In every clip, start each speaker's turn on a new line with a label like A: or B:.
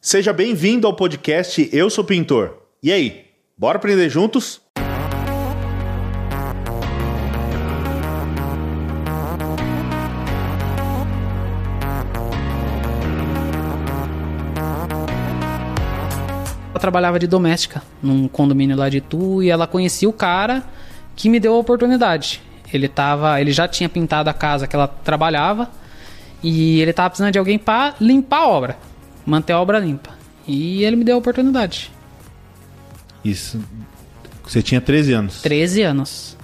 A: Seja bem-vindo ao podcast Eu Sou Pintor. E aí, bora aprender juntos?
B: Ela trabalhava de doméstica num condomínio lá de Tu e ela conhecia o cara que me deu a oportunidade. Ele tava, ele já tinha pintado a casa que ela trabalhava e ele tava precisando de alguém para limpar a obra, manter a obra limpa. E ele me deu a oportunidade.
A: Isso. Você tinha 13 anos.
B: 13 anos.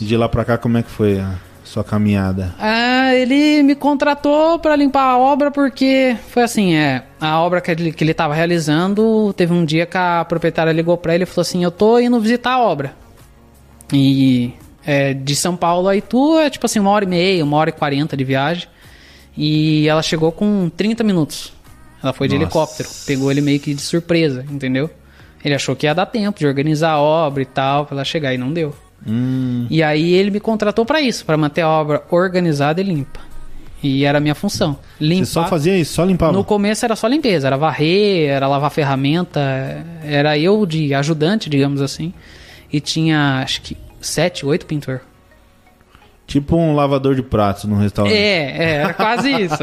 A: E de lá pra cá, como é que foi a sua caminhada?
B: Ah, ele me contratou para limpar a obra porque foi assim, é, a obra que ele, que ele tava realizando, teve um dia que a proprietária ligou para ele e falou assim: "Eu tô indo visitar a obra". E é, de São Paulo a Itu é tipo assim, uma hora e meia, uma hora e quarenta de viagem. E ela chegou com 30 minutos. Ela foi de
A: Nossa.
B: helicóptero, pegou ele meio que de surpresa, entendeu? Ele achou que ia dar tempo de organizar a obra e tal, pra ela chegar e não deu.
A: Hum,
B: E aí ele me contratou pra isso, pra manter a obra organizada e limpa. E era a minha função.
A: você
B: Limpar.
A: só fazia isso, só limpava?
B: No começo era só limpeza, era varrer, era lavar ferramenta, era eu de ajudante, digamos assim. E tinha acho que sete, oito pintor.
A: Tipo um lavador de pratos num restaurante.
B: É, é, era quase isso.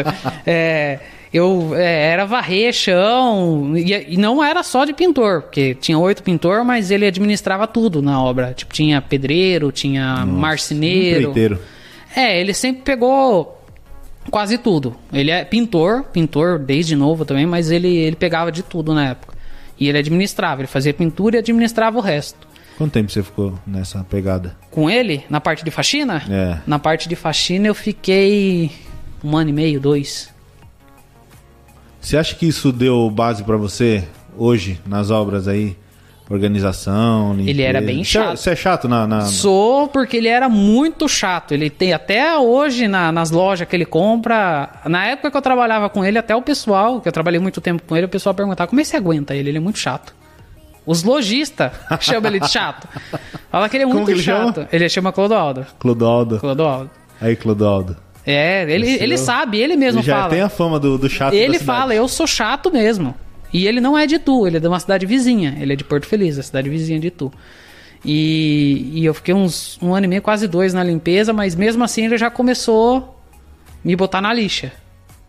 B: É, eu é, era varrer chão e, e não era só de pintor, porque tinha oito pintor, mas ele administrava tudo na obra. Tipo tinha pedreiro, tinha
A: Um
B: marceneiro.
A: empreiteiro.
B: É, ele sempre pegou quase tudo. Ele é pintor, pintor desde novo também, mas ele, ele pegava de tudo na época. E ele administrava, ele fazia pintura e administrava o resto.
A: Quanto tempo você ficou nessa pegada?
B: Com ele, na parte de faxina?
A: É.
B: Na parte de faxina eu fiquei um ano e meio, dois.
A: Você acha que isso deu base pra você hoje, nas obras aí? Organização, limpeza?
B: era bem
A: Você-
B: chato.
A: Você é chato na... na-
B: Sou porque ele era muito chato. Ele tem até hoje na- nas lojas que ele compra. Na época que eu trabalhava com ele, até o pessoal, que eu trabalhei muito tempo com ele, o pessoal perguntava como é que você aguenta ele? Ele é muito chato. Os lojistas chamam ele de chato. Fala que ele é
A: Como
B: muito
A: que ele
B: chato.
A: chama?
B: Ele chama Clodoaldo.
A: Clodoaldo.
B: Clodoaldo.
A: Aí, Clodoaldo.
B: É, ele,
A: Esse
B: ele
A: eu-
B: sabe, ele mesmo
A: Ele já é
B: fala.
A: tem a fama do, do chato da
B: Ele
A: cidade.
B: fala, eu sou chato mesmo. E ele não é de Tu, ele é de uma cidade vizinha. Ele é de Porto Feliz, a cidade vizinha de Tu. E, e eu fiquei uns um ano e meio, quase dois na limpeza, mas mesmo assim ele já começou me botar na lixa.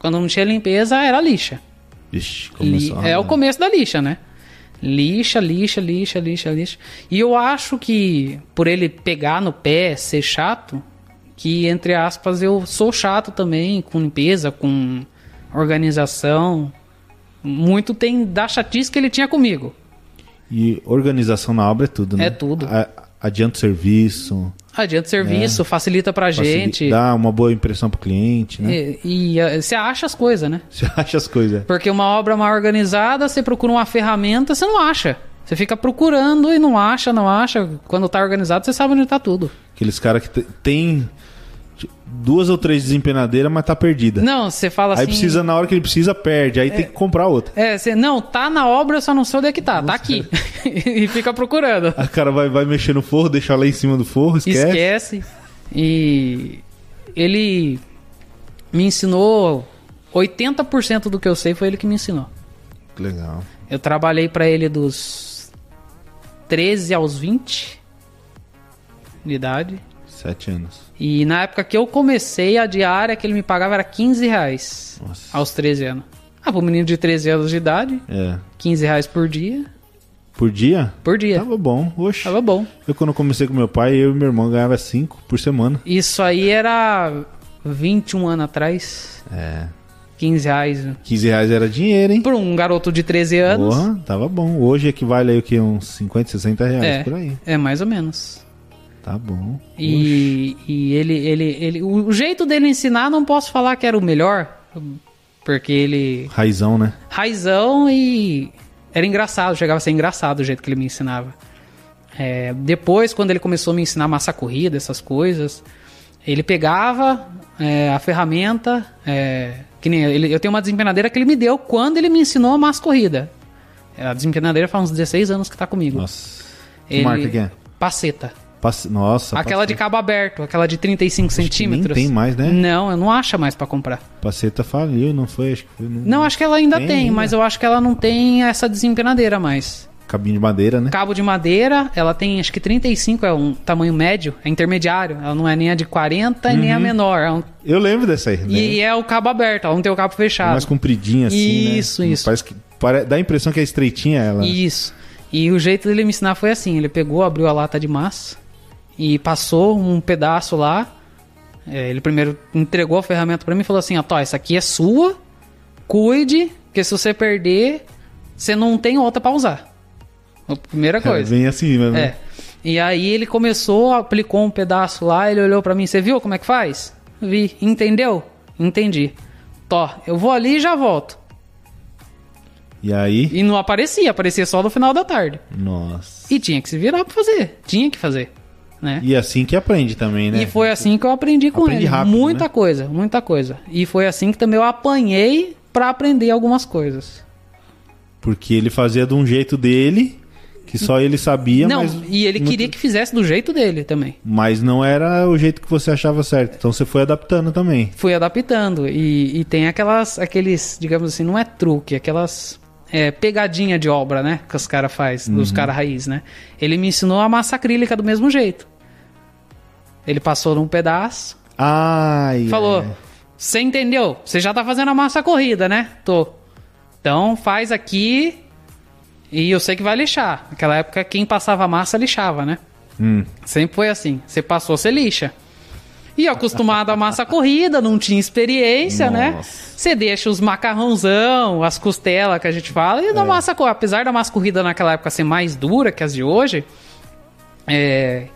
B: Quando não tinha limpeza, era lixa.
A: Ixi,
B: Li-
A: começou. a-
B: é o começo da lixa, né? Lixa, lixa, lixa, lixa, lixa. E eu acho que por ele pegar no pé, ser chato, que entre aspas eu sou chato também com limpeza, com organização. Muito tem da chatice que ele tinha comigo.
A: E organização na obra é tudo, né?
B: É tudo.
A: A- adianta o serviço,
B: Adianta o
A: É.
B: serviço, facilita pra
A: facili-
B: gente.
A: dá uma boa impressão pro cliente, né?
B: E e, eh, você acha as coisas, né?
A: Você acha as coisas.
B: Porque uma obra mal organizada, você procura uma ferramenta, você não acha. Você fica procurando e não acha, não acha. Quando tá organizado, você sabe onde tá tudo.
A: Aqueles caras que te- tem t- duas ou três desempenadeiras, mas tá perdida.
B: Não, você fala
A: aí
B: assim.
A: precisa, na hora que ele precisa, perde. Aí tem que comprar outra.
B: É, você, não, tá na obra, eu só não sei onde é que tá. Tá aqui. e fica procurando.
A: Aí O cara vai, vai mexer no forro, deixa lá em cima do forro, esquece.
B: Esquece. E ele me ensinou 80% do que eu sei foi ele que me ensinou.
A: Legal.
B: Eu trabalhei pra ele dos 13 aos 20 de idade.
A: Sete anos.
B: E na época que eu comecei, a diária que ele me pagava era 15 reais
A: Nossa.
B: aos 13 anos. Ah, pra um menino de 13 anos de idade,
A: É.
B: 15 reais por dia.
A: Por dia?
B: Por dia.
A: Tava Tá bom. Oxe.
B: Tava bom.
A: Eu quando comecei com meu pai, eu e meu irmão ganhava cinco por semana.
B: Isso aí era 21 anos atrás.
A: É.
B: 15 reais.
A: 15 reais era dinheiro, hein?
B: Pra um garoto de 13 anos.
A: Porra, tava bom. Hoje equivale aí o que? Uns 50, 60 reais
B: É,
A: por aí.
B: é mais ou menos.
A: Tá bom.
B: E, e ele, ele, ele. O jeito dele ensinar, não posso falar que era o melhor. Porque ele.
A: Raizão, né?
B: raizão e era engraçado, chegava a ser engraçado o jeito que ele me ensinava. É, depois, quando ele começou a me ensinar massa corrida, essas coisas, ele pegava é, a ferramenta, é, que nem ele- eu tenho uma desempenadeira que ele me deu quando ele me ensinou a massa corrida. É, A desempenadeira faz uns 16 anos que tá comigo.
A: Nossa. Que
B: Ele-
A: marca que é?
B: Paceta.
A: Passe- Nossa,
B: aquela de
A: passe-
B: cabo aberto, aquela de 35
A: Acho que nem
B: centímetros.
A: tem mais, né?
B: Não, eu não acho mais pra comprar.
A: Paceta faliu, não foi? Acho que foi no...
B: Não, acho que ela ainda
A: Tem
B: tem,
A: ainda.
B: mas eu acho que ela não tem essa desempenadeira mais.
A: Cabinho de madeira, né?
B: Cabo de madeira, ela tem acho que 35, é um tamanho médio, é intermediário. Ela não é nem a de 40 e nem
A: Uhum.
B: a menor. é um-
A: Eu lembro dessa aí. Né?
B: E, e é o cabo aberto, ela não tem o cabo fechado.
A: É Mais compridinha assim,
B: Isso,
A: né?
B: isso.
A: Parece que... pare- Dá a impressão que é estreitinha ela.
B: Isso. E o jeito dele me ensinar foi assim: ele pegou, abriu a lata de massa e passou um pedaço lá. É, ele primeiro entregou a ferramenta pra mim e falou assim: ó, Tó, essa aqui é sua, cuide, porque se você perder, você não tem outra pra usar. A primeira
A: Cara,
B: coisa.
A: Bem assim mesmo.
B: É. E aí ele começou, aplicou um pedaço lá, ele olhou pra mim, você viu como é que faz? Vi. Entendeu? Entendi. Tó, eu vou ali e já volto.
A: E aí...
B: E não aparecia, aparecia só no final da tarde.
A: Nossa.
B: E tinha que se virar pra fazer. Tinha que fazer. Né?
A: E assim que aprende também, né?
B: E foi assim que eu aprendi com
A: Aprende
B: ele.
A: rápido,
B: muita
A: né?
B: coisa, muita coisa. E foi assim que também eu apanhei pra aprender algumas coisas.
A: Porque ele fazia de um jeito dele, que só ele sabia,
B: não,
A: mas...
B: e ele
A: é muito-
B: queria que fizesse do jeito dele também.
A: Mas não era o jeito que você achava certo. Então você foi adaptando também.
B: Fui adaptando. E, e tem aquelas, aqueles, digamos assim, não é truque, aquelas é, pegadinha de obra, né? Que os caras fazem, dos caras raiz, né? Ele me ensinou a massa acrílica do mesmo jeito. Ele passou num pedaço,
A: Ai.
B: Falou, você entendeu? Você já tá fazendo a massa corrida, né? Tô. Então faz aqui e eu sei que vai lixar. Naquela época quem passava massa lixava, né?
A: Hum.
B: Sempre foi assim. Você passou, você lixa. E eu acostumado à massa corrida, não tinha experiência, né?
A: Nossa.
B: Você deixa os macarrãozão, as costelas que a gente fala,
A: É.
B: e na massa corrida, apesar da massa corrida naquela época ser mais dura que as de hoje, é,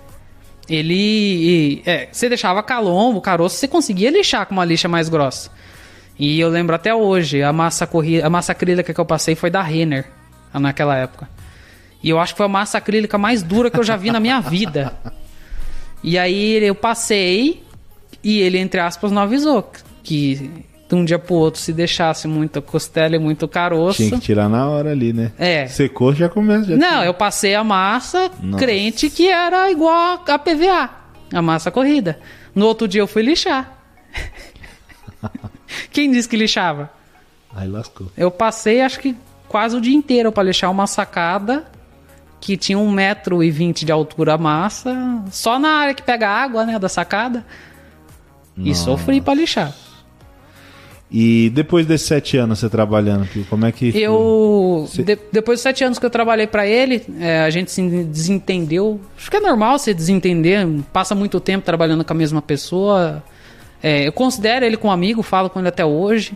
B: ele. é, você deixava calombo, caroço, você conseguia lixar com uma lixa mais grossa. E eu lembro até hoje, a massa corrida, a massa acrílica que eu passei foi da Renner, naquela época. E eu acho que foi a massa acrílica mais dura que eu já vi na minha vida. E aí eu passei e ele, entre aspas, não avisou que de um dia pro outro, se deixasse muita costela e muito caroço.
A: Tinha que tirar na hora ali, né?
B: É.
A: Secou, já começa. Já...
B: Não, eu passei a massa
A: Nossa.
B: crente que era igual a PVA, a massa corrida. No outro dia eu fui lixar. Quem disse que lixava?
A: Aí lascou.
B: Eu passei acho que quase o dia inteiro pra lixar uma sacada que tinha 1,20m de altura a massa, só na área que pega água, né, da sacada. E sofri pra lixar.
A: E depois desses sete anos você trabalhando, Pio, como é que.
B: Eu.
A: Cê-
B: de- depois dos sete anos que eu trabalhei pra ele, é, a gente se desentendeu. Acho que é normal você desentender, passa muito tempo trabalhando com a mesma pessoa. É, eu considero ele como amigo, falo com ele até hoje.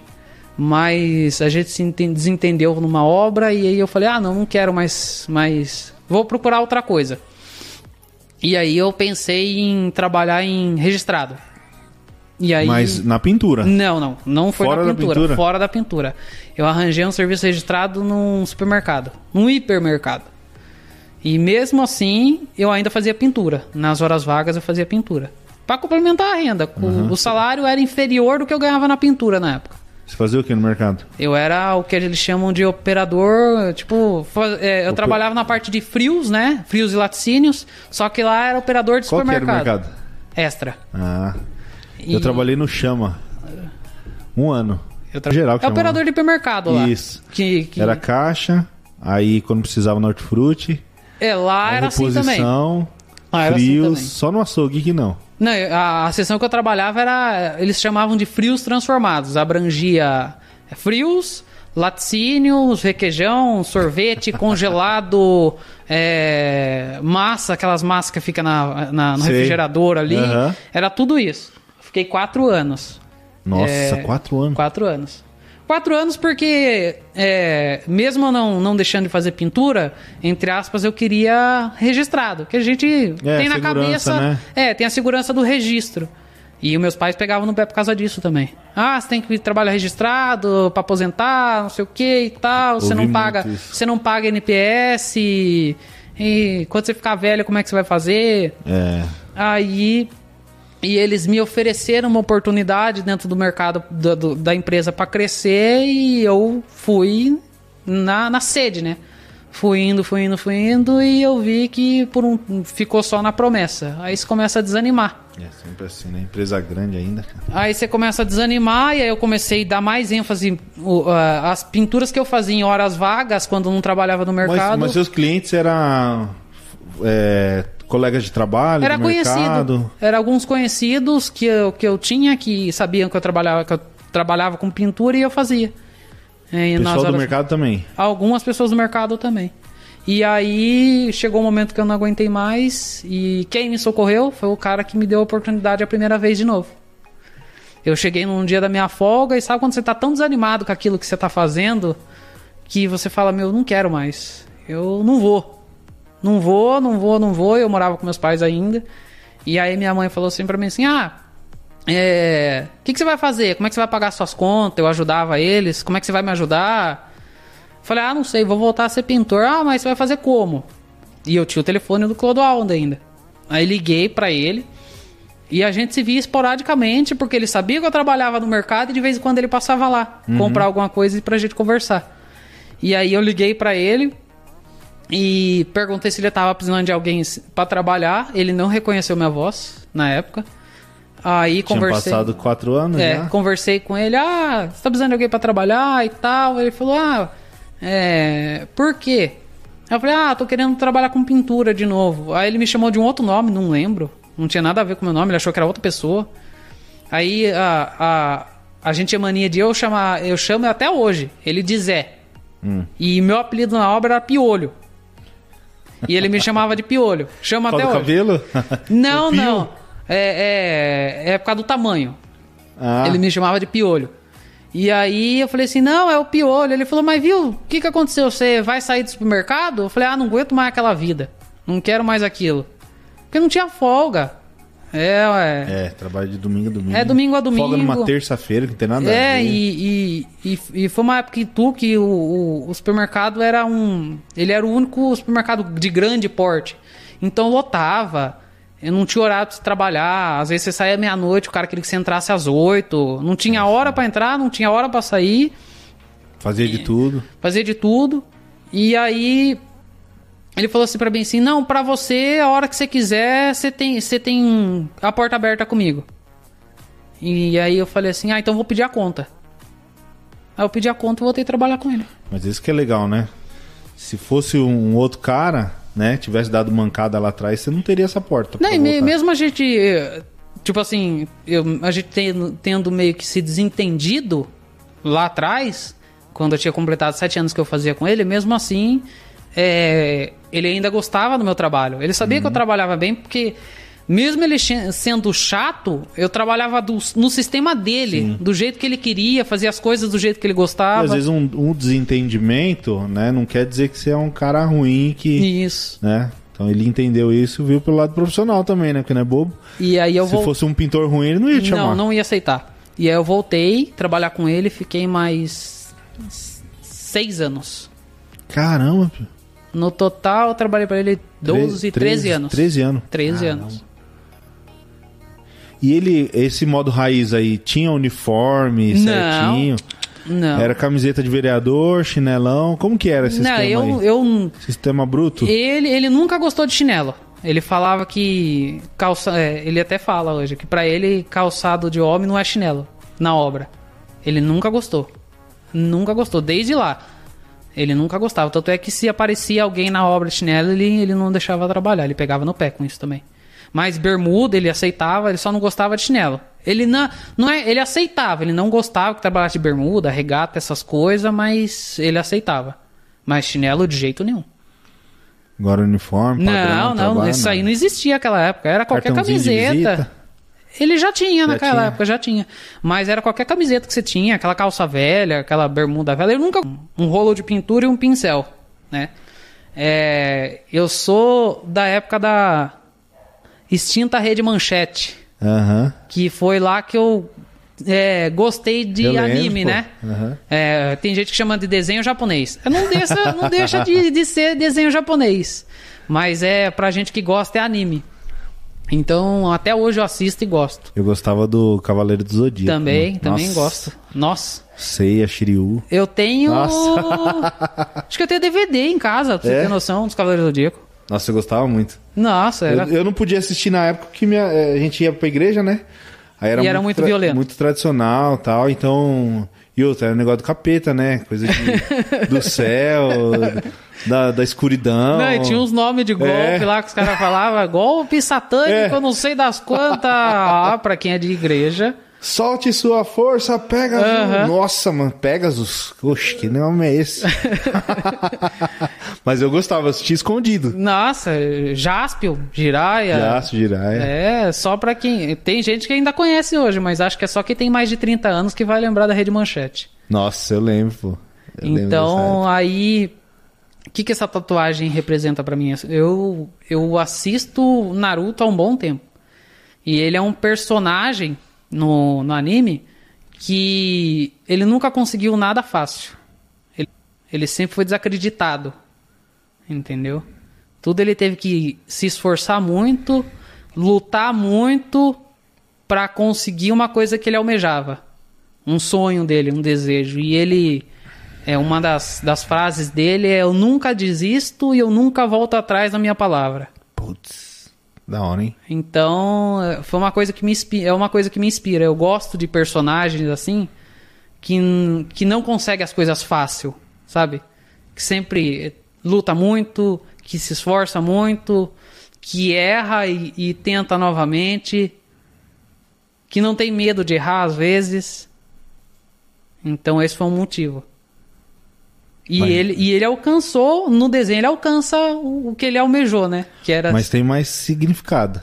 B: Mas a gente se enten- desentendeu numa obra e aí eu falei: ah, não, não quero mais. mais vou procurar outra coisa. E aí eu pensei em trabalhar em registrado. E aí,
A: Mas na pintura.
B: não, não. Não foi
A: Ah. Fora
B: na
A: da
B: pintura,
A: pintura?
B: Fora da pintura. Eu arranjei um serviço registrado num supermercado. Num hipermercado. E mesmo assim, eu ainda fazia pintura. Nas horas vagas eu fazia pintura. Pra complementar a renda. O- O salário era inferior do que eu ganhava na pintura na época.
A: Você fazia o que no mercado?
B: Eu era o que eles chamam de operador, tipo, fa- é, eu
A: Ope-
B: trabalhava na parte de frios, né? Frios e laticínios, só que lá era operador de
A: Qual que era o
B: supermercado.
A: mercado?
B: Extra.
A: Ah. Eu
B: E-
A: trabalhei no Chama. Um ano.
B: Eu tra-
A: Geral que
B: é
A: chamava.
B: operador de hipermercado lá.
A: Isso.
B: Que, que-
A: Era caixa, aí quando precisava no hortifruti.
B: É, lá era assim também.
A: reposição,
B: Lá era assim
A: frios,
B: também.
A: só no açougue que não.
B: Não, eu- a, a sessão que eu trabalhava era. Eles chamavam de frios transformados. Abrangia é, frios, laticínios, requeijão, sorvete, congelado, é, massa, aquelas massas que fica na, na- no
A: Sei.
B: refrigerador ali.
A: Aham.
B: Era tudo isso. Fiquei quatro anos.
A: Nossa,
B: É,
A: quatro anos.
B: Quatro anos. Quatro anos porque, é, mesmo eu não, não deixando de fazer pintura, entre aspas, eu queria registrado. Que a gente
A: É,
B: tem na
A: segurança,
B: cabeça.
A: né?
B: É, tem a segurança do registro. E meus pais pegavam no pé por causa disso também. Ah, você tem que trabalhar registrado pra aposentar, não sei o que e tal. Você
A: Ouvi
B: não
A: muito
B: paga,
A: isso.
B: você não paga NPS. E, e quando você ficar velho, como é que você vai fazer?
A: É.
B: Aí e eles me ofereceram uma oportunidade dentro do mercado da, do- da empresa para crescer e eu fui na, na sede, né? Fui indo, fui indo, fui indo e eu vi que por um ficou só na promessa. Aí isso começa a desanimar.
A: É sempre assim, né? Empresa grande ainda, cara.
B: Aí você começa a desanimar e aí eu comecei a dar mais ênfase o, ah, às pinturas que eu fazia em horas vagas quando não trabalhava no mercado.
A: Mas, mas seus clientes eram é, colegas de trabalho,
B: era
A: do
B: conhecido.
A: mercado?
B: Era alguns conhecidos que eu, que eu tinha que sabiam que eu trabalhava que eu trabalhava com pintura e eu fazia. É, e nas
A: Pessoal do
B: horas-
A: mercado também.
B: Algumas pessoas do mercado também. E aí chegou um momento que eu não aguentei mais e quem me socorreu foi o cara que me deu a oportunidade a primeira vez de novo. Eu cheguei num dia da minha folga e sabe quando você tá tão desanimado com aquilo que você tá fazendo que você fala, meu, não quero mais. Eu não vou. Não vou, não vou, não vou. Eu morava com meus pais ainda. E aí minha mãe falou assim pra mim assim: "Ah, é, o que, que você vai fazer? Como é que você vai pagar suas contas? Eu ajudava eles. Como é que você vai me ajudar? Falei, ah, não sei, vou voltar a ser pintor. Ah, mas você vai fazer como? E eu tinha o telefone do Clodoaldo ainda. Aí liguei pra ele e a gente se via esporadicamente porque ele sabia que eu trabalhava no mercado e de vez em quando ele passava lá
A: Uhum.
B: comprar alguma coisa pra gente conversar. E aí eu liguei pra ele e perguntei se ele tava precisando de alguém pra trabalhar. Ele não reconheceu minha voz na época. Aí
A: Tinha
B: conversei.
A: passado quatro anos
B: É,
A: já.
B: conversei com ele, ah, você tá precisando de alguém pra trabalhar e tal. Ele falou, ah, é, por quê? Eu falei, ah, tô querendo trabalhar com pintura de novo. Aí ele me chamou de um outro nome, não lembro. Não tinha nada a ver com o meu nome, ele achou que era outra pessoa. Aí a, a, a gente tinha mania de eu chamar, eu chamo até hoje, ele de Zé.
A: Hum.
B: E meu apelido na obra era Piolho. E ele me chamava de Piolho. Chama
A: Por
B: até
A: causa do
B: hoje.
A: cabelo?
B: Não,
A: O pio?
B: não. É, é, é por causa do tamanho.
A: Ah,
B: Ele me chamava de piolho. E aí eu falei assim, não, é o piolho. Ele falou, mas viu, o que, que aconteceu? Você vai sair do supermercado? Eu falei, ah, não aguento mais aquela vida. Não quero mais aquilo. Porque não tinha folga. É, ué.
A: É, trabalho de domingo a domingo.
B: É domingo a
A: Folga numa
B: domingo.
A: terça-feira, que não tem nada a ver.
B: É, e, e, e, e foi uma época em tu que o, o, o supermercado era um. Ele era o único supermercado de grande porte. Então lotava. Eu não tinha horário pra você trabalhar. Às vezes você saía meia-noite, o cara queria que você entrasse às oito. Não tinha hora pra entrar, não tinha hora pra sair
A: Fazia de tudo.
B: fazia de tudo. E aí ele falou assim pra mim assim: "Não, pra você, a hora que você quiser, você tem, você tem a porta aberta comigo". E aí eu falei assim: "Ah, então vou pedir a conta". Aí eu pedi a conta e voltei a trabalhar com ele.
A: Mas isso que é legal, né? Se fosse um outro cara, né? Tivesse dado mancada lá atrás, você não teria essa porta. pra
B: Não, e me-
A: voltar.
B: mesmo a gente eh, tipo assim, eu- a gente tendo, tendo meio que se desentendido lá atrás, quando eu tinha completado sete anos que eu fazia com ele, mesmo assim, eh, ele ainda gostava do meu trabalho. Ele sabia
A: Uhum.
B: que eu trabalhava bem, porque mesmo ele che- sendo chato, eu trabalhava do- no sistema dele, do jeito que ele queria, fazia as coisas do jeito que ele
A: E
B: gostava.
A: às vezes um, um desentendimento, né? Não quer dizer que você é um cara ruim que.
B: Isso.
A: né? Então ele entendeu isso e viu pelo lado profissional também, né? Porque não é bobo.
B: E aí eu
A: Se
B: vou
A: fosse um pintor ruim, ele não ia te chamar.
B: Não, não ia aceitar. E aí eu voltei, trabalhar com ele, fiquei mais s- seis anos.
A: Caramba, pio.
B: No total, eu trabalhei pra ele 12, 13, anos.
A: 13 anos.
B: 13
A: Caramba.
B: anos.
A: E ele, esse modo raiz aí, tinha uniforme
B: Não.
A: certinho?
B: Não.
A: Era camiseta de vereador, chinelão? Como que era esse
B: não,
A: sistema
B: eu,
A: aí?
B: eu
A: Sistema bruto?
B: Ele, ele nunca gostou de chinelo. Ele falava que calça, é, ele até fala hoje que pra ele calçado de homem não é chinelo na obra. Ele nunca gostou. Nunca gostou desde lá. Ele nunca gostava. Tanto é que se aparecia alguém na obra de chinelo, ele, ele não deixava trabalhar, ele pegava no pé com isso também. Mas bermuda ele aceitava, ele só não gostava de chinelo. Ele não, não é, ele aceitava, ele não gostava que trabalhasse de bermuda, regata, essas coisas, mas ele aceitava. Mas chinelo de jeito nenhum.
A: Agora uniforme, um padrão,
B: Não, não,
A: trabalho,
B: isso aí não existia naquela época. Era qualquer
A: Cartãozinho de
B: camiseta.
A: visita.
B: Ele já tinha
A: Já
B: naquela
A: tinha.
B: época, já tinha. Mas era qualquer camiseta que você tinha, aquela calça velha, aquela bermuda velha. Eu nunca. Um rolo de pintura e um pincel, né? É, eu sou da época da extinta rede manchete,
A: Aham.
B: que foi lá que eu é, gostei de
A: Eu lembro,
B: anime,
A: pô.
B: né?
A: Aham.
B: É, tem gente que chama de desenho japonês. Não deixa, não deixa de, de ser desenho japonês. Mas é pra gente que gosta, é anime. Então, até hoje eu assisto e gosto.
A: Eu gostava do Cavaleiro do Zodíaco.
B: Também,
A: né?
B: também
A: Nossa,
B: gosto. Nossa.
A: Seiya, Shiryu.
B: Eu tenho.
A: Nossa.
B: Acho que eu tenho DVD em casa, pra
A: É?
B: você ter noção dos Cavaleiros do Zodíaco.
A: Nossa, eu gostava muito.
B: Nossa,
A: Eu,
B: era.
A: eu não podia assistir na época que minha- eh, a gente ia pra igreja, né? Aí
B: E era muito
A: tra-
B: violento.
A: Muito tradicional tal, então. E outra, era um negócio do capeta, né? Coisa de, do céu, da, da escuridão.
B: Não, e tinha uns nomes de golpe
A: É.
B: lá que os caras falavam, golpe satânico,
A: É.
B: eu não sei das quantas. Ah, pra quem é de igreja.
A: Solte sua força, Pegasus.
B: Aham.
A: Nossa, mano, Pegasus. Oxe, que nome é esse? Mas eu gostava, eu assistia escondido.
B: Nossa, Jaspio, Jiraya.
A: Aço, Jiraiya.
B: É, só pra quem. Tem gente que ainda conhece hoje, mas acho que é só quem tem mais de 30 anos que vai lembrar da Rede Manchete.
A: Nossa, eu lembro, pô. Eu lembro dessa época.
B: então, aí. O que, que essa tatuagem representa pra mim? Eu, eu assisto Naruto há um bom tempo. E ele é um personagem no, no anime que ele nunca conseguiu nada fácil. Ele, ele sempre foi desacreditado. Entendeu? Tudo ele teve que se esforçar muito, lutar muito pra conseguir uma coisa que ele almejava. Um sonho dele, um desejo. E ele. É uma das, das frases dele é eu nunca desisto e eu nunca volto atrás da minha palavra.
A: Putz, da hora, hein?
B: Então, é, foi uma coisa que me inspira, é uma coisa que me inspira. Eu gosto de personagens assim que, n- que não consegue as coisas fácil, sabe? Que sempre luta muito, que se esforça muito, que erra e, e tenta novamente, que não tem medo de errar às vezes. Então, esse foi um motivo. E
A: Mas-
B: ele, e ele alcançou, no desenho ele alcança o, o que ele almejou, né? Que era
A: Mas tem mais significado.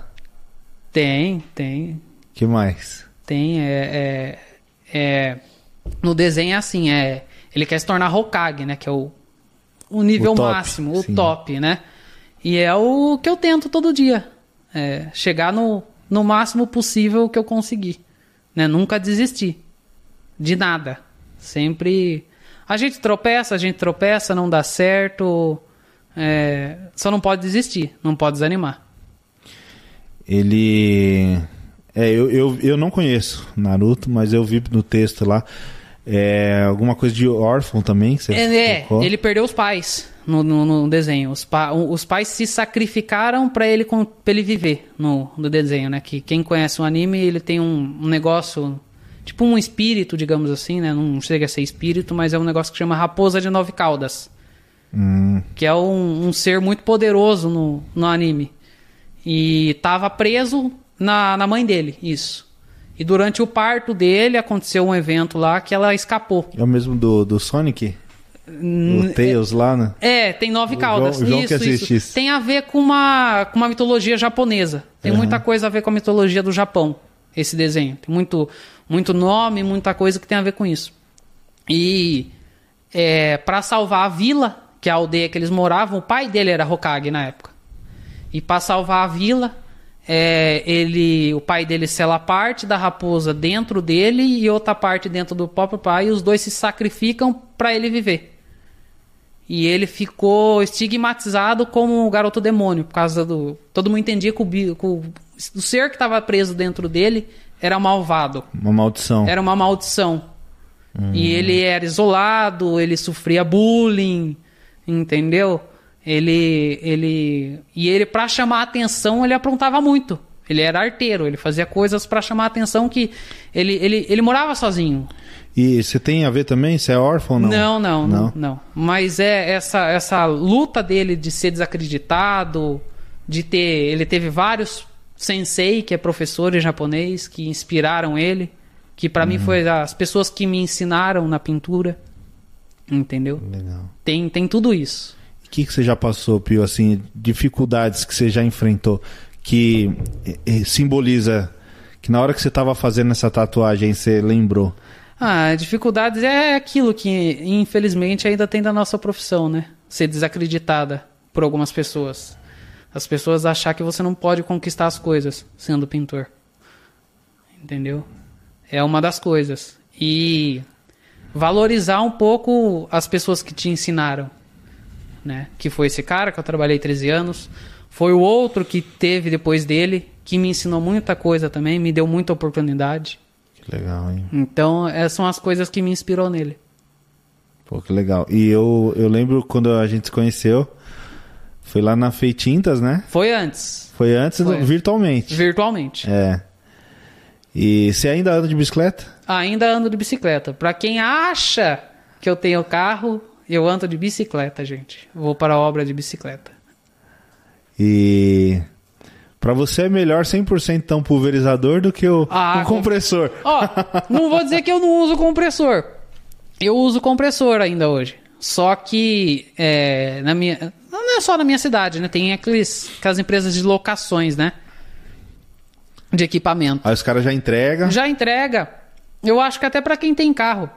B: tem, tem,
A: que mais?
B: tem. É, é- é- no desenho é assim, é ele quer se tornar Hokage, né? Que é o, o nível
A: O top,
B: máximo, o
A: sim.
B: top, né? E é o que eu tento todo dia. é, chegar no, no máximo possível que eu conseguir. Né? Nunca desistir. De nada. Sempre. A gente tropeça, a gente tropeça, não dá certo. é, só não pode desistir, não pode desanimar.
A: Ele. É, eu, eu, eu não conheço Naruto, mas eu vi no texto lá. É, alguma coisa de órfão também. Que você
B: É, é,
A: colocou.
B: ele perdeu os pais no, no- no desenho. Os, pa- os pais se sacrificaram pra ele, con- pra ele viver no, no desenho, né? Que quem conhece o anime, ele tem um, um negócio, tipo um espírito, digamos assim, né? Não chega a ser espírito, mas é um negócio que chama Raposa de Nove Caudas.
A: Hum,
B: Que é um, um ser muito poderoso no, no anime. E tava preso na, na mãe dele, isso. E durante o parto dele aconteceu um evento lá que ela escapou.
A: É o mesmo do, do Sonic?
B: Hum,
A: O Tails lá, né?
B: É, tem nove
A: O
B: caudas.
A: João- o João que
B: isso,
A: assiste
B: isso.
A: isso.
B: Tem a ver com uma, com uma mitologia japonesa. Tem muita coisa a ver com a mitologia do Japão, esse desenho. Tem muito, muito nome, muita coisa que tem a ver com isso. E é, para salvar a vila, que é a aldeia que eles moravam, o pai dele era Hokage na época. E para salvar a vila, é, ele, o pai dele sela parte da raposa dentro dele e outra parte dentro do próprio pai, e os dois se sacrificam para ele viver. E ele ficou estigmatizado como o garoto demônio, por causa do. Todo mundo entendia que o, bi- que o- o ser que estava preso dentro dele era malvado,
A: Uma maldição.
B: era uma maldição. E ele era isolado, ele sofria bullying, entendeu? Ele. ele E ele, para chamar a atenção, ele aprontava muito. Ele era arteiro, ele fazia coisas para chamar a atenção que. Ele, ele, ele morava sozinho,
A: E você tem a ver também? Você é órfão ou não?
B: não, não, não, não. Mas é essa essa luta dele de ser desacreditado, de ter, ele teve vários sensei que é professor em japonês que inspiraram ele, que pra mim foi as pessoas que me ensinaram na pintura, entendeu?
A: Legal.
B: Tem tem tudo isso.
A: O que, que você já passou, Pio, assim, dificuldades que você já enfrentou, que eh, eh, simboliza que na hora que você estava fazendo essa tatuagem, você lembrou.
B: Ah, dificuldades é aquilo que infelizmente ainda tem da nossa profissão, né? Ser desacreditada por algumas pessoas. As pessoas achar que você não pode conquistar as coisas sendo pintor. Entendeu? É uma das coisas. E valorizar um pouco as pessoas que te ensinaram, né? Que foi esse cara que eu trabalhei 13 anos, Foi o outro que teve depois dele, que me ensinou muita coisa também, me deu muita oportunidade.
A: Que legal, hein?
B: Então, essas são as coisas que me inspirou nele.
A: Pô, que legal. E eu, eu lembro quando a gente se conheceu, foi lá na Feitintas, né?
B: Foi antes,
A: Foi antes,
B: Foi.
A: do- virtualmente.
B: virtualmente.
A: É. E você ainda anda de bicicleta?
B: Ainda ando de bicicleta. Pra quem acha que eu tenho carro, eu ando de bicicleta, gente. Vou para a obra de bicicleta.
A: E pra você é melhor 100% tão um pulverizador do que o,
B: Ah,
A: o
B: com-
A: compressor.
B: Ó, não vou dizer que eu não uso compressor. Eu uso compressor ainda hoje. Só que é, na minha. Não é só na minha cidade, né? Tem aqueles, aquelas empresas de locações, né? De equipamento.
A: Aí os caras já entregam.
B: Já entrega. Eu acho que até pra quem tem carro.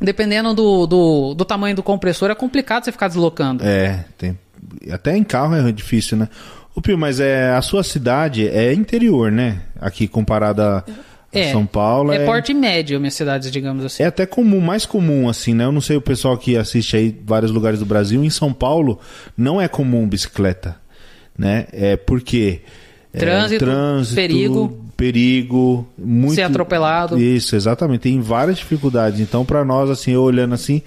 B: Dependendo do, do, do tamanho do compressor, é complicado você ficar deslocando.
A: É, tem. Até em carro é difícil, né? Ô Pio, mas é a sua cidade é interior, né? Aqui comparada a
B: É.
A: São Paulo.
B: É porte médio, minhas cidades, digamos assim.
A: É até comum, mais comum assim, né? Eu não sei o pessoal que assiste aí vários lugares do Brasil, em São Paulo não é comum bicicleta, né? É porque é,
B: Trânsito, perigo.
A: perigo, muito
B: Ser atropelado.
A: Isso, exatamente. Tem várias dificuldades. Então pra nós assim, eu olhando assim,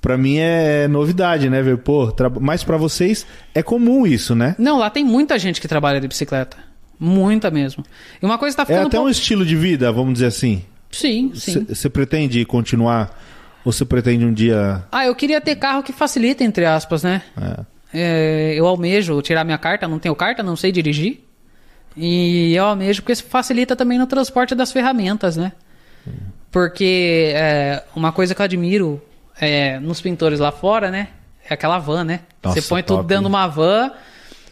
A: pra mim é novidade, né? Ver, pô, tra- mas pra vocês é comum isso, né?
B: Não, lá tem muita gente que trabalha de bicicleta. Muita mesmo. E uma coisa tá
A: É
B: ficando
A: até um
B: pouco-
A: estilo de vida, vamos dizer assim.
B: Sim, sim.
A: Você pretende continuar ou você pretende um dia
B: Ah, eu queria ter carro que facilita, entre aspas, né?
A: é,
B: É, eu almejo tirar minha carta, não tenho carta, não sei dirigir. E eu almejo porque isso facilita também no transporte das ferramentas, né? Porque é, uma coisa que eu admiro é, nos pintores lá fora, né? É aquela van, né?
A: Nossa,
B: você põe
A: top,
B: tudo dentro de
A: hein?
B: uma van,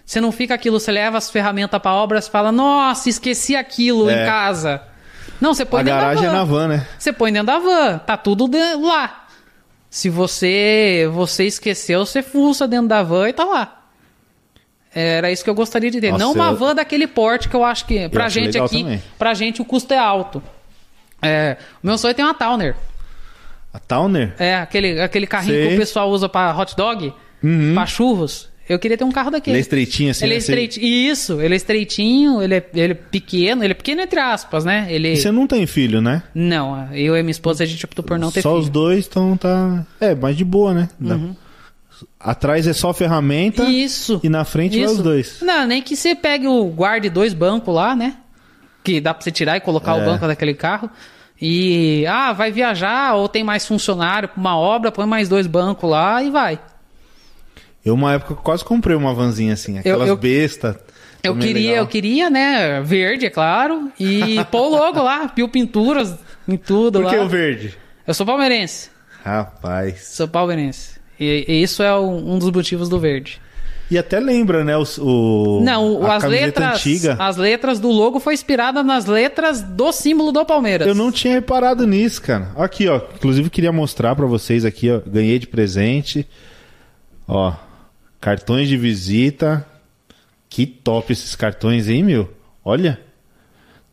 B: você não fica aquilo, você leva as ferramentas pra obra, você fala, nossa, esqueci aquilo
A: É.
B: em casa. Não, você põe
A: a
B: dentro
A: garagem
B: da
A: é
B: van.
A: na van, né?
B: Você põe dentro da van, tá tudo de- lá. Se você você esqueceu, você fuça dentro da van e tá lá. Era isso que eu gostaria de ter.
A: Nossa,
B: Não uma
A: eu-
B: van daquele porte que eu acho que pra
A: acho
B: gente
A: legal
B: aqui,
A: também.
B: pra gente o custo é alto. É, o meu sonho é ter uma Towner.
A: A Towner?
B: É, aquele, aquele carrinho
A: Sei. Uhum.
B: que o pessoal usa pra hot dog, pra churros. Eu queria ter um carro daquele.
A: Ele é estreitinho assim,
B: Ele é
A: né? Você-
B: estreitinho. Isso, ele é estreitinho, ele é, ele é pequeno, ele é pequeno entre aspas, né? Ele.
A: E você não tem filho, né?
B: Não, eu e minha esposa a gente optou por não ter
A: só
B: filho. Uhum.
A: os dois, então tá. É, mas de boa, né? Dá- Atrás é só ferramenta.
B: Isso.
A: E na frente vai os dois.
B: Não, nem que você pegue o guarde dois bancos lá, né? Que dá pra você tirar e colocar
A: É.
B: o banco daquele carro. E, ah, vai viajar ou tem mais funcionário pra uma obra, põe mais dois bancos lá e vai.
A: Eu, uma época, quase comprei uma vanzinha assim, aquelas
B: eu-
A: bestas.
B: Eu
A: é
B: queria, eu queria, né? Verde, é claro. E pôr o logo lá, Pio Pinturas em tudo
A: Por
B: lá.
A: que o verde?
B: Eu sou palmeirense.
A: Rapaz.
B: Sou palmeirense. E, e isso é um, um dos motivos do verde.
A: E até lembra, né? os- O,
B: Não, o-
A: a
B: as
A: camiseta
B: letras.
A: antiga.
B: As letras do logo foi inspirada nas letras do símbolo do Palmeiras.
A: Eu não tinha reparado nisso, cara. Aqui, ó. Inclusive, queria mostrar pra vocês aqui, ó. Ganhei de presente. Ó. Cartões de visita. Que top esses cartões, hein, meu? Olha.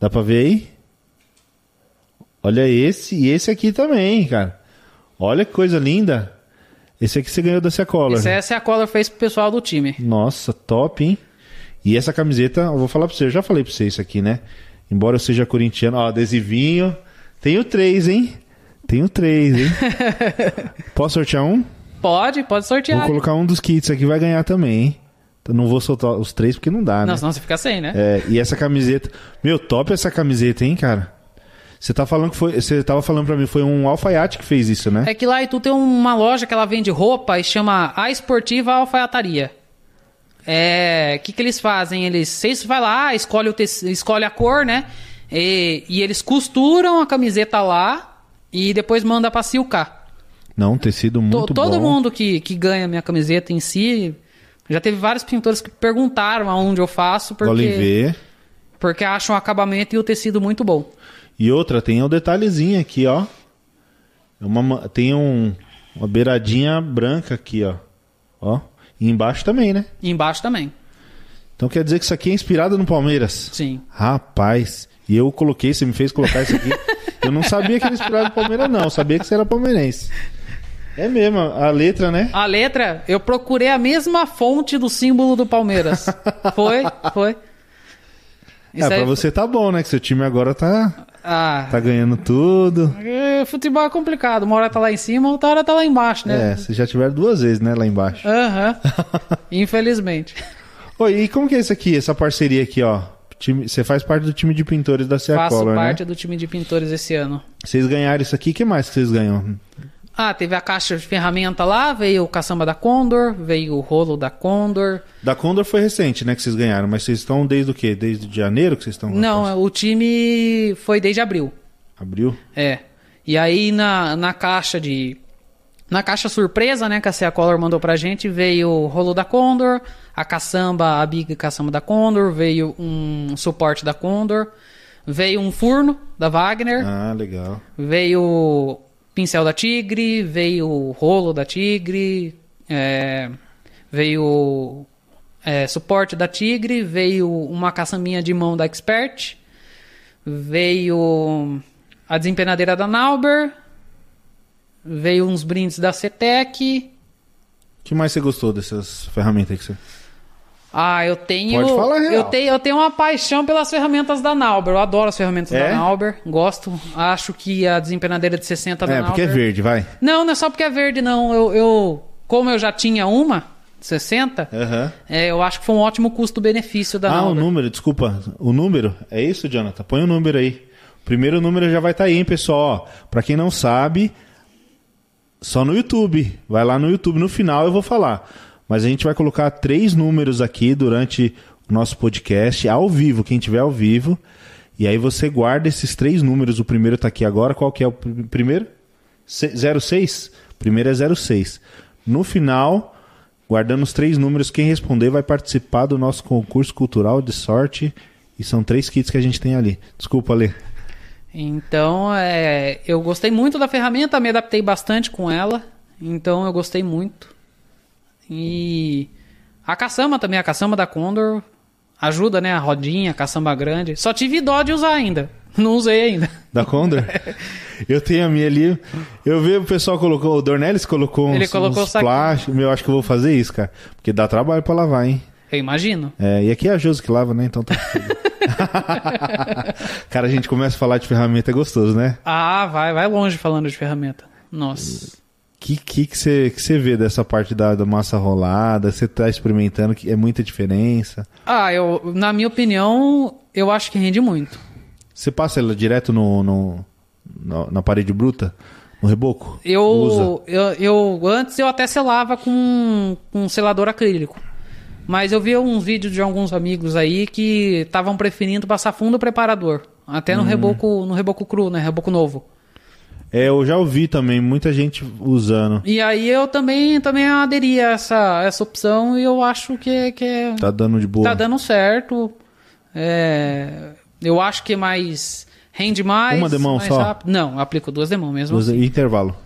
A: Dá pra ver aí? Olha esse e esse aqui também, cara. Olha que coisa linda. Esse aqui você ganhou da Secola.
B: Isso essa é a Collor fez pro pessoal do time.
A: Nossa, top, hein? E essa camiseta, eu vou falar pra você, eu já falei pra você isso aqui, né? Embora eu seja corintiano, ó, adesivinho. Tenho três, hein? Tenho três, hein? Posso sortear um?
B: Pode, pode
A: Vou
B: sortear.
A: colocar um dos kits aqui, vai ganhar também, hein? Eu Não vou soltar os três porque não dá, né?
B: Não, senão você fica sem, né?
A: É, e essa camiseta. Meu, top essa camiseta, hein, cara? Você tá falando que foi. Você tava falando pra mim, foi um alfaiate que fez isso, né?
B: É. que lá e tu tem uma loja que ela vende roupa e chama A Esportiva Alfaiataria. É, o que que eles fazem? Eles, vocês vai lá, escolhe, o tec- escolhe a cor, né? E, e eles costuram a camiseta lá e depois manda pra silcar.
A: Não, tecido
B: To-
A: muito bom.
B: todo mundo que, que ganha minha camiseta em si, já teve vários pintores que perguntaram aonde eu faço,
A: Podem
B: porque,
A: ver.
B: porque acham o acabamento e o tecido muito bom.
A: E outra, tem um detalhezinho aqui, ó. É uma ma- tem um, uma beiradinha branca aqui, ó. Ó. E embaixo também, né?
B: E embaixo também,
A: Então quer dizer que isso aqui é inspirado no Palmeiras.
B: sim.
A: Rapaz, e eu coloquei, você me fez colocar isso aqui. eu não sabia que era inspirado no Palmeiras, não. Eu sabia que você era palmeirense. É mesmo, a letra, né?
B: A letra, eu procurei a mesma fonte do símbolo do Palmeiras. Foi, foi.
A: É, pra
B: aí-
A: você tá bom, né? Que seu time agora tá,
B: Ah,
A: tá ganhando tudo.
B: é, futebol é complicado. Uma hora tá lá em cima, outra hora tá lá embaixo,
A: É,
B: né?
A: vocês já tiveram duas vezes, né? Lá embaixo.
B: Aham. Infelizmente.
A: Oi, e como que é isso aqui, essa parceria aqui, ó? Time- Você faz parte do time de pintores da Cia
B: Faço
A: Color,
B: parte
A: né?
B: do time de pintores esse ano.
A: Vocês ganharam isso aqui, o que mais que vocês ganham?
B: Ah, teve a caixa de ferramenta lá, veio o caçamba da Condor, veio o rolo da Condor.
A: Da Condor foi recente, né, que vocês ganharam, mas vocês estão desde o quê? Desde janeiro que vocês estão?
B: Não, o time foi desde abril.
A: Abril?
B: É. E aí na, na caixa de. Na caixa surpresa, né, que a Cia Color mandou pra gente, veio o rolo da Condor, a caçamba, a Big Caçamba da Condor, veio um suporte da Condor, veio um furno da Wagner,
A: Ah, legal.
B: veio o pincel da Tigre, veio o rolo da Tigre, é, veio é, suporte da Tigre, veio uma caçambinha de mão da Expert, veio a desempenadeira da Nauber, veio uns brindes da Cetec.
A: O que mais você gostou dessas ferramentas que você...
B: Ah, eu tenho.
A: Pode falar a real.
B: eu tenho, eu tenho uma paixão pelas ferramentas da Nauber. Eu adoro as ferramentas
A: É?
B: da Nauber. Gosto. Acho que a desempenadeira de 60 da
A: é, porque é
B: Nauber-
A: verde, vai.
B: Não, não é só porque é verde, não. Eu, eu- como eu já tinha uma, 60,
A: Aham.
B: é, eu acho que foi um ótimo custo-benefício da
A: Ah, o
B: Nauber.
A: Ah, número, desculpa. O número? É isso, Jonathan? Põe o número aí. O primeiro número já vai estar aí, hein, pessoal? Ó, Pra quem não sabe, só no YouTube. Vai lá no YouTube, no final eu vou falar. Mas a gente vai colocar três números aqui durante o nosso podcast, ao vivo, quem tiver ao vivo. E aí você guarda esses três números. O primeiro tá aqui agora. Qual que é o pr- primeiro? Se- 06? O Primeiro é 06. No final, guardando os três números, quem responder vai participar do nosso concurso cultural de sorte. E são três kits que a gente tem ali. Desculpa, Lê.
B: Então, é, eu gostei muito da ferramenta, me adaptei bastante com ela. Então, eu gostei muito. E a caçamba também, a caçamba da Condor. Ajuda, né? A rodinha, a caçamba grande. Só tive dó de usar ainda. Não usei ainda.
A: Da Condor? eu tenho a minha ali. Eu vi o pessoal colocou, o Dornelis colocou uns,
B: Ele colocou
A: uns
B: o saquinho.
A: plásticos. Meu, acho que eu vou fazer isso, cara. Porque dá trabalho pra lavar, hein?
B: Eu imagino.
A: É, e aqui é a Josi que lava, né? Então tá tudo. cara, a gente começa a falar de ferramenta, é gostoso, né?
B: Ah, vai, vai longe falando de ferramenta. Nossa.
A: que que que você que você vê dessa parte da, da massa rolada? Você tá experimentando que é muita diferença?
B: Ah, eu, na minha opinião, eu acho que rende muito.
A: Você passa ela direto no, no- no- na parede bruta, no reboco? Usa.
B: Eu, eu, eu antes eu até selava com, com um selador acrílico. Mas eu vi uns vídeos de alguns amigos aí que estavam preferindo passar fundo preparador, até
A: Uhum.
B: no reboco, no reboco cru, né, reboco novo.
A: É, eu já ouvi também muita gente usando.
B: E aí eu também também aderi a essa essa opção e eu acho que que é-
A: Tá dando de boa.
B: tá dando certo. É, eu acho que mais rende mais,
A: Uma demão
B: mais
A: só?
B: rápido. Não, eu aplico duas demãos mesmo.
A: Usa- intervalo.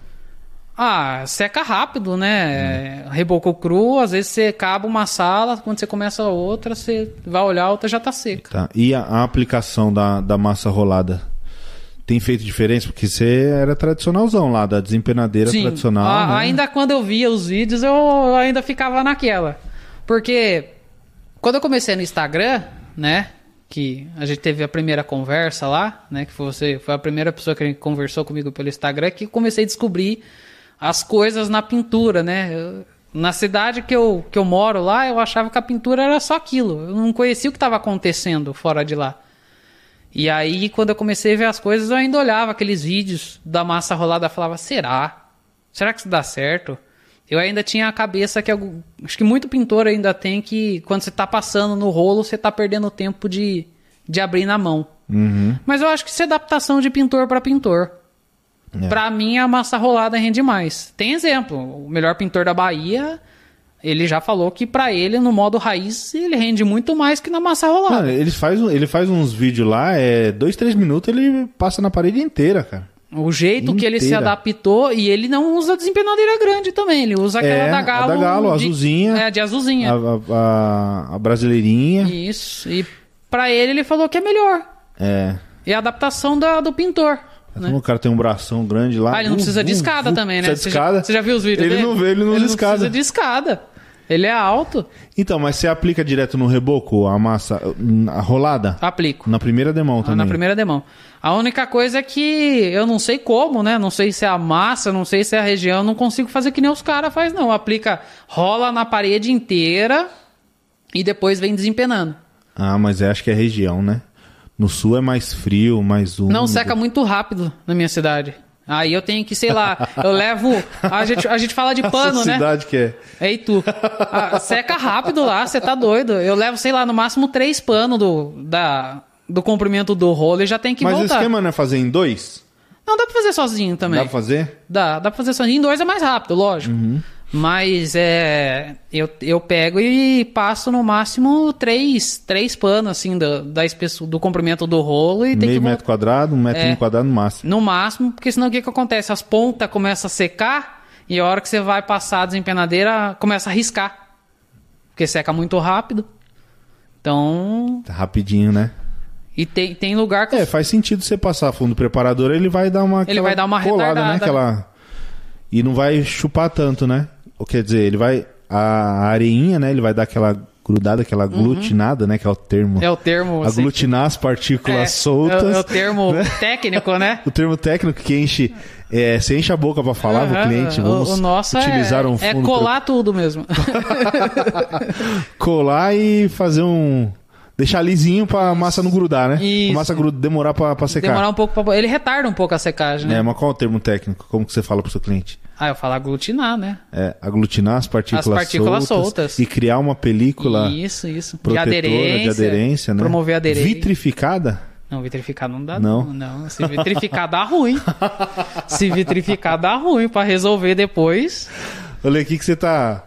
B: Ah, seca rápido, né? Rebocou cru, às vezes você caba uma sala, quando você começa a outra, você vai olhar, a outra já tá seca.
A: Tá. E a, a aplicação da, da massa rolada? Tem feito diferença? Porque você era tradicionalzão lá, da desempenadeira tradicional.
B: a-
A: né?
B: Ah, ainda quando eu via os vídeos, eu ainda ficava naquela. Porque quando eu comecei no Instagram, né? Que a gente teve a primeira conversa lá, né? Que foi você foi a primeira pessoa que conversou comigo pelo Instagram, que eu comecei a descobrir as coisas na pintura, né? Eu- na cidade que eu, que eu moro lá, eu achava que a pintura era só aquilo. Eu não conhecia o que estava acontecendo fora de lá. E aí, quando eu comecei a ver as coisas, eu ainda olhava aqueles vídeos da massa rolada e falava: será? Será que isso dá certo? Eu ainda tinha a cabeça que algum- acho que muito pintor ainda tem que quando você tá passando no rolo, você tá perdendo tempo de, de abrir na mão.
A: Uhum.
B: Mas eu acho que isso é adaptação de pintor para pintor.
A: É.
B: Pra mim, a massa rolada rende mais. Tem exemplo, o melhor pintor da Bahia, ele já falou que pra ele, no modo raiz, ele rende muito mais que na massa rolada.
A: Mano, eles faz, um- ele faz uns vídeos lá, é dois, três minutos, ele passa na parede inteira, cara.
B: O jeito que ele se
A: Inteira.
B: adaptou e ele não usa desempenadeira grande também, ele usa aquela
A: É,
B: da
A: a
B: Galo.
A: da Galo,
B: de-
A: azulzinha.
B: É, de azulzinha.
A: A, a- a- a brasileirinha.
B: Isso. E pra ele ele falou que é melhor.
A: É.
B: É a adaptação da, do pintor. né?
A: O cara tem um bração grande lá.
B: Ah, ele
A: uh,
B: não precisa de
A: uh,
B: escada
A: uh,
B: também, né?
A: Precisa
B: Você
A: de
B: já-
A: escada.
B: Você já viu os vídeos
A: Ele
B: dele?
A: não vê, ele não usa escada.
B: precisa de escada. Ele é alto.
A: Então, mas você aplica direto no reboco a massa uh, na rolada?
B: Aplico.
A: Na primeira demão também.
B: Ah, Na primeira demão. A única coisa é que eu não sei como, né? Não sei se é a massa, não sei se é a região, não consigo fazer que nem os caras faz não. Aplica, rola na parede inteira e depois vem desempenando.
A: Ah, mas eu acho que é região, né? No sul é mais frio, mais úmido.
B: Não seca muito rápido na minha cidade. Aí eu tenho que, sei lá, eu levo. A gente, a gente fala de pano,
A: Essa
B: né?
A: cidade que é.
B: Ei, tu. Ah, seca rápido lá, você tá doido. Eu levo, sei lá, no máximo três panos do, da, do comprimento do rolo e já tem que
A: mas o
B: voltar.
A: esquema não é fazer em dois?
B: Não, dá pra fazer sozinho também.
A: Dá pra fazer?
B: Dá, dá pra fazer sozinho. Em dois é mais rápido, lógico.
A: Uhum.
B: Mas é. Eu, eu pego e passo no máximo três, três panos, assim, do, da espessura, do comprimento do rolo e tem que
A: Meio
B: voltar.
A: metro quadrado, um metro
B: É.
A: e um quadrado no máximo.
B: No máximo, porque senão o que, que acontece? As pontas começam a secar e a hora que você vai passar a desempenadeira, começa a riscar. Porque seca muito rápido. Então.
A: Tá Rapidinho, né?
B: E tem, tem lugar que.
A: É, faz sentido você passar fundo preparador, ele vai dar uma aquela
B: vai dar uma
A: colada, né?
B: retardada.
A: Aquela... E não vai chupar tanto, né? Ou Quer dizer, ele vai... A areinha, né? Ele vai dar aquela grudada, aquela aglutinada, né? Que é o termo.
B: Uhum. É o termo. assim.
A: Aglutinar as partículas
B: É,
A: soltas.
B: É, o- é o termo
A: né?
B: técnico, né?
A: O termo técnico que enche... É, você enche a boca pra falar pro
B: Aham,
A: cliente.
B: o-
A: Vamos
B: o, nosso
A: utilizar
B: é,
A: um
B: é
A: fundo...
B: colar tudo mesmo.
A: pre- Colar e fazer um... Deixar lisinho pra massa não grudar, né?
B: Isso.
A: A massa gru- demorar pra, pra secar.
B: Demorar um pouco pra... Ele retarda um pouco a secagem, né?
A: É, mas qual é o termo técnico? Como que você fala pro seu cliente?
B: Ah, eu falo aglutinar, né?
A: É, aglutinar as partículas,
B: As partículas soltas.
A: e criar uma película
B: Isso, isso.
A: protetora
B: de aderência.
A: né?
B: Promover a aderência.
A: Vitrificada?
B: Não, vitrificar não dá
A: Não?
B: não. Não, se vitrificar dá ruim. Se vitrificar dá ruim pra resolver depois.
A: Olha, o que que você tá...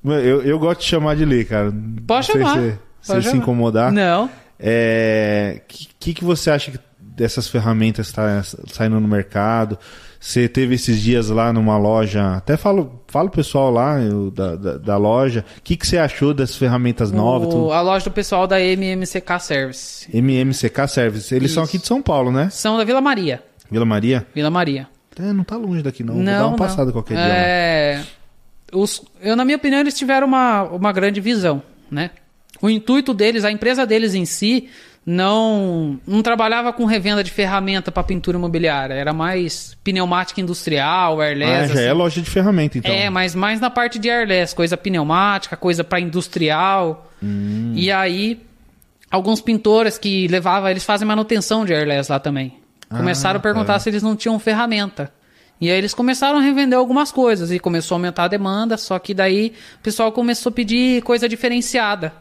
A: Mano, Eu, eu gosto de chamar de lei, cara.
B: Pode
A: Não sei
B: chamar.
A: Se, se
B: Pode
A: se
B: chamar.
A: incomodar.
B: Não.
A: É, que, que que você acha que dessas ferramentas tá saindo no mercado? Você teve esses dias lá numa loja, até falo, falo pro pessoal lá eu, da, da, da loja, o que, que você achou dessas ferramentas novas?
B: O-
A: tudo?
B: A loja do pessoal da MMCK Service.
A: MMCK Service. Eles são
B: Isso.
A: aqui de São Paulo, né?
B: São da Vila Maria.
A: Vila Maria?
B: Vila Maria.
A: É, não tá longe daqui, não.
B: Não,
A: Vou dar uma
B: não.
A: passada qualquer dia. né? lá. Ah,
B: É, os- eu, na minha opinião, eles tiveram uma, uma grande visão, né? O intuito deles, a empresa deles em si, não, não trabalhava com revenda de ferramenta para pintura imobiliária. Era mais pneumática industrial, airless.
A: ah, já
B: assim.
A: é loja de ferramenta, então.
B: É, mas mais na parte de airless, coisa pneumática, coisa para industrial.
A: Hum.
B: E aí, alguns pintores que levavam, eles fazem manutenção de airless lá também. Começaram
A: Ah,
B: a perguntar
A: tá.
B: se eles não tinham ferramenta. E aí eles começaram a revender algumas coisas e começou a aumentar a demanda, só que daí o pessoal começou a pedir coisa diferenciada.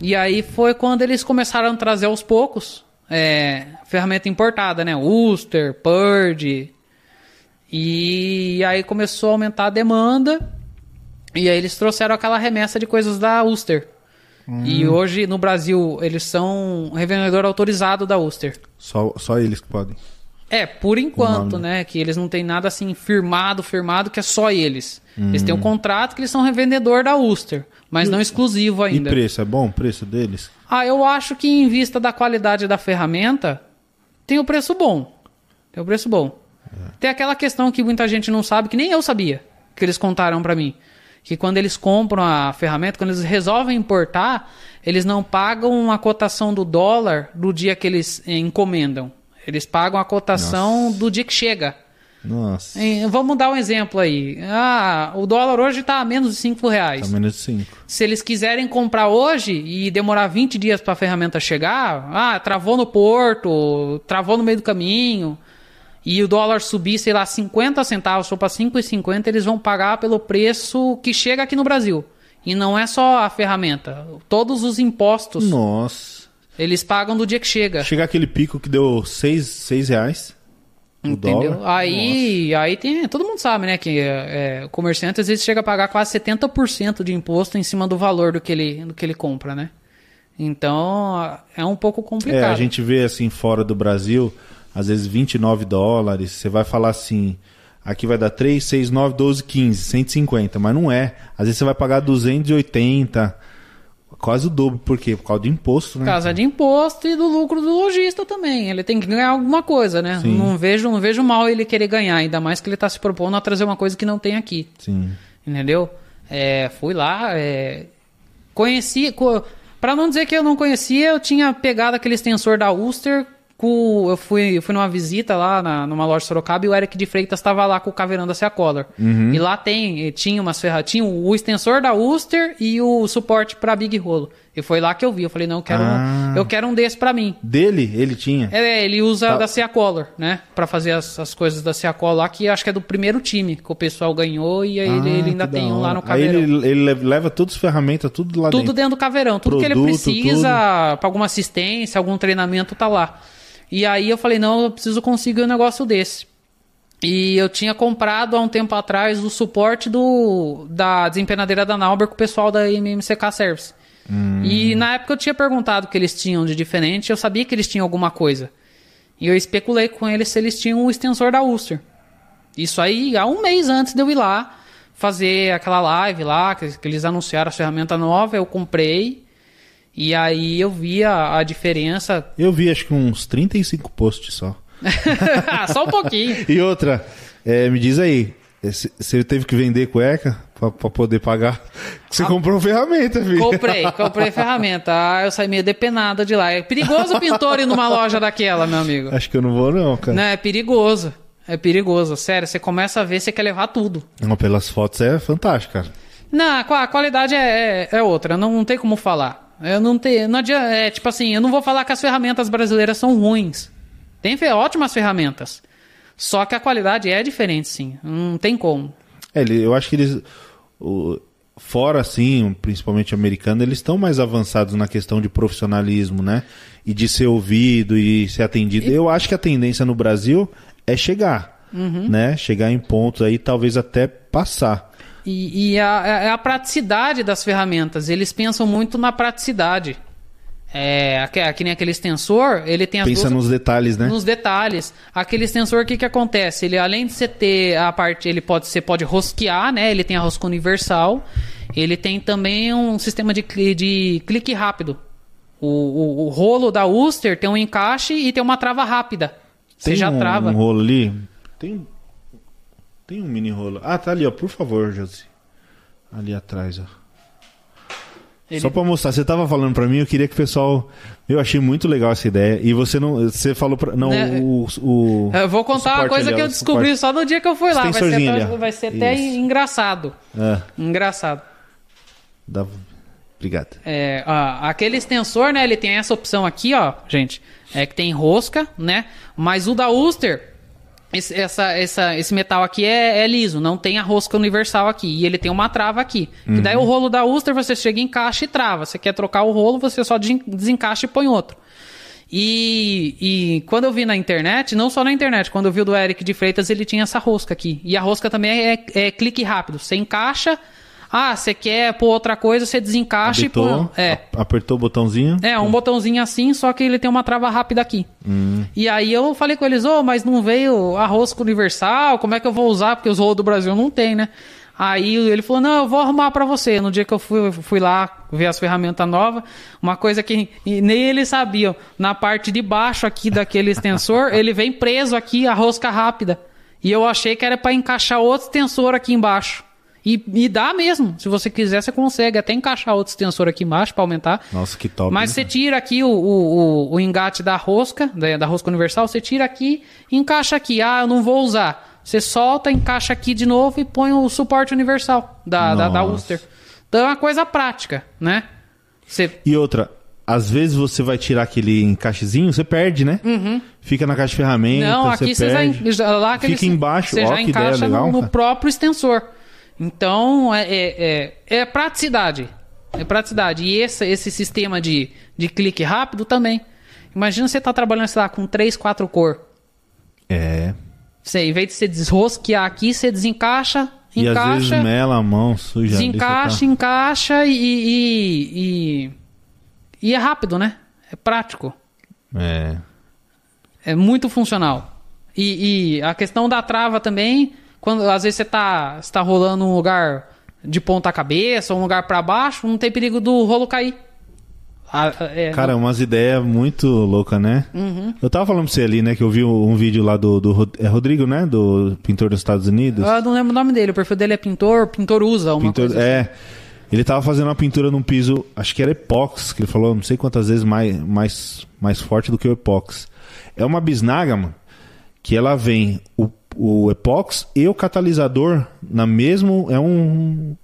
B: E aí foi quando eles começaram a trazer aos poucos é, ferramenta importada, né? Ulster, Purge, e aí começou a aumentar a demanda. E aí eles trouxeram aquela remessa de coisas da Ulster. E
A: Hum.
B: hoje no Brasil eles são revendedor autorizado da Ulster.
A: Só, só eles que podem.
B: É, por enquanto,
A: nome,
B: né? Que eles não têm nada assim firmado, firmado, que é só eles. Eles têm um contrato que eles são revendedor da Ulster, mas não exclusivo ainda. né?
A: E preço? É bom o preço deles?
B: Ah, eu acho que em vista da qualidade da ferramenta, tem o preço bom. Tem o preço bom. Tem aquela questão que muita gente não sabe, que nem eu sabia, que eles contaram pra mim. Que quando eles compram a ferramenta, quando eles resolvem importar, eles não pagam a cotação do dólar do dia que eles eh, encomendam. Eles pagam a cotação do dia que chega.
A: Nossa,
B: Eh, Vamos dar um exemplo aí. Ah, o dólar hoje está a menos de 5 reais.
A: tá menos de 5.
B: Se eles quiserem comprar hoje e demorar 20 dias para a ferramenta chegar, ah, travou no porto, travou no meio do caminho, e o dólar subir, sei lá, 50 centavos, for para 5,50, eles vão pagar pelo preço que chega aqui no Brasil. E não é só a ferramenta, todos os impostos
A: Nossa.
B: eles pagam do dia que chega.
A: Chegar aquele pico que deu 6 reais. O
B: Entendeu?
A: dólar. É,
B: Aí, aí tem. Todo mundo sabe, né? Que é, o comerciante às vezes chega a pagar quase 70% de imposto em cima do valor do que ele, do que ele compra, né? Então a- é um pouco complicado.
A: É, a gente vê assim fora do Brasil, às vezes 29 dólares, você vai falar assim, aqui vai dar 3, 6, 9, 12, 15, 150, mas não é. Às vezes você vai pagar 280. Quase o dobro, por quê? Por causa do imposto, né?
B: Por causa de imposto e do lucro do lojista também. Ele tem que ganhar alguma coisa, né?
A: Sim.
B: Não vejo, não vejo mal ele querer ganhar, ainda mais que ele está se propondo a trazer uma coisa que não tem aqui.
A: Sim.
B: Entendeu? É, fui lá, é, conheci. Co, pra não dizer que eu não conhecia, eu tinha pegado aquele extensor da Ulster. Com, eu fui, eu fui numa visita lá na- numa loja de Sorocaba e o Eric de Freitas estava lá com o caveirão da Seacolor. E lá tem, eh, tinha umas ferramentas, tinha o extensor da Ulster e o suporte pra Big Rolo. E foi lá que eu vi, eu falei, não, eu quero,
A: Ah.
B: um, eu quero um desse pra mim.
A: Dele, ele tinha.
B: É, ele usa
A: Tá.
B: da Seacolor, né? Pra fazer as, as coisas da Seacolor lá, que acho que é do primeiro time que o pessoal ganhou e aí ele,
A: Ah,
B: ele ainda
A: que da
B: tem um lá
A: hora.
B: no caveirão.
A: Aí ele, ele le- leva todas as ferramentas, tudo lá
B: Tudo
A: dentro.
B: dentro do caveirão, tudo que ele
A: Produto,
B: precisa pra alguma assistência, algum treinamento tá lá. E aí eu falei, não, eu preciso conseguir um negócio desse. E eu tinha comprado há um tempo atrás o suporte do da desempenadeira da Nauber com o pessoal da MMCK Service. E na época eu tinha perguntado o que eles tinham de diferente, eu sabia que eles tinham alguma coisa. E eu especulei com eles se eles tinham o extensor da Ulster. Isso aí há um mês antes de eu ir lá fazer aquela live lá, que, que eles anunciaram a ferramenta nova, eu comprei. E aí eu vi a, a diferença.
A: Eu vi acho que uns 35 posts só.
B: Só um pouquinho.
A: E outra, é, me diz aí, se você teve que vender cueca pra, pra poder pagar? Você comprou ferramenta, filho.
B: Ah, Comprei, comprei ferramenta. Ah, eu saí meio depenada de lá. É perigoso o pintor ir numa loja daquela, meu amigo.
A: Acho que eu não vou não, cara.
B: Não, é perigoso. É perigoso, sério. Você começa a ver, você quer levar tudo.
A: Não, pelas fotos é fantástico, cara.
B: Não, a qua- a qualidade é, é, é outra, não, não tem como falar. Eu não tenho, não adianta, é tipo assim, eu não vou falar que as ferramentas brasileiras são ruins. Tem fe- ótimas ferramentas. Só que a qualidade é diferente, sim. Não tem como.
A: É, ele- eu acho que eles. o- fora, assim, principalmente americano, eles estão mais avançados na questão de profissionalismo, né? E de ser ouvido e ser atendido. Eu acho que a tendência no Brasil é chegar.
B: Uhum.
A: Né? Chegar em pontos aí, talvez até passar.
B: E, e a, é a praticidade das ferramentas, eles pensam muito na praticidade. É, que, que nem aquele extensor, ele tem as
A: Pensa
B: duas
A: nos detalhes, né?
B: nos detalhes. Aquele extensor, o que que acontece? Ele, além de você ter a parte, ele pode, você pode rosquear, né? Ele tem a rosca universal. Ele tem também um sistema de, cli- de clique rápido. O, o- o rolo da Ulster tem um encaixe e tem uma trava rápida. Você
A: Tem
B: já
A: um,
B: trava.
A: um rolo ali? Tem, tem um mini rolo. Ah, tá ali, ó. Por favor, Josi. Ali atrás, ó.
B: Ele-
A: Só pra mostrar, você tava falando pra mim, eu queria que o pessoal. Eu achei muito legal essa ideia. E você não. Você falou pra. Não,
B: Né?
A: o, o-
B: Eu vou
A: o
B: contar uma
A: suporte
B: coisa
A: ali,
B: que
A: ó,
B: eu
A: o
B: descobri
A: suporte.
B: só no dia que eu fui lá. Vai ser
A: Extensorzinho
B: até,
A: ali, ó.
B: vai ser até
A: Isso.
B: engraçado.
A: Ah,
B: Engraçado.
A: dá... Obrigado.
B: É, a- aquele extensor, né? Ele tem essa opção aqui, ó, gente. É que tem rosca, né? Mas o da Ulster, esse, essa, essa, esse metal aqui é, é liso, não tem a rosca universal aqui. E ele tem uma trava aqui. Que daí o rolo da Ulster você chega, encaixa e trava. Você quer trocar o rolo, você só desen- desencaixa e põe outro. E, e quando eu vi na internet, não só na internet, quando eu vi o do Eric de Freitas, ele tinha essa rosca aqui. E a rosca também é, é clique rápido. Você encaixa, ah, você quer pôr outra coisa, você desencaixa e põe.
A: Abitou,
B: É.
A: a- apertou o botãozinho.
B: É, um botãozinho assim, só que ele tem uma trava rápida aqui. E aí eu falei com eles, ô, mas não veio a rosca universal, como é que eu vou usar? Porque os rolos do Brasil não tem, né? Aí ele falou, não, eu vou arrumar pra você. No dia que eu fui, fui lá ver as ferramentas novas, uma coisa que e nem eles sabiam, na parte de baixo aqui daquele extensor, ele vem preso aqui, a rosca rápida. E eu achei que era pra encaixar outro extensor aqui embaixo. E, e dá mesmo, se você quiser, você consegue até encaixar outro extensor aqui embaixo pra aumentar.
A: Nossa, que top.
B: Mas
A: né?
B: você tira aqui o, o, o- o engate da rosca, né, da, da rosca universal, você tira aqui e encaixa aqui. Ah, eu não vou usar. Você solta, encaixa aqui de novo e põe o suporte universal da, da, da
A: Nossa.
B: Ulster. Então é uma coisa prática, né? Você
A: E outra, às vezes você vai tirar aquele encaixezinho, você perde, né? Fica na caixa de ferramenta,
B: Uhum. Não,
A: você
B: aqui você já,
A: perde.
B: en- já- lá que
A: Fica
B: eles-
A: embaixo,
B: você
A: ó,
B: já
A: que ideia
B: encaixa no-
A: legal,
B: no,
A: cara.
B: próprio extensor. Então, é, é, é, é praticidade. É praticidade. E esse, esse sistema de, de clique rápido também. Imagina você tá trabalhando, sei lá, com três, quatro cor.
A: É.
B: Você, em vez de você desrosquear aqui, você desencaixa,
A: E às vezes
B: encaixa,
A: mela a mão suja. ali,
B: desencaixa,
A: você
B: encaixa e, e, e- e é rápido, né? É prático.
A: tá- É.
B: É muito funcional. E, e a questão da trava também, quando às vezes você tá, você tá rolando um lugar de ponta cabeça, um lugar para baixo, não tem perigo do rolo cair.
A: Ah, é, Cara, não... umas ideias muito loucas, né? Uhum. Eu tava falando pra você ali, né, que eu vi um vídeo lá do, do é Rodrigo, né? Do pintor dos Estados Unidos.
B: Eu não lembro o nome dele, o perfil dele é pintor, pintor usa uma pintor, coisa.
A: É. Ele tava fazendo uma pintura num piso, acho que era epox, que ele falou não sei quantas vezes mais, mais, mais forte do que o epox. É uma bisnaga, mano, que ela vem o, o epox e o catalisador na mesmo. É um.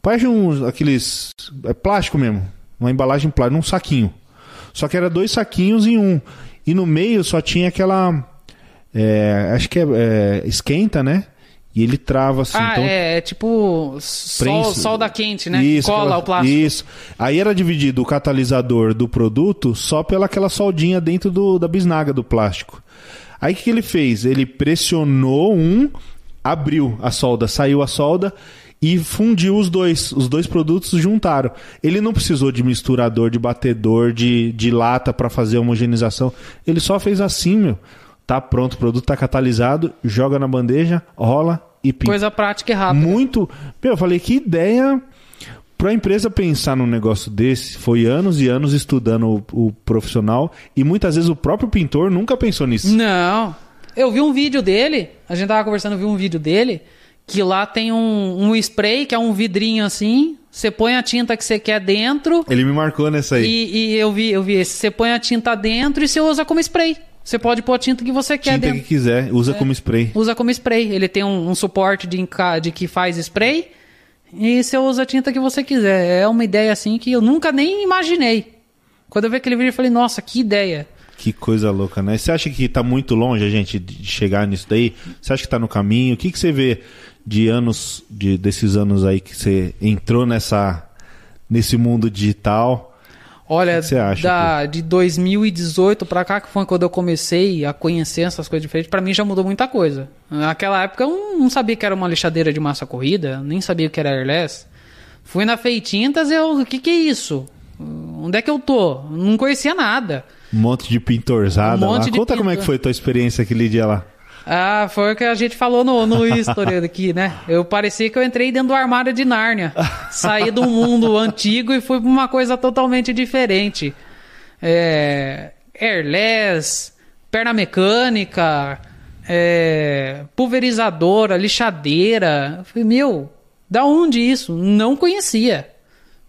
A: Parece um. aqueles. É plástico mesmo. Uma embalagem plástica, num saquinho. Só que era dois saquinhos em um. E no meio só tinha aquela. É, acho que é, é esquenta, né? E ele trava assim.
B: Ah,
A: então,
B: é, é tipo sol, prensa, solda quente, né?
A: Isso,
B: Cola
A: aquela,
B: o plástico.
A: Isso. Aí era dividido o catalisador do produto só pela aquela soldinha dentro do, da bisnaga do plástico. Aí o que, que ele fez? Ele pressionou um, abriu a solda, saiu a solda e fundiu os dois. Os dois produtos juntaram. Ele não precisou de misturador, de batedor, de, de lata para fazer a homogenização. Ele só fez assim, meu tá pronto, o produto tá catalisado, joga na bandeja, rola e pinta.
B: Coisa prática e rápida.
A: Muito. Meu, eu falei, que ideia para a empresa pensar num negócio desse. Foi anos e anos estudando o, o, profissional e muitas vezes o próprio pintor nunca pensou nisso.
B: Não. Eu vi um vídeo dele, a gente tava conversando, eu vi um vídeo dele, que lá tem um, um spray, que é um vidrinho assim, você põe a tinta que você quer dentro.
A: Ele me marcou nessa aí.
B: E, e eu vi, eu vi esse. Você põe a tinta dentro e você usa como spray. Você pode pôr a tinta que você quer.
A: Tinta dentro. que quiser, usa é. como spray.
B: Usa como spray. Ele tem um, um suporte de, de, que faz spray e você usa a tinta que você quiser. É uma ideia assim que eu nunca nem imaginei. Quando eu vi aquele vídeo, eu falei, nossa, que ideia.
A: Que coisa louca, né? Você acha que está muito longe a gente de chegar nisso daí? Você acha que está no caminho? O que, que você vê de anos, de, desses anos aí que você entrou nessa, nesse mundo digital?
B: Olha, acha, da, de 2018 para cá, que foi quando eu comecei a conhecer essas coisas diferentes, para mim já mudou muita coisa. Naquela época eu não, não sabia que era uma lixadeira de massa corrida, nem sabia que era airless. Fui na Feitintas e eu, o que que é isso? Onde é que eu tô? Não conhecia nada.
A: Um monte de pintorzada um monte lá. De Conta pintor... como é que foi a tua experiência aquele dia lá.
B: Ah, foi o que a gente falou no, no history aqui, né? Eu parecia que eu entrei dentro do armário de Nárnia. Saí do mundo antigo e fui pra uma coisa totalmente diferente. É, airless, perna mecânica, é, pulverizadora, lixadeira. Eu falei, meu, da onde isso? Não conhecia.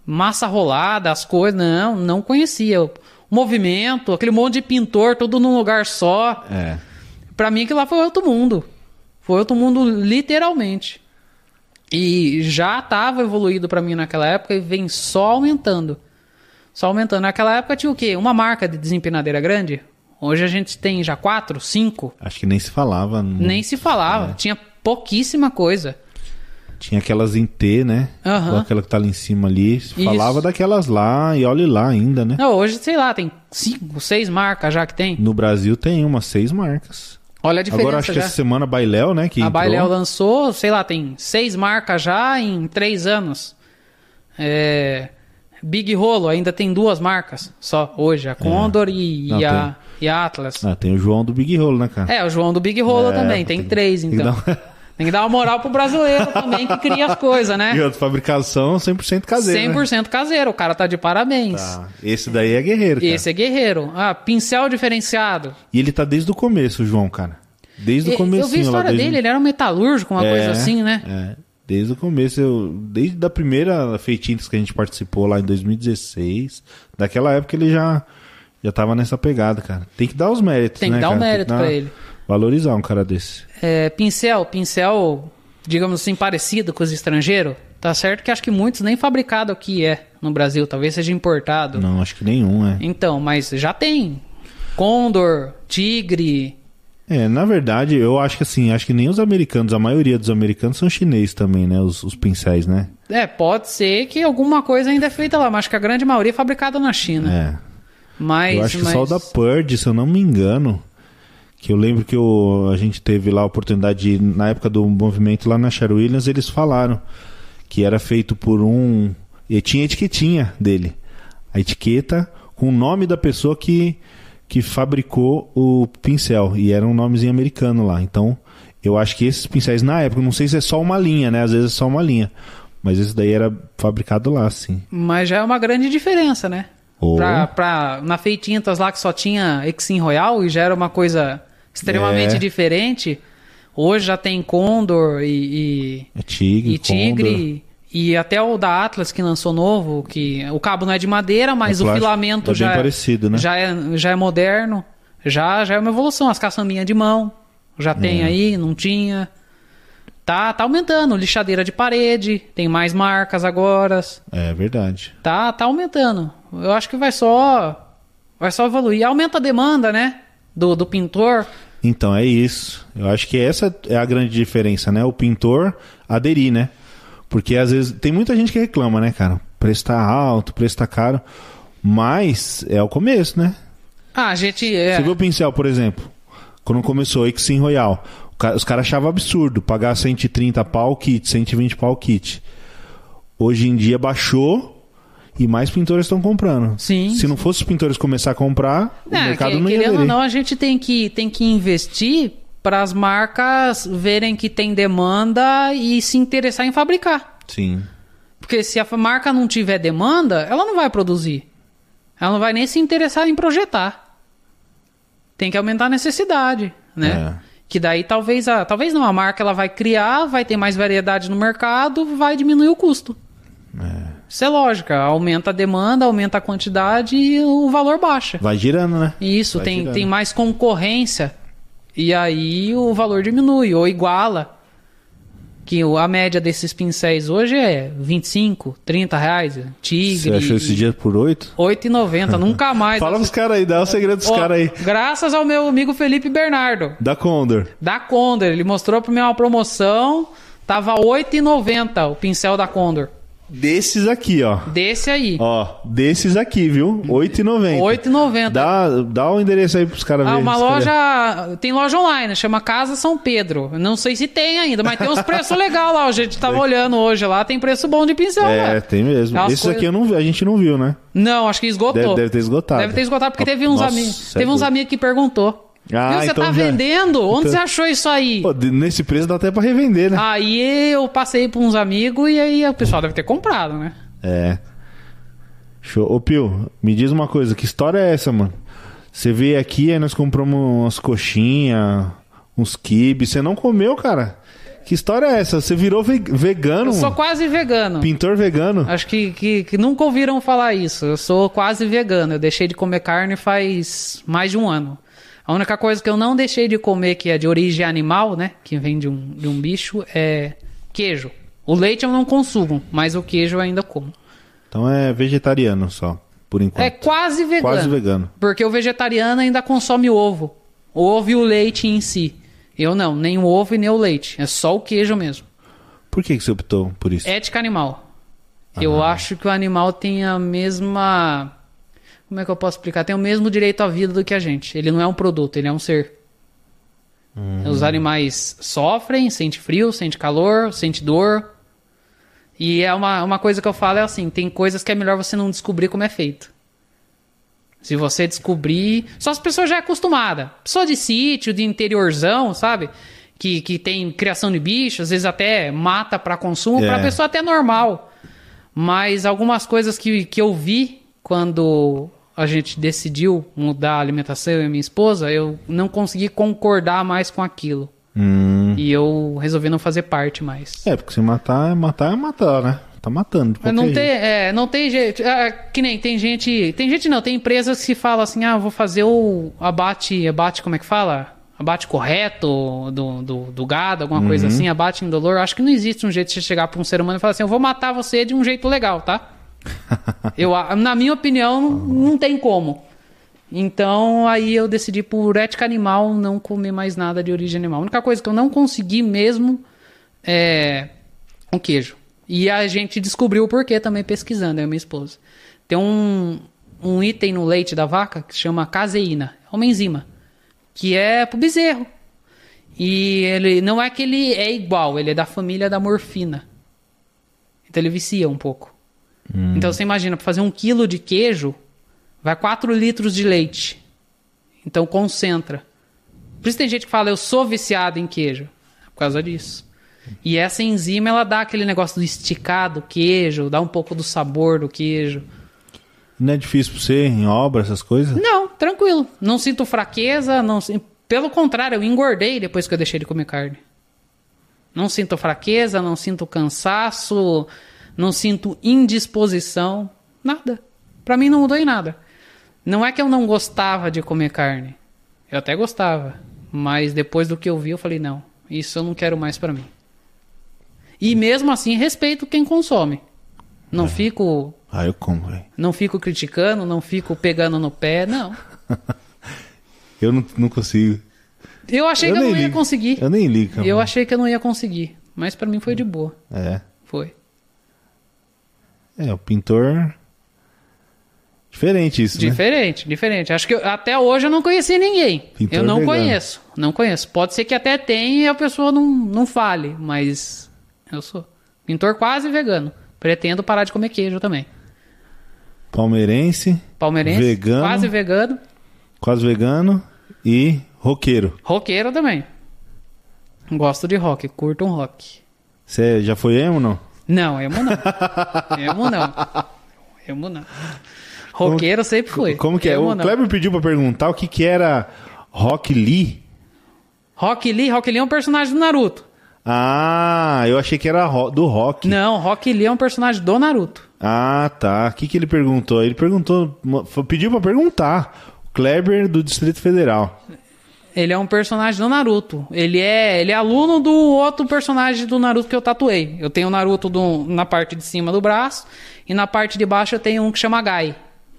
B: Massa rolada, as coisas, não, não conhecia. O movimento, aquele monte de pintor, tudo num lugar só.
A: É.
B: Para mim que lá foi outro mundo. Foi outro mundo literalmente. E já estava evoluído para mim naquela época e vem só aumentando. Só aumentando. Naquela época tinha o quê? Uma marca de desempenadeira grande? Hoje a gente tem já quatro, cinco.
A: Acho que nem se falava. Não...
B: Nem se falava. É. Tinha pouquíssima coisa.
A: Tinha aquelas em T, né?
B: Uhum.
A: Aquela que tá lá em cima ali. Falava Isso. daquelas lá e olhe lá ainda, né?
B: Não, hoje, sei lá, tem cinco, seis marcas já que tem.
A: No Brasil tem umas seis marcas.
B: Olha a diferença.
A: Agora acho
B: já.
A: que é essa semana a Bailel, né? Que
B: a
A: entrou.
B: Bailel lançou, sei lá, tem seis marcas já em três anos. É... Big Rolo ainda tem duas marcas só hoje, a Condor é. e, Não, e, a, tem... e, a, Atlas.
A: Ah, tem o João do Big Rolo, né, cara?
B: É, o João do Big Rolo é, também, tem, tem, três então. Tem Tem que dar uma moral pro brasileiro também que cria as coisas, né?
A: E outra fabricação 100% caseira.
B: 100% né? caseiro, o cara tá de parabéns. Tá.
A: Esse daí é guerreiro, cara.
B: Esse é guerreiro. Ah, pincel diferenciado.
A: E ele tá desde o começo, João, cara. Desde o começo.
B: É, Eu vi a história
A: desde...
B: dele, ele era um metalúrgico, uma é, coisa assim, né?
A: É. Desde o começo, eu, desde a primeira Feitintas que a gente participou lá em 2016, daquela época ele já já tava nessa pegada, cara. Tem que dar os méritos,
B: Tem
A: né,
B: que dar
A: cara?
B: o mérito
A: dar...
B: pra ele
A: valorizar um cara desse.
B: É, pincel, pincel, digamos assim, parecido com os estrangeiros. Tá certo que acho que muitos nem fabricado aqui é no Brasil, talvez seja importado.
A: Não, acho que nenhum é.
B: Então, mas já tem. Condor, tigre.
A: É, na verdade, eu acho que assim, acho que nem os americanos, a maioria dos americanos são chineses também, né? Os, os pincéis, né?
B: É, pode ser que alguma coisa ainda é feita lá, mas acho que a grande maioria é fabricada na China.
A: É.
B: Mas,
A: eu acho que
B: mas...
A: só o da Purge, se eu não me engano, que eu lembro que eu, a gente teve lá a oportunidade, de, na época do movimento lá na Cheryl Williams, eles falaram que era feito por um. E tinha a etiquetinha dele. A etiqueta com o nome da pessoa que, que fabricou o pincel. E era um nomezinho americano lá. Então, eu acho que esses pincéis na época, não sei se é só uma linha, né? Às vezes é só uma linha. Mas isso daí era fabricado lá, sim.
B: Mas já é uma grande diferença, né?
A: Oh.
B: Pra, pra- na Feitintas lá que só tinha Exim Royal e já era uma coisa extremamente
A: É.
B: diferente. Hoje já tem Condor e,
A: É
B: e,
A: tigre,
B: e Tigre. E até o da Atlas que lançou novo, que o cabo não é de madeira, mas
A: O
B: o,
A: plástico
B: filamento
A: é bem
B: já, é-
A: parecido, né?
B: já, é, já é moderno, já, já é uma evolução. As caçambinhas de mão, já
A: É.
B: tem aí, não tinha. Tá, tá aumentando, lixadeira de parede, tem mais marcas agora.
A: Condor. É verdade.
B: Tá, tá aumentando. Eu acho que vai só vai só evoluir. Aumenta a demanda, né? Do, do pintor.
A: Então é isso. Eu acho que essa é a grande diferença, né? O pintor aderir, né? Porque às vezes tem muita gente que reclama, né, cara? Preço tá alto, preço tá caro. Mas é o começo, né?
B: Ah, a gente. é,
A: Você viu o pincel, por exemplo? Quando começou o Ixin Royal, o ca- os caras achavam absurdo pagar 130 pau o kit, 120 pau o kit. Hoje em dia baixou e mais pintores estão comprando.
B: Sim.
A: Se não fosse os pintores começar a comprar, o
B: é,
A: mercado
B: que-
A: não ia
B: querendo ou
A: aderir.
B: não, a gente tem que, tem que investir para as marcas verem que tem demanda e se interessar em fabricar.
A: Sim.
B: Porque se a fa- marca não tiver demanda, ela não vai produzir. Ela não vai nem se interessar em projetar. Tem que aumentar a necessidade, né?
A: É.
B: Que daí talvez a, talvez não a marca ela vai criar, vai ter mais variedade no mercado, vai diminuir o custo. Isso é lógica, aumenta a demanda, aumenta a quantidade e o valor baixa.
A: Vai girando, né?
B: Isso,
A: Vai
B: tem,
A: girando.
B: tem mais concorrência. E aí o valor diminui ou iguala. Que o- a média desses pincéis hoje é 25, 30 reais.
A: Você
B: Tigre.
A: achou esse dia por 8?
B: 8,90, nunca mais.
A: Fala pros caras aí, dá o segredo dos
B: Ó,
A: caras aí.
B: Graças ao meu amigo Felipe Bernardo,
A: Da Condor.
B: da Condor. Ele mostrou pra mim uma promoção. Tava 8,90 o pincel da Condor.
A: Desses aqui, ó.
B: Desse aí.
A: Ó, desses aqui, viu? 8,90.
B: 8,90.
A: Dá, dá o endereço aí pros caras
B: Ah,
A: verem.
B: uma
A: escolher.
B: loja. Tem loja online, chama Casa São Pedro. Não sei se tem ainda, mas tem uns preços legais lá. A gente tava olhando hoje lá, tem preço bom de pincel.
A: É,
B: né?
A: tem mesmo.
B: As
A: Esses
B: coisas-
A: aqui eu não vi- a gente não viu, né?
B: Não, acho que esgotou.
A: Deve, deve ter esgotado.
B: Deve ter esgotado, porque teve uns
A: Nossa,
B: amigos.
A: é
B: Teve uns
A: doido.
B: amigos que perguntou.
A: Ah,
B: Viu, você
A: então
B: tá
A: já-
B: vendendo? Onde
A: então-
B: você achou isso aí?
A: Pô, de- nesse preço dá até pra revender, né?
B: Aí eu passei pra uns amigos e aí o pessoal deve ter comprado, né?
A: É. Show. Ô, Pio, me diz uma coisa. Que história é essa, mano? Você veio aqui, aí nós compramos umas coxinhas, uns quibes. Você não comeu, cara? Que história é essa? Você virou ve- vegano,
B: Eu É. sou
A: mano?
B: quase vegano.
A: Pintor vegano?
B: Acho que, que, que nunca ouviram falar isso. Eu sou quase vegano. Eu deixei de comer carne faz mais de um ano. A única coisa que eu não deixei de comer, que é de origem animal, né? Que vem de um, de um bicho, é queijo. O leite eu não consumo, mas o queijo eu ainda como.
A: Então é vegetariano só, por enquanto.
B: É quase vegano.
A: Quase vegano.
B: Porque o vegetariano ainda consome ovo. O ovo e o leite em si. Eu não, nem o ovo e nem o leite. É só o queijo mesmo.
A: Por que, que você optou por isso?
B: Ética animal. Eu acho que o animal tem a mesma. Como é que eu posso explicar? Tem o mesmo direito à vida do que a gente. Ele não é um produto, ele é um ser. Os animais sofrem, sente frio, sente calor, sente dor. E é uma, uma coisa que eu falo é assim: tem coisas que é melhor você não descobrir como é feito. Se você descobrir. Só as pessoas já é acostumada. Pessoa de sítio, de interiorzão, sabe? Que, que tem criação de bicho, às vezes até mata para consumo,
A: É.
B: pra pessoa até normal. Mas algumas coisas que, que eu vi quando a gente decidiu mudar a alimentação e a minha esposa, eu não consegui concordar mais com aquilo.
A: Hum.
B: E eu resolvi não fazer parte mais.
A: É, porque se matar, é matar é matar, né? Tá matando. de qualquer
B: Mas não tem,
A: jeito.
B: é, não tem jeito. É, que nem tem gente. Tem gente não, tem empresas que falam assim, ah, eu vou fazer o abate, abate, como é que fala? Abate correto do, do, do gado, alguma coisa assim, abate indolor. Acho que não existe um jeito de você chegar pra um ser humano e falar assim, eu vou matar você de um jeito legal, tá? eu, a- na minha opinião, não- não tem como. Então, aí eu decidi por ética animal não comer mais nada de origem animal. A única coisa que eu não consegui mesmo é um queijo. E a gente descobriu o porquê também pesquisando, eu e minha esposa. Tem um, um item no leite da vaca que chama caseína, é uma enzima, que é pro bezerro. E ele não é que ele é igual, ele é da família da morfina. Então ele vicia um pouco. Então você imagina, para fazer um quilo de queijo, vai 4 litros de leite. Então concentra. Por isso tem gente que fala, eu sou viciado em queijo. É por causa disso. E essa enzima, ela dá aquele negócio do esticar do queijo, dá um pouco do sabor do queijo.
A: Não é difícil pra você em obra, essas coisas?
B: Não, tranquilo. Não sinto fraqueza, não sin- pelo contrário, eu engordei depois que eu deixei de comer carne. Não sinto fraqueza, não sinto cansaço, não sinto indisposição, nada. Pra mim não mudou em nada. Não é que eu não gostava de comer carne. Eu até gostava, mas depois do que eu vi, eu falei não, isso eu não quero mais pra mim. E mesmo assim, respeito quem consome. Não fico
A: Ah, eu como, velho.
B: não fico criticando, não fico pegando no pé, não.
A: Eu não, não consigo.
B: Eu achei que eu
A: nem
B: não ia
A: ligo.
B: conseguir.
A: Eu nem ligo, cara.
B: Eu achei que eu não ia conseguir. Mas pra mim foi de boa.
A: É.
B: Foi.
A: É, o pintor. Diferente isso, né?
B: Diferente, diferente. Acho que eu- até hoje eu não conheci ninguém.
A: Pintor
B: eu não
A: vegano.
B: conheço. Não conheço. Pode ser que até tenha e a pessoa não, não fale, mas eu sou. Pintor quase vegano. Pretendo parar de comer queijo também.
A: Palmeirense,
B: Palmeirense,
A: Vegano.
B: quase vegano.
A: quase vegano e roqueiro.
B: Roqueiro também. Gosto de rock, curto um rock.
A: Você já foi emo ou não?
B: Não, emo não. emo não. Emo não. Roqueiro sempre foi.
A: Como que é?
B: Emo
A: O
B: não.
A: Kleber pediu pra perguntar o que que era Rock Lee.
B: Rock Lee, Rock Lee é um personagem do Naruto.
A: Ah, eu achei que era ro- do rock.
B: Não, Rock Lee é um personagem do Naruto.
A: Ah, tá. O que, que ele perguntou? Ele perguntou, mo- f- pediu pra perguntar. O Kleber do Distrito Federal.
B: Ele é um personagem do Naruto. Ele é, ele é aluno do outro personagem do Naruto que eu tatuei. Eu tenho o Naruto do- na parte de cima do braço e na parte de baixo eu tenho um que chama Gai,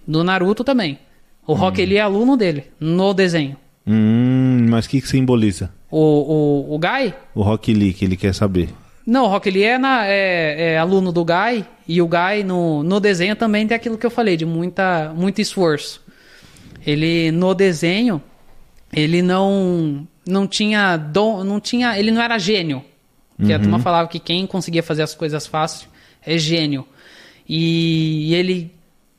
B: do Naruto também. O Rock Lee é aluno dele no desenho.
A: Hum, mas o que, que simboliza?
B: O, o, o Gai
A: O Rock Lee que ele quer saber.
B: Não, o Rock Lee é, na- é- é aluno do Guy, e o Guy no, no desenho também tem aquilo que eu falei, de muita, muito esforço. Ele no desenho, ele não não tinha dom, não tinha, ele não era gênio. Que a turma falava que quem conseguia fazer as coisas fácil é gênio. E ele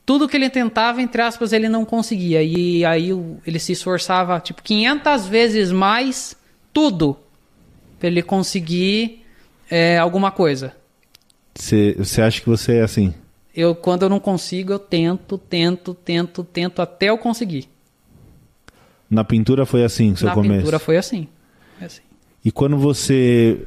B: tudo que ele tentava, entre aspas, ele não conseguia. E aí o- ele se esforçava tipo 500 vezes mais tudo pra ele conseguir é, alguma coisa.
A: Você você acha que você é assim?
B: Eu, quando eu não consigo, eu tento, tento, tento, tento até eu conseguir.
A: Na pintura foi assim o seu
B: Na
A: começo?
B: pintura foi assim. É assim.
A: E quando você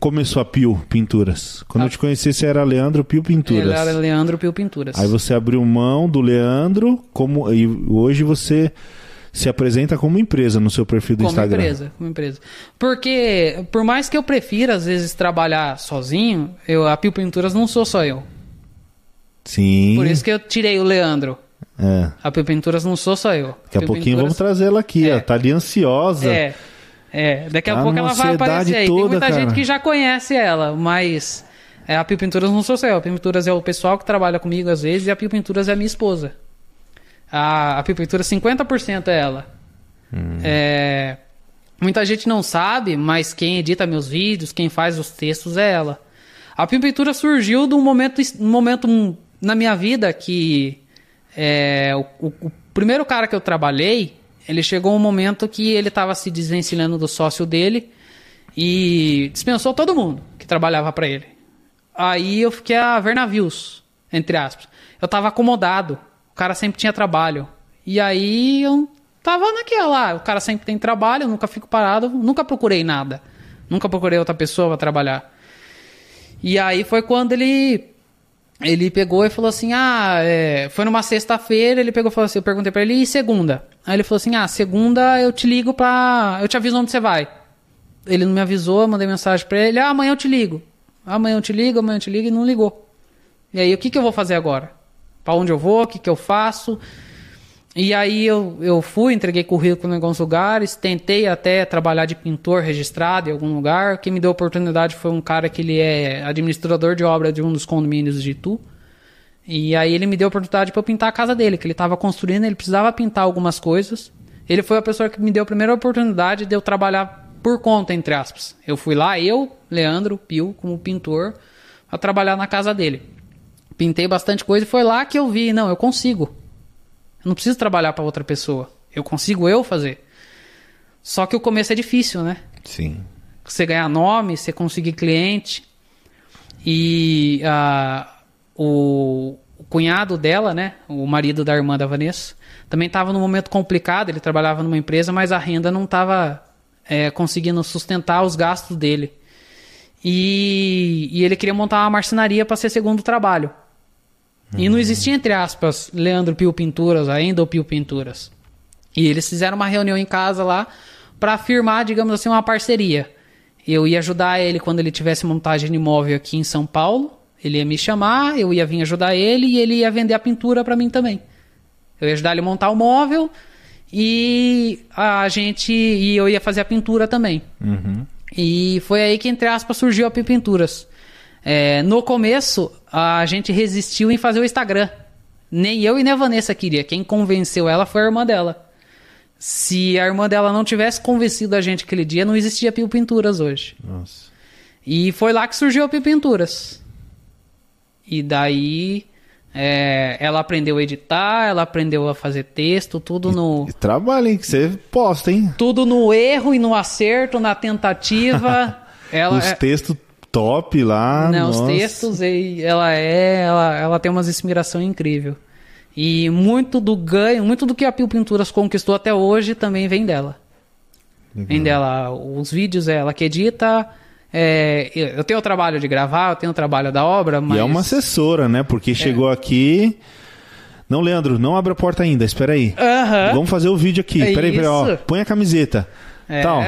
A: começou a Pio Pinturas? Quando
B: Ah.
A: eu te conheci, você era Leandro Pio Pinturas.
B: Ele era Leandro Pio Pinturas.
A: Aí você abriu mão do Leandro, como e hoje você se apresenta como empresa no seu perfil do
B: como
A: Instagram.
B: empresa, como empresa. Porque, por mais que eu prefira, às vezes, trabalhar sozinho, eu, a Pio Pinturas não sou só eu.
A: Sim.
B: Por isso que eu tirei o Leandro.
A: É.
B: A Pio Pinturas não sou só eu.
A: Daqui a
B: Pio
A: pouquinho vamos
B: Pinturas-
A: trazer ela aqui, ó. Tá ali ansiosa.
B: É. É, daqui a
A: Tá
B: pouco
A: numa
B: ela vai
A: ansiedade
B: aparecer aí. Tem
A: toda,
B: muita
A: cara.
B: gente que já conhece ela, mas é, a Pio Pinturas não sou só eu. A Pio Pinturas é o pessoal que trabalha comigo às vezes e a Pio Pinturas é a minha esposa. A, a Pio Pinturas 50% é ela. É, muita gente não sabe, mas quem edita meus vídeos, quem faz os textos é ela. A Pio Pintura surgiu de um momento, um momento na minha vida que é, o, o- o primeiro cara que eu trabalhei, ele chegou um momento que ele estava se desvencilhando do sócio dele e dispensou todo mundo que trabalhava para ele. Aí eu fiquei a ver navios, entre aspas. Eu tava acomodado, o cara sempre tinha trabalho. E aí eu tava naquela, ah, o cara sempre tem trabalho, eu nunca fico parado, nunca procurei nada. Nunca procurei outra pessoa pra trabalhar. E aí foi quando ele ele pegou e falou assim: "Ah, é, foi numa sexta-feira, ele pegou e falou assim, eu perguntei pra ele: "E segunda?". Aí ele falou assim: "Ah, segunda eu te ligo pra, eu te aviso onde você vai". Ele não me avisou, eu mandei mensagem pra ele: "Ah, amanhã eu te ligo". Amanhã eu te ligo, amanhã eu te ligo e não ligou. E aí, o que que eu vou fazer agora? Pra onde eu vou? O que que eu faço? E aí eu, eu fui, entreguei currículo em alguns lugares, tentei até trabalhar de pintor registrado em algum lugar. Quem me deu a oportunidade foi um cara que ele é administrador de obra de um dos condomínios de Itu. E aí ele me deu a oportunidade para eu pintar a casa dele, que ele estava construindo, ele precisava pintar algumas coisas. Ele foi a pessoa que me deu a primeira oportunidade de eu trabalhar por conta, entre aspas. Eu fui lá, eu, Leandro, Pio, como pintor, a trabalhar na casa dele. Pintei bastante coisa e foi lá que eu vi, não, eu consigo. Eu não preciso trabalhar para outra pessoa. Eu consigo eu fazer. Só que o começo é difícil, né?
A: Sim.
B: você ganhar nome, você conseguir cliente. E ah, o, o cunhado dela, né, o marido da irmã da Vanessa, também estava num momento complicado. Ele trabalhava numa empresa, mas a renda não estava é, conseguindo sustentar os gastos dele. E, e ele queria montar uma marcenaria para ser segundo trabalho. E não existia, entre aspas, Leandro Pio Pinturas ainda ou Pio Pinturas. E eles fizeram uma reunião em casa lá para firmar, digamos assim, uma parceria. Eu ia ajudar ele quando ele tivesse montagem de imóvel aqui em São Paulo. Ele ia me chamar, eu ia vir ajudar ele e ele ia vender a pintura para mim também. Eu ia ajudar ele a montar o móvel e a gente e eu ia fazer a pintura também.
A: Uhum.
B: E foi aí que, entre aspas, surgiu a Pio Pinturas. É, no começo, a gente resistiu em fazer o Instagram. Nem eu e nem a Vanessa queria. Quem convenceu ela foi a irmã dela. Se a irmã dela não tivesse convencido a gente aquele dia, não existia Pio Pinturas hoje.
A: Nossa.
B: E foi lá que surgiu a Pio Pinturas. E daí é, ela aprendeu a editar, ela aprendeu a fazer texto, tudo no
A: E trabalho, hein? Que você posta, hein?
B: tudo no erro e no acerto, na tentativa. ela
A: Os
B: é-
A: textos top lá.
B: Não, né, os
A: Ah, nossa.
B: textos, e ela é, ela, ela tem umas inspiração incrível. E muito do ganho, muito do que a Pio Pinturas conquistou até hoje também vem dela. Vem dela os vídeos, ela que edita. é, eu tenho o trabalho de gravar, eu tenho o trabalho da obra, mas
A: E
B: É.
A: é uma assessora, né? Porque chegou aqui. Não, Leandro, não abre a porta ainda, espera aí.
B: Aham.
A: Vamos fazer o vídeo aqui.
B: É
A: peraí, peraí, ó.
B: isso.
A: Põe a camiseta.
B: É.
A: Tal.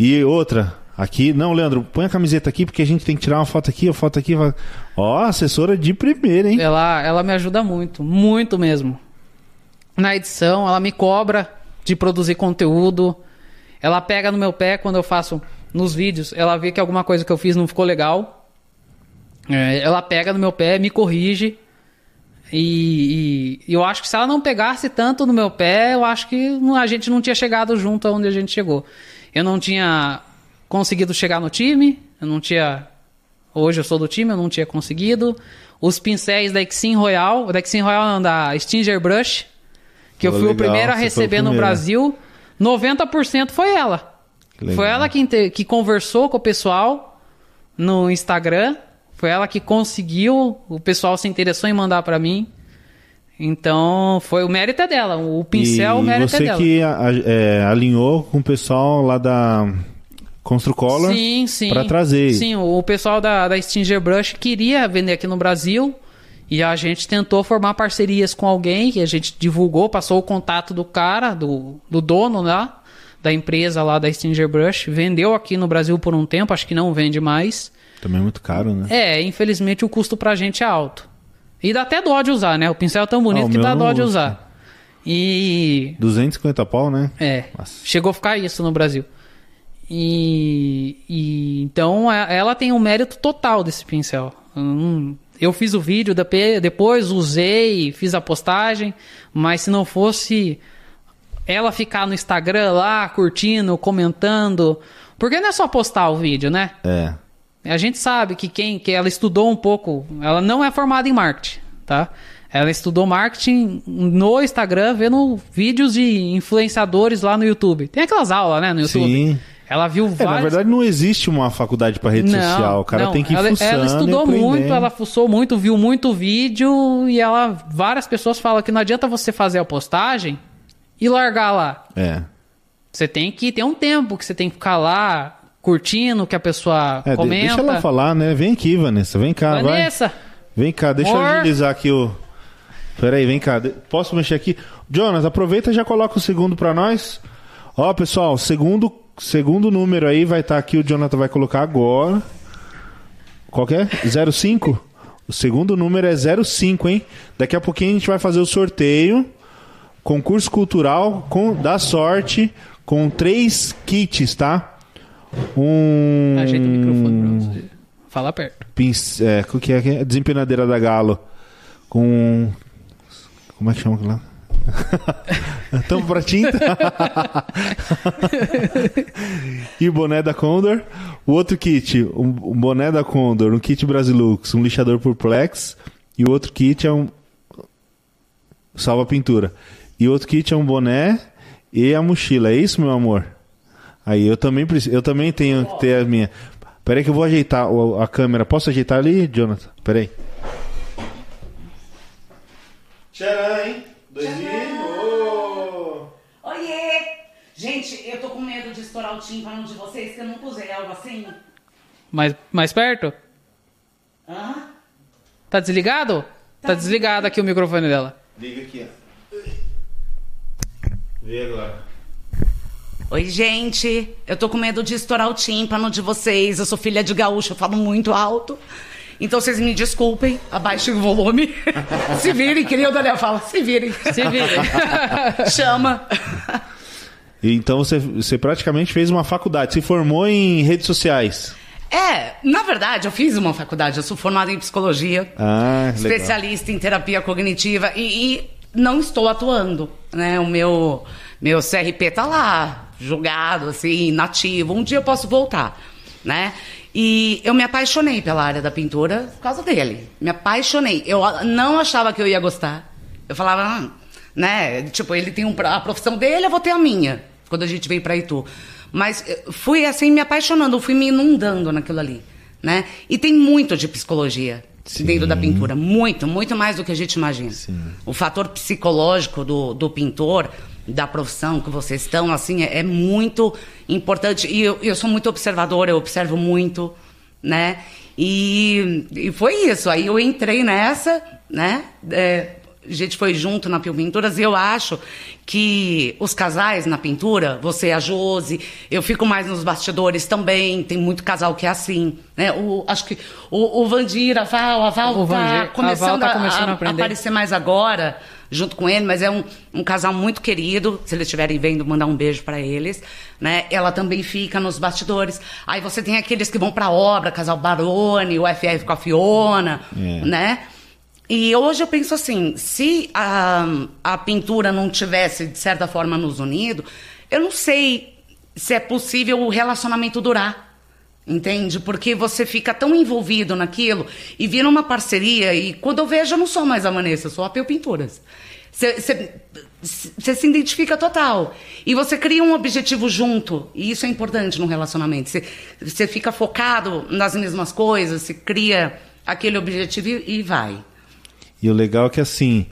A: E outra. Aqui, não, Leandro, põe a camiseta aqui porque a gente tem que tirar uma foto aqui, uma foto aqui. uma- Ó, assessora de primeira, hein?
B: ela, ela me ajuda muito, muito mesmo. Na edição, ela me cobra de produzir conteúdo. Ela pega no meu pé quando eu faço nos vídeos. Ela vê que alguma coisa que eu fiz não ficou legal. É, ela pega no meu pé, me corrige. E, e eu acho que se ela não pegasse tanto no meu pé, eu acho que não- a gente não tinha chegado junto aonde a gente chegou. Eu não tinha conseguido chegar no time, eu não tinha. Hoje eu sou do time, eu não tinha conseguido. Os pincéis da Exim Royal, da Exim Royal não, da Stinger Brush, que eu
A: Pô,
B: fui o
A: legal,
B: primeiro a
A: você foi o
B: receber no
A: primeiro.
B: Brasil, 90% foi ela.
A: Que legal.
B: É. Foi ela que, inte- que conversou com o pessoal no Instagram. Foi ela que conseguiu. O pessoal se interessou em mandar pra mim. Então, foi o mérito é dela. O pincel, o
A: e
B: mérito é
A: você
B: dela.
A: que a- a- é, alinhou com o pessoal lá da Construcolor.
B: Sim, sim.
A: pra trazer.
B: Sim, o pessoal da, da Stinger Brush queria vender aqui no Brasil. E a gente tentou formar parcerias com alguém, que a gente divulgou, passou o contato do cara, do, do dono lá, da empresa lá da Stinger Brush. Vendeu aqui no Brasil por um tempo, acho que não vende mais.
A: Também é muito caro, né?
B: É, infelizmente o custo pra gente é alto. E dá até dó de usar, né? O pincel é tão bonito
A: Ah, o
B: que
A: meu
B: dá
A: eu
B: dó
A: não
B: de
A: uso.
B: usar. E.
A: 250 pau, né?
B: É.
A: Nossa.
B: Chegou a ficar isso no Brasil. E. e- então a- ela tem um mérito total desse pincel. Hum, eu fiz o vídeo da P- depois, usei, fiz a postagem, mas se não fosse ela ficar no Instagram lá, curtindo, comentando. Porque não é só postar o vídeo, né?
A: É.
B: A gente sabe que quem que ela estudou um pouco, ela não é formada em marketing, tá? Ela estudou marketing no Instagram, vendo vídeos de influenciadores lá no YouTube. Tem aquelas aulas, né, no YouTube.
A: Sim.
B: Ela viu
A: É, na
B: vários
A: verdade não existe uma faculdade pra rede social. O cara tem que ir
B: ela,
A: fuçando
B: ela
A: e
B: estudou muito,
A: aprendendo.
B: ela fuçou muito, viu muito vídeo e ela várias pessoas falam que não adianta você fazer a postagem e largar lá.
A: É.
B: Você tem que ter um tempo que você tem que ficar lá curtindo o que a pessoa
A: É, de-
B: comenta.
A: deixa ela falar, né? Vem aqui, Vanessa. Vem cá,
B: Vanessa,
A: vai. Vem cá, deixa eu
B: Amor.
A: agilizar aqui o. Peraí, vem cá. de- Posso mexer aqui? Jonas, aproveita e já coloca o segundo pra nós. Ó, pessoal, segundo, segundo número aí vai estar aqui. O Jonathan vai colocar agora. Qual que é? 05? O segundo número é 05, hein? Daqui a pouquinho a gente vai fazer o sorteio. Concurso cultural com da sorte com três kits, tá? Um.
B: Ajeita o microfone pra
A: Hum.
B: você falar perto.
A: Pince, é, qual que é, que é? Desempenadeira da Galo. Com. um, Como é que chama aquilo lá? Tampo pra tinta. e boné da Condor. O outro kit, um, um boné da Condor, um kit Brasilux, um lixador por Plex. E o outro kit é um. Salva pintura. E o outro kit é um boné e a mochila. É isso, meu amor? Aí eu também preciso, eu também tenho que ter a minha. Peraí que eu vou ajeitar o- a câmera. Posso ajeitar ali, Jonathan? Peraí. Tcharam, hein? Dois
C: Oiê! Gente, eu tô com medo de estourar o tímpano de vocês, que eu nunca usei algo assim.
B: Mais, mais perto?
C: Hã?
B: Tá desligado? Tá desligado aqui o microfone dela.
A: Liga aqui, ó. Vê agora.
C: Oi, gente. Eu tô com medo de estourar o tímpano de vocês. Eu sou filha de gaúcho, eu falo muito alto. Então vocês me desculpem, abaixem o volume. se virem, que nem o Daniel fala, se virem.
B: Se vira.
C: Chama.
A: Então você, você praticamente fez uma faculdade, se formou em redes sociais.
C: É, na verdade, eu fiz uma faculdade, eu sou formada em psicologia.
A: Ah, legal.
C: especialista em terapia cognitiva e, e não estou atuando, né? O meu meu CRP tá lá, julgado assim, inativo. Um dia eu posso voltar, né? E eu me apaixonei pela área da pintura por causa dele. Me apaixonei. Eu ah, não achava que eu ia gostar. Eu falava, ah, né? Tipo, ele tem um, pra- a profissão dele, eu vou ter a minha. Quando a gente veio para Itu. Mas eh, fui assim me apaixonando, fui me inundando naquilo ali, né? E tem muito de psicologia dentro da pintura, muito, muito mais do que a gente imagina. O fator psicológico do, do pintor, da profissão que vocês estão, assim, é, é muito importante. E eu, eu sou muito observadora, eu observo muito, né? E, e foi isso. Aí eu entrei nessa, né? É, a gente foi junto na Pio Pinturas e eu acho que os casais na pintura, você, a Jose, eu fico mais nos bastidores também, tem muito casal que é assim, né? O, acho que o, o Vandir, a Val, a Val
B: O
C: tá
B: Vandir, a
C: começando,
B: Val tá
C: a-
B: começando a
C: a,
B: aprender.
C: aparecer mais agora, junto com ele, mas é um, um casal muito querido, se eles estiverem vendo, mandar um beijo pra eles, né? Ela também fica nos bastidores. Aí você tem aqueles que vão pra obra, casal Barone, o FF com a Fiona,
A: É.
C: né? E hoje eu penso assim, se a, a pintura não tivesse, de certa forma, nos unido, eu não sei se é possível o relacionamento durar. Entende? Porque você fica tão envolvido naquilo e vira uma parceria. E quando eu vejo, eu não sou mais a Vanessa, eu sou a Peu Pinturas. Você se identifica total. E você cria um objetivo junto. E isso é importante num relacionamento. Você fica focado nas mesmas coisas, você cria aquele objetivo e, e vai.
A: E o legal é que assim,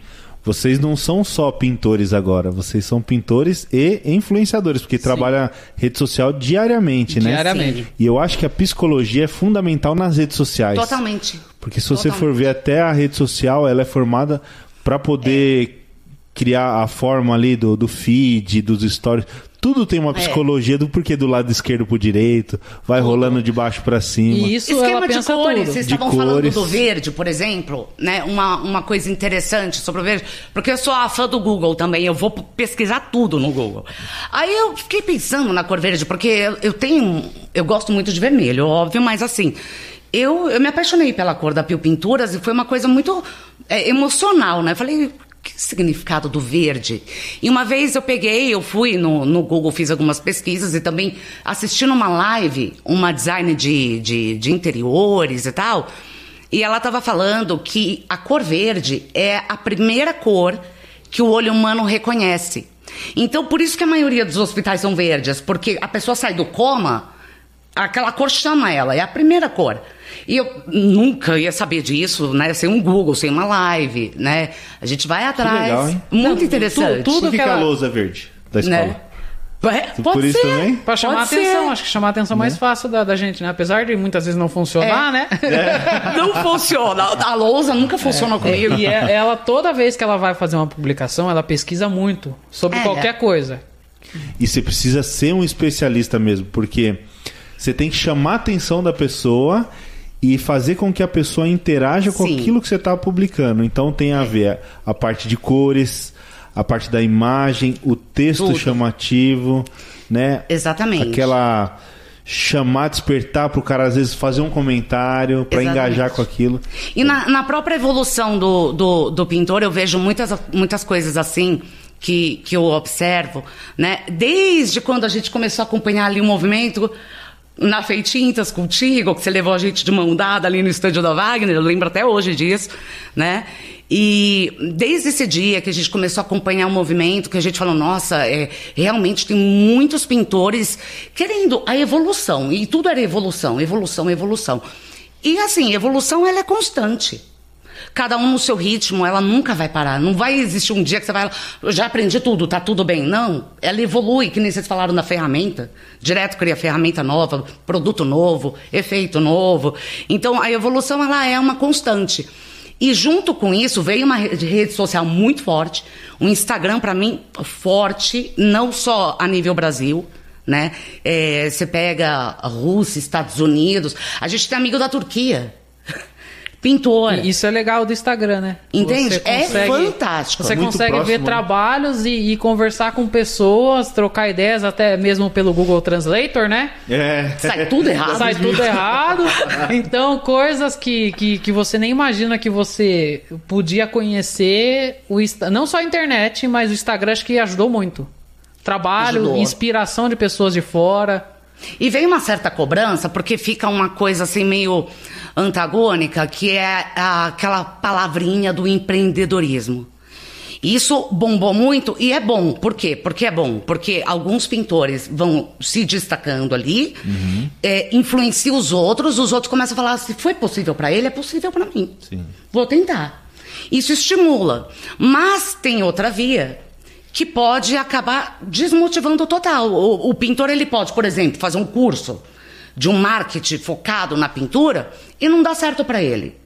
A: vocês não são só pintores agora, vocês são pintores e influenciadores, porque trabalha rede social diariamente, né?
B: Diariamente.
A: E eu acho que a psicologia é fundamental nas redes sociais.
C: Totalmente.
A: Porque se você for
C: Totalmente.
A: ver até a rede social, ela é formada para
B: É.
A: poder criar a forma ali do, do feed, dos stories. Tudo tem
B: É.
A: uma psicologia do porquê do lado esquerdo pro direito, vai rolando de baixo para cima.
B: E isso
C: Esquema
B: ela
C: de
B: pensa
C: cores,
B: tudo.
C: vocês
A: De
C: estavam
A: cores.
C: falando do verde, por exemplo, né? Uma, uma coisa interessante sobre o verde, porque eu sou a fã do Google também, eu vou pesquisar tudo no Google. Aí eu fiquei pensando na cor verde, porque eu, eu tenho. um, Eu gosto muito de vermelho, óbvio, mas assim. Eu, eu me apaixonei pela cor da Pio Pinturas e foi uma coisa muito é, emocional, né? Eu falei, que significado do verde? E uma vez eu peguei, eu fui no, no Google, fiz algumas pesquisas e também assisti numa live uma design de, de, de interiores e tal. E ela estava falando que a cor verde é a primeira cor que o olho humano reconhece. Então, por isso que a maioria dos hospitais são verdes, porque a pessoa sai do coma Aquela cor chama ela, é a primeira cor. E eu nunca ia saber disso, né? Sem um Google, sem uma live, né? A gente vai atrás.
A: legal, hein?
C: Muito
B: Não,
C: interessante.
B: tu- tudo
A: Por que,
B: que
A: que a
B: ela-
A: lousa é verde da escola?
C: né? É,
A: Por
C: pode
A: isso
C: ser.
A: também?
B: Pra chamar a
C: Pode ser.
B: atenção, acho que chamar a atenção é mais fácil da, da gente, né? Apesar de muitas vezes não funcionar, né?
C: É. Não funciona. A lousa nunca funcionou comigo.
B: E é- ela, toda vez que ela vai fazer uma publicação, ela pesquisa muito sobre
C: É.
B: qualquer coisa.
A: E você precisa ser um especialista mesmo, porque você tem que chamar a atenção da pessoa e fazer com que a pessoa interaja com
C: Sim.
A: aquilo que você está publicando. Então tem a ver a parte de cores, a parte da imagem, o texto
C: Tudo.
A: chamativo, né?
C: Exatamente.
A: Aquela chamar, despertar para o cara às vezes fazer um comentário para
C: Exatamente.
A: engajar com aquilo.
C: E na, na própria evolução do, do, do pintor, eu vejo muitas, muitas coisas assim que, que eu observo, né? Desde quando a gente começou a acompanhar ali o movimento na Feitintas contigo, que você levou a gente de mão dada ali no estúdio da Wagner, eu lembro até hoje disso, né? E desde esse dia que a gente começou a acompanhar o movimento, que a gente falou, nossa, é, realmente tem muitos pintores querendo a evolução. E tudo era evolução, evolução, evolução. E assim, evolução ela é constante. Cada um no seu ritmo, ela nunca vai parar. Não vai existir um dia que você vai. Eu já aprendi tudo, tá tudo bem. Não. Ela evolui, que nem vocês falaram da ferramenta. Direto cria ferramenta nova, produto novo, efeito novo. Então a evolução ela é uma constante. E junto com isso veio uma re- rede social muito forte, um Instagram para mim forte, não só a nível Brasil, né? É, você pega a Rússia, Estados Unidos, a gente tem amigo da Turquia, pintor.
B: E Isso é legal do Instagram, né?
C: Entende?
B: Você
C: É
B: consegue-
C: fantástico.
B: Você
A: Muito
B: consegue
A: próximo,
B: ver
A: né?
B: trabalhos e, e conversar com pessoas, trocar ideias, até mesmo pelo Google Translator, né?
A: É.
C: Sai tudo errado. né?
B: Sai tudo errado. Então, coisas que, que, que você nem imagina que você podia conhecer. O, Insta- não só a internet, mas o Instagram acho que ajudou muito. Trabalho,
C: Ajudou.
B: inspiração de pessoas de fora.
C: E vem uma certa cobrança, porque fica uma coisa assim meio antagônica, que é a- aquela palavrinha do empreendedorismo. Isso bombou muito e é bom. Por quê? Porque é bom. Porque alguns pintores vão se destacando ali, é, influencia os outros, os outros começam a falar: se foi possível para ele, é possível para mim.
A: Sim.
C: Vou tentar. Isso estimula. Mas tem outra via que pode acabar desmotivando total. O, o pintor ele pode, por exemplo, fazer um curso de um marketing focado na pintura e não dá certo para ele.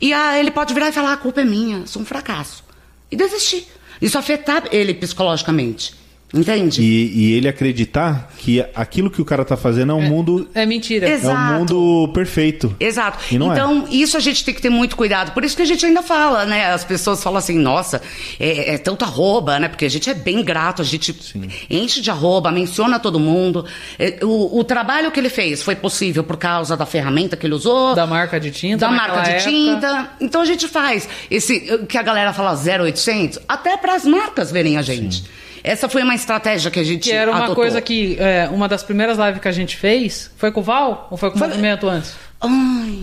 C: E ah, ele pode virar e falar: a culpa é minha, sou um fracasso. E desistir. Isso afetar ele psicologicamente. Entende?
A: E, e ele acreditar que aquilo que o cara tá fazendo é um mundo.
B: É mentira.
A: É um
C: Exato.
A: mundo perfeito.
C: Exato.
A: E não é.
C: então, isso a gente tem que ter muito cuidado. Por isso que a gente ainda fala, né? As pessoas falam assim, nossa, é, é tanto arroba, né? Porque a gente é bem grato, a gente enche de arroba, menciona todo mundo. É, o, o trabalho que ele fez foi possível por causa da ferramenta que ele usou.
B: Da marca de tinta.
C: da marca de
B: naquela época.
C: tinta. Então a gente faz esse que a galera fala 0800, até para as marcas verem a gente. Essa foi uma estratégia que a gente
B: Que era uma
C: adotou.
B: coisa que. é, uma das primeiras lives que a gente fez. Foi com o Val? Ou foi com o
C: Foi-
B: movimento antes?
C: Ai,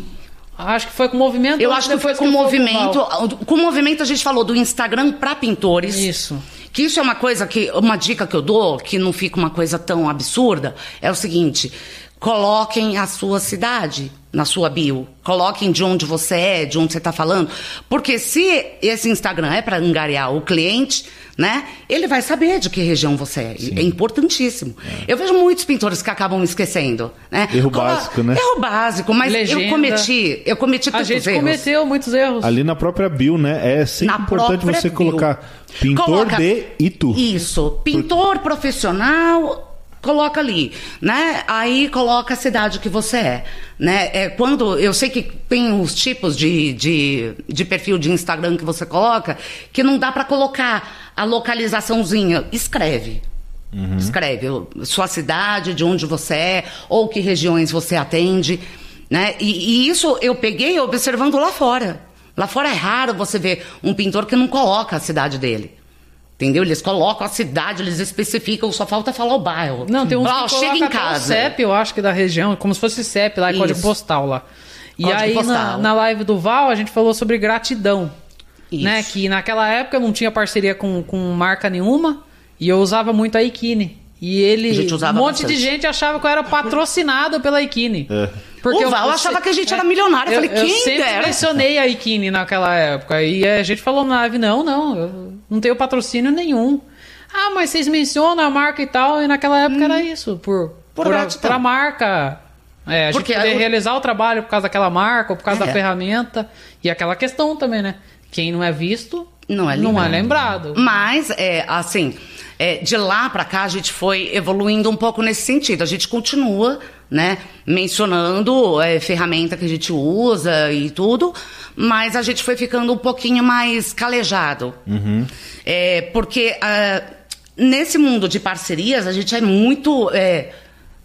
B: Acho que foi com o movimento
C: Eu
B: antes,
C: acho que foi
B: Então, depois
C: com o
B: Val.
C: movimento. Com o movimento a gente falou do Instagram pra pintores.
B: Isso.
C: Que isso é uma coisa que. Uma dica que eu dou, que não fica uma coisa tão absurda, é o seguinte: coloquem a sua cidade na sua bio. Coloquem de onde você é, de onde você está falando. Porque se esse Instagram é para angariar o cliente, né? Ele vai saber de que região você é. É importantíssimo. Eu vejo muitos pintores que acabam esquecendo, né?
A: É. Erro
C: Colo-
A: básico, né?
C: Erro básico, mas
B: Legenda.
C: eu cometi, eu cometi
B: A
C: tantos
B: gente
C: erros.
B: cometeu muitos erros.
A: Ali na própria Bill, né? É sempre
C: Na
A: importante
C: própria
A: você
C: bio.
A: colocar pintor
C: Coloca-
A: de Itu.
C: Isso. Pintor profissional, coloca ali, né? Aí coloca a cidade que você é, né? É quando eu sei que tem os tipos de, de, de perfil de Instagram que você coloca que não dá pra colocar a localizaçãozinha. Escreve. Escreve o- sua cidade, de onde você é, ou que regiões você atende, né? E, e isso eu peguei observando lá fora. Lá fora é raro você ver um pintor que não coloca a cidade dele. Entendeu? Eles colocam a cidade, eles especificam, só falta falar o bairro.
B: Não, tem uns
C: Fala,
B: que
C: "Ó, chega
B: colocam
C: em
B: até
C: casa.
B: o CEP, eu acho que da região, como se fosse CEP lá, é
C: Isso.
B: código postal lá. E
C: Código
B: aí na,
C: postal.
B: na live do Val a gente falou sobre gratidão,
C: Isso.
B: né? Que naquela época eu não tinha parceria com, com marca nenhuma e eu usava muito a Ikine. E ele,
C: A gente
B: um
C: usava
B: monte de
C: bastante.
B: gente achava que eu era patrocinado pela Ikine.
A: É.
B: Porque
C: O Val achava que a
B: é,
C: gente era milionário. Eu falei, "Quem
B: sempre
C: dera?"
B: mencionei a Ikine naquela época. E a gente falou na live, não, não, eu não tenho patrocínio nenhum. Ah, mas vocês mencionam a marca e tal, e naquela época era isso, por,
C: Hum. Por
B: por, a,
C: gratidão.
B: por a marca. É, a gente
C: Porque
B: poder
C: eu-
B: realizar o trabalho por causa daquela marca, ou por causa da
C: É.
B: ferramenta. E aquela questão também, né? Quem não é visto,
C: Não é
B: não é
C: lembrado.
B: lembrado.
C: Mas, é, assim, é, de lá pra cá a gente foi evoluindo um pouco nesse sentido. A gente continua, né, mencionando é, ferramenta que a gente usa e tudo, mas a gente foi ficando um pouquinho mais calejado. É, porque ah, nesse mundo de parcerias a gente é muito é,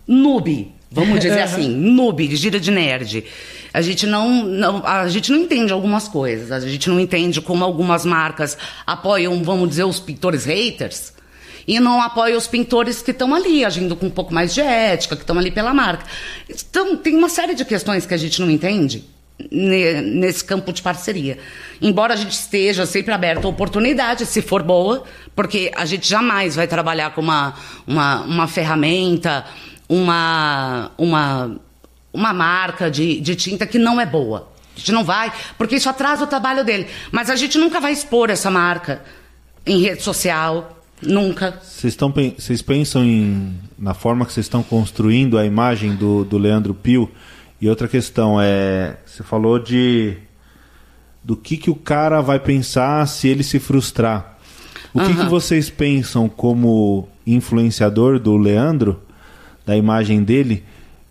C: noob. Vamos dizer assim, noob, de gira de nerd. A gente não, não- a gente não entende algumas coisas. A gente não entende como algumas marcas apoiam, vamos dizer, os pintores haters e não apoiam os pintores que estão ali, agindo com um pouco mais de ética, que estão ali pela marca. Então, tem uma série de questões que a gente não entende. ne- nesse campo de parceria. Embora a gente esteja sempre aberto a oportunidade, se for boa, porque a gente jamais vai trabalhar com uma, uma, uma ferramenta, uma, uma, uma marca de, de tinta que não é boa. A gente não vai, porque isso atrasa o trabalho dele. Mas a gente nunca vai expor essa marca em rede social, nunca.
A: Vocês estão pen- vocês pensam em, na forma que vocês estão construindo a imagem do, do Leandro Pio? E outra questão é, você falou de do que que o cara vai pensar se ele se frustrar? O que, que vocês pensam como influenciador do Leandro, da imagem dele,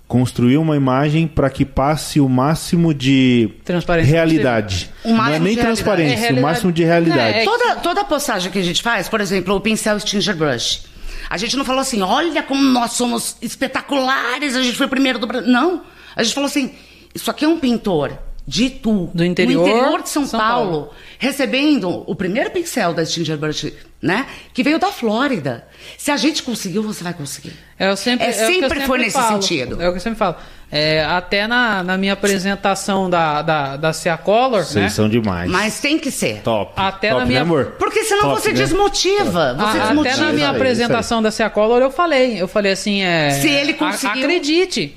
A: construir uma imagem para que passe o máximo de
B: Transparência
A: realidade?
C: possível. O
A: Não é
C: máximo
A: nem
C: de realidade.
A: transparência,
B: É realidade.
A: o máximo de realidade.
B: É que-
C: toda, toda postagem que a gente faz, por exemplo, o pincel Stinger Brush. A gente não falou assim, olha como nós somos espetaculares, a gente foi o primeiro do Brasil. Não. A gente falou assim, isso aqui é um pintor de Itu,
B: Do interior
C: no interior de São,
B: São
C: Paulo,
B: Paulo.
C: recebendo o primeiro pincel da Stinger Brush, né? Que veio da Flórida. Se a gente conseguiu, você vai conseguir.
B: Eu sempre,
C: É,
B: o que eu
C: sempre foi nesse
B: falo.
C: sentido.
B: É o que eu sempre falo. É, até na, na minha apresentação da, da, da Sea Color,
A: Vocês
B: né?
A: são demais.
C: Mas tem que ser.
A: Top.
B: Até
A: top,
B: na minha-
A: né, amor?
C: Porque senão
A: Top,
C: você
A: né?
C: desmotiva. Você
B: A-
C: desmotiva.
B: Ah, até na minha
A: Isso aí,
B: apresentação da Sea Color eu falei, eu falei assim, é,
C: Se ele conseguiu- Uhum.
B: acredite.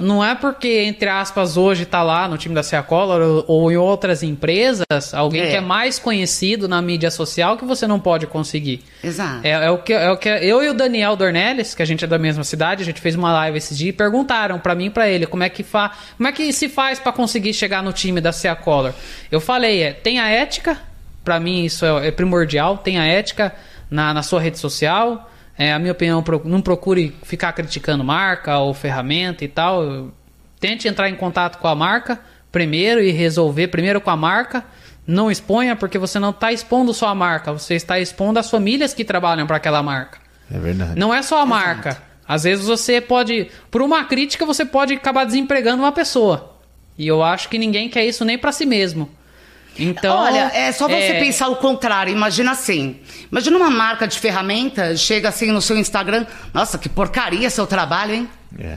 B: Não é porque, entre aspas, hoje tá lá no time da Sea Color ou, ou em outras empresas, alguém
C: É.
B: que é mais conhecido na mídia social que você não pode conseguir.
C: Exato.
B: É, é o que, é o que eu e o Daniel Dornelles, que a gente é da mesma cidade, a gente fez uma live esse dia e perguntaram pra mim e pra ele como é que fa, como é que se faz pra conseguir chegar no time da Sea Color. Eu falei, é, tem a ética, pra mim isso é, é primordial, tem a ética na, na sua rede social. É, a minha opinião, pro- não procure ficar criticando marca ou ferramenta e tal. Eu- Tente entrar em contato com a marca primeiro e resolver primeiro com a marca. Não exponha, porque você não está expondo só a marca, você está expondo as famílias que trabalham para aquela marca.
A: É verdade.
B: Não é só a marca. Às vezes você pode, por uma crítica, você pode acabar desempregando uma pessoa. E eu acho que ninguém quer isso nem para si mesmo. Então,
C: Olha, é só você
B: é,
C: pensar o contrário. Imagina assim. Imagina uma marca de ferramenta, chega assim no seu Instagram. Nossa, que porcaria seu trabalho, hein?
A: É.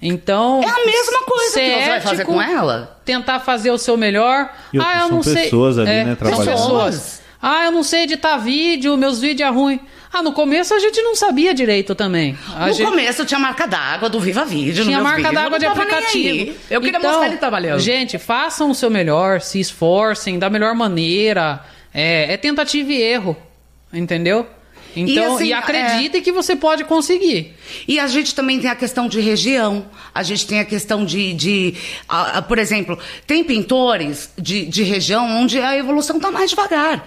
B: Então,
C: É a mesma coisa
B: ser
C: que você vai fazer
B: ético,
C: com ela.
B: Tentar fazer o seu melhor.
A: E outras
B: ah, eu
A: são
B: não sei.
A: pessoas ali, né,
B: São
A: trabalhando.
B: pessoas. Ah, eu não sei editar vídeo, meus vídeos é ruim. Ah, no começo a gente não sabia direito também. A
C: no
B: gente
C: começo tinha marca d'água do Viva Vídeo.
B: tinha
C: nos meus
B: marca
C: vídeos,
B: d'água
C: eu
B: de
C: não tava nem
B: aplicativo.
C: aí. Eu queria
B: Então,
C: mostrar ele trabalhando.
B: Gente, façam o seu melhor, se esforcem da melhor maneira. É, é tentativa e erro, entendeu? Então, e,
C: assim,
B: acreditem que você pode conseguir.
C: E a gente também tem a questão de região, a gente tem a questão de. de a- a- por exemplo, tem pintores de, de região onde a evolução está mais devagar.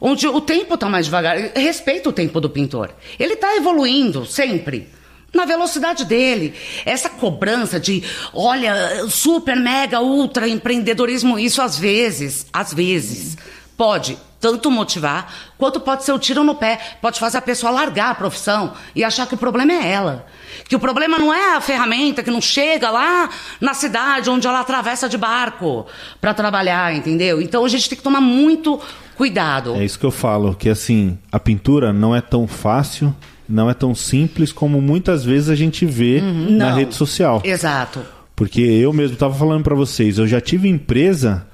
C: Onde o tempo está mais devagar. Respeita o tempo do pintor. Ele está evoluindo sempre. Na velocidade dele. Essa cobrança de, olha, super, mega, ultra empreendedorismo, isso às vezes, às vezes, pode tanto motivar quanto pode ser o tiro no pé, pode fazer a pessoa largar a profissão e achar que o problema é ela. Que o problema não é a ferramenta que não chega lá na cidade onde ela atravessa de barco para trabalhar, entendeu? Então a gente tem que tomar muito cuidado.
A: É isso que eu falo, que assim, a pintura não é tão fácil, não é tão simples como muitas vezes a gente vê
B: Uhum.
A: na
C: Não.
A: rede social.
C: Exato.
A: Porque eu mesmo tava falando pra vocês, eu já tive empresa,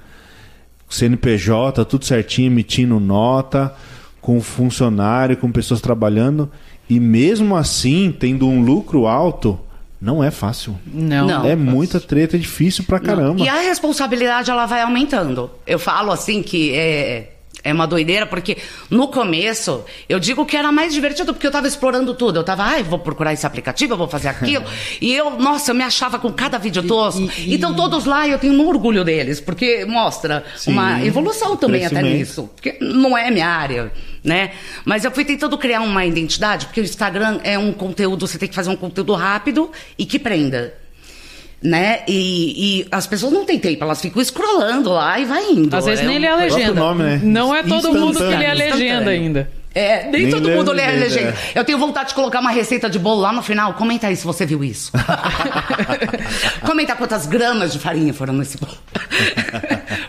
A: CNPJ, tudo certinho, emitindo nota, com funcionário, com pessoas trabalhando, e mesmo assim, tendo um lucro alto, não é fácil.
B: Não.
C: Não.
A: é muita treta, é difícil pra caramba.
C: E a responsabilidade ela vai aumentando. Eu falo assim que é, é uma doideira, porque no começo eu digo que era mais divertido, porque eu tava explorando tudo. Eu tava, ai, vou procurar esse aplicativo, eu vou fazer aquilo. e eu, nossa, eu me achava com cada vídeo tosco.
B: e-
C: Então todos lá eu tenho um orgulho deles, porque mostra
A: Sim,
C: uma evolução também até
A: crescimento.
C: nisso. Porque não é minha área, né? Mas eu fui tentando criar uma identidade, porque o Instagram é um conteúdo, você tem que fazer um conteúdo rápido e que prenda né? E, e as pessoas não têm tempo, elas ficam escrolando lá e vai indo.
B: Às vezes
C: É
B: nem
C: um-
B: lê a legenda.
A: próprio nome, né?
B: Não é todo mundo que lê a
A: Instantâneo,
B: legenda
C: instantâneo.
B: ainda.
C: É,
A: Nem
C: nem,
A: né?
C: todo
A: lê a
C: mundo lê a
A: legenda,
C: legenda. Eu tenho vontade de colocar uma receita de bolo lá no final. Comenta aí se você viu isso. Comenta quantas gramas de farinha foram nesse bolo.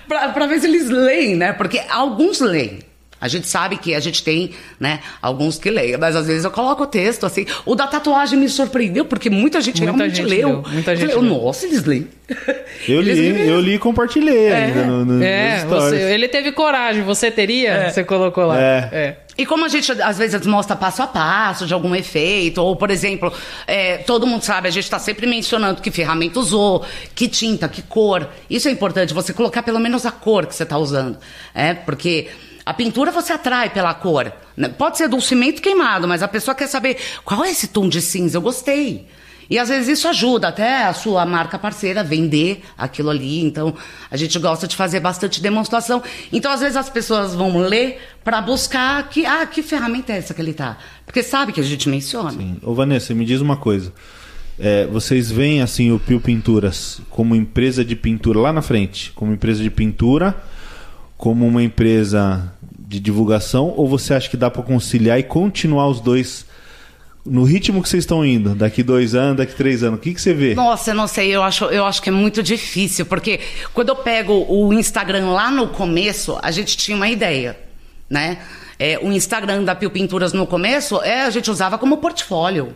C: pra, pra ver se eles leem, né? Porque alguns leem. A gente sabe que a gente tem, né, alguns que leem, mas às vezes eu coloco o texto assim. O da tatuagem me surpreendeu, porque muita gente
B: Muita
C: realmente
B: gente
C: leu.
B: leu, muita
C: Eu
B: gente
C: falei,
B: leu.
C: Nossa, eles leem.
A: Eu
C: Eles
A: li,
C: leem
A: eu li e compartilhei ainda no,
C: Hum,
A: no,
B: É,
A: nos
B: você-
A: stories.
B: ele teve coragem, você teria? Você colocou lá.
A: É.
C: E como a gente às vezes mostra passo a passo de algum efeito, ou por exemplo, é, todo mundo sabe, a gente está sempre mencionando que ferramenta usou, que tinta, que cor. Isso é importante, você colocar pelo menos a cor que você está usando. É, porque a pintura você atrai pela cor. né? Pode ser de um cimento queimado, mas a pessoa quer saber qual é esse tom de cinza, eu gostei. E às vezes isso ajuda até a sua marca parceira a vender aquilo ali. Então, a gente gosta de fazer bastante demonstração. Então, às vezes as pessoas vão ler para buscar que, ah, que ferramenta é essa que ele tá? Porque sabe que a gente menciona.
A: Sim. Ô Vanessa, me diz uma coisa. É, vocês veem assim o Pio Pinturas como empresa de pintura lá na frente, como empresa de pintura, como uma empresa de divulgação, ou você acha que dá para conciliar e continuar os dois no ritmo que vocês estão indo? Daqui dois anos, daqui três anos, o que, que você vê?
C: Nossa, eu não sei, eu acho, eu acho que é muito difícil, porque quando eu pego o Instagram lá no começo, a gente tinha uma ideia, né? É, o Instagram da Pio Pinturas no começo, é, a gente usava como portfólio.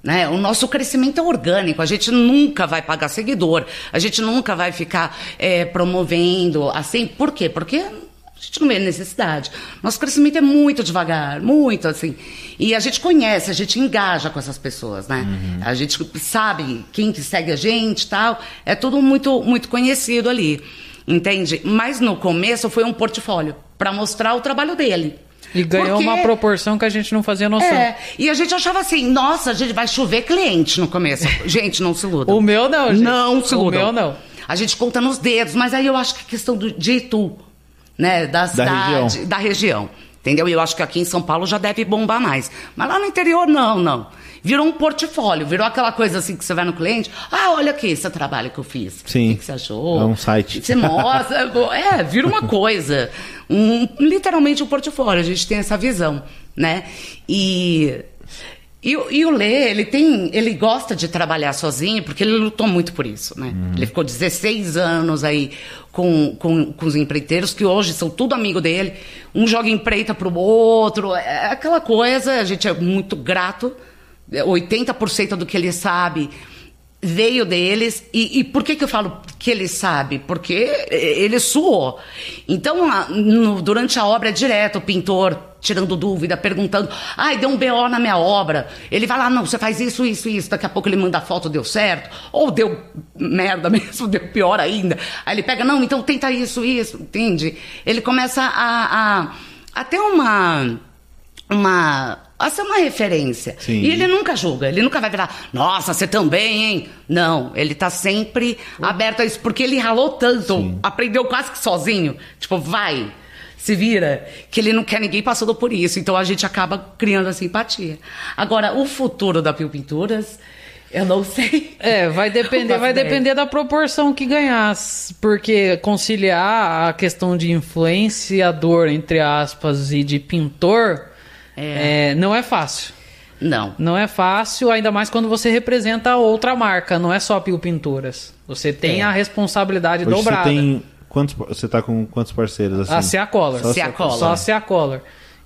C: Né? O nosso crescimento é orgânico, a gente nunca vai pagar seguidor, a gente nunca vai ficar é, promovendo assim. Por quê? Porque a gente não vê necessidade. Nosso crescimento é muito devagar, muito assim. E a gente conhece, a gente engaja com essas pessoas, né?
B: Uhum.
C: A gente sabe quem que segue a gente e tal. É tudo muito, muito conhecido ali. Entende? Mas no começo foi um portfólio para mostrar o trabalho dele.
B: E ganhou
C: Porque-
B: uma proporção que a gente não fazia noção.
C: É, e a gente achava assim, nossa, a gente vai chover cliente no começo. gente, não se iluda.
B: O meu não, gente.
C: Não um se
B: O
C: iludam.
B: meu não.
C: A gente conta nos dedos, mas aí eu acho que é questão do, de Itu, né? Da cidade,
A: região.
C: da região. Entendeu? E eu acho que aqui em São Paulo já deve bombar mais. Mas lá no interior, não, não. Virou um portfólio, virou aquela coisa assim que você vai no cliente. Ah, olha aqui esse trabalho que eu fiz.
A: Sim.
C: O que que você achou?
A: É um site.
C: Você mostra. é, vira uma coisa. Um, literalmente um portfólio. A gente tem essa visão, né? E. E, o- e o Lê, ele tem, ele gosta de trabalhar sozinho, porque ele lutou muito por isso, né?
A: Uhum.
C: Ele ficou 16 anos aí com, com, com os empreiteiros, que hoje são tudo amigo dele. Um joga empreita pro outro, é aquela coisa, a gente é muito grato. É, 80% do que ele sabe veio deles. E, e por que, que eu falo que ele sabe? Porque eh, ele suou. Então, a- no- durante a obra, é direto o pintor tirando dúvida, perguntando. Ai, deu um BO na minha obra. Ele vai lá, não, você faz isso, isso, isso. Daqui a pouco ele manda a foto, deu certo. Ou deu merda mesmo, deu pior ainda. Aí ele pega, não, então tenta isso, isso, entende? Ele começa a, a, a ter uma. Uma. A ser uma referência.
A: Sim.
C: E ele ele nunca julga, ele nunca vai virar, nossa, você também, hein? Não, ele tá sempre aberto a isso, porque ele ralou tanto, aprendeu quase que sozinho. Tipo, vai, se vira, que ele não quer ninguém passando por isso. Então a gente acaba criando a simpatia. Agora, o futuro da Pio Pinturas, eu não sei.
B: É, vai depender,
C: Não faço
B: vai
C: ideia.
B: depender da proporção que ganhar, s- porque conciliar a questão de influenciador entre aspas e de pintor é, não é fácil.
C: Não.
B: Não é fácil, ainda mais quando você representa outra marca, não é só Pio Pinturas. Você tem
C: É.
B: a responsabilidade
A: Hoje
B: dobrada.
A: você tem quantos, par- você tá com quantos parceiros assim?
B: A CA Color.
A: Só
C: CA
A: CA
C: Color.
B: Só a CA Color.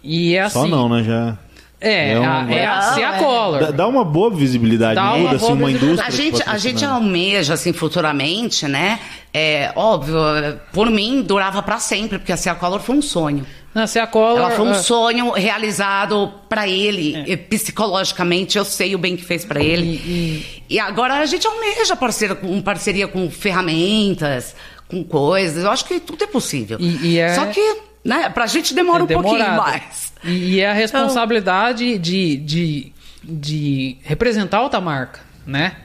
B: E é assim.
A: Só não, né, já.
B: É,
A: É um-
B: a, é a
C: Não,
B: CA
C: é.
B: Color.
A: Dá, dá uma boa visibilidade,
B: Dá uma
A: muda assim
B: boa
A: uma
B: visibilidade.
A: indústria.
C: A
A: que
C: gente, a gente
A: patrocina.
C: almeja, assim, futuramente, né? É, óbvio, por mim, durava pra sempre, porque a Cia Color foi um sonho.
B: Na CA Color.
C: Ela foi um
B: ah, É.
C: sonho realizado pra ele, e psicologicamente, eu sei o bem que fez pra ele. E, agora a gente almeja parceira, com- parceria com ferramentas, com coisas. Eu acho que tudo é possível.
B: E- e é-
C: Só que, né, pra gente demora
B: É
C: um pouquinho
B: demorado.
C: mais. Então,
B: E, e é a responsabilidade de, de, de representar outra marca, né?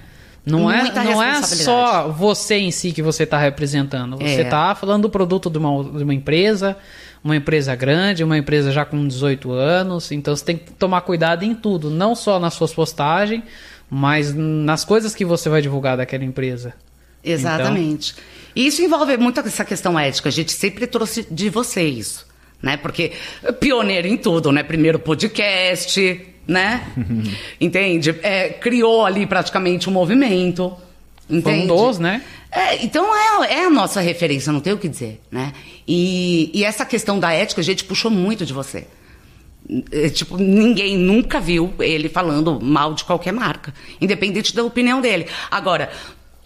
B: Não é,
C: Muita
B: não é
C: responsabilidade.
B: só você em si que você está representando. Você
C: É.
B: está falando do produto de uma, de uma empresa, uma empresa grande, uma empresa já com 18 anos. Então você tem que tomar cuidado em tudo, não só nas suas postagens, mas nas coisas que você vai divulgar daquela empresa.
C: Exatamente. E isso envolve muito essa questão ética. A gente sempre trouxe de vocês, né? Porque pioneiro em tudo, né? Primeiro podcast, né? Entende? É, criou ali praticamente um movimento. Entende?
B: Foi um dos, né?
C: É, então é, é a nossa referência, não tem o que dizer, né? E, e essa questão da ética, a gente puxou muito de você. É, tipo, ninguém nunca viu ele falando mal de qualquer marca, independente da opinião dele. Agora,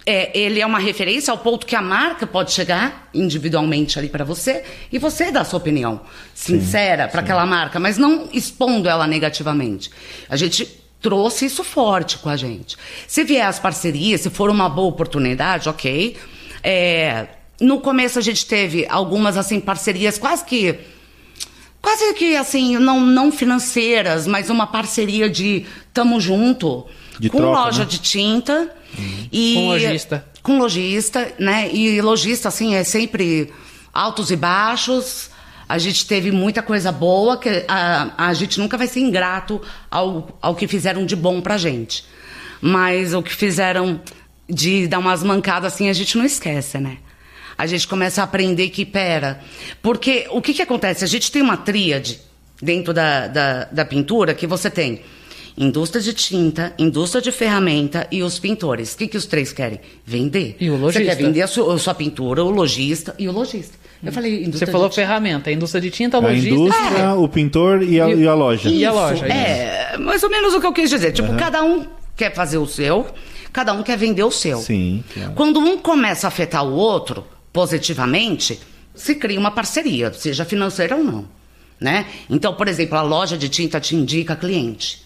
C: é, ele é uma referência ao ponto que a marca pode chegar individualmente ali para você e você dá a sua opinião sincera para aquela marca, mas não expondo ela negativamente. A gente trouxe isso forte com a gente. Se vier as parcerias, se for uma boa oportunidade, ok. É, no começo a gente teve algumas assim parcerias quase que quase que assim não não financeiras, mas uma parceria de tamo junto
A: De
C: com
A: troca,
C: loja
A: né? Uhum.
C: de tinta e
B: Com lojista.
C: com lojista, né? E lojista assim é sempre altos e baixos. A gente teve muita coisa boa que a, a gente nunca vai ser ingrato ao, ao que fizeram de bom pra gente. Mas o que fizeram de dar umas mancadas assim, a gente não esquece, né? A gente começa a aprender que pera. Porque o que, que acontece? A gente tem uma tríade dentro da, da, da pintura que você tem indústria de tinta, indústria de ferramenta e os pintores. O que, que os três querem? Vender.
B: E o
C: Você
B: lojista.
C: quer vender a sua, a sua pintura, o lojista e o lojista. Eu falei
B: Hum. Você
C: indústria
B: falou
C: de tinta.
B: ferramenta, a indústria de tinta,
A: A
B: logística.
A: indústria,
C: É.
A: o pintor e a, e a loja.
B: E a loja,
C: Isso, É, mais ou menos o que eu quis dizer. Tipo, cada um quer fazer o seu, cada um quer vender o seu.
A: Sim, claro.
C: Quando um começa a afetar o outro positivamente, se cria uma parceria, seja financeira ou não. Né? Então, por exemplo, a loja de tinta te indica cliente.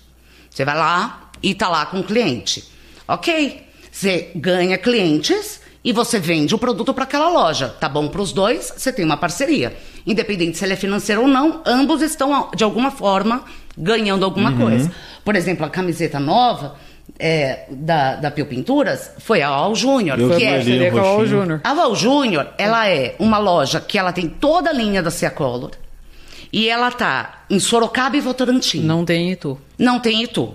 C: Você vai lá e tá lá com o cliente. Ok. Você ganha clientes e você vende o produto para aquela loja. Tá bom para os dois, você tem uma parceria. Independente se ele é financeiro ou não, ambos estão, de alguma forma, ganhando alguma coisa. Por exemplo, a camiseta nova é, da, da Pio Pinturas foi a Al Júnior.
A: Eu
C: que é-
A: imaginei.
B: Seria com a Val
A: Roxinho.
B: Júnior.
C: a Val Júnior, ela é uma loja que ela tem toda a linha da Cia Color. E ela tá em Sorocaba e Votorantim.
B: Não tem Itu.
C: Não tem Itu.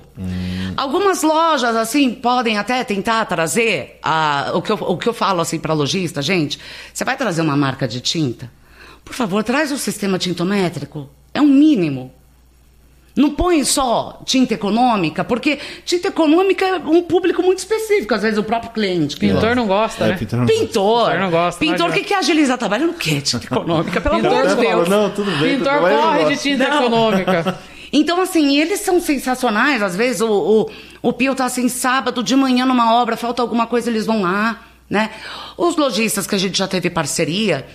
C: Algumas lojas, assim, podem até tentar trazer. ah, o, que eu, o que eu falo, assim, para lojista, gente, você vai trazer uma marca de tinta? Por favor, traz o sistema tintométrico. É um mínimo. Não põe só tinta econômica, porque tinta econômica é um público muito específico, às vezes o próprio cliente. que
B: Pintor
C: gosta.
B: não gosta,
A: É,
B: né?
A: pintor não-
C: Pintor.
B: Pintor
C: Pintor,
B: não gosta, não
C: que
B: adianta.
C: quer agilizar trabalho não quer tinta econômica, pelo
B: Pintor é
C: amor de
A: Até fala,
C: Deus.
A: não, tudo bem.
B: Pintor
A: tudo bem, eu
B: corre
A: gosto.
B: de tinta econômica.
C: Então, assim, eles são sensacionais. Às vezes o, o, o Pio tá assim, sábado de manhã numa obra, falta alguma coisa, eles vão lá, né? Os lojistas que a gente já teve parceria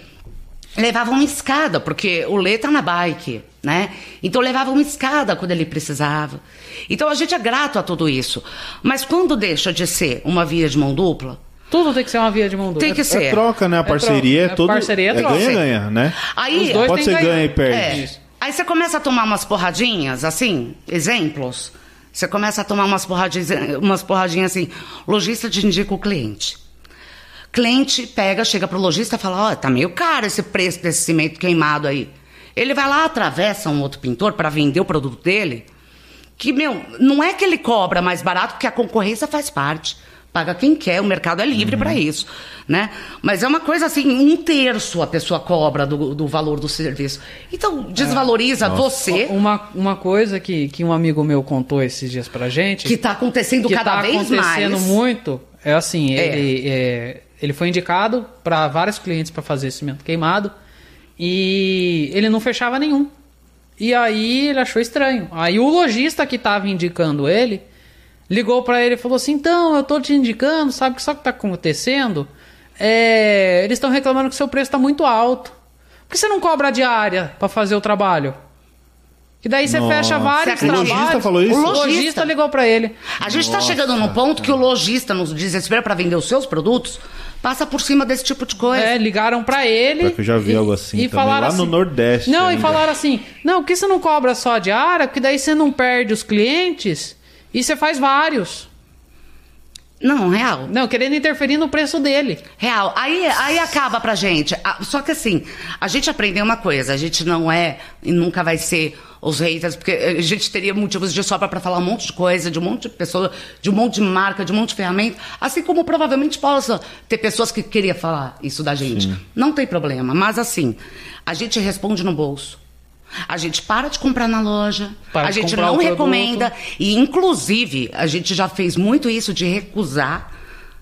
C: levavam uma escada, porque o Lê tá na bike, né? Então levavam uma escada quando ele precisava. Então a gente é grato a tudo isso. Mas quando deixa de ser uma via de mão dupla,
B: Tudo tem que ser uma via de mão dupla.
C: tem que ser.
A: É troca, né? A parceria é,
B: troca. É
A: todo.
B: parceria, é troca.
A: ganha-ganha, né?
C: Aí,
B: Os dois
A: Pode
B: têm
A: ser
B: que ganhar.
A: ganha e perde.
C: É. Aí você começa a tomar umas porradinhas, assim, exemplos. Você começa a tomar umas porradinhas, umas porradinhas assim. Lojista te indica o cliente. Cliente pega, chega pro lojista e fala: Ó, tá meio caro esse preço desse cimento queimado aí. Ele vai lá, atravessa um outro pintor para vender o produto dele. Que, meu, não é que ele cobra mais barato, porque a concorrência faz parte. Paga quem quer, o mercado é livre
B: Uhum.
C: para isso, né? Mas é uma coisa assim, um terço a pessoa cobra do, do valor do serviço. Então,
B: É.
C: desvaloriza você,
B: Uma, uma coisa que, que um amigo meu contou esses dias pra gente.
C: que tá acontecendo
B: que
C: cada
B: tá
C: vez
B: acontecendo
C: mais.
B: muito é assim,
C: É.
B: ele é, ele foi indicado para vários clientes para fazer cimento queimado e ele não fechava nenhum. E aí ele achou estranho. Aí o lojista que tava indicando ele ligou para ele e falou assim: "Então, eu tô te indicando, sabe que só que tá acontecendo? É, eles estão reclamando que seu preço tá muito alto. Por que você não cobra a diária para fazer o trabalho?" Que daí você
A: Nossa.
B: fecha vários
C: O
B: trabalhos.
C: lojista
A: falou isso?
B: O
C: O lojista.
B: lojista ligou para ele.
C: A gente está chegando num ponto que o lojista, nos desespera para vender os seus produtos, passa por cima desse tipo de coisa.
B: É, ligaram pra ele.
A: Pior que eu já vi
B: e-
A: algo assim
B: E
A: também,
B: falaram
A: lá no
B: assim-
A: Nordeste
B: Não, e
A: ainda.
B: falaram assim: não, por que você não cobra só a diária? Porque daí você não perde os clientes e você faz vários.
C: Não, real.
B: Não, querendo interferir no preço dele.
C: Real. Aí, aí acaba pra gente. Ah, Só que assim, a gente aprendeu uma coisa, a gente não é e nunca vai ser os haters, porque a gente teria motivos de sobra pra falar um monte de coisa, de um monte de pessoa, de um monte de marca, de um monte de ferramenta, assim como provavelmente possa ter pessoas que queria falar isso da gente. Não tem problema, mas assim, a gente responde no bolso. A gente para de comprar na loja,
B: Para
C: a
B: de
C: gente
B: comprar
C: não
B: o produto.
C: recomenda e, inclusive, a gente já fez muito isso de recusar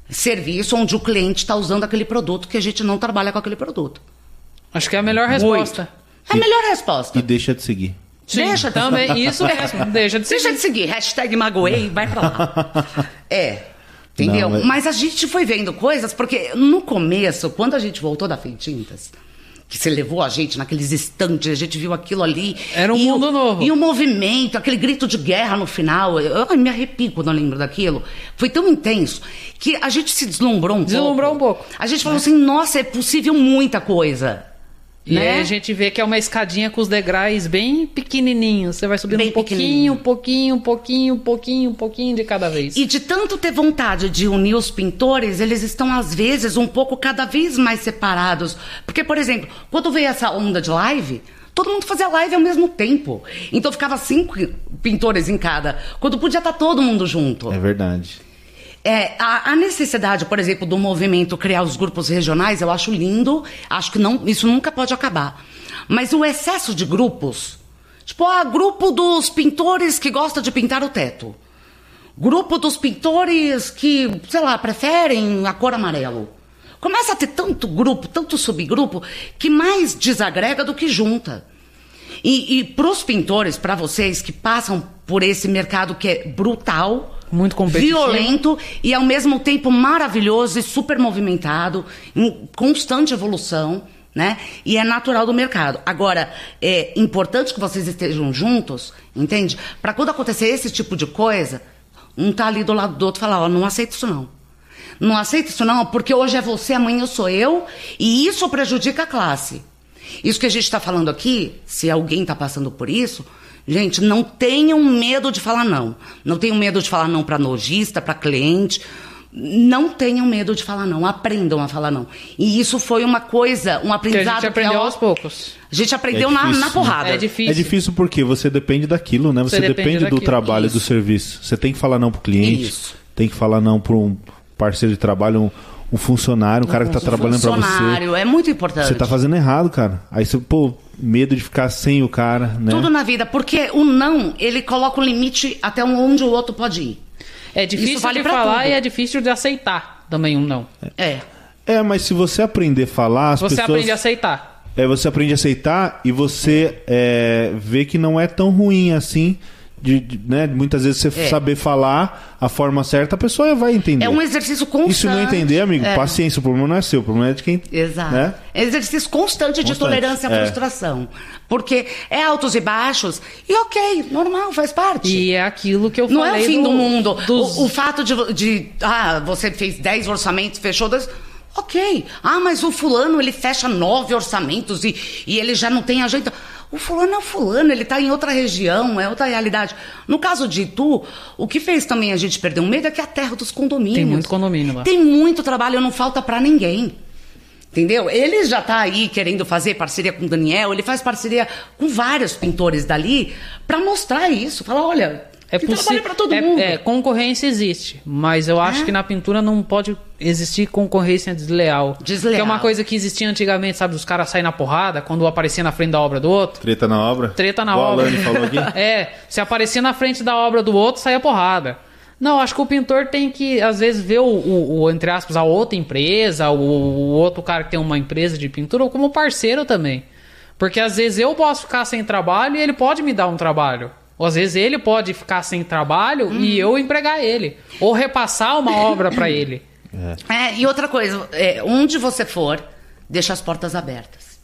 C: serviço onde o cliente está usando aquele produto que a gente não trabalha com aquele produto.
B: Acho que é a melhor resposta.
C: É a
A: E-
C: melhor resposta.
A: E deixa de seguir.
B: Sim,
C: Deixa de
B: também. Isso mesmo. Deixa de ser.
C: Deixa de seguir, hashtag magoei, vai pra lá. É. Entendeu?
A: Não, é-
C: mas... a gente foi vendo coisas, porque no começo, quando a gente voltou da Feitintas, que você levou a gente naqueles estantes, a gente viu aquilo ali.
B: Era um
C: e
B: mundo
C: o,
B: novo.
C: E o movimento, aquele grito de guerra no final. Eu, eu me arrepio quando eu lembro daquilo. Foi tão intenso que a gente se deslumbrou um
B: Deslumbrou
C: pouco.
B: um pouco.
C: A gente falou assim: nossa, é possível muita coisa.
B: E
C: né?
B: aí a gente vê que é uma escadinha com os degraus bem pequenininhos. Você vai subindo
C: Bem
B: um pouquinho,
C: pequenininho.
B: um pouquinho, um pouquinho, um pouquinho, um pouquinho de cada vez.
C: E de tanto ter vontade de unir os pintores, eles estão, às vezes, um pouco cada vez mais separados. Porque, por exemplo, quando veio essa onda de live, todo mundo fazia live ao mesmo tempo. Então ficava cinco pintores em cada, quando podia estar todo mundo junto.
A: É verdade.
C: É, a, a necessidade, por exemplo, do movimento criar os grupos regionais, eu acho lindo, acho que não, isso nunca pode acabar. Mas o excesso de grupos, tipo, ah, grupo dos pintores que gosta de pintar o teto. Grupo dos pintores que, sei lá, preferem a cor amarelo. Começa a ter tanto grupo, tanto subgrupo, que mais desagrega do que junta. E, e para os pintores, para vocês que passam por esse mercado que é brutal,
B: Muito competitivo.
C: violento e ao mesmo tempo maravilhoso e super movimentado, em constante evolução, né? E é natural do mercado. Agora, é importante que vocês estejam juntos, entende? Para quando acontecer esse tipo de coisa, um tá ali do lado do outro e falar, ó, não aceito isso não. Não aceito isso não, porque hoje é você, amanhã eu sou eu, e isso prejudica a classe. Isso que a gente está falando aqui, se alguém está passando por isso, gente, não tenham medo de falar não. Não tenham medo de falar não para lojista, para cliente. Não tenham medo de falar não. Aprendam a falar não. E isso foi uma coisa, um
B: que a
C: aprendizado
B: gente aprendeu
C: que
B: aos poucos.
C: a gente aprendeu na,
A: difícil,
C: na porrada.
B: né? É difícil.
A: É difícil porque você depende daquilo, né? Você,
B: Você depende
A: depende, do
B: daquilo.
A: trabalho, do
C: Isso.
A: serviço. Você tem que falar não pro cliente,
C: Isso.
A: tem que falar não pro um parceiro de trabalho, um, um funcionário, um cara que tá
C: Um
A: trabalhando pra você.
C: funcionário, É muito importante.
A: Você tá fazendo errado, cara. Aí você, pô, medo de ficar sem o cara, né?
C: Tudo na vida, porque o não, ele coloca um limite até onde o outro pode ir.
B: É difícil
C: Isso vale
B: de
C: pra
B: falar
C: tudo.
B: e é difícil de aceitar também um não.
C: É.
A: É, mas se você aprender a falar, as
B: Você
A: pessoas...
B: aprende a aceitar.
A: É, você aprende a aceitar e você é, vê que não é tão ruim assim. De, de- né? Muitas vezes você
C: É.
A: saber falar a forma certa, a pessoa vai entender.
C: É um exercício constante.
A: E se não entender, amigo,
C: É.
A: paciência, o problema não é seu, o problema é de quem.
C: Exato.
A: né?
C: É Exercício constante, de
A: Constante,
C: tolerância à
A: é.
C: frustração. Porque é altos e baixos, e ok, normal, faz parte.
B: E é aquilo que eu
C: não é
B: falei.
C: o fim do, mundo.
B: dos-
C: O, o fato de, vo- de, ah, você fez 10 orçamentos, fechou dois. Ok. Ah, mas o fulano, ele fecha nove orçamentos e, e ele já não tem ajeito. O fulano é o fulano, ele tá em outra região, é outra realidade. No caso de Itu, o que fez também a gente perder o medo é que é a terra dos condomínios.
B: Tem muito condomínio lá.
C: Tem muito trabalho, não falta pra ninguém. Entendeu? Ele já tá aí querendo fazer parceria com o Daniel, ele faz parceria com vários pintores dali pra mostrar isso. Falar, olha,
B: É
C: tem
B: possível.
C: trabalho pra todo
B: é,
C: mundo.
B: é, concorrência existe, mas eu acho
C: É.
B: que na pintura não pode existir concorrência desleal.
C: Desleal.
B: Que é uma coisa que existia antigamente, sabe? Os caras saem na porrada quando um aparecia na frente da obra do outro.
A: Treta na obra?
B: Treta na
A: Igual
B: obra.
A: A Alane falou aqui.
B: é, se aparecia na frente da obra do outro, saia porrada. Não, acho que o pintor tem que, às vezes, ver o, o- o, entre aspas, a outra empresa, o, o outro cara que tem uma empresa de pintura, ou como parceiro também. Porque às vezes eu posso ficar sem trabalho e ele pode me dar um trabalho. Ou às vezes ele pode ficar sem trabalho e
C: Uhum.
B: eu empregar ele. Ou repassar uma obra pra ele.
C: É, e outra coisa, é, onde você for, deixa as portas abertas.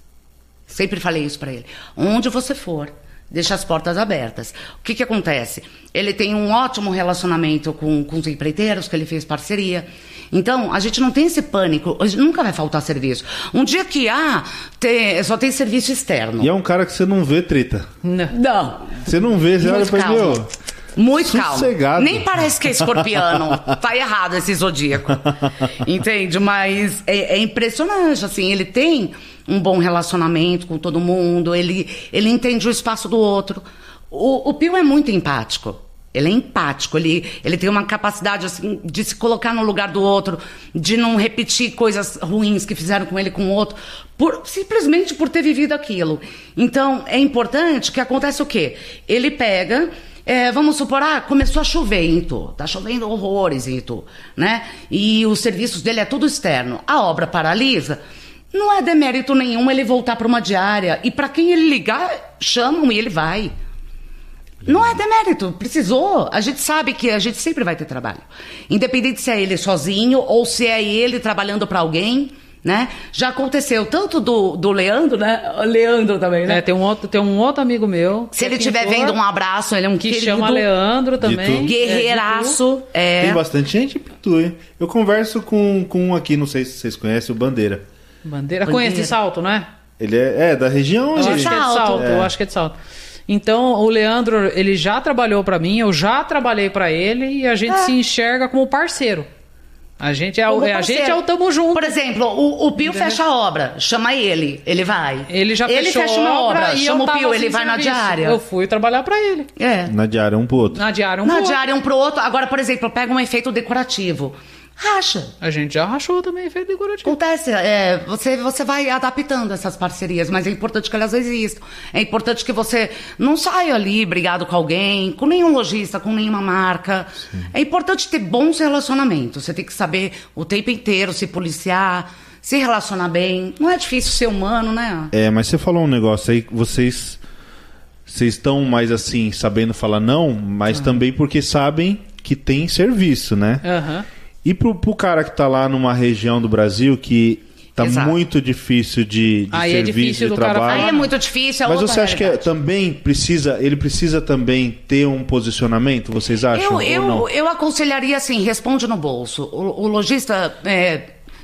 C: Sempre falei isso pra ele. Onde você for, deixa as portas abertas. O que que acontece? Ele tem um ótimo relacionamento com, com os empreiteiros, que ele fez parceria. Então, a gente não tem esse pânico. a gente Nunca vai faltar serviço. Um dia que há, tem- só tem serviço externo.
A: E é um cara que você não vê treta.
B: Não.
C: Não.
A: Você não vê, você olha
C: Muito
A: pra
C: calmo.
A: meu.
C: Muito
A: sossegado.
C: calmo. Nem parece que é escorpiano. tá errado esse zodíaco. Entende? Mas é, é impressionante, assim, ele tem um bom relacionamento com todo mundo, ele, ele entende o espaço do outro. O, o Pio é muito empático. Ele é empático, ele, ele tem uma capacidade assim, de se colocar no lugar do outro, de não repetir coisas ruins que fizeram com ele com o outro, por, simplesmente por ter vivido aquilo. Então, é importante que acontece o quê? Ele pega, é, vamos supor, ah, começou a chover em Itu, tá chovendo horrores em Itu, né? E os serviços dele é tudo externo. A obra paralisa, não é demérito nenhum ele voltar para uma diária. E para quem ele ligar, chamam e ele vai. Não é demérito, precisou. A gente sabe que a gente sempre vai ter trabalho. Independente se é ele sozinho ou se é ele trabalhando para alguém, né? Já aconteceu tanto do, do Leandro, né? O Leandro também, né?
B: É, tem, um outro, tem um outro amigo meu.
C: se ele
B: que é
C: estiver
B: pintor,
C: vendo um abraço, ele é um
B: Que
C: querido,
B: chama Leandro também. é,
A: tudo.
C: guerreiraço. É,
A: É, Tem bastante gente em Pitu, hein? Eu converso com, com um aqui, não sei se vocês conhecem, o Bandeira.
B: É, bandeira. Conhece de
C: Bandeira.
B: salto, não é?
A: Ele é, é da região,
B: Eu
A: ele-
B: acho que é de
C: Salto.
B: salto,
A: É.
B: eu acho que é de salto. Então, o Leandro, ele já trabalhou pra mim, eu já trabalhei pra ele e a gente se enxerga como parceiro. A gente é, o-
C: Ah. Como
B: é- a
C: parceiro.
B: gente é o tamo junto.
C: Por exemplo, o, o Pio fecha a obra, chama ele, ele vai.
B: Ele já fechou
C: fecha uma
B: a
C: obra,
B: e eu
C: chama o
B: tava
C: Pio,
B: sem
C: ele vai na
B: serviço.
C: diária.
B: Eu fui trabalhar pra ele.
C: É.
A: Na diária, um pro outro.
B: Na diária um
C: na
B: pro outro.
C: diária um pro outro. Agora, por exemplo, pega um efeito decorativo. Racha.
B: A gente já rachou também, fez decorativo.
C: Acontece, é, você, você vai adaptando essas parcerias, mas é importante que elas existam. É importante que você não saia ali brigado com alguém, com nenhum lojista, com nenhuma marca. É importante ter bons relacionamentos. Você tem que saber o tempo inteiro se policiar, se relacionar bem. Não é difícil ser humano, né?
A: É, mas você falou um negócio aí, vocês vocês estão mais assim, sabendo falar não,
B: Ah.
A: mas também porque sabem que tem serviço, né?
B: Aham.
A: E pro, pro cara que tá lá numa região do Brasil que tá
C: Exato.
A: muito difícil de, de
B: Aí é
A: serviço,
B: difícil
A: de
B: do cara
A: trabalho.
C: Aí é muito difícil. É
A: Mas
C: outra
A: você acha que é-
C: realidade.
A: também precisa, ele precisa também ter um posicionamento, vocês acham?
C: Eu,
A: ou um não?
C: eu, eu aconselharia assim, responde no bolso. O, o lojista é,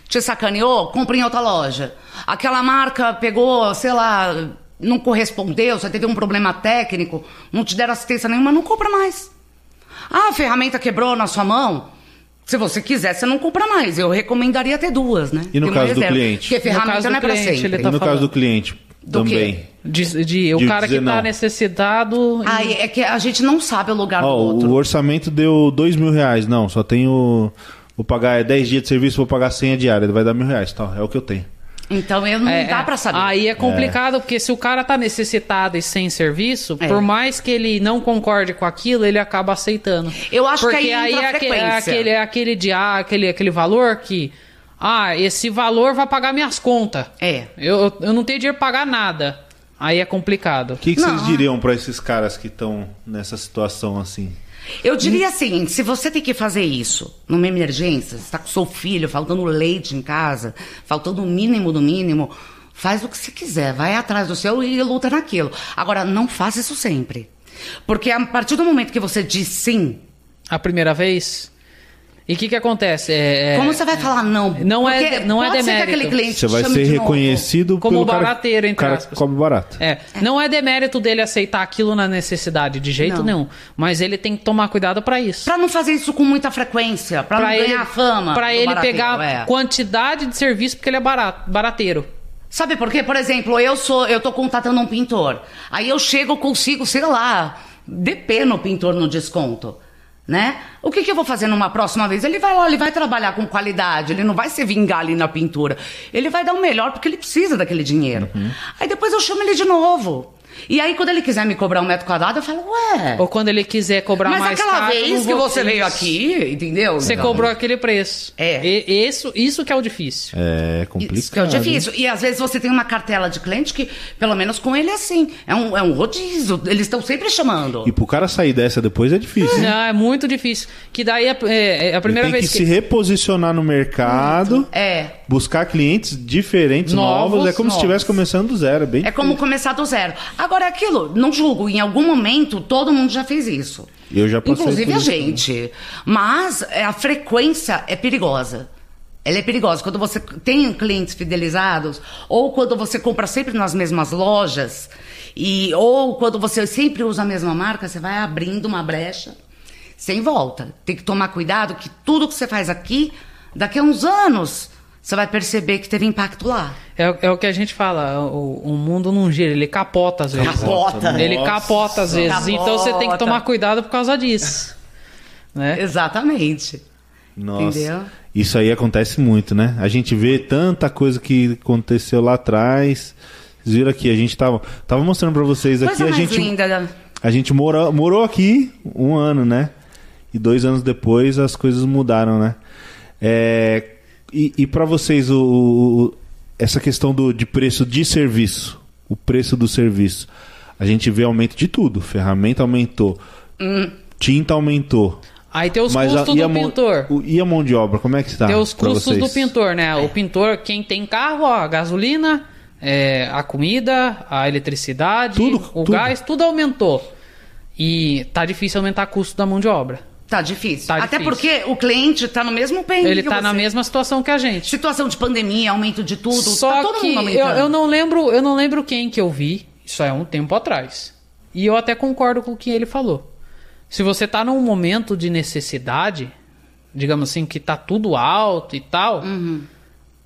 C: te sacaneou, compra em outra loja. Aquela marca pegou, sei lá, não correspondeu, você teve um problema técnico, não te deram assistência nenhuma, não compra mais. Ah, a ferramenta quebrou na sua mão. Se você quiser, você não compra mais. Eu recomendaria ter duas, né?
A: E no
C: Ter uma
A: caso do
C: reserva.
A: cliente?
C: Porque
B: No caso
C: ferramenta
B: do
C: não é pra
B: cliente, ele
C: sempre.
A: E
B: tá
A: no caso
B: falando.
A: do cliente
C: Do quê?
A: também.
B: De, de- o
A: De
B: cara que
A: dizer
B: tá
A: não.
B: necessitado. e-
C: Aí é que a gente não sabe o lugar Ah, do
A: Ó,
C: outro.
A: o orçamento deu dois mil reais. Não, só tenho. Vou pagar 10 dias de serviço, vou pagar 100 a diária. Vai dar mil reais, tá? É o que eu tenho.
C: Então eu não
B: É,
C: dá
B: é.
C: pra saber.
B: Aí é complicado, porque se o cara tá necessitado e sem serviço,
C: É.
B: por mais que ele não concorde com aquilo, ele acaba aceitando.
C: Eu acho que
B: porque
C: aí entra
B: é
C: a
B: aquele, é
C: frequência.
B: aquele, é aquele, de, ah, aquele, aquele valor que. Ah, esse valor vai pagar minhas contas.
C: É.
B: Eu, eu- eu não tenho dinheiro pra pagar nada. Aí é complicado.
A: O que, que
C: Não.
A: vocês diriam pra esses caras que estão nessa situação assim?
C: Eu diria assim, se você tem que fazer isso numa emergência, você tá com seu filho, faltando leite em casa, faltando o mínimo do mínimo, faz o que você quiser, vai atrás do seu e luta naquilo. Agora, não faça isso sempre. Porque a partir do momento que você diz sim,
B: A primeira vez. E o que, que acontece? É, é-
C: como você vai falar não?
B: Não é-
C: Porque
B: não é
C: pode ser que
B: demérito.
C: aquele cliente
A: Você
C: te
A: vai
C: chame
A: ser
C: de novo.
A: reconhecido
B: Como
A: pelo cara-
B: barateiro, entre
A: cara que
B: aspas.
A: come barato.
B: É, não é demérito dele aceitar aquilo na necessidade, de jeito
C: Não.
B: nenhum. Mas ele tem que tomar cuidado pra isso.
C: Pra não fazer isso com muita frequência, pra, não ganhar fama.
B: Pra
C: do
B: ele
C: barateiro,
B: pegar
C: é.
B: quantidade de serviço, porque ele é barato, barateiro.
C: Sabe por quê? Por exemplo, eu sou, eu tô contratando um pintor. Aí eu chego, consigo, sei lá, DP no pintor no desconto. Né? O que, que eu vou fazer numa próxima vez? Ele vai lá, ele vai trabalhar com qualidade, ele não vai se vingar ali na pintura. Ele vai dar o melhor porque ele precisa daquele dinheiro.
B: Uhum.
C: Aí depois eu chamo ele de novo. E aí, quando ele quiser me cobrar um metro quadrado, eu falo, ué.
B: Ou quando ele quiser cobrar
C: É. Mas
B: mais
C: aquela
B: caro, não
C: vez que
B: vou-
C: você veio aqui, entendeu?
B: você
C: Então,
B: cobrou aquele preço.
C: É.
B: E- isso, isso que é o difícil.
A: É complicado.
C: Isso que é o difícil. E às vezes você tem uma cartela de cliente que, pelo menos com ele, é assim. É um, é um rodízio. Eles estão sempre chamando.
A: E pro cara sair dessa depois é difícil. hein?
B: Não, é muito difícil. Que daí é, é- é a primeira
A: ele tem
B: vez
A: que, se reposicionar no mercado,
C: É.
A: buscar clientes diferentes, novos.
B: Novos,
A: É como se
B: novos.
A: estivesse começando do zero. É bem
C: É como começar do zero. Agora, é aquilo, não julgo. Em algum momento, todo mundo já fez isso.
A: Eu já passei
C: Inclusive
A: por
C: a
A: isso
C: gente. Mas é, a frequência é perigosa. Ela é perigosa. Quando você tem clientes fidelizados, ou quando você compra sempre nas mesmas lojas, e, ou quando você sempre usa a mesma marca, você vai abrindo uma brecha sem volta. Tem que tomar cuidado que tudo que você faz aqui, daqui a uns anos, você vai perceber que teve impacto lá.
B: É, é o que a gente fala, o, o mundo não gira, ele capota às vezes.
C: Capota.
B: Ele
A: Nossa.
B: capota às vezes.
C: Capota.
B: Então você tem que tomar cuidado por causa disso. né?
C: Exatamente.
A: Nossa.
C: Entendeu?
A: Isso aí acontece muito, né? A gente vê tanta coisa que aconteceu lá atrás. Vocês viram aqui, a gente tava, tava mostrando pra vocês aqui,
C: Coisa
A: a
C: mais
A: gente
C: linda. né?
A: a gente mora, morou aqui um ano, né? E dois anos depois as coisas mudaram, né? É, e e para vocês, o, o- essa questão do, de preço de serviço, o preço do serviço, a gente vê aumento de tudo. Ferramenta aumentou,
C: Hum.
A: tinta aumentou.
B: Aí tem os
A: Mas a,
B: custos
A: e,
B: do
A: a mão,
B: pintor.
A: o- e a mão de obra, como é que está?
B: tem os
A: pra
B: custos do
A: vocês? É.
B: pintor, né? O pintor, quem tem carro, ó, a gasolina, é, a comida, a eletricidade,
A: Tudo,
B: o
A: tudo.
B: gás, tudo aumentou. E tá difícil aumentar o custo da mão de obra.
C: Tá difícil.
B: Tá
C: Até
B: difícil.
C: porque o cliente tá no mesmo perrengue
B: Ele
C: que
B: tá na
C: você.
B: mesma situação que a gente.
C: Situação de pandemia, aumento de tudo.
B: Só
C: tá todo
B: que
C: mundo
B: eu,
C: aumentando.
B: eu não lembro, eu não lembro quem que eu vi. Isso é um tempo atrás. E eu até concordo com o que ele falou. Se você tá num momento de necessidade, digamos assim, que tá tudo alto e tal,
C: Uhum.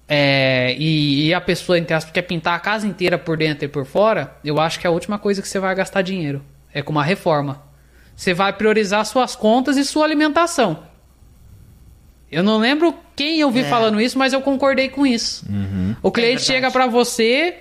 B: é, e, e a pessoa, entre aspas, quer pintar a casa inteira por dentro e por fora, eu acho que é a última coisa que você vai gastar dinheiro é com uma reforma. Você vai priorizar suas contas e sua alimentação. Eu não lembro quem eu vi falando isso, mas eu concordei com isso. O cliente
C: É. verdade.
B: chega pra você,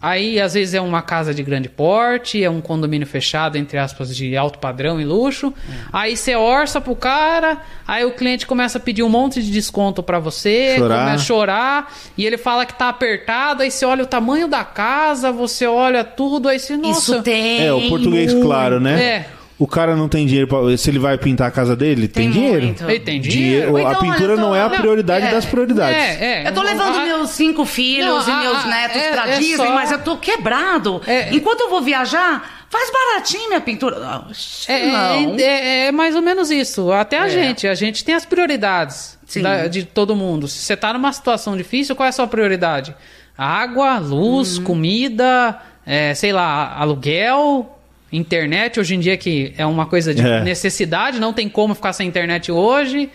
B: aí às vezes é uma casa de grande porte, é um condomínio fechado, entre aspas, de alto padrão e luxo.
C: É.
B: Aí você orça pro cara, aí o cliente começa a pedir um monte de desconto pra você,
A: Chorar.
B: começa a chorar, e ele fala que tá apertado, aí você olha o tamanho da casa, você olha tudo, aí você, nossa...
C: Isso tem.
A: É, o português,
C: muito.
A: claro, né?
B: É.
A: O cara não tem dinheiro pra, Se ele vai pintar a casa dele, tem,
C: Tem
A: dinheiro.
C: muito.
B: Ele tem dinheiro?
A: Dinheiro-
C: Então,
A: a
C: eu
A: pintura
C: tô-
A: não é a
C: não,
A: prioridade
C: é,
A: das prioridades.
B: É, é.
C: Eu tô levando
B: Ah,
C: meus cinco filhos
B: Não,
C: e
B: a-
C: meus
B: a-
C: netos
B: é-
C: pra
B: é
C: Disney,
B: só-
C: mas eu tô quebrado.
B: É.
C: Enquanto eu vou viajar, faz baratinho minha pintura. Oxi,
B: É,
C: não.
B: é, é- é mais ou menos isso. Até a
C: É.
B: gente. A gente tem as prioridades
C: Sim.
B: da- de todo mundo. Se você tá numa situação difícil, qual é a sua prioridade? Água,
C: Uhum.
B: luz, comida, é, sei lá, aluguel, internet. Hoje em dia que é uma coisa de
A: É.
B: necessidade, não tem como ficar sem internet hoje.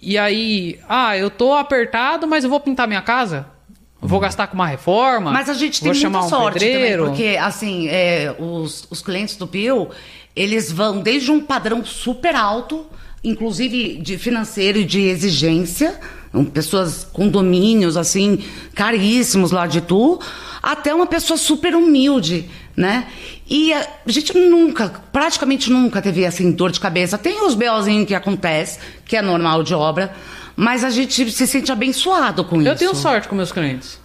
B: E aí, ah, eu tô apertado, mas eu vou pintar minha casa? Vou gastar com uma reforma?
C: Uhum. Mas a gente tem
B: vou
C: muita
B: chamar um
C: sorte
B: pedreiro?
C: também, porque assim, é, os, os clientes do Pio, eles vão desde um padrão super alto, inclusive de financeiro e de exigência, um, pessoas condomínios assim caríssimos lá de Tu, até uma pessoa super humilde, né? E a gente nunca, praticamente nunca teve assim dor de cabeça. Tem os BOzinhos que acontece, que é normal de obra, mas a gente se sente abençoado com isso.
B: Eu tenho sorte com meus clientes.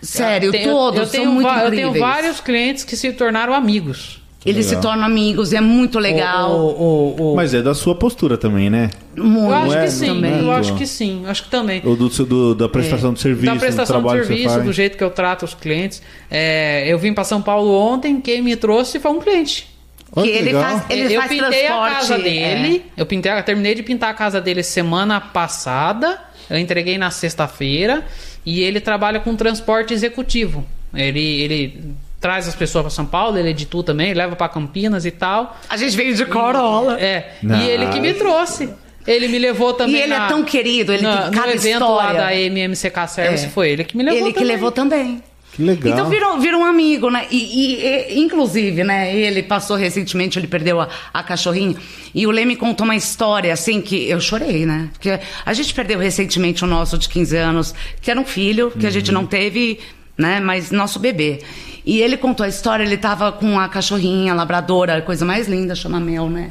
C: Sério,
B: Tenho-
C: todos
B: eu tenho
C: são muito
B: va- Eu
C: incríveis.
B: tenho vários clientes que se tornaram amigos.
C: Eles se
A: Legal.
C: tornam amigos, é muito legal.
B: O- o- o- o-
A: Mas é da sua postura também, né?
B: Oh, eu
C: Muito.
B: acho
A: é
B: que sim,
A: também.
B: eu acho que sim, acho que também.
A: Ou do, seu- do- da prestação de serviço,
B: É. da prestação
A: do
B: de
A: trabalho que você
B: serviço,
A: faz.
B: do jeito que eu trato os clientes. É, eu vim para São Paulo ontem, quem me trouxe foi um cliente.
A: Olha
C: Que ele
A: legal.
C: faz- ele-
B: eu pintei a
C: transporte, é.
B: casa dele. Eu pintei, eu terminei de pintar a casa dele semana passada. Eu entreguei na sexta-feira e ele trabalha com transporte executivo. Ele, ele traz as pessoas para São Paulo, ele editua também, leva para Campinas e tal.
C: A gente veio de Corolla.
B: É.
A: Nossa.
B: E ele que me trouxe. Ele me levou também.
C: E ele
B: na-
C: é tão querido, ele
B: na-
C: tem cada
B: No evento lá
C: história.
B: da MMCK Service
C: É.
B: foi ele que me levou.
C: ele que
B: também.
C: levou também.
A: Que legal.
C: Então virou, virou um amigo, né? E, e- e, inclusive, né? Ele passou recentemente, ele perdeu a, a cachorrinha. E o Lê me contou uma história, assim, que eu chorei, né? Porque a gente perdeu recentemente o nosso de 15 anos, que era um filho, que a gente não teve, né? Mas nosso bebê. E ele contou a história, ele tava com a cachorrinha, labradora, coisa mais linda, chama Mel, né?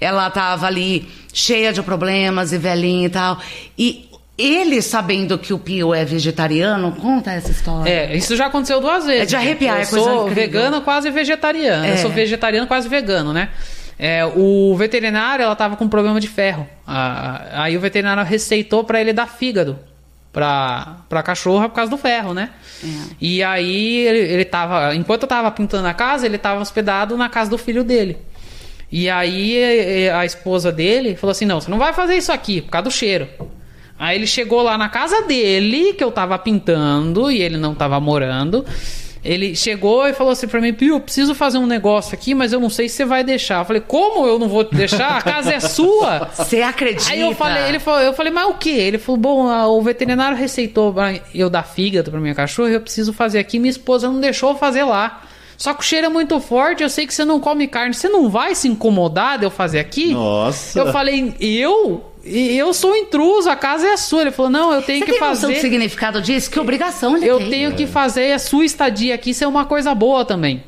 C: Ela tava ali cheia de problemas e velhinha e tal. E ele, sabendo que o Pio é vegetariano, conta essa história.
B: É, isso já aconteceu duas vezes.
C: É de arrepiar,
B: eu
C: é coisa
B: sou
C: incrível.
B: vegana quase vegetariana.
C: É.
B: Eu sou vegetariano quase vegano, né? É, o veterinário, ela tava com problema de ferro. Ah, ah, aí o veterinário receitou pra ele dar fígado pra, pra cachorra por causa do ferro, né?
C: É.
B: E aí ele, ele tava. Enquanto eu tava pintando a casa, ele tava hospedado na casa do filho dele. E aí eh, a esposa dele falou assim: não, você não vai fazer isso aqui por causa do cheiro. Aí ele chegou lá na casa dele, que eu tava pintando e ele não tava morando. Ele chegou e falou assim pra mim, Pio, preciso fazer um negócio aqui, mas eu não sei se você vai deixar. Eu falei, como eu não vou te deixar? A casa é sua.
C: Você acredita?
B: Aí eu falei, ele falou, eu falei, mas o que? Ele falou, bom, a- o veterinário receitou pra eu dar fígado pra minha cachorra, eu preciso fazer aqui, minha esposa não deixou eu fazer lá. Só que o cheiro é muito forte, eu sei que você não come carne, você não vai se incomodar de eu fazer aqui?
A: Nossa.
B: Eu falei, eu? Eu sou intruso, a casa é sua. Ele falou, não, eu tenho
C: Você
B: que
C: tem noção do
B: fazer.
C: significado disso? Que obrigação ele
B: Eu
C: tem.
B: tenho que fazer a sua estadia aqui ser uma coisa boa também.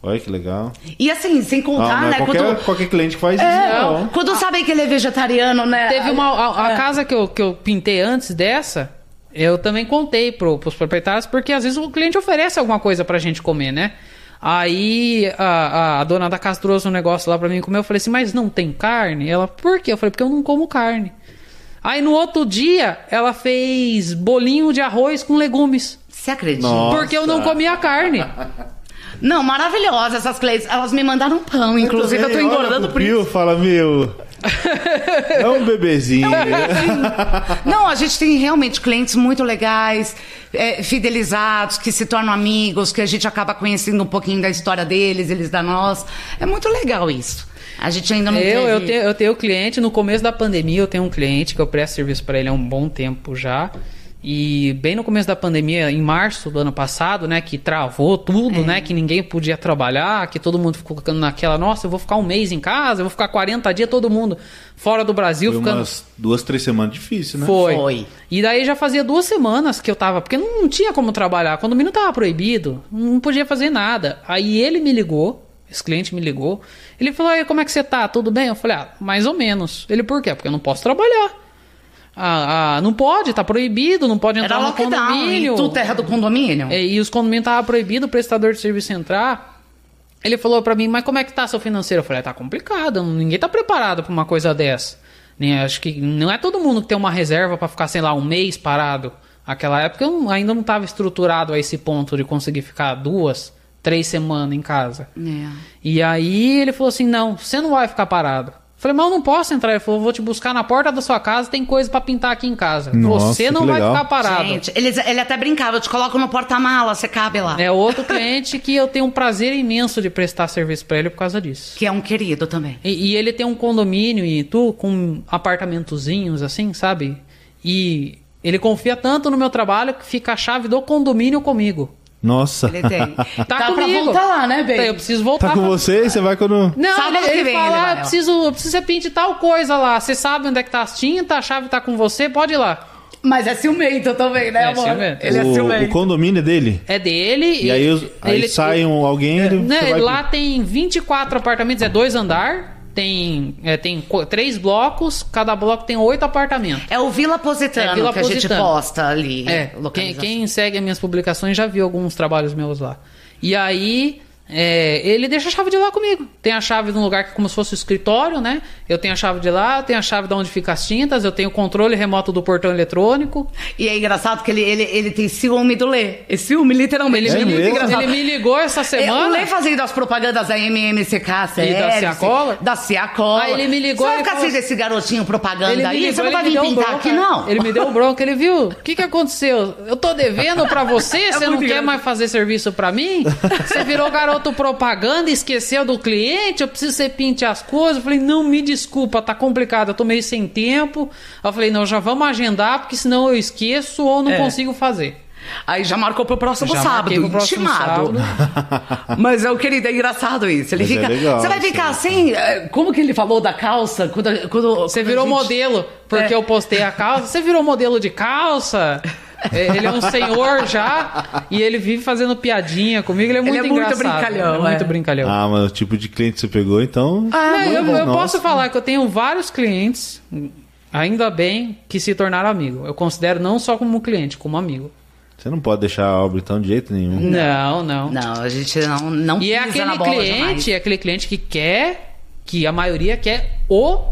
A: Olha que legal.
C: E assim, sem
A: Ah,
C: contar,
A: não é
C: né?
A: qualquer,
C: Quando,
A: qualquer cliente que faz
C: É,
A: isso, não.
C: quando sabem que ele é vegetariano, né?
B: Teve uma. A, a casa que eu, que eu pintei antes dessa, eu também contei pro, pros proprietários, porque às vezes o cliente oferece alguma coisa pra gente comer, né? Aí a, a- a dona da casa trouxe um negócio lá pra mim comer. Eu falei assim, mas não tem carne? Ela, por quê? Eu falei, porque eu não como carne. Aí no outro dia, ela fez bolinho de arroz com legumes.
C: Você acredita?
A: Nossa.
B: Porque eu não comia carne.
C: Não, maravilhosa essas clientes. Elas me mandaram um pão, inclusive. Eu tô
A: Olha
C: engordando
A: pro
C: por isso.
A: Pio, fala, meu. É um bebezinho.
B: Tá
C: Não, a gente tem realmente clientes muito legais, é, fidelizados, que se tornam amigos, que a gente acaba conhecendo um pouquinho da história deles, eles da nossa. É muito legal isso. A gente ainda não
B: Eu,
C: teve...
B: eu, tenho, eu tenho cliente, no começo da pandemia, eu tenho um cliente que eu presto serviço para ele há um bom tempo já. E bem no começo da pandemia, em março do ano passado, né, que travou tudo,
C: É.
B: né, que ninguém podia trabalhar, que todo mundo ficou ficando naquela, nossa, eu vou ficar um mês em casa, eu vou ficar 40 dias, todo mundo fora do Brasil,
A: Foi
B: ficando...
A: umas duas, três semanas difícil, né?
B: Foi.
C: Foi.
B: E daí já fazia duas semanas que eu tava, porque não tinha como trabalhar. Quando o menino tava proibido, não podia fazer nada. Aí ele me ligou, esse cliente me ligou. Ele falou: "Aí, como é que você tá? Tudo bem? Eu falei: ah, mais ou menos. Ele, por quê? Porque eu não posso trabalhar. Ah, ah, não pode, tá proibido, não pode entrar
C: Era
B: no
C: lockdown,
B: condomínio.
C: e tu terra do condomínio.
B: É, E os condomínios estavam proibidos o prestador de serviço entrar. Ele falou pra mim, mas como é que tá seu financeiro? Eu falei, tá complicado, ninguém tá preparado pra uma coisa dessa. Né, Acho que não é todo mundo que tem uma reserva pra ficar, sei lá, um mês parado. Aquela época eu não- ainda não estava estruturado a esse ponto de conseguir ficar duas, três semanas em casa.
C: É.
B: E aí ele falou assim: não, você não vai ficar parado. Eu Falei, mas eu não posso entrar. Ele falou, vou te buscar na porta da sua casa, tem coisa pra pintar aqui em casa.
A: Nossa,
B: você não
A: que
B: vai
A: legal.
B: ficar parado.
C: Gente, eles- ele até brincava, eu te coloco no porta-mala, você cabe lá.
B: É outro cliente que eu tenho um prazer imenso de prestar serviço pra ele por causa disso.
C: Que é um querido também.
B: E, e ele tem um condomínio e tu com apartamentozinhos assim, sabe? E ele confia tanto no meu trabalho que fica a chave do condomínio comigo.
A: Nossa.
C: Ele tem.
B: Tá
C: pra
B: comigo.
C: voltar lá, né,
B: Tá,
C: baby?
B: Eu preciso voltar.
A: Tá com
B: pra-
A: você? Você vai quando.
B: Não,
C: Sábado
B: ele,
C: que
B: ele
C: vem ele
B: fala,
C: vai
B: "Ah, eu
C: lá."
B: preciso, eu preciso que você pinte tal coisa lá. Você sabe onde é que tá as tintas, a chave tá com você, pode ir lá.
C: Mas é ciumento também, né,
B: É
C: amor?
B: ciumento.
C: Ele é
A: o, o
C: ciumento.
A: condomínio é dele?
B: É dele.
A: E, aí, os- aí
B: ele-
A: sai um, alguém. ele-
B: Né,
A: você vai-
B: lá tem 24 apartamentos, é dois andar, tem, é, tem co- três blocos, cada bloco tem oito apartamentos.
C: É o Vila Positano
B: É, Vila
C: que a gente
B: Positano.
C: posta ali.
B: É, quem,
C: localização.
B: quem segue as minhas publicações já viu alguns trabalhos meus lá. E aí, é, ele deixa a chave de lá comigo. Tem a chave de um lugar que é como se fosse o escritório, né? Eu tenho a chave de lá, eu tenho a chave de onde fica as tintas, eu tenho o controle remoto do portão eletrônico.
C: E é engraçado que ele, ele, ele tem ciúme do Lê. É ciúme, literalmente.
B: Ele,
A: É
B: me,
C: muito
A: mesmo?
B: ligou,
C: engraçado.
B: ele me ligou essa
C: Eu
B: semana.
C: nem fazendo as propagandas da MMCK, séries,
B: Ciacola?
C: Da Ciacola.
B: Aí ele me ligou
C: Você vai
B: e
C: ficar
B: falou
C: assim desse garotinho propaganda
B: Ele me
C: aí?
B: ligou,
C: você não
B: ele
C: vai
B: me
C: vir
B: deu
C: pintar
B: bronca.
C: aqui, não?
B: Ele me deu bronca, ele viu? O que, que aconteceu? Eu tô devendo pra você, você não
C: muito
B: quer
C: engraçado.
B: mais fazer serviço pra mim? Você virou garoto propaganda, esqueceu do cliente, eu preciso que você pinte as coisas. Eu falei, não, me desculpa, tá complicado, eu tô meio sem tempo. Aí Eu falei, não, já vamos agendar, porque senão eu esqueço ou não consigo fazer.
C: Aí já marcou pro próximo
B: Já
C: sábado,
B: marquei pro próximo
C: intimado. Mas é o querido, é engraçado isso. Ele
A: Mas é
C: fica.
A: legal,
C: você vai
A: sim.
C: ficar assim. é, Como que ele falou da calça? Quando, quando,
B: Você
C: quando a
B: virou
C: gente-
B: modelo, porque
C: É.
B: eu postei a calça. Você virou modelo de calça? É, Ele é um senhor já e ele vive fazendo piadinha comigo. Ele é muito
C: é muito
B: engraçado.
C: brincalhão,
B: ele é muito
C: é.
B: brincalhão.
A: Ah, mas o tipo de cliente que você pegou, então.
B: Não, Ah, eu,
A: Nossa.
B: eu posso falar que eu tenho vários clientes, ainda bem, que se tornaram amigo. Eu considero não só como cliente, como amigo.
A: Você não pode deixar a obra então de jeito nenhum.
B: Não, não.
C: Não, a gente não, não
B: E é
C: pisa na
B: aquele
C: bola
B: cliente,
C: jamais.
B: é aquele cliente que quer, que a maioria quer o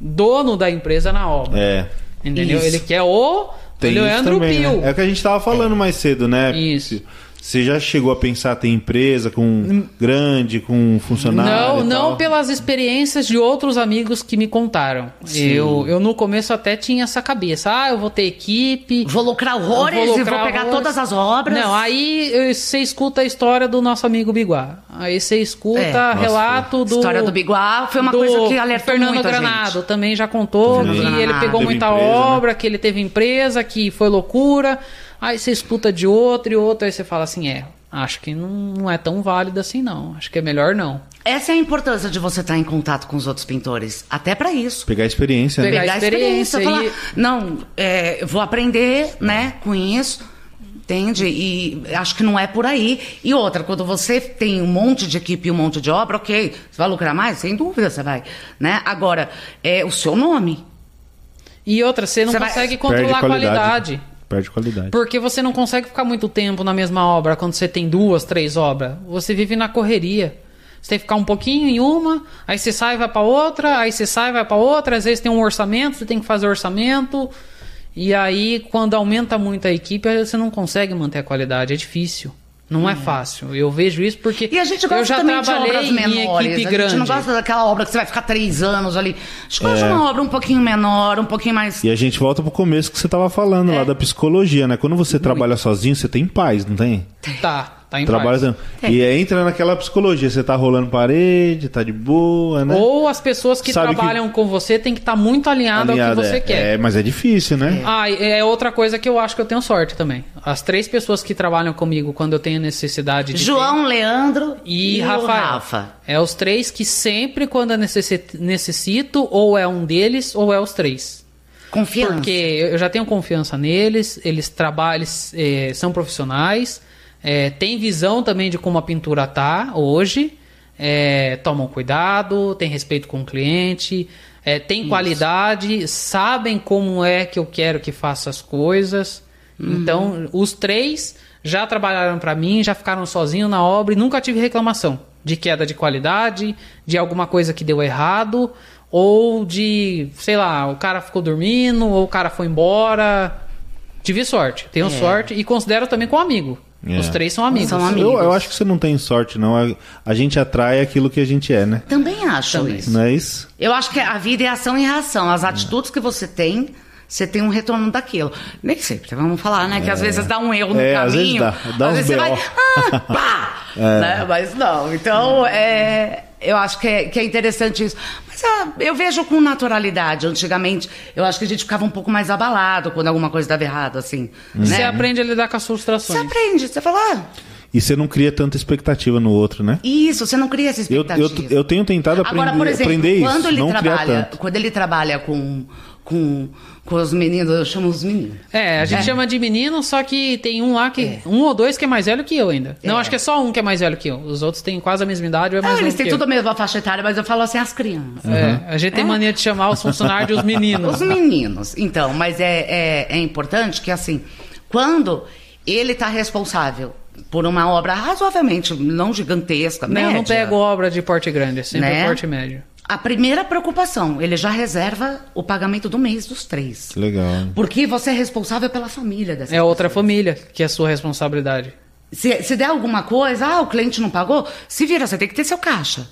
B: dono da empresa na obra.
A: É.
B: Entendeu?
C: Isso.
B: Ele quer o
A: Tem isso
B: Leandro
A: também,
B: Pio. É.
A: né? É o que a gente tava falando mais cedo, né?
B: Isso. Hum.
A: Se- Você já chegou a pensar ter empresa com grande, com funcionário?
B: Não,
A: e
B: não
A: tal?
B: pelas experiências de outros amigos que me contaram.
A: Sim.
B: Eu, eu no começo até tinha essa cabeça. Ah, eu vou ter equipe.
C: Vou lucrar horrores
B: Eu
C: e vou
B: lucrar
C: pegar
B: horrores.
C: todas as obras.
B: Não, aí eu- você escuta a história do nosso amigo Biguá. Aí você escuta
C: É. Nossa,
B: relato do.
C: História do Biguá foi uma coisa que alertou
B: Fernando
C: muito a gente.
B: Granado também já contou
A: Fernando
B: que
A: Granado.
B: ele pegou
A: Teve
B: muita
A: empresa, né?
B: obra, que ele teve empresa, que foi loucura. Aí você escuta de outro e outro, aí você fala assim: é, acho que não, não é tão válido assim não. Acho que é melhor não.
C: Essa é a importância de você estar em contato com os outros pintores. Até pra isso.
A: Pegar experiência,
B: Pegar-
A: né?
C: Pegar a experiência, falar,
B: experiência
C: não, é, eu vou aprender, né, com isso, entende? E acho que não é por aí. E outra, quando você tem um monte de equipe e um monte de obra, ok, você vai lucrar mais? Sem dúvida você vai, né? Agora, é o seu nome.
B: E outra, você não
C: Você vai-
B: consegue controlar a qualidade.
A: Perde qualidade.
B: Porque você não consegue ficar muito tempo na mesma obra quando você tem duas, três obras. Você vive na correria. Você tem que ficar um pouquinho em uma, aí você sai e vai pra outra, aí você sai e vai pra outra. Às vezes tem um orçamento, você tem que fazer orçamento. E aí, quando aumenta muito a equipe, aí você não consegue manter a qualidade. É difícil. Não é fácil. Eu vejo isso porque
C: Hum. E a gente gosta
B: eu já
C: também de
B: trabalhei
C: obras menores.
B: em equipe
C: A
B: grande.
C: gente não gosta daquela obra que você vai ficar três anos ali. Escolhe uma obra um pouquinho menor, um pouquinho mais.
A: E a gente volta pro começo que você tava falando
C: É.
A: lá da psicologia, né? Quando você trabalha sozinho, você tem paz, não tem?
B: Tá, tá em
A: Trabalha
B: paz.
A: sozinho. E aí entra naquela psicologia, você tá rolando parede, tá de boa, né?
B: Ou as pessoas que
A: Sabe que-
B: trabalham com você têm que estar muito alinhadas ao
A: Alinhada,
B: que você
A: é.
B: quer.
A: É, mas é difícil, né?
B: Ah, e é outra coisa que eu acho que eu tenho sorte também. As três pessoas que trabalham comigo quando eu tenho necessidade de.
C: João, Leandro
B: E,
C: o
B: Rafael.
C: Rafa.
B: É os três que sempre, quando eu necessi- necessito, ou é um deles, ou é os três.
C: Confiança.
B: Porque eu já tenho confiança neles, eles trabalham, eles, eh, são profissionais, eh, têm visão também de como a pintura tá hoje, eh, tomam cuidado, têm respeito com o cliente, eh, têm qualidade, sabem como é que eu quero que faça as coisas. Então, os três já trabalharam para mim, já ficaram sozinhos na obra e nunca tive reclamação de queda de qualidade, de alguma coisa que deu errado, ou de, sei lá, o cara ficou dormindo, ou o cara foi embora. Tive sorte, tenho sorte e considero também como amigo.
A: É.
B: Os três são amigos.
C: É. São amigos.
A: Eu, eu acho que você não tem sorte, não. A, a gente atrai aquilo que a gente é, né?
C: Também acho
B: Também.
C: isso.
A: Não é isso?
C: Eu acho que a vida é ação e reação. As atitudes que você tem, você tem um retorno daquilo. Nem sempre, vamos falar, né? Que às vezes dá um erro no
A: É,
C: caminho.
A: às vezes dá. Dá
C: às
A: uns É.
C: vezes você vai.
A: BO.
C: Ah, pá! Né? Mas não. Então, é, eu acho que é, que é interessante isso. Mas ah, eu vejo com naturalidade. Antigamente, eu acho que a gente ficava um pouco mais abalado quando alguma coisa dava errado, assim.
A: Uhum.
B: Você
C: Né?
B: aprende a lidar com as
C: Você
B: frustrações.
C: aprende, você fala. Ah,
A: E você não cria tanta expectativa no outro, né?
C: isso, você não cria essa
A: Eu,
C: expectativa.
A: eu, eu tenho tentado aprender,
C: Agora, por exemplo,
A: aprender isso,
C: quando ele
A: não criar
C: trabalha,
A: tanto.
C: quando ele trabalha com, com, com os meninos, eu chamo os meninos.
B: É, a gente chama de menino, só que tem um lá que. Um ou dois que é mais velho que eu ainda. Não,
C: É.
B: acho que é só um que é mais velho que eu. Os outros têm quase a mesma idade ou é mais
C: Ah,
B: novo
C: eles
B: que
C: têm
B: eu.
C: tudo a mesma faixa etária, mas eu falo assim, as crianças.
A: Uhum.
B: É, a gente tem mania de chamar os funcionários de os meninos.
C: Os meninos. Então, mas é, é, é importante que, assim, quando ele está responsável por uma obra razoavelmente não gigantesca,
B: Né,
C: média,
B: Eu não pego obra de porte grande, é sempre
C: Né?
B: porte médio.
C: a primeira preocupação, ele já reserva o pagamento do mês dos três.
A: Legal.
C: Porque você é responsável pela família dessa
B: É outra família que é sua responsabilidade.
C: Se, se der alguma coisa, ah, o cliente não pagou, se vira, você tem que ter seu caixa.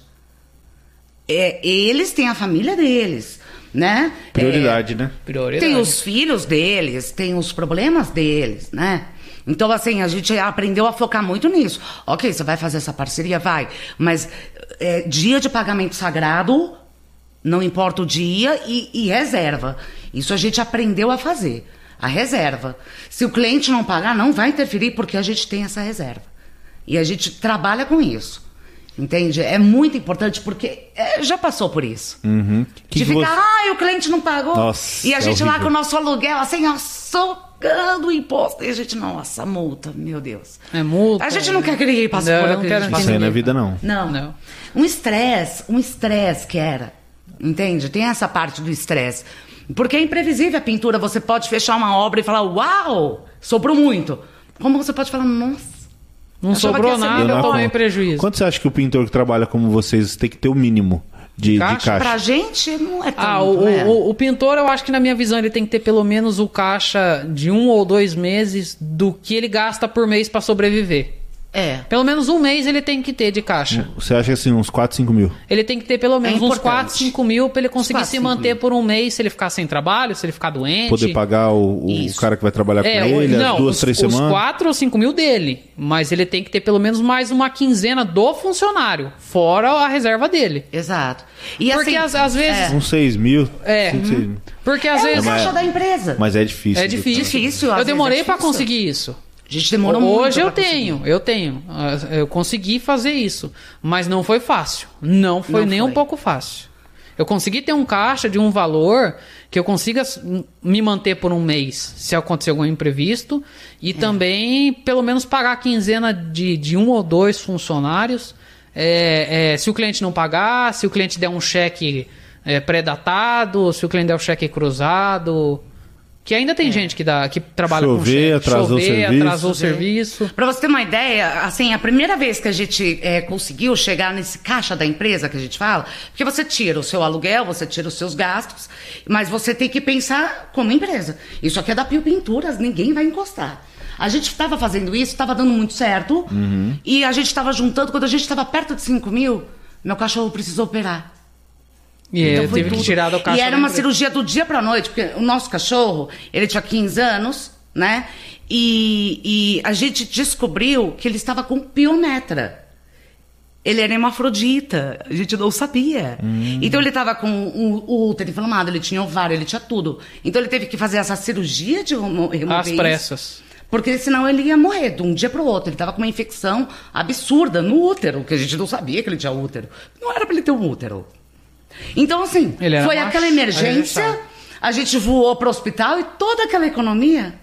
C: É, eles têm a família deles, né?
A: Prioridade, né?
C: É,
B: Prioridade.
C: tem os filhos deles, tem os problemas deles, né? Então, assim, a gente aprendeu a focar muito nisso. Ok, você vai fazer essa parceria? Vai. Mas é, dia de pagamento sagrado, não importa o dia, e, e reserva. Isso a gente aprendeu a fazer. A reserva. Se o cliente não pagar, não vai interferir, porque a gente tem essa reserva. E a gente trabalha com isso. Entende? É muito importante porque é, já passou por isso.
A: Uhum. Que
C: de
A: que
C: ficar,
A: você-
C: ai, o cliente não pagou.
A: Nossa,
C: e a
A: é
C: gente lá
A: horrível.
C: com o nosso aluguel, assim, ó, socando o imposto. E a gente, nossa, multa, meu Deus.
B: É multa.
C: A gente não quer que ninguém passe
B: Não,
C: por
B: não
C: aquilo que a
B: quero
C: gente
B: que
A: Isso aí não é vida, não.
C: não.
B: Não.
C: Um estresse, um estresse que era. Entende? Tem essa parte do estresse. Porque é imprevisível a pintura. Você pode fechar uma obra e falar, uau, sobrou muito. Como você pode falar, nossa.
B: Não
C: Achava que
B: sobrou
C: ia ser
B: nada,
C: melhor.
B: eu
A: não
B: tomei
A: conto.
B: prejuízo.
A: Quanto você acha que o pintor que trabalha como vocês tem que ter o mínimo de de caixa?
B: Caixa
C: Pra gente não é tanto,
B: Ah, o,
C: né?
B: o- o pintor, eu acho que na minha visão, ele tem que ter pelo menos o caixa de um ou dois meses do que ele gasta por mês pra sobreviver.
C: É.
B: Pelo menos um mês ele tem que ter de caixa.
A: Você acha assim, uns 4, 5 mil?
B: Ele tem que ter pelo menos uns
C: É importante.
B: 4, 5 mil pra ele conseguir
C: quatro,
B: se
C: cinco
B: manter
C: mil.
B: por um mês, se ele ficar sem trabalho, se ele ficar doente.
A: Poder pagar o, o
C: Isso.
A: cara que vai trabalhar
B: É,
A: Tá com
B: o-
A: ele,
B: não,
A: as duas,
B: os,
A: três
B: os
A: semanas.
B: 4 ou 5 mil dele. Mas ele tem que ter pelo menos mais uma quinzena do funcionário, fora a reserva dele.
C: Exato. E
B: Porque
C: assim,
B: às- às vezes-
A: Uns 6 mil.
B: É.
A: cinco, seis mil.
B: Porque às
C: É o
B: vezes.
A: mas-
C: caixa da empresa.
A: Mas é difícil.
B: É difícil.
C: Difícil, às
B: eu
C: vezes é
B: demorei pra
C: difícil.
B: conseguir isso.
C: A gente demora muito.
B: Hoje eu
C: pra conseguir.
B: tenho, eu tenho. Ah, Eu consegui fazer isso. Mas não foi fácil. Não foi
C: Não
B: nem
C: foi.
B: um pouco fácil. Eu consegui ter um caixa de um valor que eu consiga s- m- me manter por um mês, se acontecer algum imprevisto. E
C: É.
B: também, pelo menos, pagar a quinzena de, de um ou dois funcionários. É, é, se o cliente não pagar, se o cliente der um cheque é, pré-datado, se o cliente der um cheque cruzado. Que ainda
C: É.
B: tem gente que, dá, que trabalha com
A: Chover,
B: cheque.
A: atrasou o
B: Chover,
A: serviço.
B: atrasou o serviço.
C: Pra você ter uma ideia, assim, a primeira vez que a gente eh, conseguiu chegar nesse caixa da empresa que a gente fala, porque você tira o seu aluguel, você tira os seus gastos, mas você tem que pensar como empresa. Isso aqui é da Pio Pinturas, ninguém vai encostar. A gente estava fazendo isso, estava dando muito certo, e a gente estava juntando, quando a gente estava perto de 5 mil, meu cachorro precisou operar.
B: E eu
C: Então Foi
B: tive que
C: tudo.
B: tirar do caixa.
C: E era
B: da
C: uma
B: empresa.
C: cirurgia do dia pra noite, porque o nosso cachorro, ele tinha 15 anos, né? E, e a gente descobriu que ele estava com piometra. Ele era hemafrodita, a gente não sabia.
B: Hum.
C: Então ele estava com o, o útero inflamado, ele tinha ovário, ele tinha tudo. Então ele teve que fazer essa cirurgia de remo- remover
B: Às
C: isso,
B: pressas.
C: porque senão ele ia morrer de um dia pro outro. Ele estava com uma infecção absurda no útero, que a gente não sabia que ele tinha útero. Não era pra ele ter um útero. Então, assim,
B: Ele era
C: foi
B: macho,
C: aquela
B: a
C: emergência,
B: gente
C: a gente voou pro hospital e toda aquela economia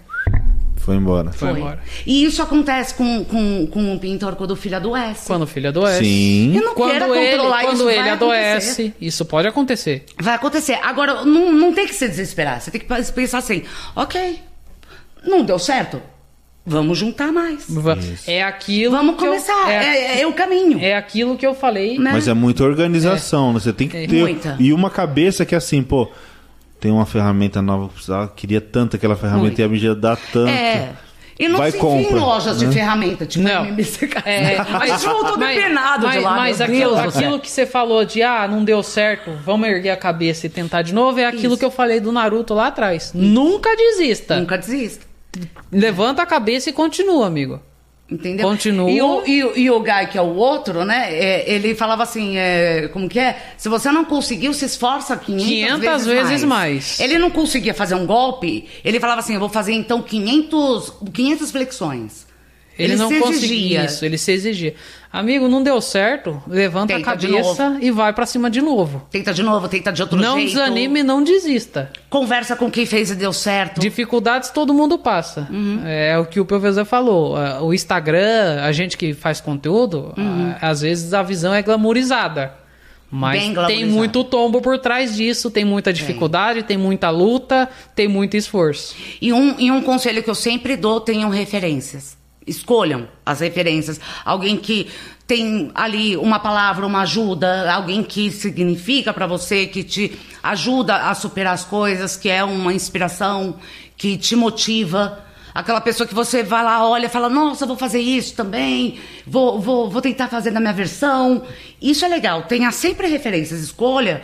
A: Foi embora.
B: Foi embora.
C: E isso acontece com, com, com o pintor quando o filho adoece.
B: Quando o filho adoece.
A: Sim.
C: Eu não quero
B: Quando ele,
C: controlar isso.
B: quando ele
C: vai
B: adoece,
C: acontecer.
B: isso pode acontecer.
C: Vai acontecer. Agora, não, não tem que se desesperar. Você tem que pensar assim: ok, não deu certo? Vamos juntar mais.
B: Va- É aquilo.
C: Vamos
B: que eu-
C: começar.
B: é,
C: É, é o caminho.
B: é aquilo que eu falei.
C: Né?
A: Mas é muita organização, né? Você tem que
B: É.
A: ter.
C: Muita.
A: E uma cabeça que é assim, pô, tem uma ferramenta nova que eu precisava, queria tanto aquela ferramenta
C: Muito.
A: e ia me dar tanto.
C: É. E não
A: Vai
C: se
A: compra, né?
C: enfia em lojas de ferramenta, tipo
B: Não.
C: MMCK.
B: É,
C: a gente voltou
B: mas-
C: depenado
B: mas,
C: de lá.
B: Mas
C: meu
B: aquilo,
C: Deus do céu.
B: aquilo que você falou de, ah, não deu certo, vamos erguer a cabeça e tentar de novo, é aquilo
C: Isso.
B: que eu falei do Naruto lá atrás. Nunca desista.
C: É. Nunca desista.
B: Levanta a cabeça e continua, amigo.
C: Entendeu?
B: Continua.
C: E o, e, o- e o Guy, que é o outro, né? é, ele falava assim: é, como que é? Se você não conseguiu, se esforça 500,
B: 500 vezes mais.
C: Ele não conseguia fazer um golpe, ele falava assim: eu vou fazer então 500, 500 flexões.
B: Ele, não
C: se
B: conseguia
C: exigia.
B: isso, ele se exigia. Amigo, não deu certo, levanta a
C: Tenta de
B: cabeça e vai pra cima de novo.
C: Tenta de novo, tenta de outro
B: não
C: jeito.
B: desanime, não desista.
C: Conversa com quem fez e deu certo.
B: Dificuldades todo mundo passa.
C: Uhum.
B: É o que o professor falou. Ah, O Instagram, a gente que faz conteúdo, ah, às vezes a visão é glamourizada. Mas
C: Uhum. Bem
B: tem
C: glamourizada.
B: muito tombo por trás disso, tem muita dificuldade, tem muita luta, tem muito esforço.
C: E um, e um conselho que eu sempre dou: tenham referências. Escolham as referências. Alguém que tem ali uma palavra, uma ajuda, alguém que significa pra você, que te ajuda a superar as coisas, que é uma inspiração, que te motiva. Aquela pessoa que você vai lá, olha, fala: Nossa, eu vou fazer isso também, vou, vou, vou tentar fazer na minha versão. Isso é legal. Tenha sempre referências. Escolha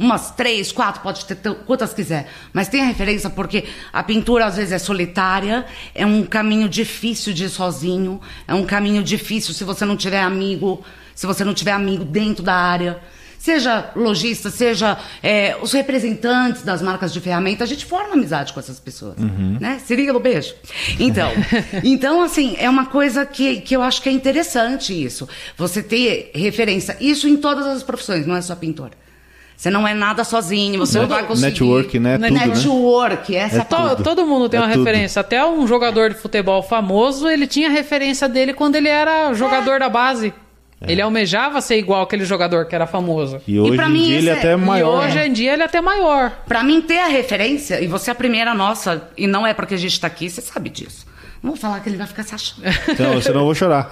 C: Umas três, quatro, pode ter t- quantas quiser. Mas tem a referência porque a pintura às vezes é solitária, é um caminho difícil de ir sozinho, é um caminho difícil se você não tiver amigo, se você não tiver amigo dentro da área. Seja lojista, seja é, os representantes das marcas de ferramenta, a gente forma amizade com essas pessoas. Né? Se liga no beijo. Então, então, assim, é uma coisa que, que eu acho que é interessante isso. Você ter referência. Isso em todas as profissões, não é só pintora. Você não é nada sozinho, você não vai conseguir.
A: Network, né?
B: Net-
A: Tudo, né?
C: Network, essa
A: É
C: parte.
B: To-
A: tudo.
B: todo mundo tem
A: É
B: uma
A: tudo.
B: referência. Até um jogador de futebol famoso, ele tinha referência dele quando ele era jogador da base. Ele almejava ser igual aquele jogador que era famoso.
A: É. E hoje
C: pra
A: em
C: mim
A: dia ele
C: isso é-
A: até é
C: e
A: maior.
B: E hoje
A: né?
B: em dia ele é até maior.
C: Pra mim ter a referência, e você é a primeira nossa, e não é porque a gente tá aqui, você sabe disso. Não vou falar que ele vai ficar se achando.
A: Então, senão eu vou chorar.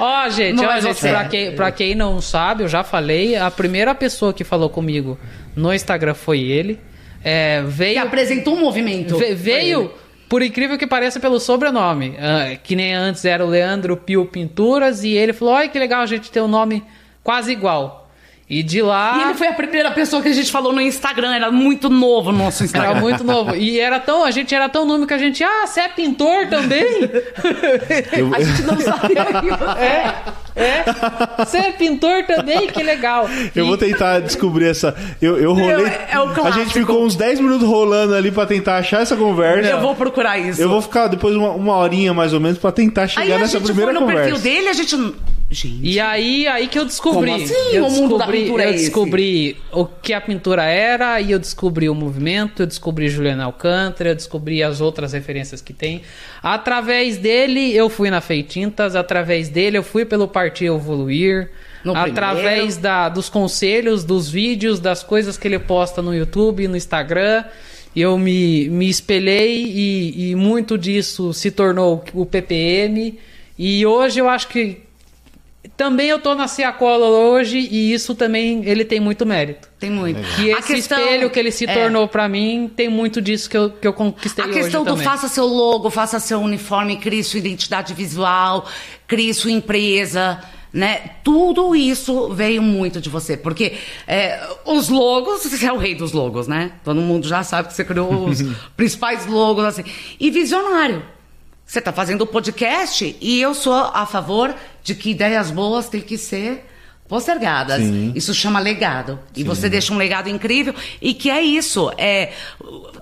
B: Ó, gente,
C: Não
B: ó,
C: é
B: gente
C: você.
B: pra, quem, pra quem não sabe, eu já falei, a primeira pessoa que falou comigo no Instagram foi ele. É,
C: Ele
B: veio.
C: apresentou um movimento.
B: ve-
C: pra
B: veio.
C: ele.
B: Por incrível que pareça, pelo sobrenome. Ah, que nem antes era o Leandro Pio Pinturas, e ele falou: olha que legal a gente ter um nome quase igual. E de lá.
C: E ele foi a primeira pessoa que a gente falou no Instagram, era muito novo o nosso Instagram.
B: Era muito novo. E era tão, a gente era tão novo que a gente, ah, você é pintor também?
A: Eu-
C: A gente não sabia.
B: é, é. Você é pintor também? Que legal.
A: Eu vou
B: E-
A: tentar descobrir essa. Eu, eu rolei.
C: Eu- é o
A: a
C: clássico.
A: gente ficou uns 10 minutos rolando ali pra tentar achar essa conversa.
C: Eu vou procurar isso.
A: Eu vou ficar depois uma, uma horinha mais ou menos pra tentar chegar
C: Aí a
A: nessa
C: gente
A: primeira
C: foi no
A: conversa.
C: perfil dele, a gente. Gente.
B: E aí, aí que eu descobri.
C: Como assim
B: eu
C: o mundo da
B: descobri-
C: pintura
B: Eu
C: é esse?
B: descobri o que a pintura era, e eu descobri o movimento, eu descobri Juliana Alcântara, eu descobri as outras referências que tem. Através dele, eu fui na Feitintas, através dele, eu fui pelo Partido Evoluir.
C: No
B: através
C: primeiro.
B: da- dos conselhos, dos vídeos, das coisas que ele posta no YouTube, no Instagram. Eu me, me espelhei e, e muito disso se tornou o PPM. E hoje eu acho que também eu tô na Ciacola hoje e isso também ele tem muito mérito.
C: Tem muito.
B: Que
C: A
B: esse
C: questão-
B: espelho que ele se
C: é.
B: tornou pra mim tem muito disso que eu, que eu conquistei
C: A questão
B: hoje
C: do
B: também.
C: faça seu logo, faça seu uniforme, crie sua identidade visual, crie sua empresa, né? Tudo isso veio muito de você. Porque é, os logos, você é o rei dos logos, né? Todo mundo já sabe que você criou os principais logos, assim. E visionário. Você tá fazendo o podcast e eu sou a favor de que ideias boas têm que ser postergadas.
A: Sim.
C: Isso chama legado. E você deixa um legado incrível. E que é isso. É,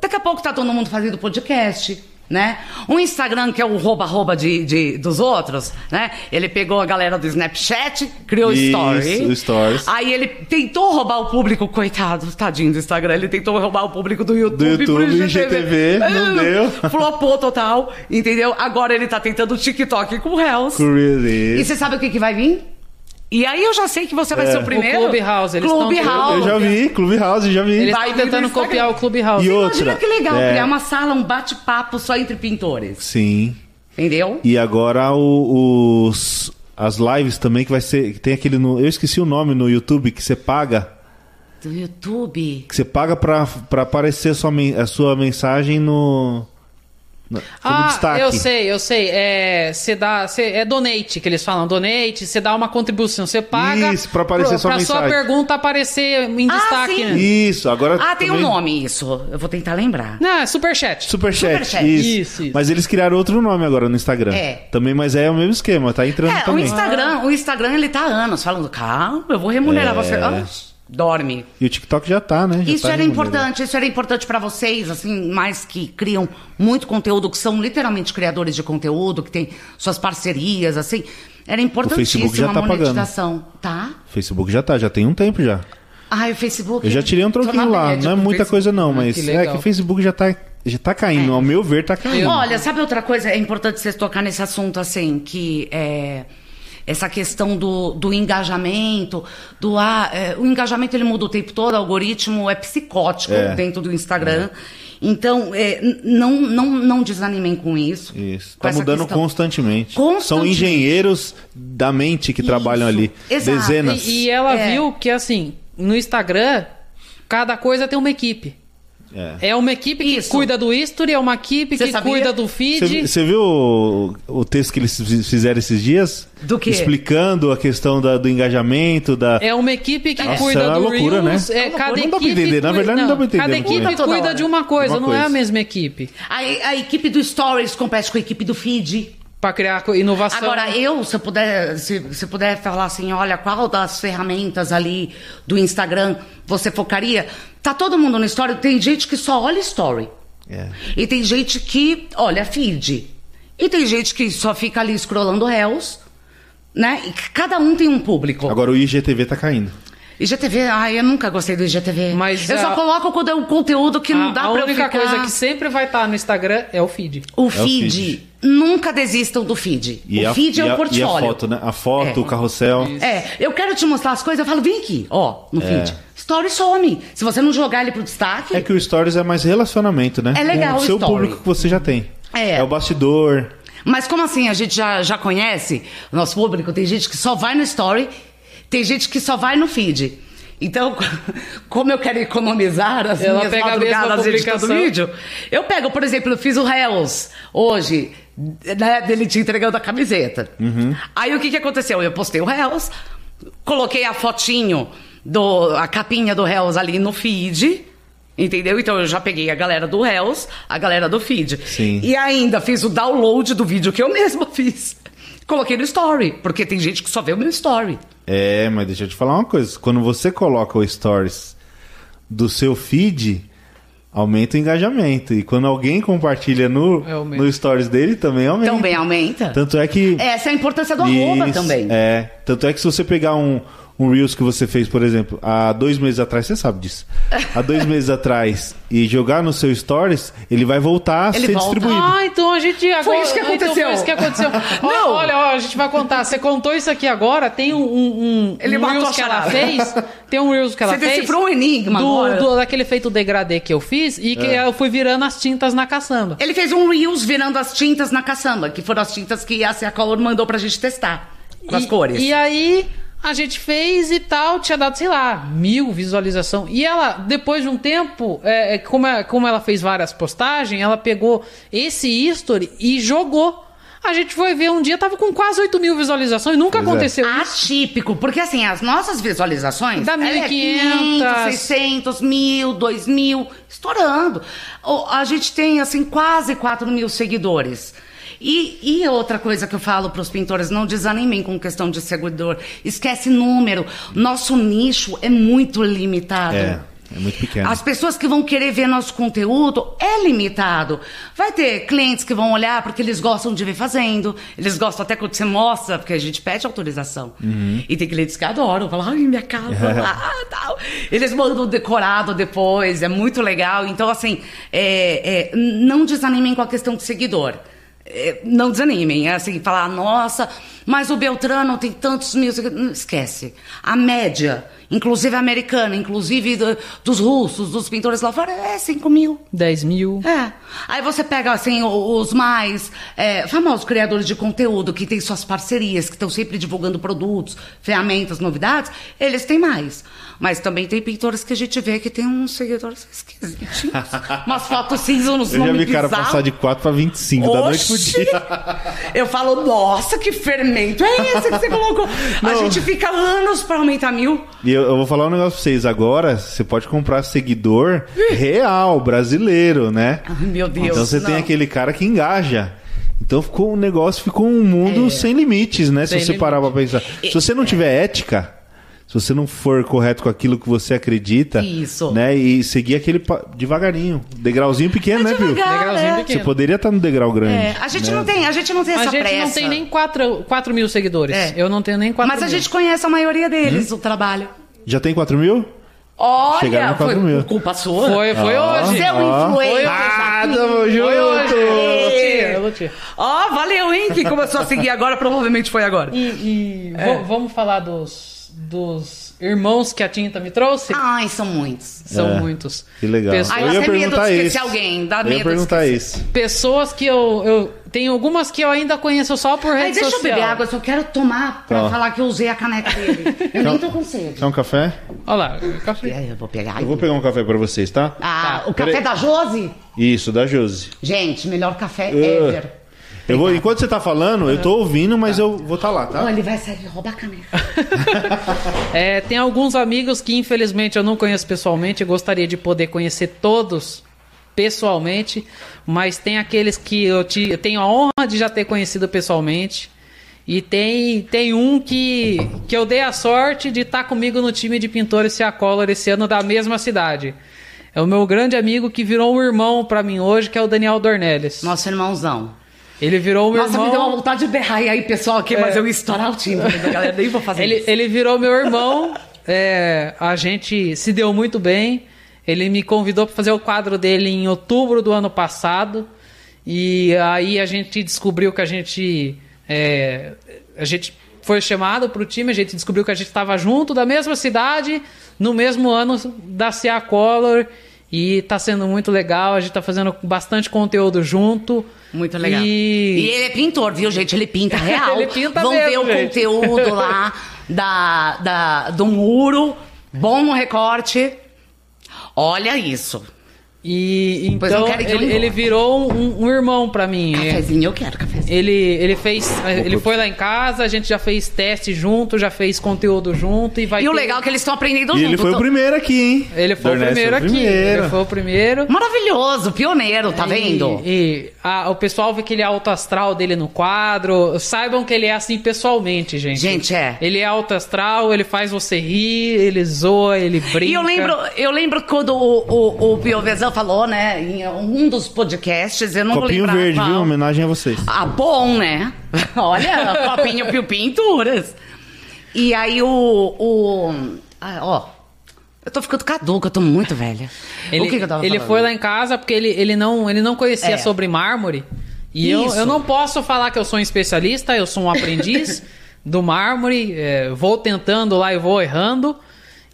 C: daqui a pouco tá todo mundo fazendo podcast. Né? O Instagram, que é o rouba-rouba de, de- dos outros, né? Ele pegou a galera do Snapchat, criou
A: Isso,
C: Story.
A: o Stories.
C: Aí ele tentou roubar o público, coitado, tadinho do Instagram. Ele tentou roubar o público do YouTube.
A: Do
C: pro
A: YouTube, IGTV, não deu.
C: Flopou total, entendeu? Agora ele tá tentando o TikTok com o Hells. E
A: Curioso.
C: você sabe o que, que vai vir? E aí eu já sei que você vai
A: É.
C: ser o primeiro.
B: Clubhouse, eles tão-
A: Eu
C: Clubhouse.
A: já vi, Clubhouse, já vi.
B: Eles
C: Vai
B: estão
C: vir
B: tá tentando
C: do Instagram.
B: copiar o Clubhouse.
A: E o-
C: Imagina
A: Outra.
C: que legal,
A: É.
C: criar uma sala, um bate-papo só entre pintores.
A: Sim.
C: Entendeu?
A: E agora o- os as lives também que vai ser que tem aquele no, eu esqueci o nome no YouTube que você paga
C: Do YouTube.
A: que você paga pra pra aparecer a sua, men- a sua mensagem no, no como
B: Ah,
A: destaque.
B: eu sei, eu sei. É, você dá, você- é donate que eles falam, donate. Você dá uma contribuição, você paga
A: Isso, pra aparecer
B: pro-
A: sua
B: pra sua
A: mensagem.
B: pergunta aparecer em
C: Ah,
B: destaque.
C: sim.
B: né?
A: Isso, agora
C: Ah, tem um
A: também-
C: nome isso. Eu vou tentar lembrar.
B: Não, é superchat.
A: Superchat,
C: Superchat.
A: Isso.
B: Isso, isso.
A: Mas eles criaram outro nome agora no Instagram.
C: É.
A: Também, mas é o mesmo esquema, tá entrando
C: É, o
A: também.
C: Instagram, o Instagram ele tá há anos falando, calma, eu vou remunerar
A: É.
C: você. Ah, dorme.
A: E o TikTok já tá, né? Já
C: Isso
A: tá
C: era
A: remunerado.
C: importante, isso era importante pra vocês, assim, mais que criam muito conteúdo, que são literalmente criadores de conteúdo, que tem suas parcerias, assim.
A: Facebook já
C: Era
A: tá
C: importantíssima a
A: pagando.
C: monetização. Tá?
A: O Facebook já tá, já tem um tempo já.
C: Ai, o Facebook.
A: Eu já tirei um
C: tô na
A: troquinho lá,
C: média
A: não é
C: com o
A: muita
C: Facebook. É.
A: coisa não, mas
B: que
A: é
B: legal.
A: que o Facebook já tá, já tá caindo, ao meu ver tá caindo.
C: Olha, sabe outra coisa? É importante vocês tocar nesse assunto, assim, que é essa questão do, do engajamento, do ah, é, o engajamento ele muda o tempo todo, o algoritmo é psicótico
A: É.
C: dentro do Instagram. Então, é, n- não, não, não desanimem com isso.
A: Isso.
C: com
A: Tá
C: essa
A: mudando
C: questão.
A: constantemente. São
C: Constantemente.
A: engenheiros da mente que
C: Isso.
A: trabalham ali.
C: Exato.
A: Dezenas.
B: E, e ela
C: É.
B: viu que, assim, no Instagram, cada coisa tem uma equipe.
A: É.
B: É uma equipe que
C: Isso.
B: cuida do history, é uma equipe
C: Você
B: que
C: sabia?
B: cuida do feed.
A: Você viu o, o texto que eles fiz- fizeram esses dias?
C: Do quê?
A: Explicando a questão da- do engajamento, da.
B: É uma equipe que
A: Nossa,
B: cuida
A: é uma
B: do
A: loucura,
B: Reels.
A: né?
B: É,
A: É uma
B: cada
A: loucura, não dá pra
B: equipe
A: entender. Na
B: cui-
A: verdade, não dá pra entender
B: Cada
A: muito bem.
B: equipe
C: Toda
B: cuida
C: hora.
B: de uma coisa,
A: Uma
B: não é a
A: coisa.
B: mesma equipe.
C: A, a equipe do Stories compete com a equipe do Feed.
B: Pra criar co- inovação.
C: Agora, eu, se eu puder, se, se puder falar assim, olha, qual das ferramentas ali do Instagram você focaria? Tá todo mundo no story, tem gente que só olha story.
A: É.
C: E tem gente que olha feed. E tem gente que só fica ali scrollando réus, né? E c- cada um tem um público.
A: Agora o IGTV tá caindo.
C: IGTV, ai, eu nunca gostei do IGTV.
B: Mas
C: eu
B: a-
C: só coloco quando é um conteúdo que não
B: a,
C: dá
B: a
C: pra eu
B: única
C: ficar...
B: coisa que sempre vai estar no Instagram é o feed.
A: É
C: O
A: o feed.
C: feed. Nunca desistam do feed.
A: E
C: o
A: a,
C: feed
A: e
C: é
A: a-
C: o
A: E
C: portfólio.
A: a foto, né? A foto,
C: É.
A: o carrossel.
C: É, eu quero te mostrar as coisas, eu falo, vem aqui, ó, no
A: É.
C: feed. Story some. Se você não jogar ele pro destaque.
A: É que o Stories é mais relacionamento, né?
C: É legal
A: Com o
C: o
A: seu
C: story.
A: público que você já tem.
C: É.
A: o bastidor.
C: Mas como assim? A gente já, já conhece o nosso público? Tem gente que só vai no story, tem gente que só vai no feed. Então, como eu quero economizar as
B: Ela
C: minhas
B: pega a
C: madrugadas tá
B: mesma
C: editando
B: publicação.
C: vídeo, eu pego, por exemplo, eu fiz o Hells hoje, né, dele te entregando a camiseta.
A: Uhum.
C: Aí o que, que aconteceu? Eu postei o Hells, coloquei a fotinho, do, a capinha do Hells ali no feed, entendeu? Então eu já peguei a galera do Hells, a galera do feed.
A: Sim.
C: E ainda fiz o download do vídeo que eu mesma fiz. Coloquei no story, porque tem gente que só vê o meu story.
A: É, mas deixa eu te falar uma coisa. Quando você coloca o stories do seu feed, aumenta o engajamento. E quando alguém compartilha no,
B: É, aumenta.
A: no stories dele, também aumenta.
C: Também aumenta.
A: Tanto é que.
C: Essa é a importância do arroba
A: Isso,
C: também.
A: É. Tanto é que se você pegar um, um Reels que você fez, por exemplo, há dois meses atrás, você sabe disso. Há dois meses atrás, e jogar no seu Stories, ele vai voltar a
C: Ele
A: ser
C: volta.
A: distribuído.
B: Ah, então a gente. Agora,
C: isso que
B: então
C: aconteceu.
B: foi isso que aconteceu. Ó,
C: Não.
B: Olha, ó, a gente vai contar. Você contou isso aqui agora. Tem um, um, um-
C: Ele
B: um
C: matou
B: Reels
C: a
B: que ela
C: charada.
B: fez. Tem um Reels que ela
C: Você
B: fez.
C: decifrou um enigma
B: do,
C: agora.
B: do- daquele feito degradê que eu fiz e que eu fui virando as tintas na caçamba.
C: Ele fez um Reels virando as tintas na caçamba, que foram as tintas que a Cia Color mandou pra gente testar. Com as
B: E-
C: cores.
B: E aí a gente fez e tal, tinha dado, sei lá, mil visualização. E ela, depois de um tempo, é, é, como, é- como ela fez várias postagens, ela pegou esse history e jogou. A gente foi ver um dia, tava com quase 8 mil visualizações, nunca
A: Pois é.
B: aconteceu isso.
C: Atípico, porque assim, as nossas visualizações.
B: Dá
C: ela é
B: 1.500,
C: 600, 1000, 2000, estourando. Ou A gente tem, assim, quase 4 mil seguidores. E, e outra coisa que eu falo para os pintores, não desanimem com questão de seguidor. Esquece número. Nosso nicho é muito limitado.
A: É, é muito pequeno.
C: Ah. As pessoas que vão querer ver nosso conteúdo é limitado. Vai ter clientes que vão olhar porque eles gostam de ver fazendo, eles gostam até quando você mostra, porque a gente pede autorização.
A: Uhum.
C: E tem clientes que adoram, falam, ai, minha casa lá, ah, tal. Eles mandam decorado depois, é muito legal. Então, assim, é, é, não desanimem com a questão do seguidor. É, Não desanimem, é assim, falar, nossa, mas o Beltrano tem tantos mil. seguidores." Não Esquece. A média, inclusive americana, inclusive do- dos russos, dos pintores lá fora, é 5 mil.
B: 10 mil.
C: É. Aí você pega, assim, o- os mais é, famosos criadores de conteúdo que têm suas parcerias, que estão sempre divulgando produtos, ferramentas, novidades, eles têm mais. Mas também tem pintores que a gente vê que tem uns seguidores esquisitinhos. umas fotos cinza nos
A: Eu já
C: nomes
A: vi cara
C: bizarros.
A: passar de 4 pra 25 da noite pro
C: Oxi!
A: dia.
C: Eu falo, nossa, que fermento é esse que você colocou? A
A: Não.
C: gente fica anos pra aumentar mil.
A: E eu, eu vou falar um negócio pra vocês agora. Você pode comprar seguidor real, brasileiro, né?
C: Ai, meu Deus.
A: Então você
C: não.
A: tem aquele cara que engaja. Então ficou um negócio, ficou um
C: É.
A: mundo sem limites, né?
B: Sem
A: se você parar pra pensar.
C: E-
A: Se você não tiver ética, se você não for correto com aquilo que você acredita,
C: Isso.
A: né? E seguir aquele pa- devagarinho, degrauzinho pequeno, né, Bill?
C: devagar,
B: Legalzinho
C: é.
A: Você
B: pequeno.
A: poderia estar no degrau grande.
C: É, a gente
A: né?
C: não tem, a gente não tem
B: A
C: essa
B: gente
C: pressa.
B: não tem nem 4, mil seguidores.
C: É.
B: Eu não tenho nem 4
C: Mas a
B: mil.
C: gente conhece a maioria deles, o trabalho.
A: Já tem 4 mil? Hum? Chegaram
C: Olha,
A: no quatro
C: foi
A: mil.
C: culpa sua.
B: Foi, foi
A: Ah.
B: hoje.
C: Seu
A: Ó.
C: é um influencer.
A: Ah,
C: Joaquim.
A: tamo junto!
B: Foi hoje. Eu
C: Ei.
B: tiro, eu tiro.
C: Ó, Ah, valeu, hein? Que começou a seguir agora, provavelmente foi agora.
B: E, e
A: É.
B: vo- vamos falar dos, dos irmãos que a tinta me trouxe?
C: Ai, são muitos.
B: São
A: É.
B: muitos.
A: Que legal.
B: Pessoas,
C: Ah. Ai, mas
A: eu ia
C: tem medo de
A: perguntar
C: esquecer
A: isso.
C: alguém, dá
A: eu
C: medo
A: ia
C: de
A: perguntar isso.
B: pessoas que eu, eu. Tem algumas que eu ainda conheço só por
C: Ai,
B: rede
C: deixa eu
B: social.
C: beber água, eu só quero tomar pra
A: Tá.
C: falar que eu usei a caneca dele. Eu nem tô com sede.
A: Quer um café?
B: Olha lá.
C: E
B: café.
C: aí, Eu vou pegar.
A: Eu vou pegar um café pra vocês, tá?
C: Ah, o
A: Peraí.
C: café da Josi?
A: Isso, da Josi.
C: Gente, melhor café
A: É.
C: ever.
A: Eu vou, enquanto você tá falando, eu tô ouvindo, mas eu vou estar lá,
C: Ó,
A: tá?
C: ele vai sair e roubar a caneca.
B: É, tem alguns amigos que infelizmente eu não conheço pessoalmente, eu gostaria de poder conhecer todos pessoalmente, mas tem aqueles que eu, te- eu tenho a honra de já ter conhecido pessoalmente. E tem, tem um que, que eu dei a sorte de estar comigo no time de pintores Cia Color esse ano da mesma cidade. É o meu grande amigo que virou um irmão pra mim hoje, que é o Daniel Dornelles.
C: Nosso irmãozão.
B: Ele virou um
C: Nossa,
B: irmão.
C: me deu uma vontade de berrar e aí, pessoal, aqui, mas eu ia estourar o timbre da galera. Nem vou fazer
B: ele,
C: isso.
B: ele virou meu irmão. é, a gente se deu muito bem. Ele me convidou para fazer o quadro dele em outubro do ano passado. E aí a gente descobriu que a gente. é, a gente foi chamado para o time, a gente descobriu que a gente estava junto, da mesma cidade, no mesmo ano da CA Color. E tá sendo muito legal, a gente tá fazendo bastante conteúdo junto.
C: Muito legal.
B: E-
C: E ele é pintor, viu, gente? Ele pinta real.
B: Ele pinta
C: Vão
B: mesmo,
C: ver o
B: gente.
C: conteúdo lá da, da, do muro. bom no recorte. Olha isso.
B: E
C: Pois não
B: então
C: quero ir de
B: ele,
C: novo.
B: ele virou um, um irmão pra mim.
C: Cafezinho, eu quero cafezinho.
B: Ele, ele fez, ele
A: produção.
B: foi lá em casa, a gente já fez teste junto, já fez conteúdo junto e vai.
C: E o
B: ter-
C: legal é que eles estão aprendendo
A: E
C: junto.
A: ele foi o
C: Tô-
A: primeiro aqui, hein?
B: ele foi o
A: Dornelis
B: primeiro aqui,
A: primeiro.
B: ele foi o primeiro.
C: Maravilhoso, pioneiro, tá vendo?
B: E, e a- o pessoal vê que ele é alto astral dele no quadro. Saibam que ele é assim pessoalmente, gente.
C: Gente, é.
B: Ele é alto astral, ele faz você rir, ele zoa, ele brinca.
C: E eu lembro, eu lembro quando o, o, o Piovesan falou, né, em um dos podcasts, eu não vou
A: Copinho
C: lembrar
A: verde,
C: qual.
A: viu? Homenagem a vocês.
C: Ah, bom, né? Olha, copinho Pio Pinturas. E aí o. o ah, ó, eu tô ficando caduca, eu tô muito velha.
B: Ele,
C: o que, que eu tava
B: ele
C: falando?
B: foi lá em casa porque ele, ele, não, ele não conhecia
C: É.
B: sobre mármore. E eu,
C: Isso.
B: eu não posso falar que eu sou um especialista, eu sou um aprendiz do mármore. é, vou tentando lá e vou errando.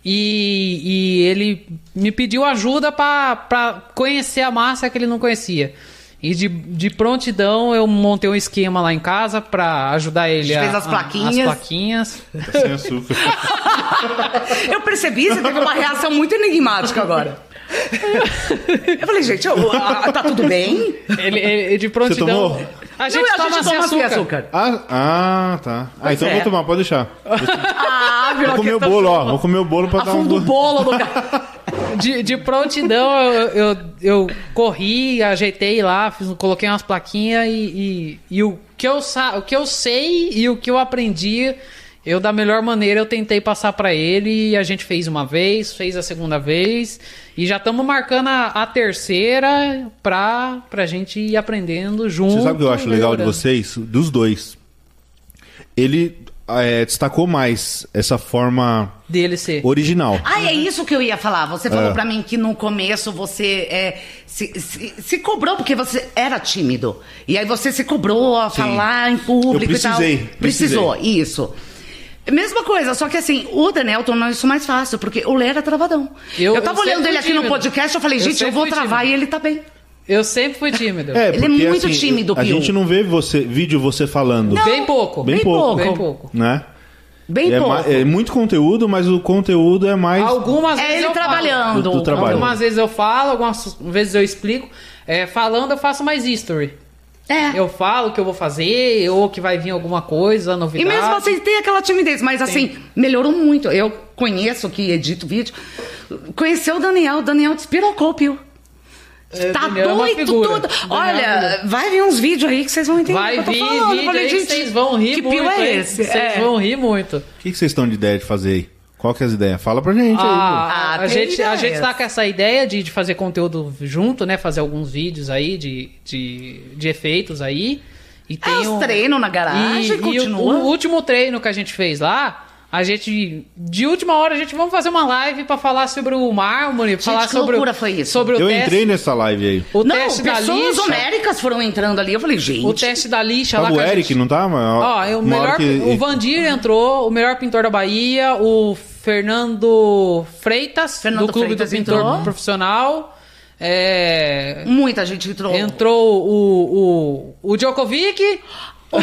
B: E, e ele me pediu ajuda para conhecer a massa que ele não conhecia. E de, de prontidão eu montei um esquema lá em casa para ajudar ele
C: A gente fez
B: a-
C: as
B: a-
C: plaquinhas.
B: as plaquinhas.
A: Tá Sem açúcar.
C: Eu percebi, você teve uma reação muito enigmática agora. Eu falei, gente, eu- ah, tá tudo bem?
B: Ele, ele- de prontidão.
A: tomou?
B: A gente
C: Não,
B: toma, sem açúcar.
A: Ah, ah, tá. Ah, então
C: é.
A: eu vou tomar, pode deixar.
C: Ah, virou
A: Vou comer o
C: questão-
A: bolo, ó. Vou comer o bolo pra dar um
C: Afunda o
A: gosto.
C: bolo no cara.
B: De, de prontidão, eu, eu, eu corri, ajeitei lá, fiz, coloquei umas plaquinhas e, e, e o, que eu sa o que eu sei e o que eu aprendi, eu da melhor maneira eu tentei passar pra ele e a gente fez uma vez, fez a segunda vez e já estamos marcando a, a terceira pra, pra gente ir aprendendo junto.
A: Você sabe o que eu acho legal de
B: melhorando.
A: vocês? Dos dois. Ele eh, destacou mais essa forma
B: Dele ser.
A: original.
C: Ah, é
B: Uhum.
C: isso que eu ia falar. Você falou
A: É.
C: pra mim que no começo você é, se, se- se cobrou porque você era tímido. E aí você se cobrou a falar em público
A: Eu precisei,
C: e tal. Precisou, isso. Mesma coisa, só que assim, o Daniel tornou isso mais fácil, porque o Lê era travadão.
B: Eu-
C: Eu,
B: eu
C: tava
B: sempre
C: olhando
B: fui
C: ele aqui no
B: tímido.
C: podcast, eu falei,
B: Eu
C: gente, eu,
B: sempre
C: vou
B: fui
C: travar
B: tímido.
C: e ele tá bem.
B: Eu sempre fui tímido.
A: É,
C: Ele é
A: porque,
C: muito
A: assim,
C: tímido,
A: A
C: Pio.
A: gente não vê você, vídeo você falando.
B: Bem pouco.
A: Bem pouco.
B: Bem pouco.
A: Né?
C: Bem
A: é,
C: pouco.
A: ma- é muito conteúdo, mas o conteúdo é mais.
B: Algumas
C: É
B: vezes
C: ele
B: eu falo.
C: trabalhando.
A: Do- do trabalho.
B: Algumas vezes eu falo, algumas vezes eu explico. É, falando, eu faço mais history.
C: É.
B: Eu falo o que eu vou fazer, ou que vai vir alguma coisa, novidade.
C: E mesmo assim tem aquela timidez, mas assim, melhorou muito. Eu conheço que edito vídeo. Conheceu o Daniel, o Daniel despirocou, Pio.
B: É,
C: Tá
B: Daniel é uma
C: doido,
B: figura.
C: tudo.
B: Daniel é uma
C: Olha,
B: figura.
C: vai vir uns vídeos aí que vocês vão entender.
B: Vai
C: o que eu
B: vir
C: tô falando. Eu
B: vídeo
C: falei,
B: aí que
C: gente,
B: vocês vão rir
C: que
B: muito.
C: Pio é
B: hein?
C: esse?
B: Vocês
C: É.
B: vão rir muito.
A: O que, que vocês estão de ideia de fazer aí? Qual que é as ideias? Fala pra gente aí. pô.
B: Ah,
C: Ah,
B: a,
C: tem
B: gente, a
C: ideias.
B: gente tá com essa ideia de, de fazer conteúdo junto, né? Fazer alguns vídeos aí de, de, de efeitos aí. E tem
C: É os
B: um-
C: treinos na
B: e
C: garagem,
B: o-
C: continua.
B: o, último treino que a gente fez lá, a gente. De última hora, a gente vamos fazer uma live pra falar sobre o mármore, falar
C: que
B: sobre. o-
C: loucura foi isso?
B: Sobre o
A: Eu
B: teste,
A: entrei nessa live aí.
B: O
C: Não,
B: teste da
C: pessoas
B: lixa.
C: homéricas foram entrando ali. Eu falei, gente.
B: O teste da lixa lá
A: Tava
B: com
A: o
B: a
A: Eric,
B: gente-
A: não tava?
B: Ó, é o
A: Uma hora
B: melhor,
A: que-
B: o Vandir entrou, o melhor pintor da Bahia, o Fernando Freitas,
C: Fernando
B: do Clube
C: Freitas
B: do Pintor
C: entrou.
B: Profissional. É,
C: Muita gente entrou.
B: entrou o, o, o Djokovic,
C: O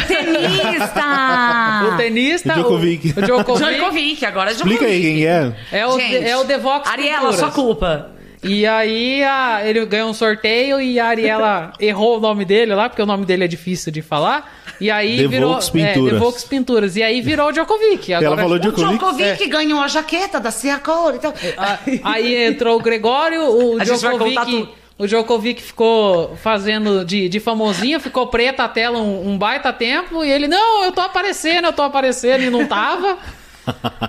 C: tenista!
B: o tenista.
A: o Djokovic.
B: O, o Djokovic.
C: Djokovic, agora é Djokovic.
A: Explica aí quem é.
B: É o,
C: Gente,
B: é o The Vox
C: Ariela,
B: Pinturas.
C: sua culpa.
B: E aí a- ele ganhou um sorteio e a Ariela errou o nome dele lá, porque o nome dele é difícil de falar. E aí
A: The
B: virou.
A: Vox
B: É,
A: Pinturas.
B: The Vox Pinturas. E aí virou o Djokovic.
A: Ela
B: Agora-
A: falou
C: O
A: Djokovic.
B: É.
C: Djokovic ganhou a jaqueta da então. Ciacor e tal.
B: A- Aí entrou o Gregório, o
C: A gente vai contar
B: Djokovic.
C: tudo.
B: O Djokovic ficou fazendo de, de famosinho, ficou preta a tela um, um baita tempo, e ele, não, eu tô aparecendo, eu tô aparecendo, e não tava.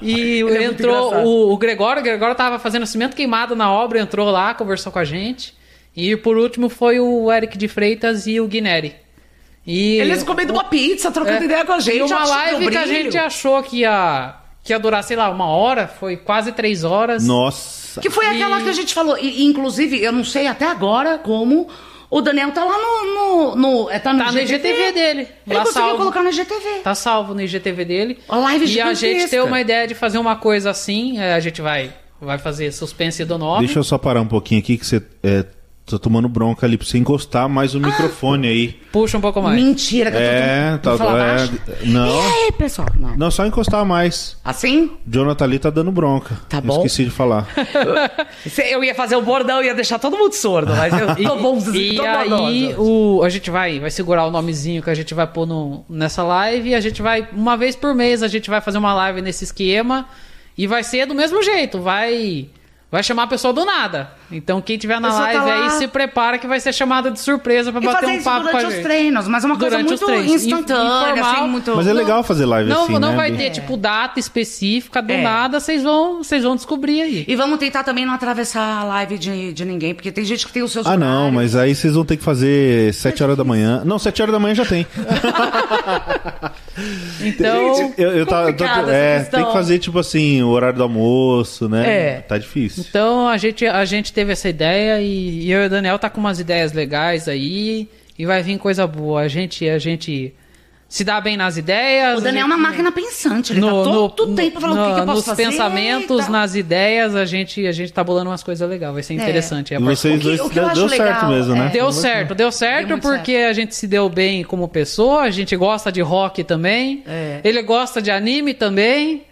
B: E
C: é muito
B: entrou
C: engraçado.
B: o, o Gregório, o Gregório tava fazendo cimento queimado na obra, entrou lá, conversou com a gente. E por último foi o Eric de Freitas e o Guineri. E é.
C: Eles comendo uma pizza, trocando ideia com a gente.
B: e uma
C: achando um
B: live que a
C: brilho.
B: gente achou que ia, que ia durar, sei lá, uma hora, foi quase três horas.
A: Nossa.
C: Que foi aquela que a gente falou. E, inclusive, eu não sei até agora como o Daniel tá lá no. no, no é, tá no
B: Tá no IGTV dele.
C: Ele
B: lá
C: conseguiu
B: salvo.
C: colocar no IGTV.
B: Tá salvo no IGTV dele.
C: Uma live
B: e a gente
C: gigantesca.
B: tem uma ideia de fazer uma coisa assim. é, a gente vai, vai fazer suspense do nome.
A: Deixa eu só parar um pouquinho aqui que você é, tá tomando bronca ali pra você encostar mais o microfone aí.
B: Puxa um pouco mais.
C: Mentira que
A: É,
C: eu tô...
A: tá- é, não.
C: E aí, pessoal? Não.
A: Não, só encostar mais.
C: Assim?
A: Jonathan ali tá dando bronca.
C: Tá
A: Eu
C: bom.
A: Esqueci de falar.
C: Se Eu ia fazer o bordão, ia deixar todo mundo sordo, mas eu tô bonzinho,
B: E
C: tô
B: aí
C: bondosa.
B: o, a gente vai, vai segurar o nomezinho que a gente vai pôr no, nessa live. E a gente vai, uma vez por mês, a gente vai fazer uma live nesse esquema. E vai ser do mesmo jeito, vai vai chamar a pessoa do nada. Então quem tiver na
C: Pessoa tá
B: live
C: lá.
B: aí, se prepara que vai ser chamada de surpresa pra
C: E
B: bater
C: fazer
B: um
C: isso
B: papo com a
C: durante os
B: gente.
C: treinos, mas é uma coisa
B: Durante os
C: muito
B: treinos,
C: instantânea,
B: informal.
C: assim, muito...
A: Mas é legal fazer live
B: Não,
A: assim,
B: não
A: né?
B: vai
A: Bi?
B: ter, tipo, data específica do
C: É.
B: nada, vocês vão, vocês vão descobrir aí.
C: E vamos tentar também não atravessar a live de, de ninguém, porque tem gente que tem os seus
A: Ah, não,
C: horários.
A: mas aí vocês vão ter que fazer 7 horas da manhã. Não, 7 horas da manhã já tem.
B: Então,
A: eu, eu tá,
C: É um complicado
A: tá-
C: essa
A: é,
C: questão.
A: tem que fazer, tipo assim, o horário do almoço, né?
C: É.
A: Tá difícil.
B: então a, gente, a gente teve essa ideia e, e eu e o Daniel tá com umas ideias legais aí e vai vir coisa boa. A gente, a gente se dá bem nas ideias.
C: O Daniel é
B: a
C: uma
B: gente-
C: máquina pensante, ele tá
B: no-
C: todo
B: no-
C: tempo falando o que, que
B: no-
C: eu posso
B: nos
C: fazer. tá?
B: pensamentos,
C: e tal.
B: nas ideias, a gente, a gente tá bolando umas coisas legais, vai ser interessante. É a
A: E
B: parte-
A: vocês
C: O que-
A: dois
C: o que eu
A: deu,
C: acho
A: deu certo
C: legal
A: mesmo, né?
C: é-
B: Deu certo, deu certo
C: muito
B: porque a gente se deu bem como pessoa, a gente gosta de rock também.
C: É.
B: Ele gosta de anime também.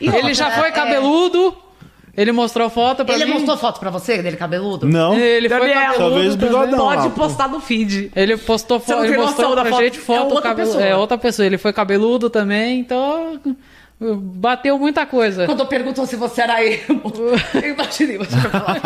C: E outra,
B: ele já foi
C: é,
B: cabeludo. Ele mostrou foto pra
C: Ele
B: mim.
C: mostrou foto pra você dele cabeludo?
A: Não.
B: Ele foi
C: Daniel,
B: cabeludo.
A: talvez
B: também.
A: bigodão.
C: Pode
A: lá, pô.
C: postar no feed.
B: Ele postou
C: Você não
B: foto, ele
C: tem
B: mostrou
C: noção
B: pra
C: da foto,
B: gente foto
C: é outra
B: cabelu-
C: pessoa.
B: É outra pessoa. Ele foi cabeludo também, então bateu muita coisa.
C: Quando perguntou se você era emo, eu imaginei você falar.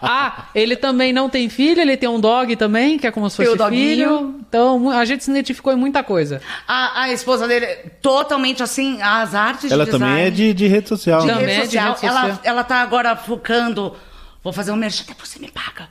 B: Ah, ele também não tem filho, ele tem um dog também, que é como se
C: Tem
B: fosse
C: o doguinho.
B: filho. Então, mu- a gente se identificou em muita coisa.
C: A, a esposa dele, é totalmente assim, as artes
A: Ela
C: de design.
A: também é de, de rede social.
C: de
A: né?
B: Também.
C: rede
B: é de
C: social.
B: rede social.
C: Ela, ela tá agora focando. Vou fazer um merchan, até você me paga.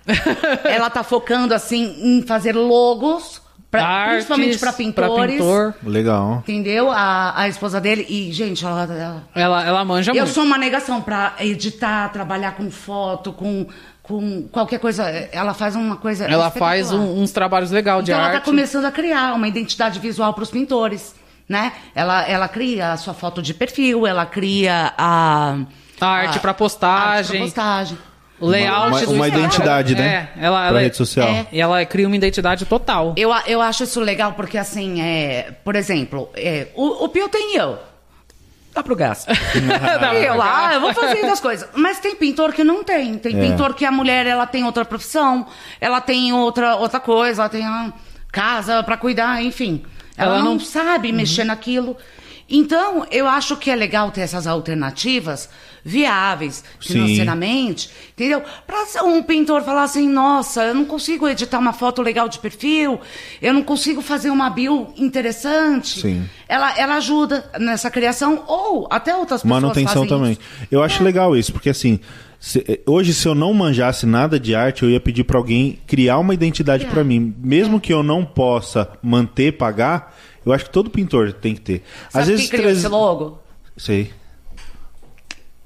C: ela tá focando, assim, em fazer logos, pra-
B: Artes,
C: principalmente pra pintores.
B: pintor.
A: Legal.
C: Entendeu? A, a esposa dele. E, gente, ela. ela-
B: Ela, ela manja
C: eu
B: muito.
C: sou uma negação pra editar, trabalhar com foto, com, com qualquer coisa. Ela faz uma coisa.
B: Ela faz
C: espetacular.
B: um- uns trabalhos legais de
C: Então ela
B: arte.
C: está começando a criar uma identidade visual para os pintores, né? Ela, ela cria a sua foto de perfil, ela cria a...
B: A arte pra
C: arte pra
B: postagem.
C: postagem.
B: O layout
A: Uma,
B: do
A: uma
B: Instagram.
A: identidade, né?
B: É, ela,
A: pra
B: ela,
A: rede social.
C: é.
B: E ela cria uma identidade total.
C: Eu, a- eu acho isso legal porque, assim, é, por exemplo, é, o, o Pio tem eu. Dá pro gasto.
B: Dá
C: eu
B: pro
C: lá,
B: gasto.
C: eu vou fazer as coisas. Mas tem pintor que não tem. Tem
A: É.
C: pintor que a mulher, ela tem outra profissão, ela tem outra, outra coisa, ela tem a casa pra cuidar, enfim. Ela,
B: Ela
C: não,
B: não-
C: sabe mexer naquilo. Então, eu acho que é legal ter essas alternativas viáveis
A: Sim.
C: financeiramente, entendeu? Pra um pintor falar assim, nossa, eu não consigo editar uma foto legal de perfil, eu não consigo fazer uma bio interessante.
A: Sim.
C: Ela, ela ajuda nessa criação, ou até outras pessoas
A: Manutenção
C: fazem
A: também.
C: isso. É.
A: Eu acho legal isso, porque assim, se- eh, hoje se eu não manjasse nada de arte, eu ia pedir pra alguém criar uma identidade
C: É.
A: pra mim, mesmo que eu não possa manter, pagar. Eu acho que todo pintor tem que ter.
C: Sabe
A: Às
C: quem
A: vezes
C: criou
A: três-
C: esse logo?
A: Sei.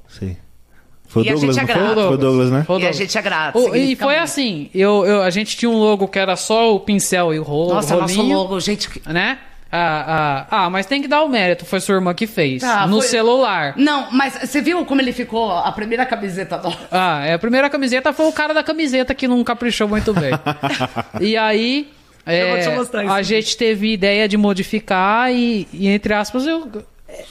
A: Sei. Foi o
C: E a
A: Douglas, não
C: gente
A: foi?
C: é grato.
A: Foi o Douglas, né?
B: Foi o
C: E a
B: Douglas.
C: gente é grato.
B: O- e
C: significa
B: foi
C: muito.
B: assim, eu, eu, a gente tinha um logo que era só o pincel e o rolo,
C: Nossa, nosso
B: rolinho,
C: logo, gente... que-
B: né? Ah, ah, ah, mas tem que dar o mérito, foi sua irmã que fez,
C: Tá,
B: no
C: foi-
B: celular.
C: Não, mas você viu como ele ficou a primeira camiseta nossa?
B: Ah, é, a primeira camiseta foi o cara da camiseta que não caprichou muito bem. e aí, é,
C: vou te mostrar isso.
B: a gente teve ideia de modificar e, e, entre aspas, eu-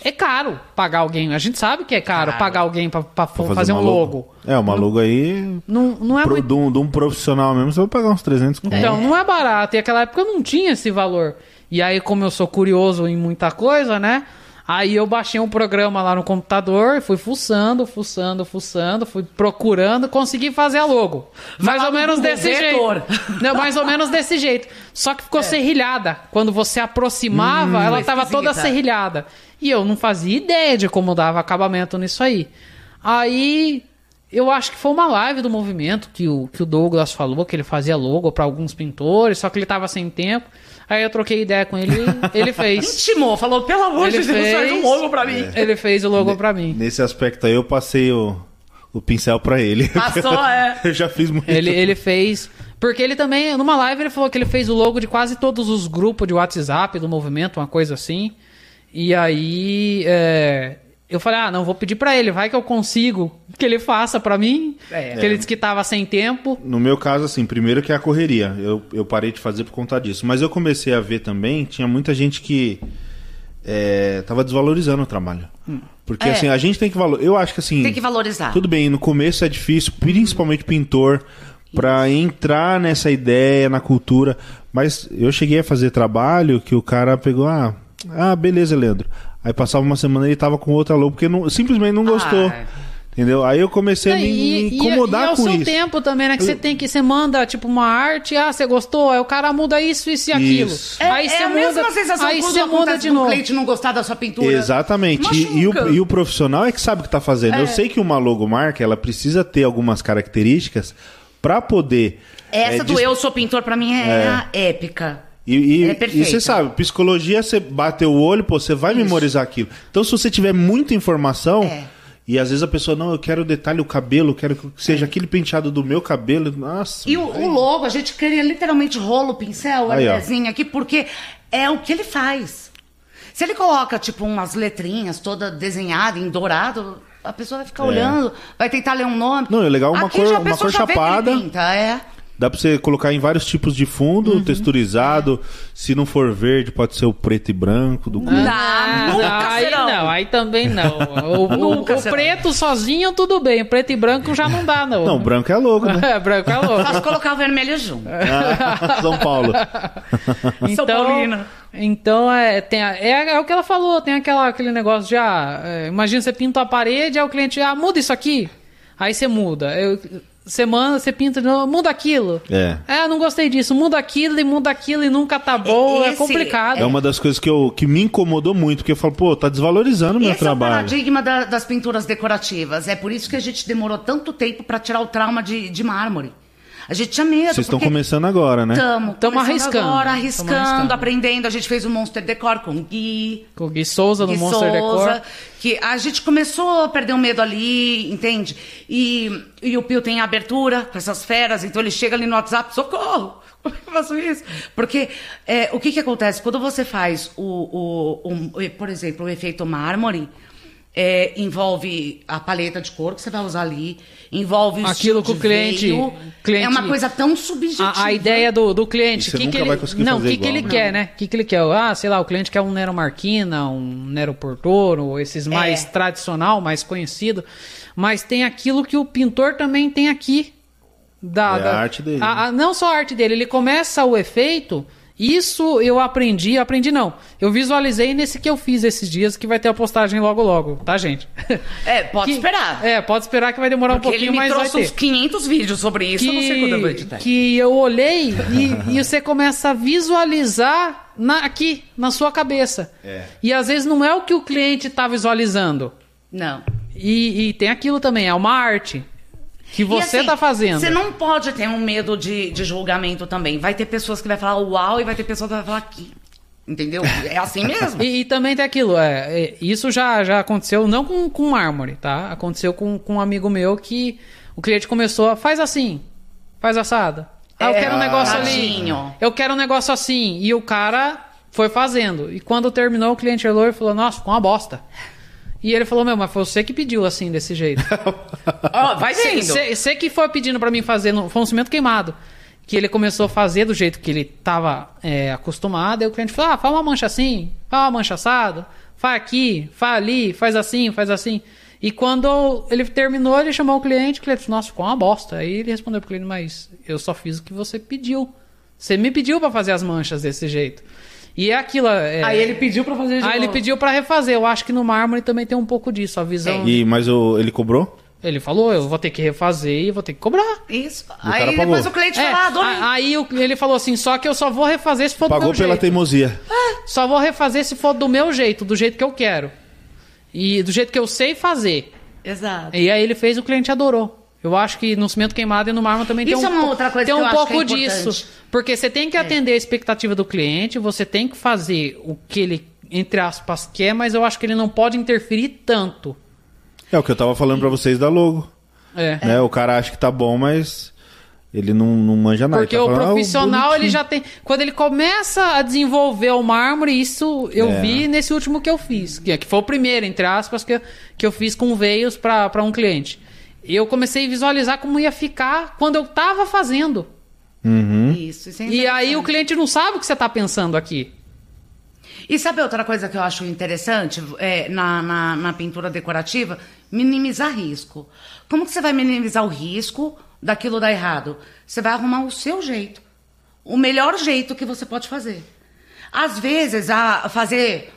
B: é caro pagar alguém. A gente sabe que é caro, pagar alguém pra, pra fazer, um
A: uma
B: logo.
A: É, uma logo aí.
B: Não, não é
A: pro-
B: muito
A: de, um, de um profissional mesmo, você vai pagar uns 300 conto.
C: um
B: Então, não é barato. E aquela época não tinha esse valor. E aí, como eu sou curioso em muita coisa, né? Aí eu baixei um programa lá no computador, fui fuçando, fuçando, fuçando, fui procurando, consegui fazer a logo. Mais
C: lá
B: ou
C: no
B: menos
C: Google,
B: desse
C: vetor.
B: jeito. Não, mais ou menos desse jeito. Só que ficou
C: É.
B: serrilhada. Quando você aproximava, ela
C: foi
B: estava toda
C: Hum, esquisita.
B: serrilhada. E eu não fazia ideia de como dava acabamento nisso aí. Aí eu acho que foi uma live do movimento que o, que o Douglas falou, que ele fazia logo pra alguns pintores, só que ele tava sem tempo. Aí eu troquei ideia com ele, ele fez.
C: Intimou, falou, pelo amor
B: Ele
C: de Deus, faz um
B: fez.
C: logo pra mim.
B: Ele fez o logo pra mim.
A: Nesse aspecto aí, eu passei o, o pincel pra ele.
C: Passou, é.
A: eu já fiz muito.
B: Ele, ele fez. Porque ele também, numa live, ele falou que ele fez o logo de quase todos os grupos de WhatsApp do movimento, uma coisa assim. E aí. é, Eu falei, ah, não, vou pedir pra ele, vai que eu consigo que ele faça pra mim.
C: É.
B: Que ele disse que tava sem tempo.
A: No meu caso, assim, primeiro que é a correria. Eu, eu parei de fazer por conta disso. Mas eu comecei a ver também, tinha muita gente que é, tava desvalorizando o trabalho. Porque,
C: É.
A: assim, a gente tem que valorizar. Eu acho que, assim.
C: Tem que valorizar.
A: Tudo bem, no começo é difícil, principalmente pintor, pra entrar nessa ideia, na cultura. Mas eu cheguei a fazer trabalho que o cara pegou, ah, ah beleza, Leandro. Aí passava uma semana ele tava com outra louca, porque não- simplesmente não gostou.
C: Ah.
A: Entendeu? Aí eu comecei a me me incomodar
B: e ao
A: com
B: seu
A: isso.
B: tempo também, né? Que você tem que, você manda, tipo, uma arte, ah, você gostou, aí o cara muda isso, isso e aquilo.
A: Isso.
C: É,
B: Aí
C: é
B: você
C: a
B: muda,
C: mesma sensação
B: aí
C: quando
B: você muda
C: acontece
B: de
C: de um
B: novo.
C: cliente não gostar da sua pintura.
A: Exatamente. E, e
C: Machuca.
A: o, e o profissional é que sabe o que está fazendo. Eu sei que uma logomarca, ela precisa ter algumas características para poder.
C: Essa
A: é,
C: do
A: dis-
C: eu sou pintor, pra mim, é, a épica.
A: E, e-
C: é
A: e
C: perfeita.
A: você sabe, psicologia, você bateu o olho, pô, você vai memorizar aquilo. Então, se você tiver muita informação.
C: É.
A: E às vezes a pessoa, não, eu quero o detalhe, o cabelo, eu quero que seja aquele penteado do meu cabelo. Nossa.
C: E o, o logo, a gente cria literalmente rolo, pincel,
A: Aí, ó.
C: artezinho aqui, porque é o que ele faz. Se ele coloca, tipo, umas letrinhas toda desenhada em dourado, a pessoa vai ficar
A: É.
C: olhando, vai tentar ler um nome.
A: Não, é legal uma
C: Aqui
A: cor-
C: já a
A: uma cor
C: pessoa já vê que ele
A: chapada.
C: pinta, é.
A: Dá pra você colocar em vários tipos de fundo,
C: Uhum.
A: texturizado. Se não for verde, pode ser o preto e branco do clube.
C: Não,
B: Ah,
C: nunca
B: aí
C: serão.
B: não, aí também não. O, o-
C: Nunca
B: o
C: serão.
B: preto sozinho, tudo bem. O preto e branco já não dá, não.
A: Não, branco é louco, né?
B: É, branco é louco.
C: Só se colocar o vermelho junto.
A: É. Ah, São Paulo.
C: São Paulino.
B: Então é, tem a- é, é o que ela falou, tem aquela, aquele negócio de ah, é, imagina você pinta a parede, aí o cliente, ah, muda isso aqui. Aí você muda. Eu- Você manda, você pinta de novo, muda aquilo.
A: É.
B: É, não gostei disso, muda aquilo e muda aquilo e nunca tá bom, é
C: esse-
B: complicado.
A: É uma das coisas que, eu, que me incomodou muito, porque eu falo, pô, tá desvalorizando o meu
C: Esse é o
A: trabalho.
C: paradigma da- das pinturas decorativas. É por isso que a gente demorou tanto tempo para tirar o trauma de, de mármore. A gente tinha medo.
A: Vocês estão
C: porque- Então.
A: começando agora, né?
C: Tamo,
B: Tamo
C: começando
B: arriscando.
C: Agora,
B: Tamo
C: arriscando,
B: arriscando.
C: aprendendo. A gente fez o Monster Decor com o Gui,
B: Com o Gui Souza no
C: Gui
B: Monster
C: Souza,
B: Decor.
C: que a gente começou a perder o medo ali, entende? E, e o Pio tem abertura com essas feras, então ele chega ali no WhatsApp, socorro! Como é que eu faço isso? Porque é, o que, que acontece? Quando você faz o, o, um- por exemplo, o efeito mármore, é, envolve a paleta de cor que você vai usar ali, envolve o
B: Aquilo
C: estilo
B: que o
C: de
B: cliente-
C: veio.
B: cliente-
C: é uma coisa tão subjetiva.
B: A, a ideia do, do cliente,
A: E
B: o
A: você
B: que, que
A: nunca
B: ele,
A: vai conseguir
B: não, o
A: fazer
B: que, que
A: igual,
B: ele
A: né?
B: quer, né? O que, que ele quer? Ah, sei lá, o cliente quer um Nero Marquina, um Nero Portoro, ou esses mais
C: É.
B: tradicional, mais conhecido. Mas tem aquilo que o pintor também tem aqui. Da,
A: É a
B: da-
A: arte dele,
B: a-
A: né?
B: a- não só a arte dele, ele começa o efeito. Isso eu aprendi, aprendi não. Eu visualizei nesse que eu fiz esses dias, que vai ter a postagem logo logo, tá, gente?
C: É, pode
B: Que-
C: esperar.
B: É, pode esperar que vai demorar um
C: Porque ele
B: pouquinho,
C: me
B: mas vai
C: trouxe
B: ter
C: uns 500 vídeos sobre isso, eu não sei quando eu vou editar.
B: que eu olhei e, e você começa a visualizar na- aqui, na sua cabeça.
A: É.
B: E às vezes não é o que o cliente está visualizando.
C: Não.
B: E, e tem aquilo também, é uma arte que você
C: E, assim,
B: está fazendo.
C: Você não pode ter um medo de, de julgamento também. Vai ter pessoas que vai falar uau e vai ter pessoas que vai falar que. Entendeu? É assim mesmo.
B: E, e também tem aquilo, é, é, isso já, já aconteceu, não com, com mármore, tá? Aconteceu com, com um amigo meu que o cliente começou a, faz assim, faz assado. Ah, eu
C: É,
B: quero um negócio ali,
C: tadinho.
B: eu quero um negócio assim. E o cara foi fazendo. E quando terminou, o cliente olhou e falou, nossa, ficou uma bosta. E ele falou, meu, mas foi você que pediu assim, desse jeito. Tá
C: Ó, vai vendo.
B: Você que foi pedindo pra mim fazer, no- foi um cimento queimado. Que ele começou a fazer do jeito que ele tava é, acostumado. Aí o cliente falou: ah, faz uma mancha assim, faz uma mancha assada, faz aqui, faz ali, faz assim, faz assim. E quando ele terminou, ele chamou o cliente, o cliente falou, nossa, ficou uma bosta. Aí ele respondeu pro cliente, mas eu só fiz o que você pediu. Você me pediu pra fazer as manchas desse jeito. E é aquilo. é-
C: Aí ele pediu pra fazer de
B: Aí ele
C: novo.
B: pediu pra refazer. Eu acho que no mármore também tem um pouco disso, a visão.
A: E, mas o, ele cobrou?
B: Ele falou, eu vou ter que refazer e vou ter que cobrar.
C: Isso.
A: cara
C: Aí
A: pagou.
C: depois o cliente
B: É,
C: fala, ah, adorei.
B: a- aí o- ele falou assim, só que eu só vou refazer se for do
A: Pagou
B: meu
A: pela
B: jeito.
A: teimosia.
B: Só vou refazer se for do meu jeito, do jeito que eu quero. E do jeito que eu sei fazer.
C: Exato.
B: E aí ele fez, o cliente adorou. Eu acho que no cimento queimado e no mármore também
C: Isso
B: tem um,
C: é uma
B: po-
C: outra coisa
B: tem
C: que
B: um
C: eu acho que
B: pouco
C: é importante. É.
B: disso. Porque você tem que atender a expectativa do cliente, você tem que fazer o que ele, entre aspas, quer, mas eu acho que ele não pode interferir tanto.
A: É o que eu tava falando pra vocês da logo.
B: É.
A: Né? O cara acha que tá bom, mas. Ele não, não manja nada.
B: Porque
A: Ele tá
B: o
A: falando, "Ah,
B: profissional, ele
A: bonitinho".
B: já tem. Quando ele começa a desenvolver o mármore, isso eu
A: É.
B: vi nesse último que eu fiz. Que, que foi o primeiro, entre aspas, que, eu- que eu fiz com veios pra pra um cliente. Eu comecei a visualizar como ia ficar quando eu tava fazendo.
C: Isso, isso é
B: Hum? E aí
C: interessante.
B: o cliente não sabe o que você tá pensando aqui.
C: E sabe outra coisa que eu acho interessante é, na, na, na pintura decorativa? Minimizar risco. Como que você vai minimizar o risco daquilo dar errado? Você vai arrumar o seu jeito. O melhor jeito que você pode fazer. Às vezes, a fazer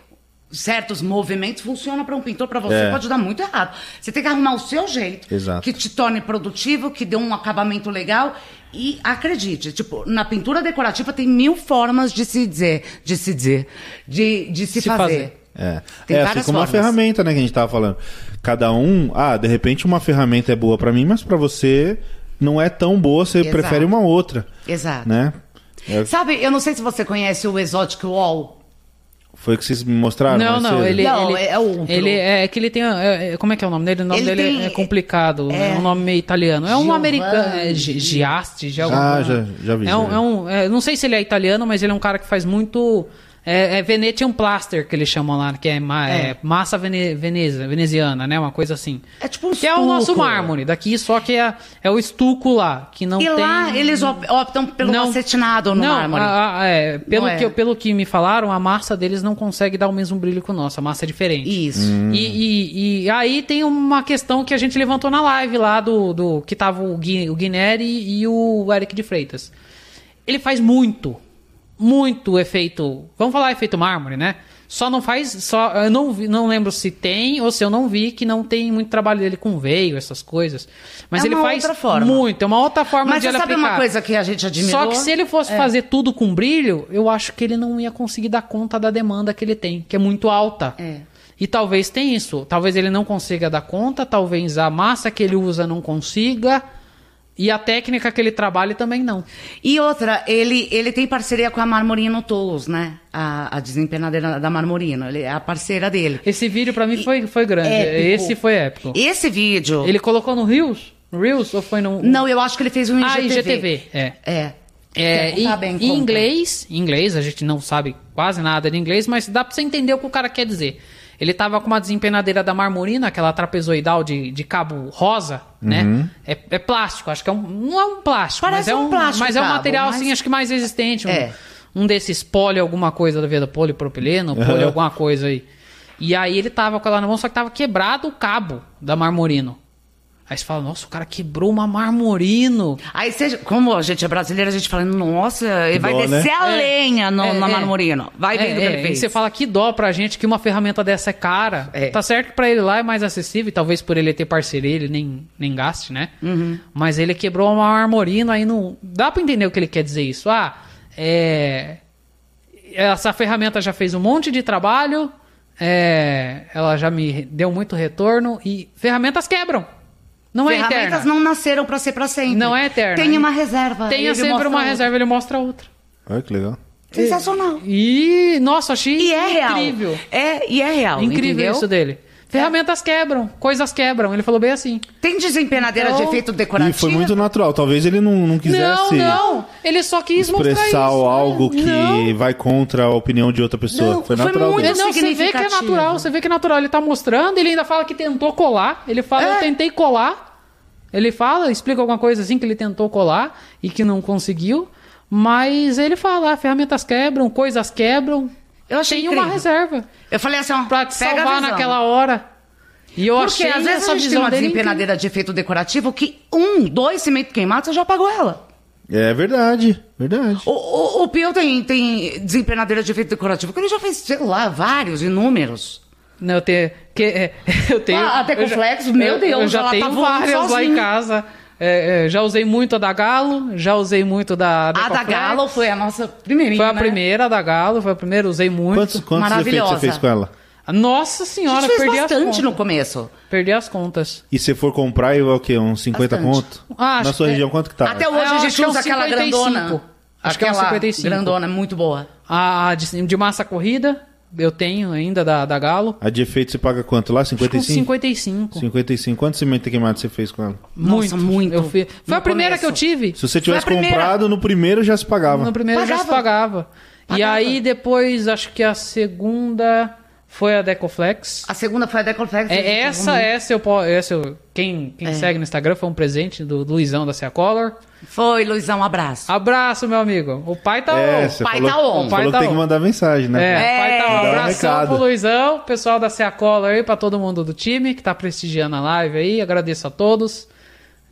C: certos movimentos funciona para um pintor, para você
A: É.
C: pode dar muito errado. Você tem que arrumar o seu jeito,
A: Exato.
C: que te torne produtivo, que dê um acabamento legal. E acredite, tipo, na pintura decorativa tem mil formas de se dizer, de se dizer, de, de se,
B: Se
C: fazer.
B: fazer.
A: É,
C: Tem
A: é
C: várias
A: assim como uma
C: formas.
A: ferramenta, né, que a gente tava falando. Cada um, ah, de repente uma ferramenta é boa pra mim, mas pra você não é tão boa, você
C: Exato.
A: prefere uma outra,
C: Exato.
A: né? É,
C: Sabe, eu não sei se você conhece o Exotic Wall.
A: foi o que vocês me mostraram?
B: não,
A: mais
B: não,
A: cedo.
B: ele,
C: Não,
B: ele-
C: é outro.
B: Ele é que ele tem. é, é, como é que é o nome dele? O nome
C: Ele
B: dele
C: tem-
B: é complicado. É, um nome meio italiano. É um
C: Giovanni.
B: americano. É, Gi- Giasti, já
A: Ah, já- já vi,
B: É
A: já
B: um,
A: vi.
B: é um- é, não sei se ele é italiano, mas ele é um cara que faz muito. É, é Venetian plaster que eles chamam lá, que é, ma- é massa vene, veneza, veneziana, né? Uma coisa assim.
C: É tipo um
B: Que é o nosso
C: estuco.
B: mármore daqui, só que é, é o estuco lá, que não
C: e
B: tem.
C: lá eles op- optam pelo acetinado no
B: não,
C: mármore.
B: a- a- é, pelo,
C: Não é.
B: que, eu- pelo que me falaram, a massa deles não consegue dar o mesmo brilho que o nosso. A massa é diferente.
C: Isso.
B: E, e- e aí tem uma questão que a gente levantou na live lá do, do que tava o, Gui, o Guineri e o Eric de Freitas. Ele faz muito, muito efeito. Vamos falar efeito mármore, né? Só não faz, só eu não vi- não lembro se tem ou se eu não vi que não tem muito trabalho dele com veio essas coisas. Mas
C: É
B: ele
C: uma
B: faz
C: outra forma.
B: muito, é uma outra forma
C: Mas
B: de
C: você
B: ele
C: sabe
B: aplicar.
C: uma coisa que a gente admirou? É.
B: Só que se ele fosse fazer tudo com brilho, eu acho que ele não ia conseguir dar conta da demanda que ele tem, que é muito alta.
C: É.
B: E talvez tenha isso. Talvez ele não consiga dar conta, talvez a massa que ele usa não consiga. E a técnica que ele trabalha também não.
C: E outra, ele, ele tem parceria com a Marmorino Tolos, né? A, a desempenadeira da Marmorino. Ele é a parceira dele.
B: Esse vídeo pra mim foi, foi grande.
C: Épico.
B: Esse foi épico.
C: Esse vídeo.
B: Ele colocou no Reels? Reels ou foi no.
C: Não, eu acho que ele fez um IGTV.
B: Ah, IGTV. É.
C: É.
B: É,
C: Quer
B: e,
C: contar bem
B: em
C: como?
B: inglês, em inglês, a gente não sabe quase nada de inglês, mas dá pra você entender o que o cara quer dizer. Ele tava com uma desempenadeira da marmorina, aquela trapezoidal de, de cabo rosa, né? É, é plástico, acho que é um, não é um plástico,
C: Parece
B: mas é
C: um
B: um,
C: plástico,
B: mas é um
C: cabo,
B: material
C: mas-
B: assim, acho que mais resistente, um,
C: É.
B: um desses poli alguma coisa da vida, polipropileno, poli alguma coisa aí. E aí ele tava com ela na mão, só que tava quebrado o cabo da marmorino. Aí você fala, nossa, o cara quebrou uma marmorino.
C: Aí, você, como a gente é brasileira, a gente fala, nossa, ele vai
A: dó,
C: descer
A: né?
C: a
B: É.
C: lenha no,
B: É,
C: na
B: é.
C: Marmorino. Vai
B: É,
C: vendo o que
B: é,
C: ele
B: e
C: fez.
B: você fala que dó pra gente que uma ferramenta dessa é cara.
C: É.
B: Tá certo que pra ele lá é mais acessível, e talvez por ele ter parceria, ele nem, nem gaste, né?
C: Uhum.
B: Mas ele quebrou uma armorina aí não. Dá pra entender o que ele quer dizer isso. Ah, é. Essa ferramenta já fez um monte de trabalho, é, ela já me deu muito retorno e ferramentas quebram. Não é
C: Ferramentas
B: eterna.
C: não nasceram pra ser pra sempre.
B: Não é eterna.
C: Tem uma reserva.
B: Tenha
C: Ele
B: sempre
C: mostra
B: uma
C: outra.
B: reserva, ele mostra outra.
A: Olha que legal.
C: Sensacional.
B: E, nossa, achei
C: E é real.
B: incrível.
C: É, e é real.
B: Incrível
C: entendeu? É.
B: isso dele. Ferramentas quebram, coisas quebram. Ele falou bem assim.
C: Tem desempenadeira de
B: Então-
C: efeito
A: E
C: decorativo.
A: foi muito natural. Talvez ele não, não
B: Não,
A: quisesse
B: não. Ele só quis mostrar isso.
A: expressar algo que
B: Não,
A: vai contra a opinião de outra pessoa.
C: Não,
A: foi
C: foi
A: natural
C: muito
B: Ele-
A: dele.
B: não, você vê que é
C: significativo.
B: natural, você vê que é natural. Ele tá mostrando, ele ainda fala que tentou colar. Ele fala,
C: É.
B: eu tentei colar. Ele fala, explica alguma coisa assim que ele tentou colar e que não conseguiu. Mas ele fala, ah, ferramentas quebram, coisas quebram.
C: Eu achei
B: Tem uma
C: incrível.
B: reserva
C: Eu falei assim, ó,
B: pra te
C: pega a
B: salvar
C: visão.
B: naquela hora. E eu
C: Porque
B: achei
C: às vezes
B: essa
C: a gente tem
B: visão
C: uma
B: dele é incrível.
C: desempenadeira de efeito decorativo que um, dois cimento queimado, você já apagou ela.
A: É verdade, verdade.
C: O, o, o Pio tem, tem desempenadeira de efeito decorativo que ele já fez, sei lá, vários, inúmeros.
B: Não, eu tenho. Que, é, eu tenho
C: Ah, até
B: eu
C: com
B: já-
C: flexo, meu
B: eu-
C: Deus,
B: Eu já
C: ela tá
B: tenho
C: voando
B: várias lá em
C: sozinha.
B: casa. É, é, já usei muito a da Galo, já usei muito da.
C: a da
B: Decoflex.
C: Galo foi né? a nossa primeira.
B: Foi a primeira a da Galo, foi a primeira, usei muito.
A: Quantos, quantos efeitos
C: Maravilhosa.
A: você fez com ela?
B: Nossa
C: A
B: senhora,
C: gente fez
B: perdi as
C: bastante
B: contas.
C: no começo.
B: Perdi as contas.
A: E se for comprar, é o quê? Uns 50
C: Bastante.
A: conto?
B: Ah,
A: Na
B: acho
A: sua
B: que-
A: região, quanto que tá?
C: Até hoje
B: Eu
C: a
B: acho
C: gente
B: que é um
C: usa aquela
B: 55.
C: grandona.
B: Acho que é um
C: aquela
B: 55.
C: grandona, muito boa.
B: A de, de massa corrida, Eu tenho ainda da, da Galo.
A: A de efeito você paga quanto lá?
B: Acho que uns
A: 55?
B: 55.
A: 55. Quanto cimento queimado você fez com ela?
B: Muito.
C: Nossa, muito.
B: Eu fui... Foi
C: No
B: a primeira
C: começo.
B: que eu tive.
A: Se você tivesse
C: Foi a primeira.
A: comprado, no primeiro já se pagava.
B: Na primeira já se pagava. E
C: Pagava.
B: aí depois, acho que a segunda foi a Decoflex.
C: A segunda foi a um- Decolflex.
B: É, essa, essa eu posso. Essa eu- quem quem segue no Instagram foi um presente do Luizão da Sea Color.
C: Foi, Luizão, um abraço.
B: Abraço, meu amigo. O pai tá.
A: É,
B: on.
A: você
C: pai
A: falou,
C: tá
A: falou
C: on.
B: Pai
A: que
B: tá
A: tem
B: on.
A: que mandar mensagem,
B: É,
A: né?
B: o pai tá.
C: É.
B: on.
A: Dá um
B: abração
A: recado.
B: pro Luizão, pessoal da Sea Color aí, pra todo mundo do time que tá prestigiando a live aí. Agradeço a todos.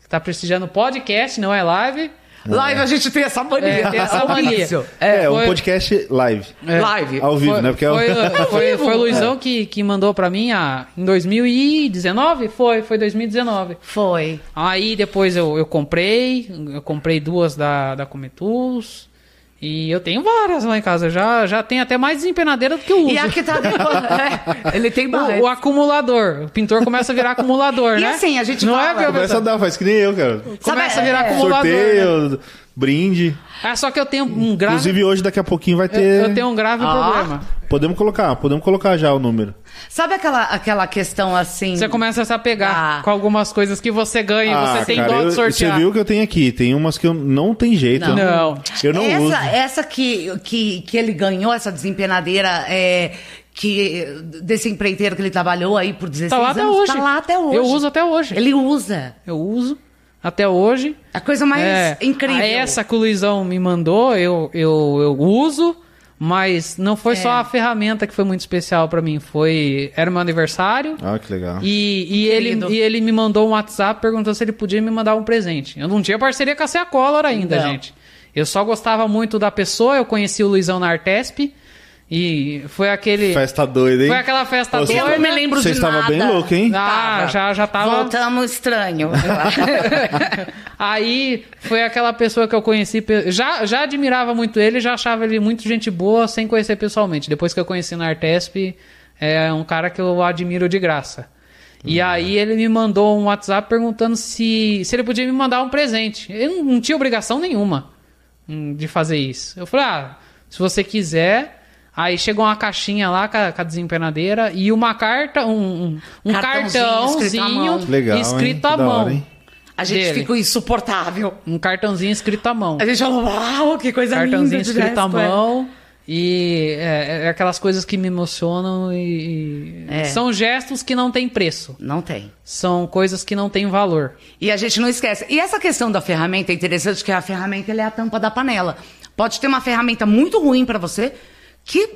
B: Que tá prestigiando o podcast, não é live.
C: Live, a gente tem essa mania.
B: É, tem essa mania.
A: É,
B: É, foi-
A: um podcast live.
B: É.
C: Live.
A: Ao vivo,
B: foi,
A: né? Porque é o-
B: foi, foi,
C: vivo.
B: foi o Luizão que, que mandou pra mim a, em 2019? Foi, foi 2019.
C: Foi.
B: Aí depois eu, eu comprei, eu comprei duas da, da Cometools. E eu tenho várias lá em casa. Já, já tem até mais desempenadeira do que eu uso.
C: E a que tá depois. é, ele tem mais.
B: O, o acumulador. O pintor começa a virar acumulador,
C: E
B: né?
C: assim, a gente
B: Não
C: fala-
B: é, meu
A: Começa a dar, faz que nem eu, cara.
C: Sabe,
B: Começa a virar
C: é,
B: acumulador. né?
A: Sorteio, brinde.
B: É só que eu tenho um grave...
A: Inclusive hoje, daqui a pouquinho, vai
B: eu,
A: ter.
B: eu tenho um grave
C: Ah.
B: problema.
A: Podemos colocar, podemos colocar já o número.
C: Sabe aquela, aquela questão assim?
B: Você começa a se apegar
C: Ah.
B: com algumas coisas que você ganha e você tem dó
A: Ah, eu- Você
B: de sortear.
A: viu o que eu tenho aqui? Tem umas que eu não tem jeito. né?
B: Não.
C: Não.
A: Eu não
C: essa, é-
A: uso.
C: Essa que, que, que ele ganhou, essa desempenadeira é, que, desse empreiteiro que ele trabalhou aí por 16
B: Tá lá
C: anos.
B: até hoje.
C: Tá lá até hoje.
B: Eu uso até hoje.
C: Ele usa.
B: Eu uso até hoje.
C: A coisa mais
B: É,
C: incrível.
B: Essa que o Luizão me mandou, eu, eu, eu uso, mas não foi
C: É.
B: só a ferramenta que foi muito especial pra mim. Foi. Era meu aniversário.
A: Ah, que legal.
B: E, e ele,
C: Lindo.
B: e ele me mandou um WhatsApp perguntando se ele podia me mandar um presente. Eu não tinha parceria com a Sea Color ainda,
C: Não.
B: gente. Eu só gostava muito da pessoa, eu conheci o Luizão na Artesp. E foi aquele.
A: Festa doida, hein?
B: Foi aquela festa
A: Você-
B: doida.
C: Eu não me lembro
A: Você
C: de
A: estava
C: nada.
A: bem louco, hein?
B: Ah,
C: Tava.
B: já- já tava-
C: Voltamos estranho.
B: Aí foi aquela pessoa que eu conheci. pe- Já, já admirava muito ele, já achava ele muito gente boa sem conhecer pessoalmente. Depois que eu conheci na Artesp, é um cara que eu admiro de graça. E
A: Uhum.
B: aí ele me mandou um WhatsApp perguntando se, se ele podia me mandar um presente. Ele não, não tinha obrigação nenhuma hum, de fazer isso. Eu falei, ah, se você quiser. Aí chegou uma caixinha lá com a, com a desempenadeira e uma carta, um, um, um
C: Cartãozinho escrito à
B: cartãozinho
C: mão.
B: escrito à mão.
A: Legal, hein? Que da hora, hein?
C: A gente
B: Dele.
C: ficou insuportável.
B: Um cartãozinho escrito à mão.
C: A gente falou, uau, que coisa
B: cartãozinho
C: linda. é de
B: escrito à
C: resto, é.
B: mão. E é, é aquelas coisas que me emocionam e. e-
C: É.
B: São gestos que não têm preço.
C: Não tem.
B: São coisas que não têm valor.
C: E a gente não esquece. E essa questão da ferramenta é interessante, que a ferramenta ela é a tampa da panela. Pode ter uma ferramenta muito ruim pra você, que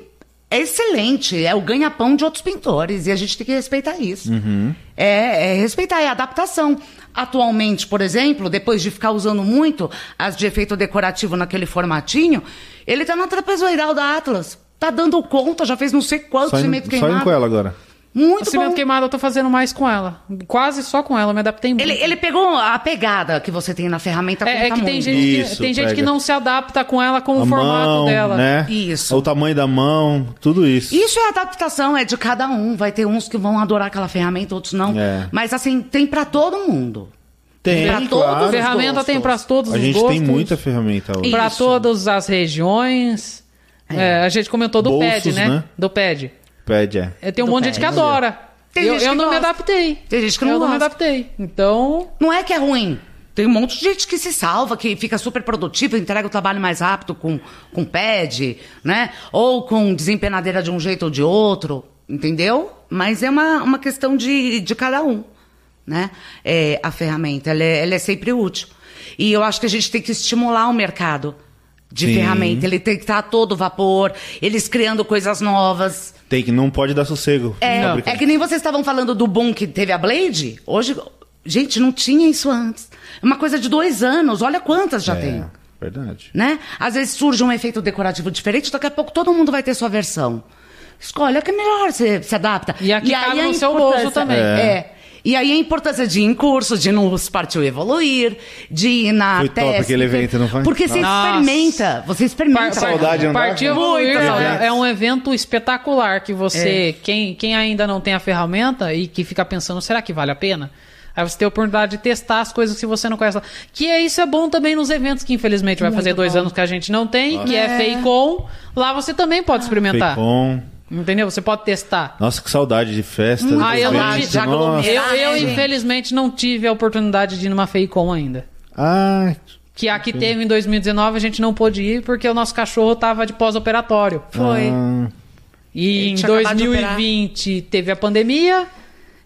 C: é excelente, é o ganha-pão de outros pintores, e a gente tem que respeitar isso.
A: Uhum.
C: É, é respeitar, é adaptação. Atualmente, por exemplo, depois de ficar usando muito as de efeito decorativo naquele formatinho, ele tá na trapezoidal da Atlas. Tá dando conta, já fez não sei quanto
A: Só
C: cimento
A: em, só em
C: queimado.
A: com ela agora.
B: O
C: Muito
B: cimento
C: bom.
B: queimado eu tô fazendo mais com ela. Quase só com ela, me adaptei muito.
C: Ele, ele pegou a pegada que você tem na ferramenta
B: é, é
C: conta
B: que tem
C: muito.
B: gente, que,
A: Isso,
B: tem gente que
A: pega.
B: não se adapta com ela com o
A: a
B: formato
A: mão,
B: dela.
A: né?
C: Isso.
A: O tamanho da mão, tudo isso.
C: Isso é adaptação, é de cada um. Vai ter uns que vão adorar aquela ferramenta, outros não.
A: É.
C: Mas assim, tem pra todo mundo.
A: Tem,
C: pra todos
A: claro.
C: os
B: Ferramenta
C: gostos.
B: tem pra todos
A: A
B: os
A: gente
B: gostos.
A: tem muita ferramenta hoje.
B: Pra
C: Isso.
B: todas as regiões. É, a gente comentou do
A: Bolsos,
B: pad, né?
A: né?
B: Do pad.
A: Pede, é.
B: É, tem um
C: Do
B: monte de gente que
C: pé, né?
B: adora.
C: Tem
B: eu
C: gente
B: eu
C: que
B: não me
C: gosta.
B: adaptei.
C: Tem gente que não
B: Eu não me
C: gosta.
B: adaptei. Então,
C: Não é que é ruim. Tem um monte de gente que se salva, que fica super produtiva, entrega o trabalho mais rápido com, com pad, né? Ou com desempenadeira de um jeito ou de outro, entendeu? Mas é uma, uma questão de, de cada um, né? É, a ferramenta, ela é, ela é sempre útil. E eu acho que a gente tem que estimular o mercado de
A: Sim.
C: ferramenta. Ele tem que estar a todo vapor, eles criando coisas novas.
A: Tem que, não pode dar sossego.
C: É,
A: Fabricante.
C: é que nem vocês estavam falando do boom que teve a Blade. Hoje, gente, não tinha isso antes. É uma coisa de dois anos. Olha quantas já
A: É,
C: tem.
A: Verdade.
C: Né? Às vezes surge um efeito decorativo diferente, daqui a pouco todo mundo vai ter sua versão. Escolhe a que é melhor você se adapta.
B: E a que
C: aí
B: cabe
C: a
B: no seu bolso
C: importância-
B: também.
C: É. E aí a importância de ir em curso, de ir nos partiu evoluir, de ir na
A: Foi top
C: técnica.
A: aquele evento, não foi?
C: Porque você
B: Nossa.
C: experimenta, você
B: par-
C: experimenta.
B: par-
A: Hum, saudade de andar,
B: partir
A: né?
B: evoluir
C: Muita
B: é-
C: saudade.
B: é, um evento espetacular que
C: É.
B: você, quem, quem ainda não tem a ferramenta e que fica pensando, será que vale a pena? Aí você tem a oportunidade de testar as coisas que você não conhece. lá. Que é isso é bom também nos eventos que
C: É. Ah.
B: infelizmente vai fazer dois anos que a gente não tem, que é, Feicon. Lá você também pode experimentar.
A: Feicom.
B: Entendeu? Você pode testar.
A: Nossa, que saudade de festa. de
B: ah, eu não
A: evento,
B: tive- já
A: nossa.
C: aglomerou.
B: Eu, eu,
C: Gente.
B: infelizmente, não tive a oportunidade de ir numa FEICOM ainda.
A: Ah,
B: Que a que teve em 2019 a gente não pôde ir porque o nosso cachorro tava de pós-operatório.
C: Foi.
A: ah,
B: E
C: Ele
B: em
C: tinha acabado de operar.
B: 2020 teve a pandemia.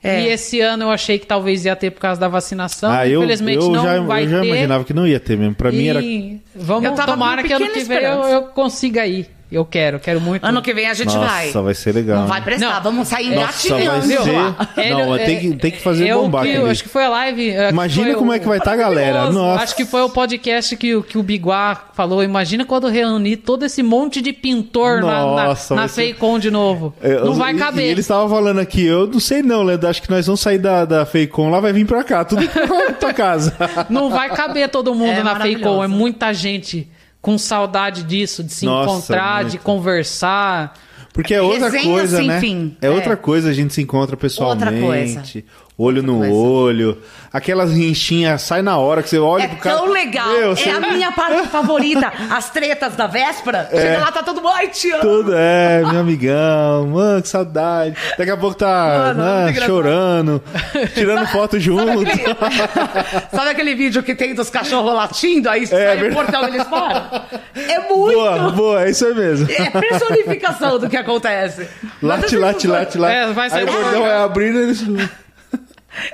C: É.
B: E esse ano eu achei que talvez ia ter por causa da vacinação.
A: ah, eu,
B: Infelizmente
A: eu
B: não
A: já,
B: vai
A: eu já
B: ter.
A: imaginava que não ia ter mesmo. Pra mim era.
B: E vamos
C: Eu tava
B: tomara
C: com
B: que ano que
C: pequena
B: vem eu,
C: esperança.
B: eu consiga ir. Eu quero, quero muito.
C: Ano que vem a gente
A: Nossa,
C: vai.
A: vai ser legal.
C: Não vai
A: né?
C: prestar,
B: Não.
C: vamos sair
A: Nossa, vai
C: engatilhando.
A: ser.
C: lá.
A: Não, mas tem que- tem que fazer
B: eu
A: bombar
B: que-
A: aquele-
B: Acho que foi a live. acho que
A: Imagina
B: foi
A: como
B: o-
A: é que vai estar a galera.
B: Maravilhoso.
A: Nossa.
B: Acho que foi o podcast que, o- que o Biguá falou. Imagina quando reunir todo esse monte de pintor na, na,
A: Nossa,
B: na
A: vai ser-
B: Feicon de novo.
A: É, Eu-
B: não vai
A: e-
B: caber.
A: E eles tá- estavam falando aqui, eu não sei não, Leandro, acho que nós vamos sair da, da Feicom lá, vai vir pra cá, tudo pra tua casa.
B: Não vai caber todo mundo
C: É
B: na Feicon.
C: maravilhoso.
B: É muita gente com saudade disso, de se
A: Nossa,
B: encontrar, de
A: muito.
B: conversar.
A: Porque é outra
C: Resenha
A: coisa,
C: sem
A: né?
C: fim.
A: É,
C: É.
A: outra coisa, a gente se encontra pessoalmente.
C: coisa.
A: Olho no
C: coisa.
A: olho. Aquelas rinchinhas sai na hora que você olha
C: É
A: pro cara.
C: tão legal.
A: Meu,
C: é
A: você-
C: a minha parte favorita. As tretas da véspera.
A: É.
C: Chega lá, tá todo mundo. Ai, te amo.
A: Tudo é, meu amigão, mano, que saudade. Daqui a pouco tá
C: Mano,
A: né,
C: muito engraçado.
A: chorando, tirando foto junto.
C: é Sabe aquele vídeo que tem dos cachorros latindo? Aí sai o
A: É verdade.
C: portão e eles param? É muito.
A: Boa, boa, é isso aí mesmo.
C: É a personificação do que acontece. Mas
A: Late,
C: eu
A: late,
C: digo,
A: late, late.
B: É, vai
A: aí
B: sair
A: o
B: do
A: bordão
B: lugar.
A: vai abrindo e eles.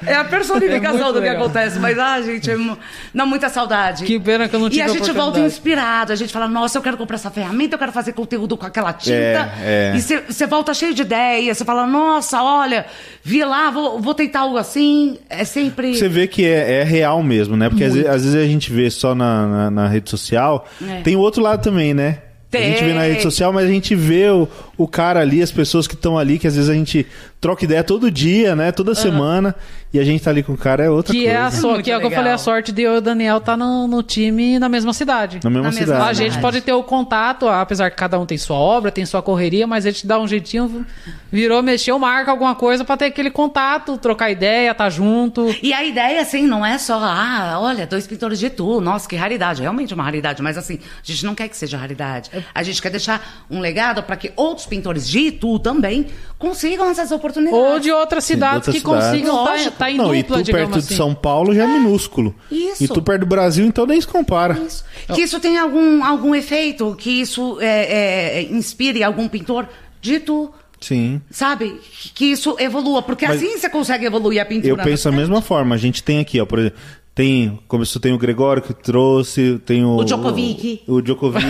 C: É a
B: É
C: personificação
B: muito
C: do que
B: legal.
C: acontece. Mas, ah, gente, é mu- não, muita saudade.
B: Que pena que eu não tive
C: E a gente
B: oportunidade.
C: volta inspirado. A gente fala, nossa, eu quero comprar essa ferramenta, eu quero fazer conteúdo com aquela tinta.
A: É, é.
C: E você- você volta cheio de ideias. Você fala, nossa, olha, vi lá, vou, vou tentar algo assim. É sempre...
A: Você vê que é, é real mesmo, né? Porque às ve- às vezes, a gente vê só na, na, na rede social.
C: É.
A: Tem o outro lado também, né? A gente vê na
C: Tem.
A: rede social, mas a gente vê o, o cara ali, as pessoas que estão ali, que às vezes a gente troca ideia todo dia, né? Toda semana. E a gente tá ali com o cara, é outra
B: Que
A: coisa.
B: é, a
C: É
B: so,
C: muito
B: que é o que eu
C: legal.
B: falei, a sorte de eu e o Daniel tá no, no time na mesma cidade.
A: Na mesma
C: Na mesma
A: cidade.
B: A gente
C: Verdade.
B: pode ter o contato, apesar que cada um tem sua obra, tem sua correria, mas a gente dá um jeitinho, virou, mexeu, marca alguma coisa pra ter aquele contato, trocar ideia, tá junto.
C: E a ideia, assim, não é só, ah, olha, dois pintores de tu, nossa, que raridade. Realmente é uma raridade, mas assim, a gente não quer que seja raridade.
B: É.
C: A gente quer deixar um legado para que outros pintores de Itu também consigam essas oportunidades.
B: Ou de outras cidades
A: outra
B: que
A: cidade.
B: consigam estar
C: Lógico.
B: tá, em
A: Não, e tu
B: dupla, digamos
A: perto
B: assim.
A: de São Paulo já é, minúsculo.
C: isso.
A: E tu perto do Brasil, então nem se compara.
C: Isso. Que isso tenha algum, algum efeito, que isso é, é, inspire algum pintor de Itu,
A: Sim.
C: sabe? Que isso evolua, porque
A: Mas
C: assim você consegue evoluir a pintura.
A: Eu penso da mesma forma. A gente tem aqui, ó, por exemplo, tem, começou, tem o Gregório que trouxe, tem o.
C: O Djokovic.
A: O, o Djokovic.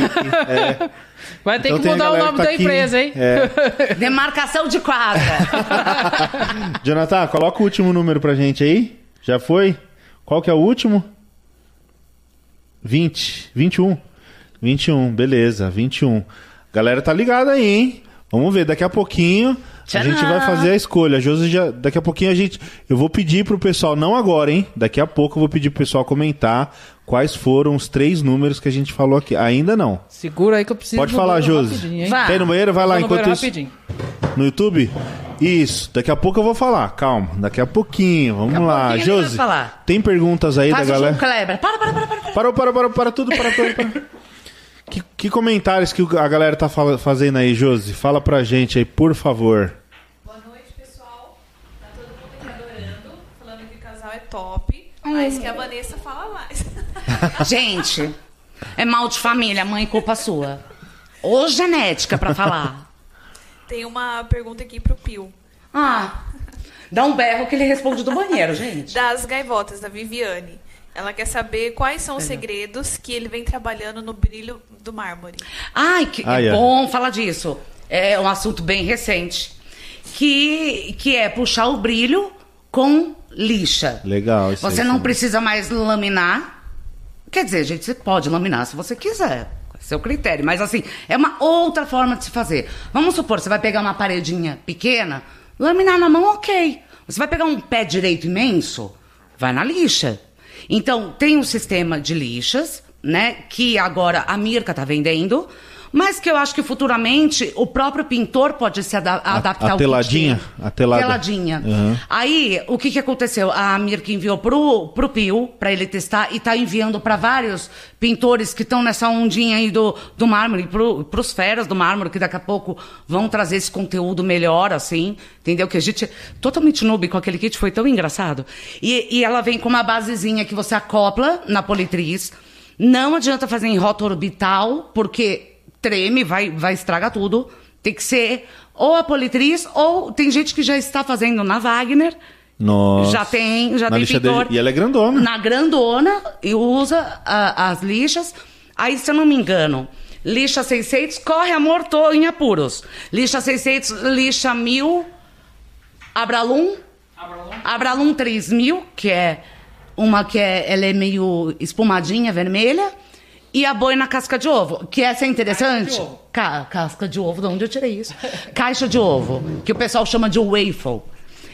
A: é.
B: Vai ter
A: Então
B: que
A: a
B: mudar o
A: galera
B: nome
A: que tá
B: da
A: aqui,
B: empresa, hein?
A: É.
C: Demarcação de quadra.
A: Jonathan, coloca o último número pra gente aí. Já foi? Qual que é o último? 20. 21. 21, beleza, 21. Galera tá ligada aí, hein? Vamos ver, daqui a pouquinho a
C: Tcharam.
A: gente vai fazer a escolha. A Josi já, daqui a pouquinho a gente. Eu vou pedir pro pessoal, não agora, hein? Daqui a pouco eu vou pedir pro pessoal comentar quais foram os três números que a gente falou aqui. Ainda não.
B: Segura aí que eu preciso.
A: Pode
B: do
A: falar,
B: banheiro
A: Josi.
B: rapidinho, hein?
C: Vai.
A: Quer ir no banheiro? Vai lá
B: Vou no
A: enquanto
B: banheiro
A: isso.
B: rapidinho.
A: No YouTube? Isso, daqui a pouco eu vou falar, calma, daqui a pouquinho, vamos
C: Daqui a
A: lá.
C: pouquinho ele vai
A: Josi,
C: falar.
A: tem perguntas aí
C: Faz
A: da
C: o João
A: galera?
C: Kleber. Para, para, para, para. para.
A: Parou, parou, parou, para tudo, para tudo, para. Que, que comentários que a galera tá fala- fazendo aí, Josi? Fala pra gente aí, por favor.
D: Boa noite, pessoal. Tá todo mundo aqui adorando, falando que o casal é top, mas que a Vanessa fala mais.
C: Gente, é mal de família, mãe, culpa sua. Ou genética pra falar.
D: Tem uma pergunta aqui pro Pio.
C: Ah, dá um berro que ele responde do banheiro, gente.
D: Das gaivotas, da Viviane. Ela quer saber quais são os segredos que ele vem trabalhando no brilho do mármore.
C: Ai, que
A: Ah,
C: é
A: yeah.
C: bom falar disso. É um assunto bem recente. Que, que é puxar o brilho com lixa.
A: Legal, isso
C: Você
A: aí
C: não
A: também.
C: precisa mais laminar. Quer dizer, gente, você pode laminar se você quiser. É seu critério. Mas assim, é uma outra forma de se fazer. Vamos supor, você vai pegar uma paredinha pequena, laminar na mão, ok. Você vai pegar um pé direito imenso, vai na lixa. Então, tem um sistema de lixas, né? Que agora a Mirka tá vendendo. mas que eu acho que futuramente o próprio pintor pode se ada- adaptar
A: a
C: ao
A: teladinha?
C: kit dele.
A: A telada.
C: Teladinha.
A: Aham.
C: Aí, o que que aconteceu? A Mirka enviou pro, pro Pio, para ele testar, e tá enviando para vários pintores que estão nessa ondinha aí do, do mármore, pro, pros feras do mármore, que daqui a pouco vão trazer esse conteúdo melhor, assim, entendeu? Que a gente é totalmente noob com aquele kit, foi tão engraçado. E, e ela vem com uma basezinha que você acopla na politriz, não adianta fazer em rota orbital, porque treme, vai, vai estragar tudo. Tem que ser ou a politriz, ou tem gente que já está fazendo na Wagner.
A: Nossa.
C: Já tem, já
A: Na
C: tem
A: lixadeira-
C: pintor.
A: E ela é grandona.
C: Na grandona e usa a- as lixas. Aí, se eu não me engano, lixa 600, corre amor, tô em apuros. Lixa 600, lixa 1000, Abralum. Abralum 3000, que é uma que é, ela é meio espumadinha, vermelha. E a boina casca de ovo, que essa é interessante.
B: Casca de ovo.
C: Ca- casca de ovo, de onde eu tirei isso? Caixa de ovo, que o pessoal chama de waffle.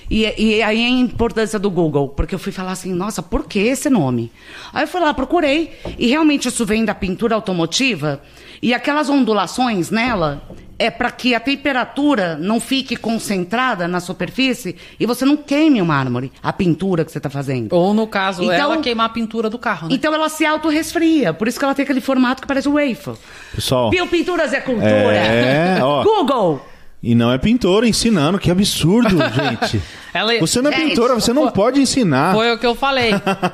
C: E, e aí é a importância do Google, porque eu fui falar assim, nossa, por que esse nome? Aí eu fui lá, procurei, e realmente isso vem da pintura automotiva, e aquelas ondulações nela é para que a temperatura não fique concentrada na superfície e você não queime o mármore, a pintura que você está fazendo.
B: Ou no caso,
C: Então-
B: ela queimar a pintura do carro, né?
C: Então ela se autorresfria, por isso que ela tem aquele formato que parece um waffle.
A: Pessoal.
C: Pio Pinturas é cultura.
A: É, ó.
C: Google.
A: E não é pintora ensinando, que absurdo, gente.
B: Ela-
A: Você não é
C: Gente,
A: pintora, você não
B: foi-
A: pode ensinar.
B: Foi o que eu falei.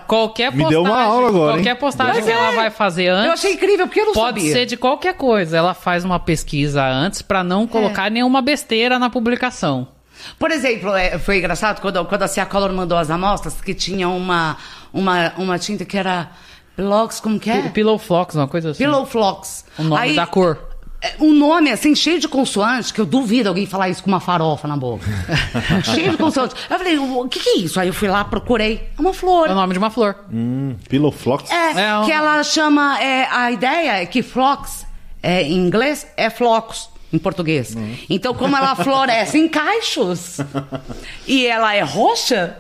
B: Qualquer postagem,
A: Me deu uma aula agora,
B: qualquer
A: hein?
B: postagem
C: Mas
B: que
C: é.
B: ela vai fazer antes.
C: Eu achei incrível, porque eu não
B: Pode
C: sabia.
B: ser de qualquer coisa. Ela faz uma pesquisa antes pra
C: É.
B: não colocar nenhuma besteira na publicação.
C: Por exemplo, é, foi engraçado quando, quando a Cia Color mandou as amostras que tinha uma, uma, uma tinta que era Pilox, como que é?
B: P- Pillow Flox, uma coisa assim.
C: Pillow Flox.
B: O nome da cor.
C: é, Um nome assim, cheio de consoante, que eu duvido alguém falar isso com uma farofa na boca. cheio de consoante. Eu falei, o que, que é isso? Aí eu fui lá, procurei. É uma flor.
B: É o nome de uma flor.
A: Hum, Piloflox.
C: É,
B: É um-
C: que ela chama. é, a ideia é que flox, é, em inglês, é flocos, em português.
A: Hum.
C: Então, como ela floresce em caixos e ela é roxa,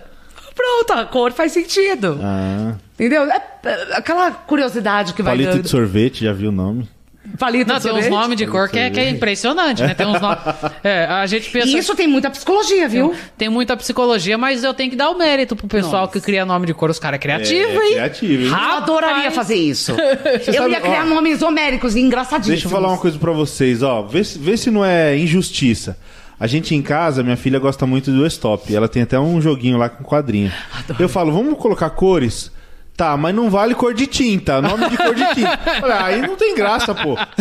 C: pronto, a cor faz sentido.
A: Ah,
C: Entendeu? É, é, aquela curiosidade que vai
A: palito
C: dando.
A: de sorvete, já viu o nome.
C: Palito
B: Não,
C: de
B: tem uns
C: sorvete.
B: nomes de cor que é, que é impressionante, né? Tem uns nomes. É, a gente pensa.
C: E isso tem muita psicologia, viu?
B: Tem muita psicologia, mas eu tenho que dar o mérito pro pessoal que cria nome de cor. Os caras é criativo,
A: É, é
B: hein?
A: criativo, hein?
C: Eu
B: Rapaz.
C: adoraria fazer isso. eu
A: sabe,
C: ia criar
A: ó,
C: nomes homéricos e engraçadíssimos.
A: Deixa eu falar uma coisa pra vocês, ó. Vê, se- vê se não é injustiça. A gente em casa, minha filha gosta muito do stop. Ela tem até um joguinho lá com quadrinho. Eu falo, vamos colocar cores? Tá, mas não vale cor de tinta, nome de cor de tinta. Olha, aí não tem graça, pô.
D: Vai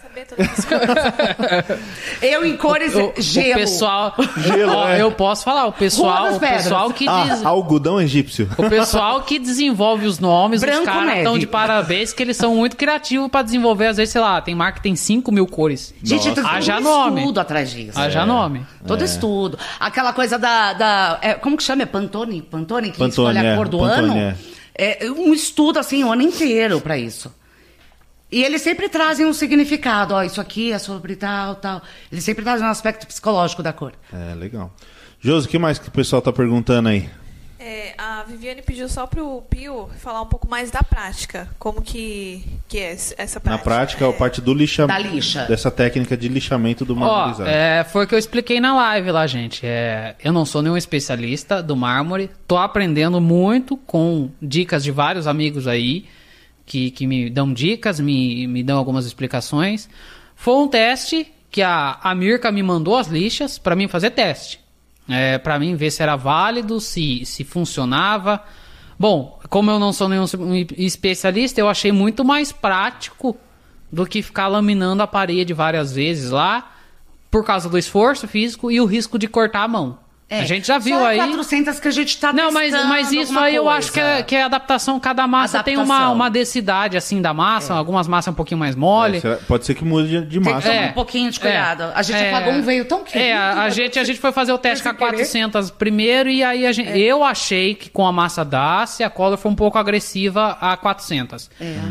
D: saber todas as coisas.
C: Eu em cores
B: O, o
C: gelo.
B: pessoal.
A: Gelo,
B: Ó,
A: é.
B: Eu posso falar, o
C: Rua
B: pessoal,
C: das
B: o pessoal que diz.
A: Ah, algodão egípcio.
B: O pessoal que desenvolve os nomes,
C: Branco
B: os caras
C: neve.
B: estão de parabéns, que eles são muito criativos pra desenvolver. Às vezes, sei lá, tem marca que tem 5 mil cores.
C: Gente,
A: Nossa.
C: tem todo
B: Haja
C: um
B: nome.
C: estudo atrás disso.
B: Haja nome.
C: Todo
A: É.
C: estudo. Aquela coisa da. da- é, como que chama? É Pantone? Pantone que
A: Pantone,
C: escolhe
A: é.
C: a cor do
A: Pantone,
C: ano? É. um estudo assim, o ano inteiro pra isso. E eles sempre trazem um significado. Ó, isso aqui é sobre tal, tal. Eles sempre trazem um aspecto psicológico da cor.
A: É, legal. Josi, o que mais que o pessoal tá perguntando aí?
D: É, a Viviane pediu só pro Pio falar um pouco mais da prática. Como que, que é esse- essa prática?
A: Na prática, a parte do lixamento.
C: Da lixa.
A: Dessa técnica de lixamento do
B: Ó,
A: marmorizado.
B: é, foi o que eu expliquei na live lá, gente. É, eu não sou nenhum especialista do mármore. Tô aprendendo muito com dicas de vários amigos aí que, que me dão dicas, me, me dão algumas explicações. Foi um teste que a, a Mirka me mandou as lixas pra mim fazer teste. É, para mim ver se era válido, se, se funcionava. Bom, como eu não sou nenhum um especialista, eu achei muito mais prático do que ficar laminando a parede várias vezes lá, por causa do esforço físico e o risco de cortar a mão.
C: É,
B: a gente já viu
C: só
B: aí.
C: 400 que a gente tá
B: Não, mas,
C: testando
B: mas isso
C: alguma
B: aí eu
C: coisa.
B: acho que é, que é adaptação. Cada massa tem uma,
C: Adaptação. É.
B: uma densidade assim da massa, algumas massas um pouquinho mais mole.
A: É, será- Pode ser que mude de- de
C: Tem que
A: massa. né?
C: tomar
B: É,
C: um pouquinho de cuidado.
B: é,
C: a gente
B: é.
C: apagou um veio tão quente.
B: É, a, a gente, a gente foi fazer o teste com
C: Foi
B: a
C: sem querer. É.
B: 400 primeiro e aí a gente, eu achei que com a massa da se a Collor foi um pouco agressiva a 400.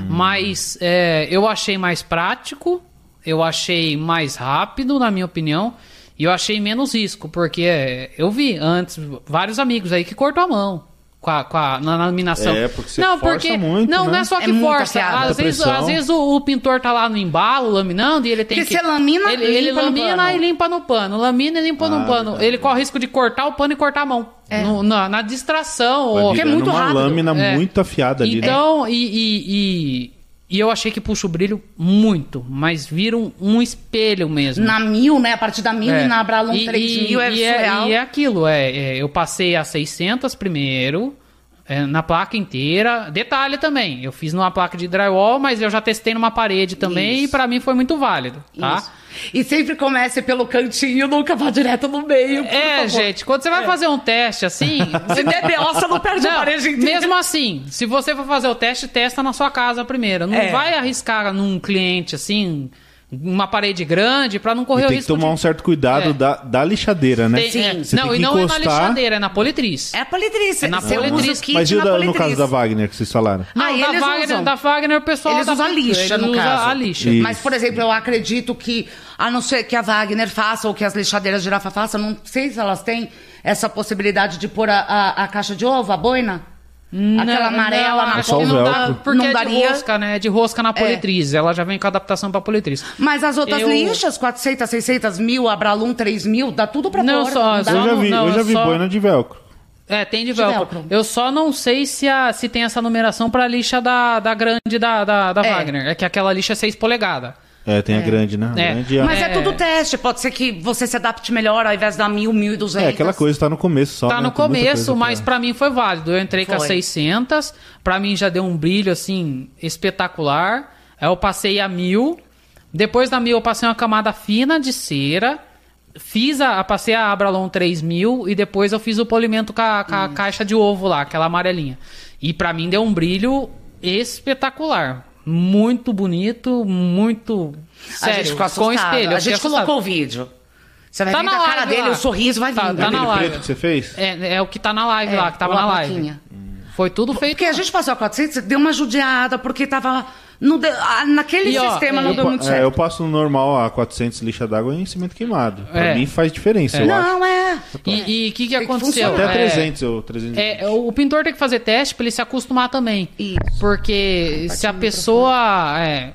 B: Mas é, eu achei mais prático, eu achei mais rápido, na minha opinião, e eu achei menos risco, porque é, eu vi antes vários amigos aí que cortou a mão. com a, com a- na nominação.
A: É, porque você
B: não,
A: força
B: porque,
A: muito,
B: Não, não
A: né?
B: é só
C: É
B: que
C: muita
B: força.
C: piada.
B: Às
A: Muita
B: vezes,
A: pressão.
B: às vezes o, o pintor tá lá no embalo, laminando, e ele tem
C: Porque
B: que...
C: você lamina,
B: ele, ele
C: limpa no
B: lamina
C: pano.
B: e limpa no pano. Lamina e limpa
A: Ah,
B: no pano. Ele corre o risco de cortar o pano e cortar a mão. No- na, na distração.
A: Vai
B: Ou...
C: É. Porque é
A: virando
C: muito
A: uma
C: rápido.
A: lâmina
B: É.
A: muito afiada ali, né?
B: Então, e, e, e- e eu achei que puxa o brilho muito, mas vira um, um espelho mesmo.
C: Na mil, né? A partir da mil
B: É.
C: e na Abralon
B: E-
C: 3000 é
B: e
C: surreal.
B: e é aquilo, é, é, eu passei a 600 primeiro, é, na placa inteira. Detalhe também, eu fiz numa placa de drywall, mas eu já testei numa parede também
C: Isso.
B: e pra mim foi muito válido, tá?
C: Isso. E sempre comece pelo cantinho, nunca vá direto no meio. por
B: É,
C: favor.
B: gente, quando você vai fazer um teste assim,
C: Se der belossa, não perde a
B: Não,
C: parede inteira.
B: mesmo assim, se você for fazer o teste, testa na sua casa primeiro. Não
C: É.
B: vai arriscar num cliente assim, uma parede grande, pra não
A: E
B: correr o
A: tem que
B: risco
A: tomar um
B: de...
A: certo cuidado
B: É.
A: da, da lixadeira, né?
B: Tem- é,
A: Você
B: Não,
A: tem
B: e
A: que
B: não é na
A: encostar.
B: lixadeira, é na politriz.
C: É a politriz.
B: É na
C: Você usa o
B: politriz.
C: kit
A: Mas e
C: na
A: o da- no
C: politriz.
A: caso da Wagner que vocês falaram?
B: Não,
C: Ah,
B: da,
C: eles
B: Wagner,
C: usam.
B: da Wagner é o pessoal
C: Eles
B: da
C: usam a
B: Politriz,
C: lixa,
B: eles
C: no
B: usam
C: caso.
B: a lixa.
A: Isso.
C: Mas, por exemplo, eu acredito que, a não ser que a Wagner faça ou que as lixadeiras de girafa façam, não sei se elas têm essa possibilidade de pôr a, a- a caixa de ovo, a boina. Aquela amarela
B: não,
C: na
A: é só
B: porque
A: o
C: ponta,
B: não
A: velcro.
B: dá, porque
C: não
B: é
C: daria.
B: de rosca, né? É De rosca na politriz. Ela já vem com adaptação pra politriz.
C: Mas as outras
B: Eu-
C: lixas, 400, 600 mil, Abralum 3 mil, dá tudo pra
B: Não,
C: pôr.
B: só-
C: dá?
A: Eu já
B: não-
A: vi,
B: não,
A: eu já vi
B: só-
A: boina de velcro.
B: É, tem de
C: De
B: velcro.
C: velcro.
B: Eu só não sei se, a- se tem essa numeração pra lixa da, da grande da, da, da
C: É.
B: Wagner. É que aquela lixa é 6 polegadas.
A: É, tem a grande, né? A
B: É.
A: grande, a-
C: Mas é.
B: É.
C: tudo teste. Pode ser que você se adapte melhor ao invés da mil, mil e duzentos.
A: É, aquela coisa, tá no começo só.
B: Tá
A: né?
B: no
A: Tem muita
B: começo,
A: coisa
B: mas pra mim foi válido. Eu entrei com a
C: Foi.
B: 600, pra mim já deu um brilho assim espetacular. Aí eu passei a 1000. Depois da 1000 eu passei uma camada fina de cera. Fiz a, a- passei a Abralon 3000 e depois eu fiz o polimento com a, com a
C: Hum.
B: caixa de ovo lá, aquela amarelinha. E pra mim deu um brilho espetacular. Muito bonito, muito
C: A
B: sério,
C: gente ficou assustado.
B: com espelho. eu
C: a gente
B: fiquei
C: colocou
B: assustado.
C: o vídeo. Você vai
B: Tá
C: ver
B: na
C: da cara
B: live
C: dele,
B: lá.
C: o sorriso vai vir.
B: Tá- tá
A: Aquele
B: na live.
A: preto que você fez?
B: é, é o que tá na live
C: É,
B: lá, que tava
C: ou a
B: na live.
C: plaquinha.
B: Foi tudo feito
C: Porque a gente passou a 400, deu uma judiada, porque tava... não deu- ah, naquele
B: E, ó,
C: sistema
B: eu
C: não deu
B: pa-
C: muito
A: É,
C: certo.
A: eu passo no normal a 400 lixa d'água em cimento queimado. Pra
B: É.
A: mim faz diferença, eu acho.
C: não, é.
B: E o que, que
C: que
B: aconteceu?
C: funcionar.
A: Até
B: É,
A: 300 ou 300.
B: é, o pintor tem que fazer teste pra ele se acostumar também.
C: Isso.
B: Porque se a pessoa. é,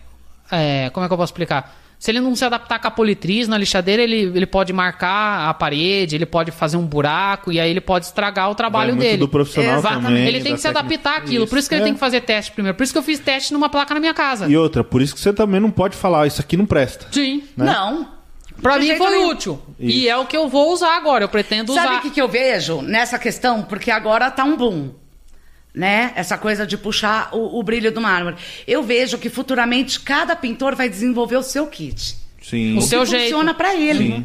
B: é, como é que eu posso explicar? Se ele não se adaptar com a politriz na lixadeira, ele, ele pode marcar a parede, ele pode fazer um buraco, e aí ele pode estragar o trabalho
A: É muito
B: dele.
A: do profissional
C: Exatamente.
A: também, né,
B: ele tem
A: da
B: que se
A: técnica.
B: adaptar àquilo. Por isso que ele
A: É.
B: tem que fazer teste primeiro. Por isso que eu fiz teste numa placa na minha casa.
A: E outra, por isso que você também não pode falar, "Ah, isso aqui não presta.
B: Sim.
A: né?
C: Não.
B: Pra
C: De
B: mim
C: jeito
B: foi
C: nenhum.
B: útil. E é o que eu vou usar agora. Eu pretendo
C: Sabe
B: usar.
C: o que, que eu vejo nessa questão? Porque agora tá um boom. Né? Essa coisa de puxar o, o brilho do mármore. Eu vejo que futuramente cada pintor vai desenvolver o seu kit.
A: Sim.
B: O seu é
C: que
B: jeito.
C: funciona pra ele.
A: Sim.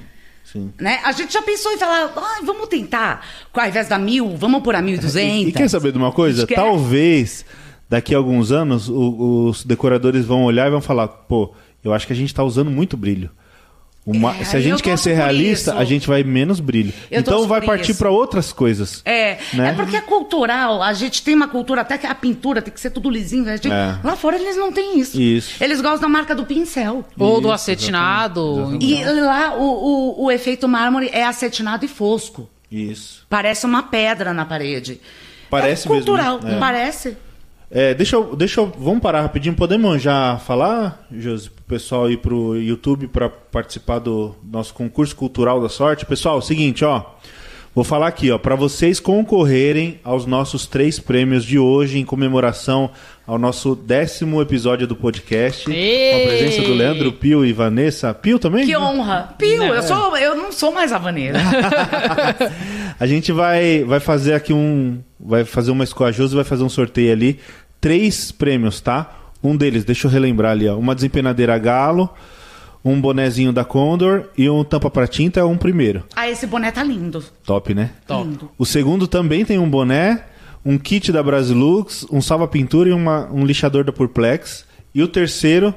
A: Sim.
C: Né? A gente já pensou em falar, "Ai, vamos tentar, com- ao invés da mil, vamos pôr a mil
A: E quer saber de uma coisa?
C: Esquece.
A: Talvez daqui a alguns anos o- os decoradores vão olhar e vão falar: pô, eu acho que a gente está usando muito brilho. Uma-
C: É,
A: se a
C: eu
A: gente quer
C: torço
A: ser
C: por
A: realista,
C: isso.
A: a gente vai menos brilho.
C: Eu
A: então
C: torço
A: vai
C: por
A: partir
C: isso.
A: para outras coisas.
C: É,
A: Né?
C: é porque é cultural, a gente tem uma cultura, até que a pintura tem que ser tudo lisinho. a gente-
A: É.
C: Lá fora eles não têm isso.
A: Isso.
C: Eles gostam da marca do pincel.
B: Ou do
A: Isso,
B: acetinado.
A: exatamente.
C: E lá o, o, o efeito mármore é acetinado e fosco.
A: Isso.
C: Parece uma pedra na parede.
A: Parece
C: é cultural,
A: mesmo, né? É.
C: parece.
A: É, deixa, eu, deixa eu. Vamos parar rapidinho. Podemos já falar, Josi, pro pessoal ir pro YouTube para participar do nosso concurso cultural da sorte? Pessoal, é seguinte, ó. Vou falar aqui, ó, para vocês concorrerem aos nossos três prêmios de hoje em comemoração ao nosso décimo episódio do podcast, com a presença do
B: Ei!
A: Leandro Pio e Vanessa Pio também.
C: Que
A: né?
C: honra. Pio, eu, sou, eu não sou mais a vaneira.
A: A gente vai, vai fazer aqui um. Vai fazer uma escolha. A Josi vai fazer um sorteio ali. Três prêmios, tá? Um deles, deixa eu relembrar ali, ó. Uma desempenadeira galo, um bonezinho da Condor e um tampa pra tinta é um primeiro.
C: ah, esse boné tá lindo.
A: Top, né?
B: Top.
A: O segundo também tem um boné, um kit da Brasilux, um salva-pintura e uma, um lixador da Purplex. E o terceiro,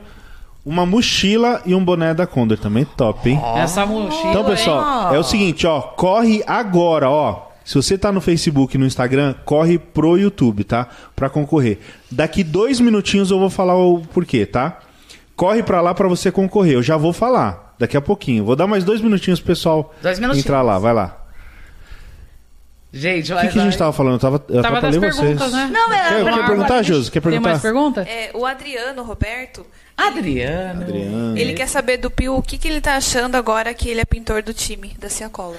A: uma mochila e um boné da Condor. Também top, hein?
B: Essa mochila.
C: Tá
A: Então, pessoal, é o seguinte, ó, corre agora, ó. Se você tá no Facebook e no Instagram, corre pro YouTube, tá? Pra concorrer. Daqui dois minutinhos eu vou falar o porquê, tá? Corre pra lá pra você concorrer. Eu já vou falar daqui a pouquinho. Vou dar mais dois minutinhos pro pessoal
C: Dois minutinhos.
A: entrar lá. Vai lá.
C: Gente, é,
A: O que, que a gente tá tava falando? Eu, tava, eu
B: Tava das
A: atrapalhei vocês.
B: perguntas, né?
C: Não,
A: Quer,
C: era
A: quer
C: uma-
A: perguntar, Josi? Quer
B: Tem mais
A: perguntar?
B: pergunta?
D: É, o Adriano Roberto,
C: Adriano.
A: Adriano.
D: ele quer saber do Pio o que, que ele tá achando agora que ele é pintor do time, da Ciacola.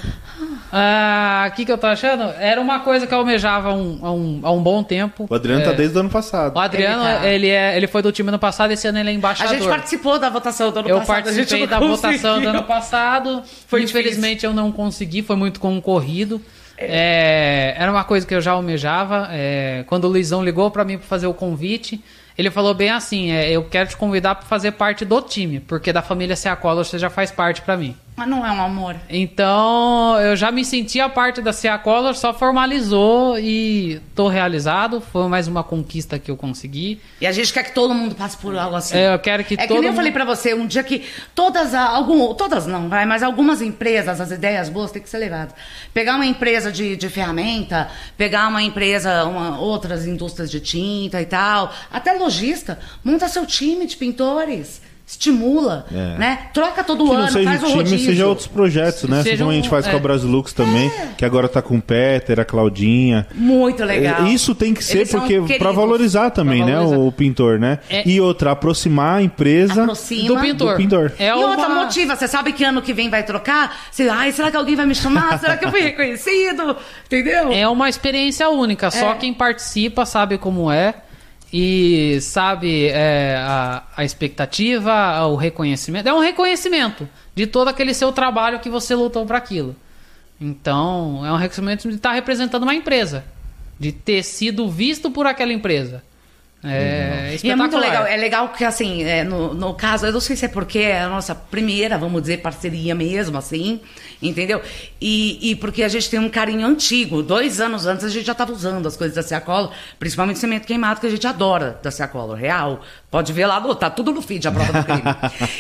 B: Ah, o que, que eu tô achando? Era uma coisa que eu almejava há um, há um, há um bom tempo.
A: O Adriano
B: é,
A: tá desde o ano passado.
B: O Adriano,
C: Ele
B: ele,
C: tá.
B: é, ele foi do time ano passado, esse ano ele é
C: A
B: embaixador.
C: gente participou da votação do ano
B: eu
C: passado. a gente
B: participei
C: não
B: da votação do
C: conseguiu.
B: ano passado.
C: Foi
B: Infelizmente eu não consegui, foi muito concorrido. É, era uma coisa que eu já almejava. é, quando o Luizão ligou pra mim pra fazer o convite, ele falou bem assim: é, eu quero te convidar pra fazer parte do time, porque da família Seacola você já faz parte pra mim.
C: Mas não é um amor.
B: Então, eu já me senti a parte da CA Color, só formalizou e tô realizado. Foi mais uma conquista que eu consegui.
C: E a gente quer que todo mundo passe por algo assim.
B: É, eu quero que
C: É que
B: todo
C: nem eu
B: mundo-
C: falei pra você um dia que todas, a- algum, todas não, vai, mas algumas empresas, as ideias boas têm que ser levadas. Pegar uma empresa de, de ferramenta, pegar uma empresa, uma- outras indústrias de tinta e tal, até lojista, monta seu time de pintores, estimula,
A: É.
C: né? Troca todo
A: Que
C: ano,
A: não seja
C: faz
A: o
C: o
A: time,
C: rodízio.
A: seja outros projetos, né?
B: Seja
A: Seja como a gente
B: um-
A: faz com
B: é.
A: a Brasilux também,
C: É.
A: que agora tá com o Peter, a Claudinha.
C: Muito legal.
A: É, Isso tem que ser
C: Eles são
A: porque para
C: queridos.
A: valorizar também,
B: Pra
A: né,
B: valorizar.
A: o pintor, né?
B: É.
A: E outra, aproximar a empresa.
C: Aproxima.
B: do pintor.
A: Do pintor.
B: É
C: e outra
B: uma-
C: motiva, você sabe que ano que vem vai trocar? Você, ai, será que alguém vai me chamar? será que eu fui reconhecido? Entendeu?
B: É uma experiência única, só
C: É.
B: quem participa sabe como é e sabe é, a, a expectativa, o reconhecimento. É um reconhecimento de todo aquele seu trabalho que você lutou para aquilo. Então, é um reconhecimento de estar representando uma empresa, de ter sido visto por aquela empresa. É
C: E é
B: espetacular.
C: muito legal. É legal que, assim, é, no, no caso, eu não sei se é porque é a nossa primeira, vamos dizer, parceria mesmo, assim, entendeu? E, e porque a gente tem um carinho antigo. Dois anos antes a gente já estava usando as coisas da Seacola, principalmente cimento queimado, que a gente adora da Seacola, real. Pode ver lá, no- tá tudo no feed, a prova do crime.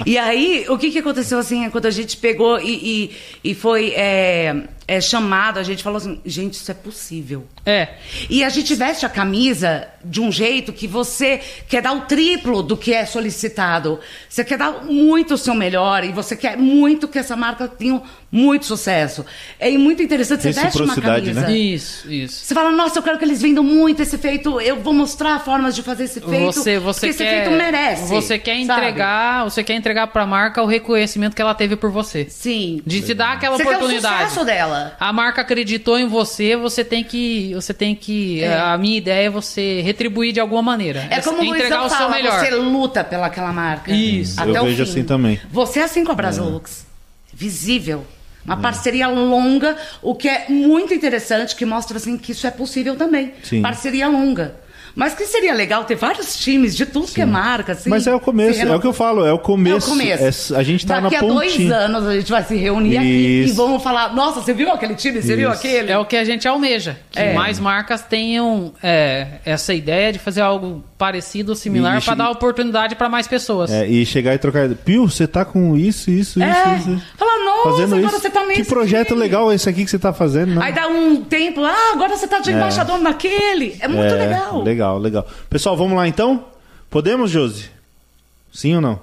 C: e aí, o que, que aconteceu, assim, é quando a gente pegou e, e, e foi é, é, chamado, a gente falou assim, gente, isso é possível.
B: É.
C: E a gente veste a camisa de um jeito que você quer dar o triplo do que é solicitado. Você quer dar muito o seu melhor e você quer muito que essa marca tenha muito sucesso. É muito interessante, você veste uma
A: Reciprocidade,
C: camisa.
A: né?
B: Isso, isso.
C: Você fala, nossa, eu quero que eles vendam muito esse feito, eu vou mostrar formas de fazer esse feito,
B: você você
C: porque esse
B: quer
C: feito merece.
B: você quer
C: sabe?
B: entregar, você quer entregar para a marca o reconhecimento que ela teve por você.
C: Sim.
B: De te dar aquela
C: Você quer o
B: oportunidade.
C: sucesso dela.
B: A marca acreditou em você, você tem que. Você tem que. A minha ideia é você retribuir de alguma maneira.
C: É como o
B: entregar
C: Luizão
B: o seu
C: fala,
B: melhor.
C: você luta pelaquela marca.
B: Isso.
A: Eu vejo assim também.
C: Você é assim com a Brasilux. Visível.
A: É.
C: Uma parceria longa, o que é muito interessante, que mostra assim que isso é possível também.
A: Sim.
C: Parceria longa. Mas que seria legal ter vários times de tudo que é marca, assim.
A: Mas é o começo,
C: Sim,
A: é o que eu falo, é o começo.
C: É o começo.
A: É- a gente tá na
C: Daqui a dois
A: pontinha.
C: anos a gente vai se reunir aqui e
A: Isso.
C: vamos falar: nossa, você viu aquele time? Você viu
A: Isso.
C: aquele?
B: É o que a gente almeja. Que
C: É.
B: mais marcas tenham é, essa ideia de fazer algo parecido, similar,
A: E-
B: para dar oportunidade para mais pessoas.
A: É, e chegar e trocar. Pio, você tá com isso, isso,
C: É.
A: isso, isso.
C: Fala, nossa,
A: Fazendo
C: agora
A: isso.
C: você tá nesse
A: que projeto
C: time.
A: legal esse aqui que você tá fazendo, né?
C: Aí dá um tempo, ah, agora você tá de embaixador naquele. É muito
A: É,
C: legal.
A: Legal, legal. Pessoal, vamos lá então? Podemos, Josi? Sim ou não?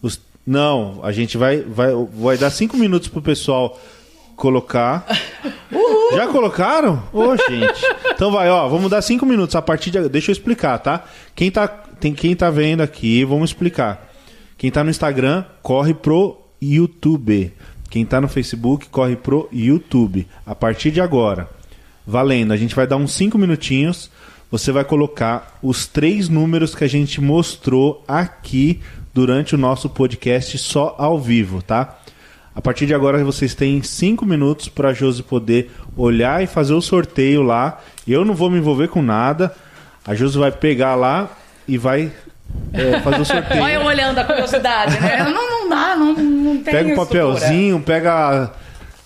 A: Os- Não, a gente vai, vai, vai dar cinco minutos pro pessoal colocar. Já colocaram? Ô, gente. Então vai, ó, vamos dar cinco minutos. A partir de. Deixa eu explicar, tá? Quem tá, tem, quem tá vendo aqui, vamos explicar. Quem tá no Instagram, corre pro YouTube. Quem tá no Facebook, corre pro YouTube. A partir de agora. Valendo, a gente vai dar uns cinco minutinhos. Você vai colocar os três números que a gente mostrou aqui durante o nosso podcast só ao vivo, tá? A partir de agora vocês têm 5 minutos para a Josi poder olhar e fazer o sorteio lá. Eu não vou me envolver com nada. A Josi vai pegar lá e vai é, fazer o sorteio.
C: Olha eu olhando a curiosidade, né? Não, não dá, não, não tem
A: pega o
C: estrutura.
A: papelzinho, pega.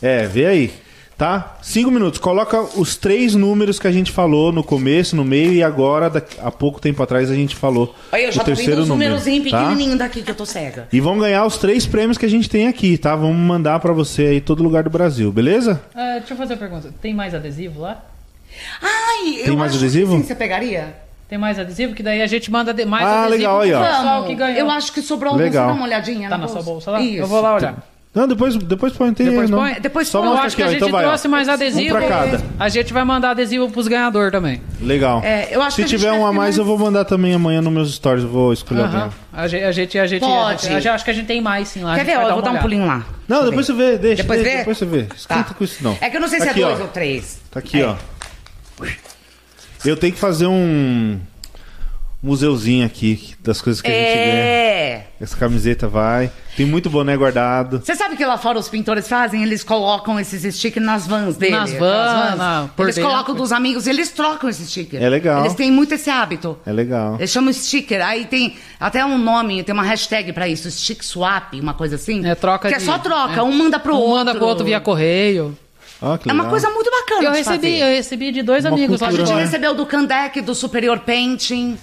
A: É, vê aí. Tá? 5 minutos. Coloca os três números que a gente falou no começo, no meio e agora, daqui- há pouco tempo atrás, a gente falou.
C: Olha, eu já
A: o
C: tô vendo
A: terceiro
C: uns
A: número,
C: numerozinhos
A: tá?
C: pequenininhos daqui que eu tô cega.
A: E vão ganhar os três prêmios que a gente tem aqui, tá? Vamos mandar para você aí todo lugar do Brasil, beleza?
B: Ah, deixa eu fazer uma pergunta. Tem mais adesivo lá?
C: Ai, eu
A: Tem mais
C: acho que
A: adesivo?
C: Sim, você pegaria?
B: Tem mais adesivo? Que daí a gente manda de- mais
A: Ah,
B: adesivo
A: legal,
B: pro
A: aí, ó.
B: pessoal que ganhou.
C: Eu acho que sobrou algum,
A: Legal.
C: você dá uma olhadinha
B: Tá na
C: bolsa?
B: sua bolsa lá?
C: Isso.
B: Eu vou lá olhar.
A: Não, depois, depois põe, não tem
B: Depois
A: erro, É, não.
B: põe.
C: Depois
A: Só
C: põe, eu
A: mostra
B: Eu acho
A: aqui,
B: que
A: ó.
B: a gente
A: Então vai, ó.
B: trouxe mais adesivo.
A: Um pra cada.
B: A gente vai mandar adesivo pros ganhadores também.
A: Legal.
C: É, eu acho
A: Se
C: que a gente
A: tiver
C: deve
A: um a mais,
C: ter mais.
A: eu vou mandar também amanhã nos meus stories. eu Vou escolher
B: Aham.
A: alguém.
B: A gente, a gente, a gente,
C: Pode.
B: a gente- a gente- acho que a gente tem mais sim lá. a
C: Quer
B: gente
C: ver?
B: vai
C: Ó, eu vou
B: uma
C: dar um
B: olhada.
C: pulinho lá.
A: Não,
C: Deixa eu
A: depois
C: ver.
A: você vê. Deixa,
C: Depois
A: deixa,
C: vê?
A: Depois você vê. Esquenta
C: Tá.
A: com isso, não.
C: É que eu não sei se
A: Aqui,
C: é dois
A: ó.
C: ou três.
A: Tá aqui,
C: É.
A: ó. Eu tenho que fazer um museuzinho aqui das coisas que a gente ganha.
C: É.
A: Essa camiseta vai. Tem muito boné guardado.
C: Você sabe que lá fora os pintores fazem? Eles colocam esses stickers nas vans dele.
B: Nas
C: aquelas
B: vans, na- por
C: Eles
B: dentro.
C: colocam dos amigos e eles trocam esse sticker.
A: É legal.
C: Eles têm muito esse hábito.
A: É legal.
C: Eles chamam sticker. Aí tem até um nome, tem uma hashtag pra isso, stick swap, uma coisa assim.
B: É troca
C: Que é
B: de-
C: só troca,
B: é.
C: um manda pro
B: um
C: outro.
B: manda pro outro via correio.
A: Ó, que
C: É uma
A: legal.
C: coisa muito bacana.
B: Eu
C: de
B: recebi,
C: fazer.
B: eu recebi de dois
A: Uma
B: amigos lá
C: A
B: de
A: cultura,
C: gente
A: né?
B: lá.
C: recebeu do Candec, do Superior Painting.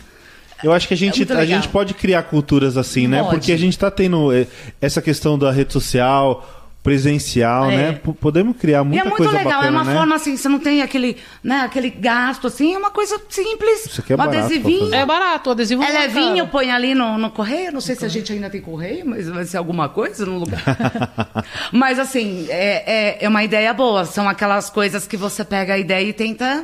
A: Eu acho que a gente,
C: É muito
A: a
C: legal.
A: gente pode criar culturas assim, né?
C: Pode.
A: Porque a gente tá tendo eh, essa questão da rede social, presencial,
C: É.
A: né? P- podemos criar
C: E é
A: muita
C: muito
A: coisa
C: legal,
A: bacana,
C: é uma
A: né?
C: forma assim, você não tem aquele, né, aquele gasto assim, é uma coisa simples.
A: Isso aqui é
C: um
A: barato pra
C: adesivinho.
A: fazer.
B: É barato, o adesivo
C: É
B: não caro.
C: levinho, põe ali no, no correio. Não sei se a gente ainda tem correio, mas vai ser alguma coisa no lugar. mas, assim, é, é, é uma ideia boa. São aquelas coisas que você pega a ideia e tenta.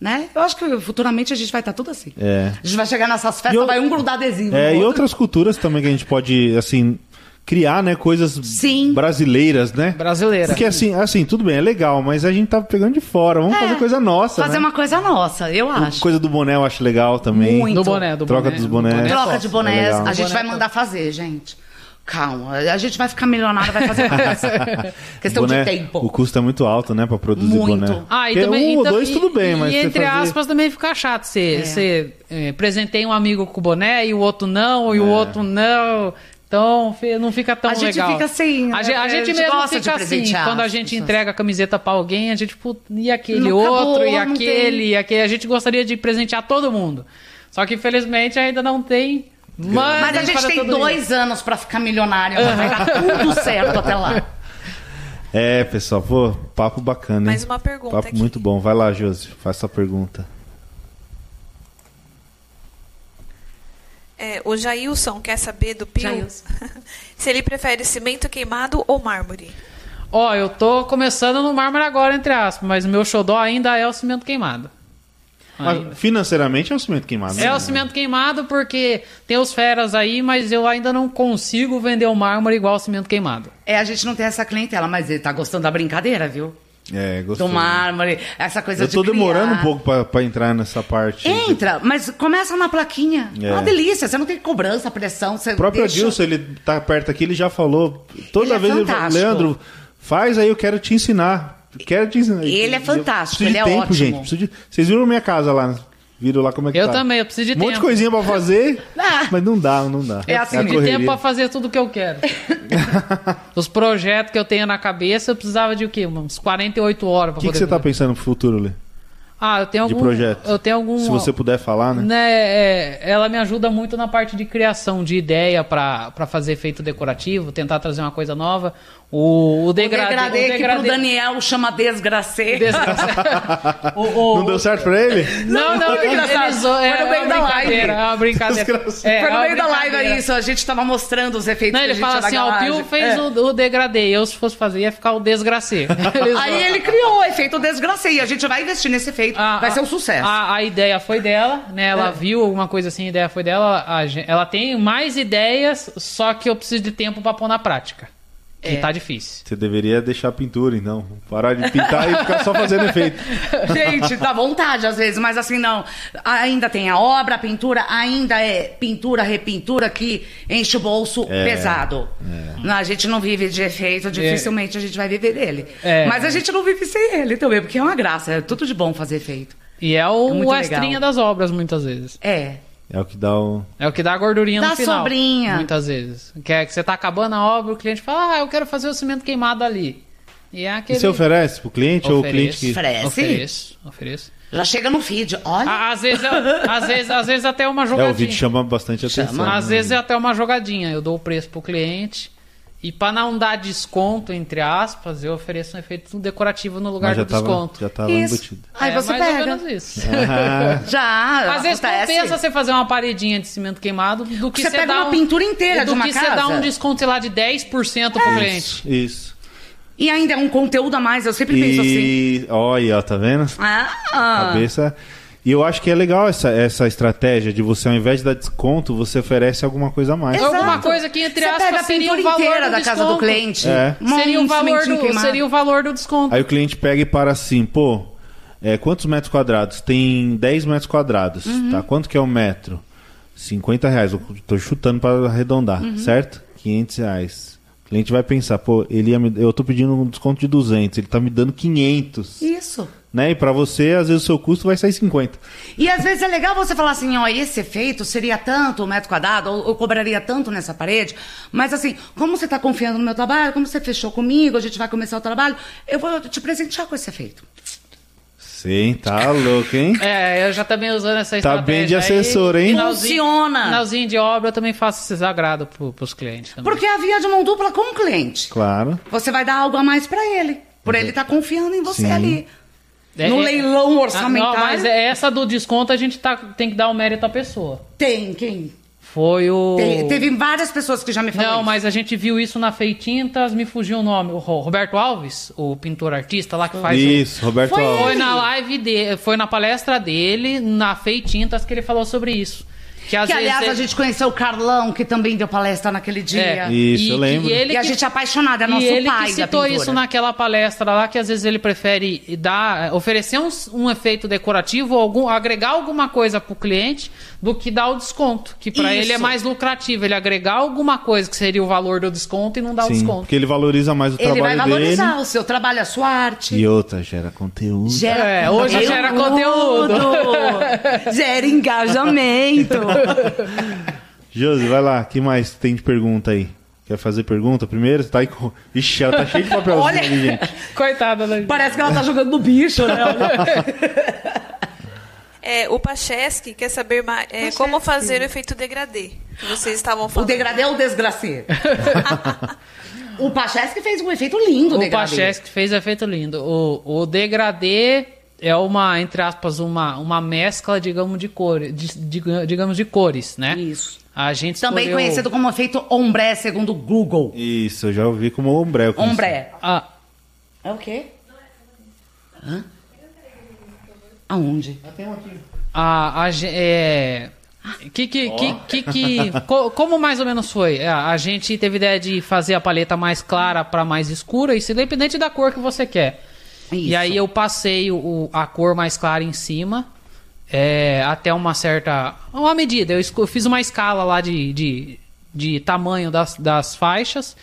C: Né? Eu acho que futuramente a gente vai estar tudo assim.
A: É.
C: A gente vai chegar nessas festas,
A: E o-
C: vai um grudar adesivo.
A: É,
C: no
A: e
C: outro.
A: outras culturas também que a gente pode, assim, criar, né? Coisas
C: Sim.
A: brasileiras, né?
B: Brasileira.
A: Porque assim, assim, tudo bem, é legal, mas a gente tá pegando de fora. Vamos
C: É.
A: fazer coisa nossa.
C: Fazer
A: né?
C: uma coisa nossa, eu acho.
A: Coisa do boné eu acho legal também.
C: Muito.
B: Do boné, do
A: Troca
B: boné.
A: dos bonés.
B: Do
C: Troca de bonés,
A: é. legal.
C: a gente
B: Boné
C: vai
B: top.
C: mandar fazer, gente. Calma, a gente vai ficar milionário, vai fazer coisa. Questão
A: Boné,
C: de tempo.
A: O custo é muito alto, né, pra produzir
C: Muito.
A: boné.
B: Ah, e
A: Porque
B: também,
A: um ou
B: então-
A: dois
B: e-
A: tudo bem,
B: e,
A: mas
B: E
A: você
B: entre
A: fazer-
B: aspas também fica chato. Você,
C: É.
B: você eh, presenteia um amigo com o boné e o outro não, e
A: É.
B: o outro não. Então fi- não fica tão
C: A
B: legal.
C: gente fica assim,
B: A,
C: né?
B: gente, a
C: A
B: gente
C: gente
B: mesmo
C: gosta de
B: fica assim.
C: presentear
B: Quando a
C: as
B: gente
C: pessoas.
B: entrega a camiseta pra alguém, a gente, puta, e aquele
C: Não acabou,
B: outro, e
C: não
B: aquele,
C: tem.
B: e aquele. A gente gostaria de presentear todo mundo. Só que infelizmente ainda não tem. Mandem
C: Mas a
B: para
C: gente tem
B: todo mundo.
C: dois anos pra ficar milionário. Vai dar tudo certo até lá.
A: É, pessoal, pô, papo bacana, hein?
D: Mais uma pergunta
A: Papo
D: aqui.
A: muito bom. Vai lá, Josi, faça a pergunta.
D: É, o Jailson quer saber do Pio
C: Jailson.
D: se ele prefere cimento queimado ou mármore.
B: Ó, eu tô começando no mármore agora, entre aspas, mas o meu xodó ainda é o cimento queimado. Ainda.
A: Mas, financeiramente é o cimento queimado. né?
B: É o cimento queimado porque tem os feras aí, mas eu ainda não consigo vender o mármore igual o cimento queimado.
C: É, a gente não tem essa clientela, mas ele tá gostando da brincadeira, viu?
A: É, gostei.
C: Do mármore, essa coisa
A: Eu
C: de
A: tô
C: criar.
A: demorando um pouco pra, pra entrar nessa parte.
B: É, então,
C: Entra, mas começa na plaquinha.
A: É.
C: É uma delícia, você não tem cobrança, pressão, você
A: O próprio
C: deixa...
A: Adilson, ele tá perto aqui, ele já falou. Toda
C: Ele é
A: vez ele fala,
C: fantástico.
A: Leandro, faz aí, eu quero te ensinar. Quero te ensinar.
C: Ele é
A: Eu
C: fantástico,
A: preciso de
C: ele é
A: tempo,
C: ótimo.
A: Gente. Preciso de- Vocês viram minha casa lá? Viram lá como é que
B: Eu
A: tá?
B: também, eu preciso de
A: Um monte de
B: tempo.
A: coisinha pra fazer, mas não dá, não dá.
C: Ah. É assim,
A: a
B: Eu preciso de
A: correria.
B: tempo pra fazer tudo o que eu quero. os projetos que eu tenho na cabeça, eu precisava de o quê? Uns 48 horas pra
A: O que, que
B: poder
A: você tá
B: fazer.
A: pensando pro futuro, Lê?
B: Ah, eu tenho
A: De
B: algum
A: projeto?
B: eu tenho algum
A: Se você puder falar, né?
B: né, é, ela me ajuda muito na parte de criação de ideia pra pra fazer efeito decorativo, tentar trazer uma coisa nova. O, o
C: O um degradê,
B: degradê,
C: que pro Daniel chama desgracê.
B: o- o-
A: Não deu certo pra ele?
B: Não, não,
C: Muito
B: ele
C: engraçado.
B: avisou,
C: Foi
B: é,
C: no meio
B: é uma
C: da live.
B: brincadeira, É uma brincadeira.
A: Desgraçado.
B: É,
C: Foi
B: é
C: no
B: uma
C: meio da live
B: brincadeira.
C: é isso, a gente tava mostrando os efeitos
B: Não, ele
C: que a gente
B: fala
C: tinha
B: assim,
C: na
B: ó, o Pio
C: garagem.
B: fez
C: É.
B: o, o degradê, eu se fosse fazer ia ficar um o desgracê. Ele zoa.
C: Aí ele criou o efeito desgracê e a gente vai investir nesse efeito.
B: A-
C: vai
B: a-
C: ser um sucesso. É.
B: A, a ideia foi dela, né? Ela viu alguma coisa assim, a ideia foi dela. a gen- ela tem mais ideias, só que eu preciso de tempo pra pôr na prática. Que
C: É.
B: tá difícil.
A: Você deveria deixar a pintura, então. Parar de pintar e ficar só fazendo efeito.
C: Gente, dá vontade às vezes, mas assim não. Ainda tem a obra, a pintura, ainda é pintura, repintura que enche o bolso
A: É,
C: pesado. Não, A gente não vive de efeito, dificilmente a gente vai viver dele.
B: É.
C: Mas a gente não vive sem ele também, porque é uma graça, é tudo de bom fazer efeito.
B: E é o,
C: É muito
B: o
C: legal.
B: extrinha das obras, muitas vezes.
C: É.
A: É o que dá o.
B: É o que dá a gordurinha
C: Dá
B: no final.
C: sobrinha.
B: Muitas vezes. Que é que você tá acabando a obra, o cliente fala, ah, eu quero fazer o cimento queimado ali. E é
A: E
B: aquele...
A: você oferece pro cliente ou o cliente que.
B: Ofereço.
C: Oferece?
B: Ofereço, ofereço.
C: Já chega no feed, olha.
B: Ah, Às vezes, eu- às, vezes, às vezes até uma
A: É,
B: jogadinha.
A: o vídeo chama bastante atenção.
B: Às
A: né?
B: vezes é até uma jogadinha. Eu dou o preço pro cliente E pra não dar desconto, entre aspas, eu ofereço um efeito decorativo no é lugar
A: Mas já
B: do
A: tava,
B: desconto.
A: já tava
C: Isso.
A: tá embutido.
C: Aí
B: é,
C: você
B: mais
C: pega.
B: ou menos isso.
A: Ah,
C: Já.
B: Às vezes
C: acontece.
B: compensa assim. você fazer uma paredinha de cimento queimado do que
C: Você
B: você
C: pega
B: dá
C: uma
B: um-
C: pintura inteira
B: do
C: de uma
B: que você
C: casa. É.
B: dá um desconto, sei lá, de 10% pro cliente.
A: isso, isso.
C: E ainda é um conteúdo a mais, eu sempre penso assim.
A: E olha, ó, tá vendo?
C: Ah,
A: Cabeça. E eu acho que é legal essa, essa estratégia de você, ao invés de dar desconto, você oferece alguma coisa a mais.
C: Exato.
B: Então, Alguma coisa que, entre
C: você
B: aspas,
C: pega a
B: seria o
C: pintura
B: valor
C: inteira
B: do
C: da casa do
B: desconto.
C: cliente.
A: É.
B: Seria o,
C: um
B: valor
C: cimentinho
B: do,
C: queimado.
B: seria o valor do desconto.
A: Aí o cliente pega e para assim, pô, é, quantos metros quadrados? Tem 10 metros quadrados, tá? Quanto que é um metro? 50 reais, eu tô chutando para arredondar, certo? 500 reais. O cliente vai pensar, pô, ele ia me- eu tô pedindo um desconto de 200, ele tá me dando 500,
C: Isso.
A: né? E para você, às vezes o seu custo vai sair 50.
C: E às vezes é legal você falar assim, ó, esse efeito seria tanto, um metro quadrado, ou eu cobraria tanto nessa parede, mas assim, como você está confiando no meu trabalho, como você fechou comigo, a gente vai começar o trabalho, eu vou te presentear com esse efeito.
A: Sim, tá louco, hein?
B: É, eu já também usando essa
A: Tá
B: estratégia.
A: bem de
B: aí.
A: assessor, hein?
C: Funciona.
B: Finalzinho de obra, eu também faço esses agrado pro, pros clientes também.
C: Porque é a via de mão dupla com o cliente.
A: Claro.
C: Você vai dar algo a mais para ele, por ele estar confiando em você
A: Sim.
C: ali.
B: É-
C: no
B: é-
C: leilão
B: Ah, não,
C: orçamentário,
B: mas essa do desconto a gente tá, tem que dar o mérito à pessoa.
C: tem quem?
B: Foi o.
C: Te- teve várias pessoas que já me falaram
B: Não,
C: isso.
B: mas a gente viu isso na Feitintas, me fugiu o nome. O Ro- Roberto Alves, o pintor artista lá que faz. o-
A: Isso, Roberto
C: Foi
A: Alves.
B: Foi na live dele, foi na palestra dele, na Feitintas, que ele falou sobre isso. Que, às
C: Que
B: vezes
C: aliás
B: ele-
C: a gente conheceu o Carlão, que também deu palestra naquele dia.
B: É.
A: E- Isso, eu lembro.
B: E, ele
C: E a
B: que-
C: gente é apaixonada, é nosso
B: e ele
C: pai
B: que
C: da
B: citou
C: pintura.
B: isso naquela palestra lá, que às vezes ele prefere dar, oferecer um, um efeito decorativo, ou algum, agregar alguma coisa pro cliente, do que dar o desconto. Que para
C: Isso.
B: ele é mais lucrativo, ele agregar alguma coisa que seria o valor do desconto e não dar o
A: Sim,
B: desconto.
A: porque ele valoriza mais o
C: Ele vai
A: trabalho
C: valorizar
A: dele.
C: o seu trabalho, a sua arte.
A: E outra, gera conteúdo.
C: Gera
B: É, hoje gera conteúdo.
C: gera engajamento.
A: Josi, vai lá, que mais tem de pergunta aí? Quer fazer pergunta primeiro? Tá aí com... Ixi, ela tá cheia de papelzinho
C: Olha.
A: ali, gente.
B: Coitada da gente.
C: Parece que ela tá jogando no bicho, né?
E: É, o Pacheski quer saber mais, é, como fazer o efeito degradê. que Vocês estavam
C: O
E: falando.
C: degradê é o desgracê. o Pacheski fez um efeito lindo, o
B: O
C: degradê.
B: Pacheski fez efeito lindo. O, o degradê é uma, entre aspas, uma, uma mescla, digamos, de cores, de- diga- digamos, de cores, né?
C: Isso.
B: A gente
C: Também
B: escolheu-
C: conhecido como efeito ombré, segundo o Google.
A: Isso, eu já ouvi como ombré. eu conheci.
C: Ombré.
B: Ah,
C: É o quê? Hã? Aonde?
B: A, a, ge- é, que, que, que, que, que- co- como mais ou menos foi? É, A, gente teve ideia de fazer a paleta mais clara para mais escura, isso independente da cor que você quer. E
C: Isso.
B: aí eu passei o- o- a cor mais clara em cima, é, até uma certa. uma medida. Eu esco- fiz uma escala lá de, de, de tamanho das, das faixas.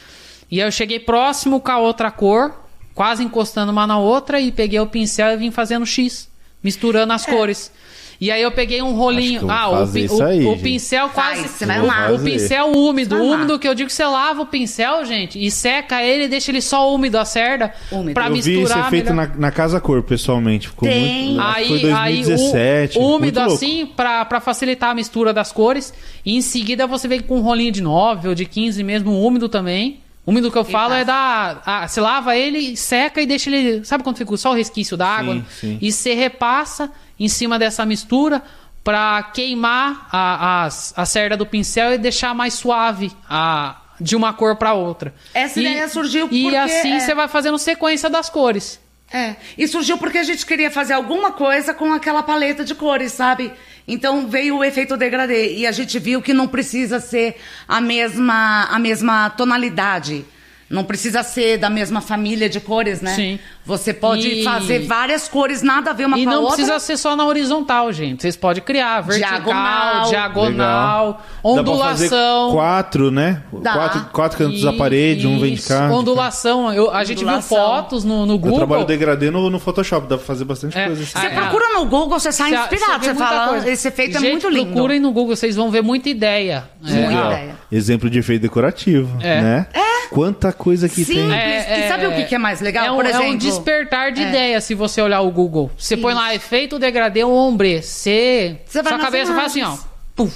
B: E aí eu cheguei próximo com a outra cor, quase encostando uma na outra, e peguei o pincel e vim fazendo X, misturando
C: É.
B: as cores. E aí eu peguei um rolinho.
A: Acho que eu
B: ah,
A: vou
B: o,
A: fazer
B: pin-
A: isso
B: o-
A: aí,
B: o
A: gente.
B: pincel
C: Faz,
B: quase.
C: você vai
A: Vou
C: amar.
B: O pincel úmido,
C: Vai lá.
B: úmido que eu digo que você lava o pincel, gente, e seca ele e deixa ele só úmido a cerda
C: Úmido.
B: pra
A: Eu vi
B: misturar
A: esse efeito
B: melhor.
A: na, na Casa Cor, pessoalmente. Ficou
C: Tem.
A: muito... acho que
B: Aí,
A: foi
B: aí
A: 2017.
B: o,
A: muito
B: úmido
A: louco.
B: assim pra pra facilitar a mistura das cores. E em seguida você vem com um rolinho de 9 ou de 15 mesmo, um úmido também. Úmido que eu falo é da. Ah, você lava ele, seca e deixa ele. Sabe quando fica só o resquício da água?
A: sim.
B: E você repassa em cima dessa mistura pra queimar a, as- a, cerda do pincel e deixar mais suave a. De uma cor pra outra.
C: Essa
B: E-
C: ideia surgiu
B: E
C: porque,
B: assim
C: é.
B: você vai fazendo sequência das cores.
C: É, e surgiu porque a gente queria fazer alguma coisa com aquela paleta de cores, sabe? Então veio o efeito degradê e a gente viu que não precisa ser a mesma a mesma tonalidade, não precisa ser da mesma família de cores, né?
B: Sim.
C: Você pode
B: E-
C: fazer várias cores, nada a ver uma
B: e
C: com a
B: não
C: outra.
B: precisa ser só na horizontal, gente. Vocês podem criar vertical,
C: Diagonal.
B: diagonal,
A: Dá pra fazer
B: ondulação.
A: quatro, né?
C: Dá.
A: Quatro, quatro cantos da parede, um vem de
B: Isso,
A: cá.
B: Ondulação. Eu- a gente viu
C: Ondulação.
B: fotos no, no
A: Eu
B: Google.
A: trabalho degradê no, no Photoshop, dá pra fazer bastante
B: É,
A: coisa assim.
B: você
C: Você
B: É.
C: procura no Google, você sai
B: Cê-
C: Tá inspirado,
B: cê
C: você,
B: vê muita
C: fala,
B: coisa.
C: esse efeito é
B: Gente,
C: muito lindo.
B: procurem no Google, vocês vão ver muita ideia.
C: Muita
A: Ó,
C: ideia.
A: Exemplo de efeito decorativo,
B: É.
A: né? É. Quanta coisa que tem.
C: Simples. e sabe o que, que é mais legal?
B: É um,
C: Por exemplo,
B: é um despertar de ideia se você olhar o Google. Você põe lá efeito degradê ou ombre. Você.
C: Você vai
B: Sua
C: nas
B: cabeça faz assim, ó.
C: imagens.
B: Puf.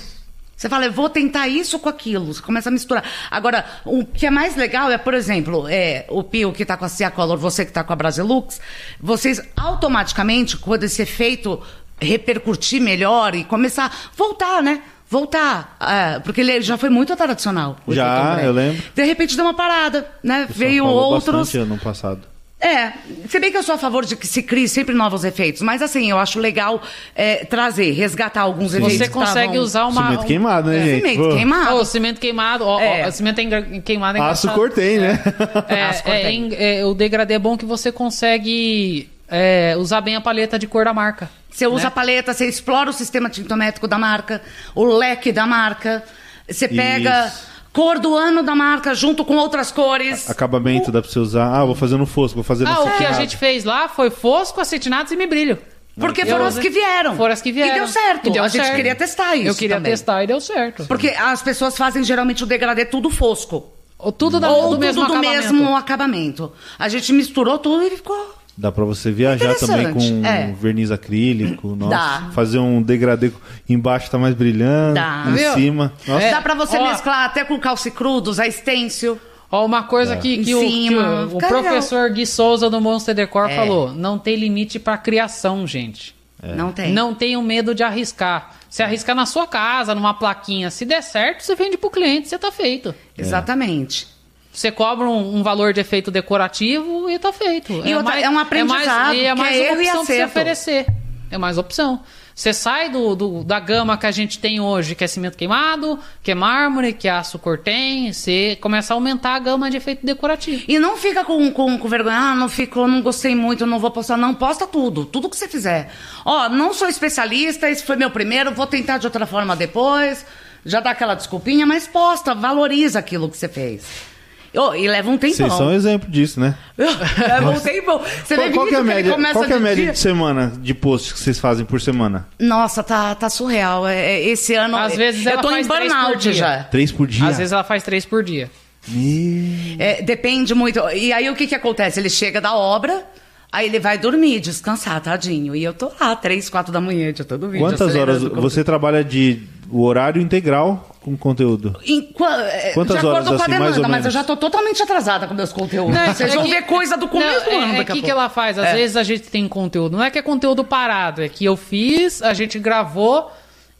C: Você fala, eu vou tentar isso com aquilo. Você começa a misturar. Agora, o que é mais legal é, por exemplo, é, o Pio que está com a Cia Color, você que está com a Brasilux, vocês automaticamente, quando esse efeito repercutir melhor e começar a voltar, né? Voltar. é, porque ele já foi muito tradicional. o
A: Já,
C: Efeito Ombre.
A: eu lembro.
C: De repente deu uma parada, né?
A: O pessoal
C: Veio
A: falou
C: outros.
A: Bastante né? ano passado.
C: É, se bem que eu sou a favor de que se crie sempre novos efeitos, mas assim, eu acho legal é, trazer, resgatar alguns efeitos.
B: Você
C: que
B: consegue
C: estavam-
B: usar uma.
A: Cimento
B: um-
A: queimado, né, gente?
C: Cimento
A: Pô,
C: queimado.
B: Ô, cimento queimado, ó, ó,
C: Ah, É.
B: cimento é engra- queimado é
A: Aço
B: engraçado.
A: cortei, né?
B: É,
C: Aço
B: é,
C: cortei.
B: em- é, o degradê é bom que você consegue é, usar bem a paleta de cor da marca.
C: Você usa
B: né?
C: a paleta, você explora o sistema tintométrico da marca, o leque da marca, você pega
A: Isso.
C: cor do ano da marca junto com outras cores.
A: Acabamento dá pra você usar. Ah, vou fazer no fosco, vou fazer no
B: Ah, o que a
A: acetinado.
B: gente fez lá foi fosco, acetinados e me brilho.
C: Porque
B: né? Eu
C: foram as
B: usei-
C: que vieram.
B: Foram as que vieram.
C: E deu certo.
B: E deu
C: a gente
B: certo.
C: queria testar isso.
B: Eu queria
C: também.
B: testar e deu certo.
C: Porque as pessoas fazem geralmente o degradê tudo fosco.
B: Ou tudo da,
C: ou
B: do
C: tudo
B: mesmo
C: do
B: acabamento.
C: mesmo acabamento. A gente misturou tudo e ficou
A: Dá pra você viajar também com
C: Interessante, é.
A: verniz acrílico. Nossa,
C: Dá.
A: Fazer um degradê embaixo tá mais brilhando.
C: Dá.
A: Em
B: Viu?
A: cima. Nossa,
B: É.
C: Dá pra você
B: Ó.
C: mesclar até com calcicrudos, a estêncio.
B: Ó, uma coisa que, que o,
C: Em cima.
B: que o- o
C: Fica
B: professor Gui Souza do Monster Decor
C: É.
B: falou: não tem limite pra criação, gente.
C: Não tem.
B: Não tenham medo de arriscar. Se arriscar na sua casa, numa plaquinha, se der certo, você vende pro cliente, você tá feito.
C: Exatamente.
B: Você cobra um, um valor de efeito decorativo e tá feito.
C: E outra, é um aprendizado,
B: e é
C: que
B: mais
C: é
B: uma
C: erro e
B: opção pra você
C: acerto.
B: oferecer. É mais opção. Você sai do, do- da gama que a gente tem hoje, que é cimento queimado, que é mármore, que é aço cortem. Você começa a aumentar a gama de efeito decorativo.
C: E não fica com, com, com vergonha, ah, não ficou, não gostei muito, não vou postar. Não, posta tudo, tudo que você fizer. Ó, não sou especialista, esse foi meu primeiro, vou tentar de outra forma depois. Já dá aquela desculpinha, mas posta, valoriza aquilo que você fez. Ô, e leva um tempão.
A: vocês são um exemplo disso, né?
C: leva um tempão. Você
A: Qual,
C: vê
A: qual que é a
C: vídeo que ele
A: média,
C: começa
A: qual que é a
C: de
A: média
C: dia-
A: de semana de posts que vocês fazem por semana?
C: Nossa, tá, tá surreal. É, é, Esse ano.
B: Às vezes
C: eu
B: ela
C: tô em
B: faz três por
C: burnout
B: dia.
C: já.
A: Três por dia?
B: Às vezes ela faz três por dia.
A: Ih,
C: É, depende muito. E aí o que que acontece? Ele chega da obra, aí ele vai dormir, descansar, tadinho. E eu tô lá, três, quatro da manhã, editando vídeo.
A: Quantas
C: acelerando
A: horas
C: o conteúdo.
A: você trabalha de o horário integral com conteúdo?
C: Em qua- é,
A: Quantas
C: de
A: horas,
C: acordo com
A: assim,
C: a demanda,
A: mais ou
C: mas eu
A: menos?
C: já tô totalmente atrasada com meus conteúdos.
B: Não,
C: Vocês
B: é
C: vão
B: que-
C: ver coisa do começo do
B: Não,
C: ano
B: É, é
C: daqui a
B: que, que
C: pouco.
B: ela faz. Às
C: É.
B: vezes a gente tem conteúdo. Não é que é conteúdo parado, é que eu fiz, a gente gravou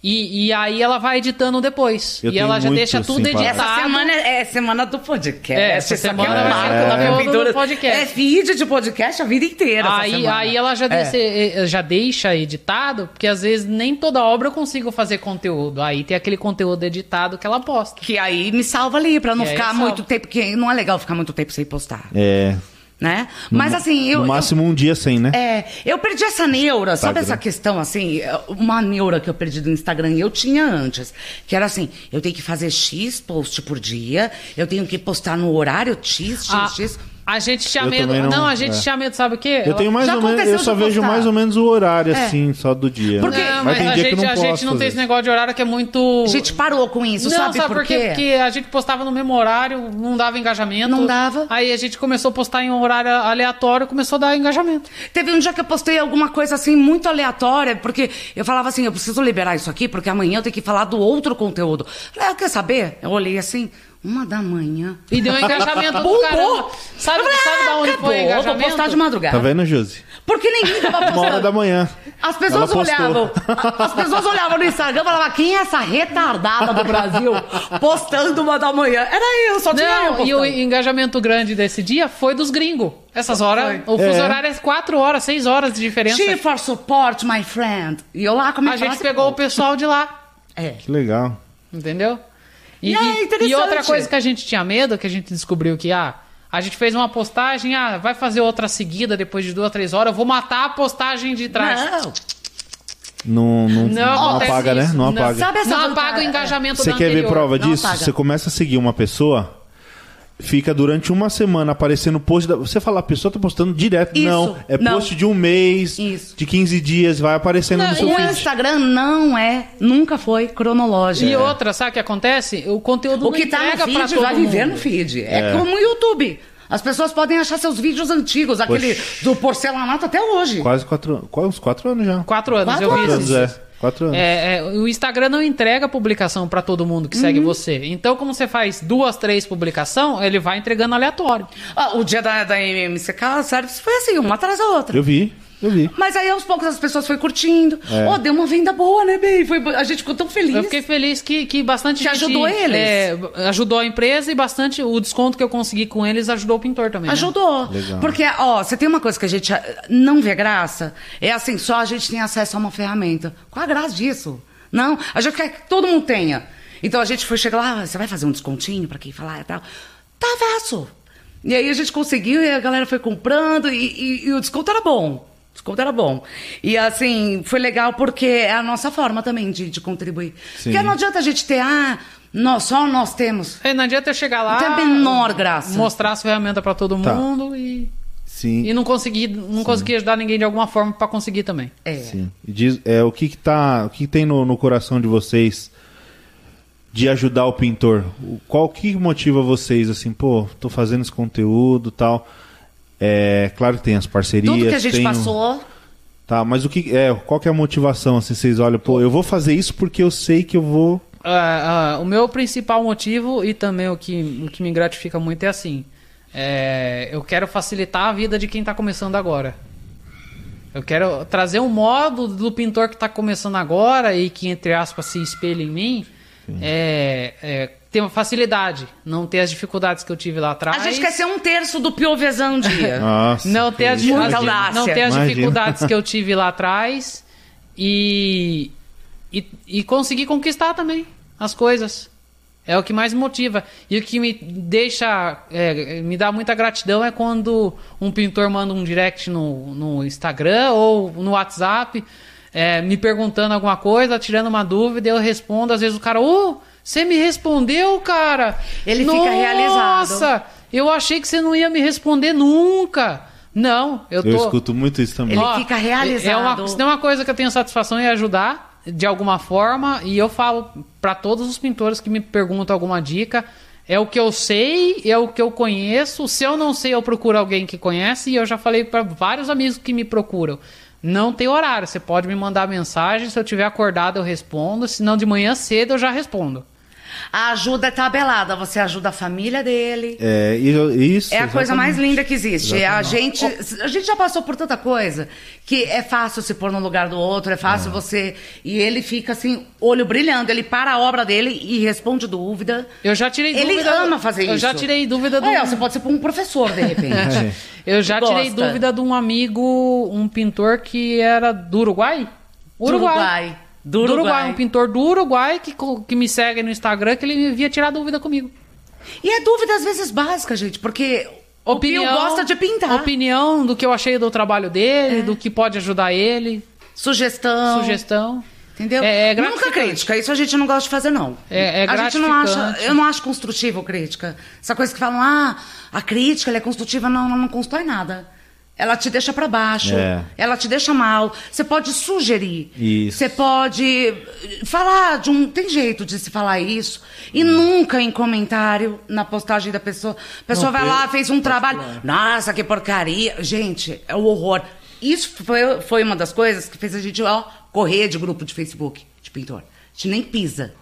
B: e, e aí ela vai editando depois.
A: Eu
B: e ela
A: tenho
B: já
A: muito,
B: deixa
A: sim,
B: tudo
A: parado.
B: editado.
C: Essa semana é, é semana do podcast.
B: É, essa semana
C: aqui é
A: vai ser
C: marco da
A: toda
C: minha
A: do
C: pintura.
B: podcast.
C: É vídeo de podcast a vida inteira. essa
B: Aí,
C: semana.
B: aí ela já,
C: É.
B: desse- eh, já deixa editado, porque às vezes nem toda obra eu consigo fazer conteúdo. Aí tem aquele conteúdo editado que ela posta.
C: Que aí me salva ali, pra não
B: E aí
C: ficar
B: salva.
C: muito tempo, porque não é legal ficar muito tempo sem postar,
A: É.
C: né? Mas
A: no-
C: assim, eu,
A: No
C: eu
A: máximo um dia sem, né?
C: É, eu perdi essa neura, sabe
A: Instagram.
C: essa questão assim? Uma neura que eu perdi do Instagram e eu tinha antes. Que era assim, eu tenho que fazer X post por dia, eu tenho que postar no horário X, X,
B: A,
C: X.
B: Ah, a gente tinha
A: Eu
B: medo.
A: também
B: Não,
A: não-
B: a gente
A: é.
B: tinha medo, sabe o quê?
A: Eu
B: Ela-
A: tenho mais
C: já
A: ou menos, eu
C: aconteceu
A: só
C: de
A: vejo
C: postar.
A: mais ou menos o horário,
C: É.
A: assim, só do dia.
C: Porque-
B: Não,
C: Mas
B: mas
A: tem
B: a
A: dia que
B: gente,
A: eu não
B: a gente
A: posso
B: não tem
A: fazer.
B: esse negócio de horário que é muito.
C: A gente parou com isso,
B: não,
C: sabe, por quê?
B: Porque a gente postava no mesmo horário, não dava engajamento.
C: Não dava.
B: Aí a gente começou a postar em um horário aleatório, começou a dar engajamento.
C: Teve um dia que eu postei alguma coisa assim muito aleatória, porque eu falava assim, eu preciso liberar isso aqui, porque amanhã eu tenho que falar do outro conteúdo. Falei, ah, quer saber? Eu olhei assim, uma da manhã.
B: E deu engajamento do caramba. Sabe,
C: Eu falei,
B: sabe da
C: "Ah,
B: onde foi o
C: acabou,
B: engajamento?
C: Vou postar de madrugada.
A: Tá vendo, Josi?
C: Porque ninguém tava postando.
A: Uma hora da manhã.
C: As pessoas
A: Ela postou.
C: olhavam. As pessoas olhavam no Instagram e falavam, quem é essa retardada do Brasil postando uma da manhã? Era eu, só tinha eu
B: Não,
C: postando.
B: e o engajamento grande desse dia foi dos gringos. Essas horas, o fuso
A: É.
B: horário é 4 horas, 6 horas de diferença.
C: She for support, my friend. E eu lá, como é
B: a
C: que
B: gente
C: fala?
B: pegou o pessoal de lá.
C: É.
A: Que legal.
B: Entendeu? E,
C: E é
B: e-
C: interessante.
B: e outra coisa que a gente tinha medo, que a gente descobriu que, ah, a gente fez uma postagem, ah, vai fazer outra seguida depois de duas, três horas, eu vou matar a postagem de trás.
C: Não.
A: Não, não,
B: Não
A: não
B: acontece
A: apaga, né?
B: isso.
A: Não
B: Não,
A: apaga.
C: Sabe essa
B: Não
C: vontade? é.
B: apaga o engajamento
A: Você
B: da
A: quer ver
B: anterior.
A: prova
C: não
A: disso?
C: apaga.
A: Você começa a seguir uma pessoa, fica durante uma semana aparecendo post. Da... Você fala, a pessoa tá postando direto.
C: Isso,
A: não, é
C: não.
A: post de um mês,
C: Isso.
A: de 15 dias, vai aparecendo
C: Não, é
A: no seu
C: o
A: feed.
C: Instagram não é, nunca foi cronológico.
B: E outra, sabe o que acontece? O conteúdo
C: o
B: não
C: que tá
B: entrega
C: no
B: pra
C: feed
B: todo
C: vai viver
B: mundo.
C: no feed. É, como o YouTube. As pessoas podem achar seus vídeos antigos, aquele
A: Poxa.
C: do porcelanato até hoje.
A: Quase quatro, quase uns quatro anos já.
B: Quatro anos,
C: Quatro
B: eu vi
A: anos,
B: esses.
A: é. Quatro anos.
B: É, é, o Instagram não entrega publicação pra todo mundo que
C: Uhum.
B: segue você. Então, como você faz duas, três publicação, ele vai entregando aleatório.
C: Ah, o dia da, da MMCK, Service, foi assim, uma atrás da outra.
A: Eu vi, eu vi.
C: Mas aí aos poucos as pessoas foram curtindo.
A: É.
C: Ó, deu uma venda boa, né, Bey? Foi, bo- a gente ficou tão feliz.
B: Eu fiquei feliz que, que bastante
C: Que ajudou eles.
B: é, ajudou a empresa e bastante o desconto que eu consegui com eles ajudou o pintor também. né?
C: Ajudou.
A: Legal.
C: Porque, ó, você tem uma coisa que a gente ah, não vê graça, é assim, só a gente tem acesso a uma ferramenta. Qual a graça disso? Não, a gente quer que todo mundo tenha. Então a gente foi chegar lá, ah, você vai fazer um descontinho pra quem falar e tal? Tá, faço. E aí a gente conseguiu e a galera foi comprando e, e- e o desconto era bom. O desconto era bom. E assim, foi legal porque é a nossa forma também de, de contribuir.
A: Sim.
C: Porque não adianta a gente ter, ah, nós, só nós temos.
B: É, não adianta eu chegar lá.
C: Não tem a menor graça.
B: Mostrar as ferramentas pra todo
A: Tá.
B: mundo e,
A: Sim.
B: e não conseguir não conseguir ajudar ninguém de alguma forma pra conseguir também.
C: É.
A: Sim. E diz, é, o que, que tá, o que, que tem no, no coração de vocês de ajudar o pintor? O, qual que motiva vocês assim, pô, tô fazendo esse conteúdo, tal. É, claro que tem as parcerias,
C: Tudo que a gente
A: tem o-
C: passou.
A: Tá, mas o que é, qual que é a motivação assim, vocês olham, pô, eu vou fazer isso porque eu sei que eu vou
B: Ah, ah, o meu principal motivo e também o que, o que me gratifica muito é assim: é, eu quero facilitar a vida de quem tá começando agora. Eu quero trazer um modo do pintor que tá começando agora e que, entre aspas, se espelha em mim, é, é, ter uma facilidade, não ter as dificuldades que eu tive lá atrás.
C: A gente quer ser um terço do Piovesan um dia.
A: Nossa.
B: não ter as,
A: que-
C: Muita
B: as-
C: audácia.
B: não ter as
A: Imagina.
B: dificuldades que eu tive lá atrás e, e, e conseguir conquistar também as coisas. É o que mais motiva. E o que me deixa. é, me dá muita gratidão é quando um pintor manda um direct no, no Instagram ou no WhatsApp, é, me perguntando alguma coisa, tirando uma dúvida, eu respondo. Às vezes o cara, ô, você me respondeu, cara!
C: Ele fica realizado.
B: Nossa, eu achei que você não ia me responder nunca. Não, eu tô.
A: Eu escuto muito isso também.
C: Ele
B: Ó,
C: fica realizado.
B: É uma, se tem uma coisa que eu tenho satisfação é ajudar de alguma forma, e eu falo pra todos os pintores que me perguntam alguma dica, é o que eu sei, é o que eu conheço. Se eu não sei, eu procuro alguém que conhece, e eu já falei pra vários amigos que me procuram. Não tem horário, você pode me mandar mensagem, se eu tiver acordado eu respondo, se não de manhã cedo eu já respondo.
C: A ajuda é tabelada, você ajuda a família dele.
A: É, e eu- isso.
C: É a coisa mais
A: exatamente.
C: linda que existe. é A gente, a gente já passou por tanta coisa que é fácil se pôr no lugar do outro, é fácil você. E ele fica assim, olho brilhando, ele para a obra dele e responde dúvida.
B: Eu já tirei
C: Ele
B: dúvida.
C: ama fazer
B: Eu
C: isso.
B: já tirei dúvida do.
C: Olha, você pode ser um professor, de repente.
B: É. Eu já
C: É. Gosta.
B: tirei dúvida de um amigo, um pintor que era do Uruguai?
C: Uruguai. Do
B: Do
C: Uruguai.
B: Uruguai, um pintor do Uruguai que, co- que me segue no Instagram, que ele via tirar dúvida comigo.
C: E é dúvida às vezes básica, gente, porque o Pio gosta de pintar. É.
B: Opinião do que eu achei do trabalho dele, do que pode ajudar ele,
C: Sugestão.
B: sugestão.
C: Entendeu?
B: É, é
C: Nunca
B: gratificante.
C: crítica, isso a gente não gosta de fazer, não.
B: É- é
C: a gente não acha,
B: gratificante.
C: eu não acho construtivo crítica. Essa coisa que falam, ah, a crítica ela é construtiva, não, ela não constrói nada. Ela te deixa pra baixo,
A: É.
C: ela te deixa mal. Você pode sugerir,
A: Isso.
C: você pode eh, falar de um. Tem jeito de se falar isso. E nunca em comentário, na postagem da pessoa. A pessoa vai lá, fez um trabalho. Nossa, que porcaria. Gente, é o horror. Isso foi, foi uma das coisas que fez a gente ó, correr de grupo de Facebook, de pintor. A gente nem pisa.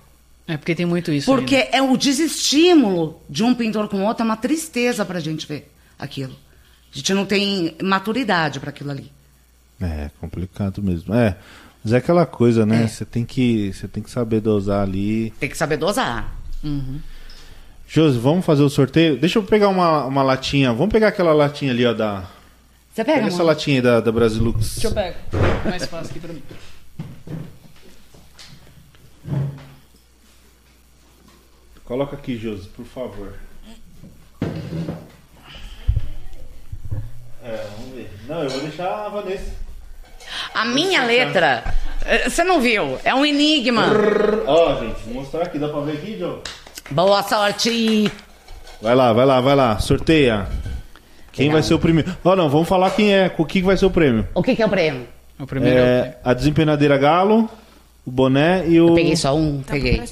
B: É porque tem muito isso.
C: Porque
B: ainda.
C: é o desestímulo de um pintor com o outro, é uma tristeza pra gente ver aquilo. A gente não tem maturidade pra aquilo ali.
A: É, complicado mesmo. É. Mas é aquela coisa, né? Você tem que, você tem que saber dosar ali.
C: Tem que saber dosar.
A: Josi, vamos fazer o sorteio? Deixa eu pegar uma, uma latinha. Vamos pegar aquela latinha ali, ó, da.
C: Você pega,
A: Pega essa
C: É, amor?
A: latinha aí da, da Brasilux.
B: Deixa eu pego. Mais fácil aqui pra mim.
A: Coloca aqui, Josi, por favor. É, vamos ver. Não, eu vou deixar a Vanessa.
C: A minha letra, eh, você não viu? É um enigma.
A: Ó, gente, vou mostrar aqui. Dá pra ver aqui, Joe?
C: Boa sorte.
A: Vai lá, vai lá, vai lá. Sorteia. Quem vai ser o primeiro? Ó, não, vamos falar quem é, o que que vai ser o prêmio.
C: O que, que é o prêmio?
B: O primeiro é o
A: É, a desempenadeira Galo, o boné e o,
C: Eu peguei só um,
E: Tá
C: peguei.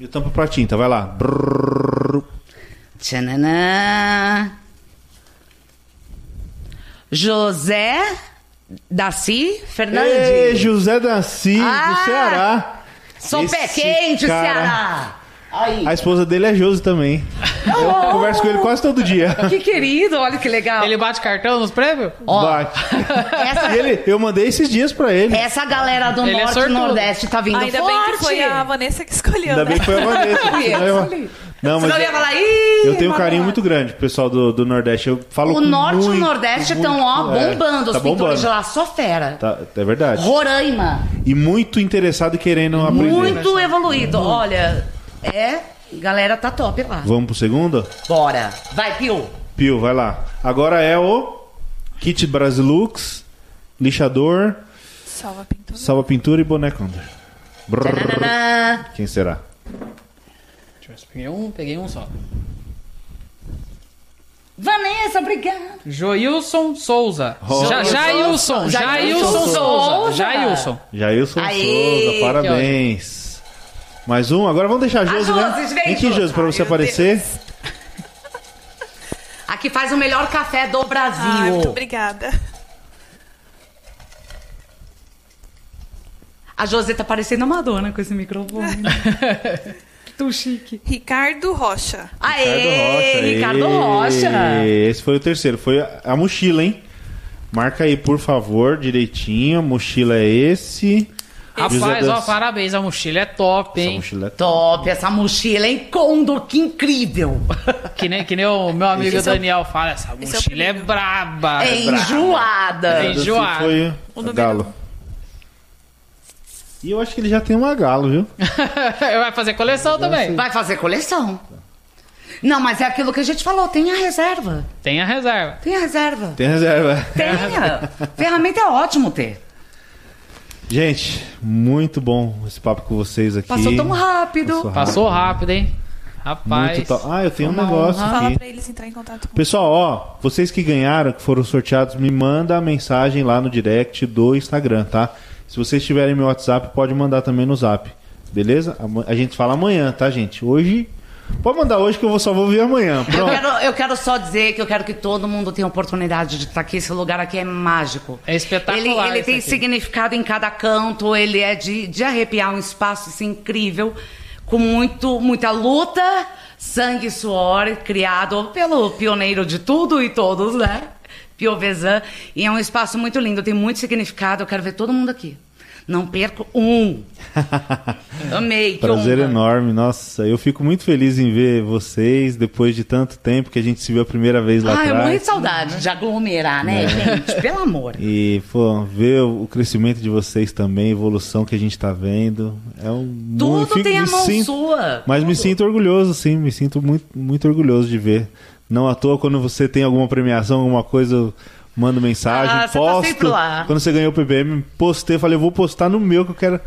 A: e o tampa pra tinta. Vai lá. Brrr.
C: Tchananã. José Daci Fernandes.
A: Ei, José Danci,
C: Ah!
A: do Ceará.
C: Sou pé
A: Esse
C: quente,
A: cara-
C: Ceará. Aí.
A: A esposa dele é Josi também.
C: Oh!
A: Eu converso com ele quase todo dia.
C: Que querido, olha que legal.
B: Ele bate cartão nos prêmios?
C: Ó,
A: Bate.
C: Essa,
A: E ele, eu mandei esses dias pra ele.
C: essa galera do
B: Ele é
C: norte e
B: sortudo.
C: nordeste tá vindo
E: Ainda
C: forte.
E: bem que foi a Vanessa que escolheu, né?
A: Ainda bem que foi a Vanessa. porque senão eu- Não, mas é-
C: Senão eu ia falar, "Ih,
A: eu tenho um
C: Manoel."
A: carinho muito grande pro pessoal do, do Nordeste. Eu falo
C: O
A: com
C: norte e o
A: muito,
C: nordeste
A: muito-
C: estão, ó,
A: é,
C: bombando.
A: tá
C: Os pintores de
A: bombando.
C: lá, só fera.
A: Tá, é verdade.
C: Roraima,
A: E muito interessado e querendo
E: é,
A: aprender.
E: tá
C: muito evoluído. Olha, é, galera tá top lá.
A: Vamos pro segundo?
C: Bora. Vai, Pio.
A: Pio, vai lá. Agora é o Kit Brasilux, lixador,
E: Salva pintura.
A: salva pintura e boneco under. Brrr.
C: Tananã.
A: Quem será?
B: Deixa eu ver se Peguei um, peguei um só.
C: Vanessa, obrigada.
B: Joilson Souza.
A: Oh.
B: Ja- Jailson.
C: Jailson
B: Jailson
C: Souza.
B: Souza. Jailson.
A: Jailson
C: Aê,
A: Souza, parabéns. Mais um, agora vamos deixar a Josi,
C: Josi,
A: né?
C: vem,
A: Vem aqui,
C: Josi.
A: Josi, pra você
E: Ai, meu
A: aparecer.
C: A que faz o melhor café do
E: Ai, Ah, muito
C: Brasil.
E: obrigada.
C: a José tá parecendo a Madonna com esse microfone. Tão chique.
E: Ricardo Rocha.
C: Aê, Ricardo
A: aê.
C: Rocha.
A: Esse foi o terceiro, foi a, a mochila, hein? Marca aí, por favor, direitinho. Mochila é esse. José
B: Rapaz, ó,
A: Dan-
B: parabéns. A mochila é top,
A: Essa
B: hein?
A: mochila é top.
C: Top, essa mochila, hein? Condor, que incrível.
B: Que nem, que nem o meu amigo
C: Esse é o-
B: Daniel fala, essa
E: é o
B: mochila é,
E: primeiro.
B: braba.
C: é enjoada.
B: É enjoado.
A: Foi
E: O
A: o
E: número
A: galo. E eu acho que ele já tem uma galo, viu?
B: Vai fazer coleção também.
C: Vai fazer coleção. Não, mas é aquilo que a gente falou, tem a reserva.
B: Tem a reserva.
C: Tem a reserva.
A: Tem reserva.
C: Tenha. Ferramenta é ótimo ter.
A: Gente, muito bom esse papo com vocês aqui.
C: Passou tão rápido.
B: Passou rápido, hein? Rapaz.
A: Muito top. Ah, eu tenho um
B: Uma
A: negócio
E: Fala
A: aqui.
E: pra eles entrar em contato com
A: Pessoal, ó, vocês que ganharam, que foram sorteados, me manda a mensagem lá no direct do Instagram, tá? Se vocês tiverem meu WhatsApp, pode mandar também no Zap, beleza? Ama- A gente fala amanhã, tá, gente? Hoje, pode mandar hoje que eu vou- só vou ver amanhã,
C: Eu
A: pronto.
C: quero, eu quero só dizer que eu quero que todo mundo tenha oportunidade de estar aqui. Esse lugar aqui é mágico.
B: É espetacular
C: Ele, ele
B: isso
C: tem
B: aqui.
C: significado em cada canto, ele é de, de arrepiar um espaço assim, incrível, com muito, muita luta, sangue e suor, criado pelo pioneiro de tudo e todos, né? Piovesan. E é um espaço muito lindo, tem muito significado. Eu quero ver todo mundo aqui. Não perco um. Amei. que
A: Prazer
C: honra.
A: enorme, nossa, eu fico muito feliz em ver vocês depois de tanto tempo que a gente se viu a primeira vez lá
C: Ai, Ah, eu
A: atrás.
C: morri
A: É.
C: de saudade de aglomerar, né, gente? Pelo amor.
A: E, pô, ver o o crescimento de vocês também, a evolução que a gente tá vendo. É um
C: Tudo
A: muito- fico-
C: tem a
A: me
C: mão
A: sinto-
C: sua.
A: Mas me sinto orgulhoso, sim, me sinto muito, muito orgulhoso de ver. Não à toa, quando você tem alguma premiação, alguma coisa, eu mando mensagem,
C: Ah, você tá
A: posto.
C: sempre lá.
A: Quando você ganhou o PBM, postei, falei, eu vou postar no meu que eu quero que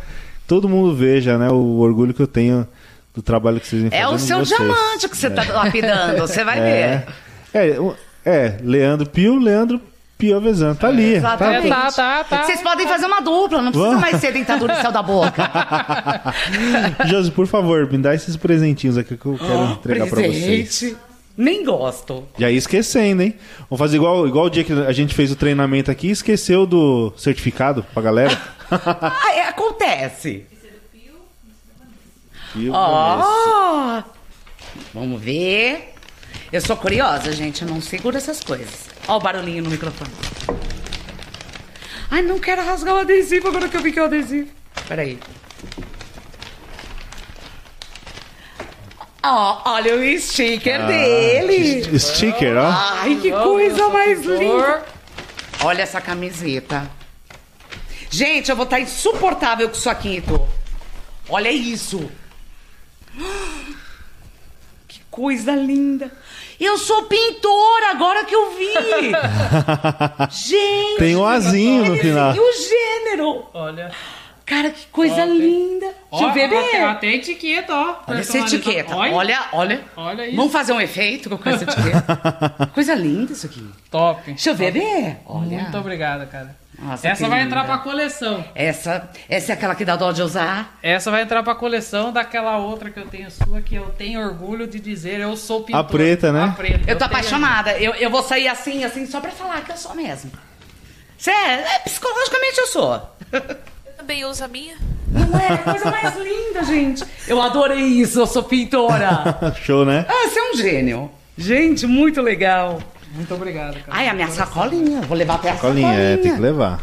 A: todo mundo veja, né? O orgulho que eu tenho do trabalho que vocês vêm
C: É
A: fazendo
C: o
A: de
C: seu
A: vocês.
C: diamante né, que você tá lapidando, você vai
A: É,
C: ver.
A: é, o- é, Leandro Pio, Leandro Pio Vezan, tá ali. tá
C: Exatamente.
B: Tá, tá, tá.
C: Vocês podem fazer uma dupla, não precisa
A: Vamos.
C: mais ser dentadura e céu da boca.
A: Josi, por favor, me dá esses presentinhos aqui que eu quero entregar pra vocês.
C: Presente. Nem gosto.
A: Já ia esquecendo, hein? Vamos fazer igual, igual o dia que a gente fez o treinamento aqui e esqueceu do certificado pra galera.
C: Ah, é, acontece.
A: E o Vanessa.
C: Ó. Vamos ver. Eu sou curiosa, gente. Eu não seguro essas coisas. Ó o barulhinho no microfone. Ai, não quero rasgar o adesivo agora que eu vi que é o adesivo. Peraí. Ó, olha o sticker dele.
A: S- Sticker, ó.
C: Ai, que coisa mais linda! Olha essa camiseta. Gente, eu vou estar insuportável com isso aqui, Heitor. Olha isso. Que coisa linda. Eu sou pintora, agora que eu vi. Gente.
A: Tem um azinho no
C: ele
A: final.
C: seguiu o gênero.
B: Olha.
C: Cara, que coisa linda. Deixa eu ver bem.
B: Ela tem etiqueta, ó.
C: Olha essa etiqueta.
B: Olha.
C: Olha, olha.
B: Olha isso.
C: Vamos fazer um efeito com essa etiqueta? coisa linda isso aqui.
B: Top.
C: Deixa eu ver, Ah. Bê. Olha.
B: Muito obrigado, cara.
C: Nossa,
B: essa
C: que
B: vai
C: linda.
B: entrar pra coleção.
C: Essa, essa é aquela que dá dó de usar.
B: Essa vai entrar pra coleção daquela outra que eu tenho sua, que eu tenho orgulho de dizer, eu sou pintor.
A: A preta, né?
B: A preta.
C: Eu
B: tenho-
C: tô apaixonada. Eu, eu vou sair assim, assim, só pra falar que eu sou mesmo. Você é, é, psicologicamente eu sou.
E: Eu também uso a minha.
C: Não é? Coisa mais linda, gente. Eu adorei isso, eu sou pintora.
A: Show, né?
C: Ah, você é um gênio. Gente, muito legal.
B: Muito obrigado, cara.
C: Ai, a minha sacolinha. Vou levar até a
A: Colinha,
C: sacolinha.
A: é, tem que levar.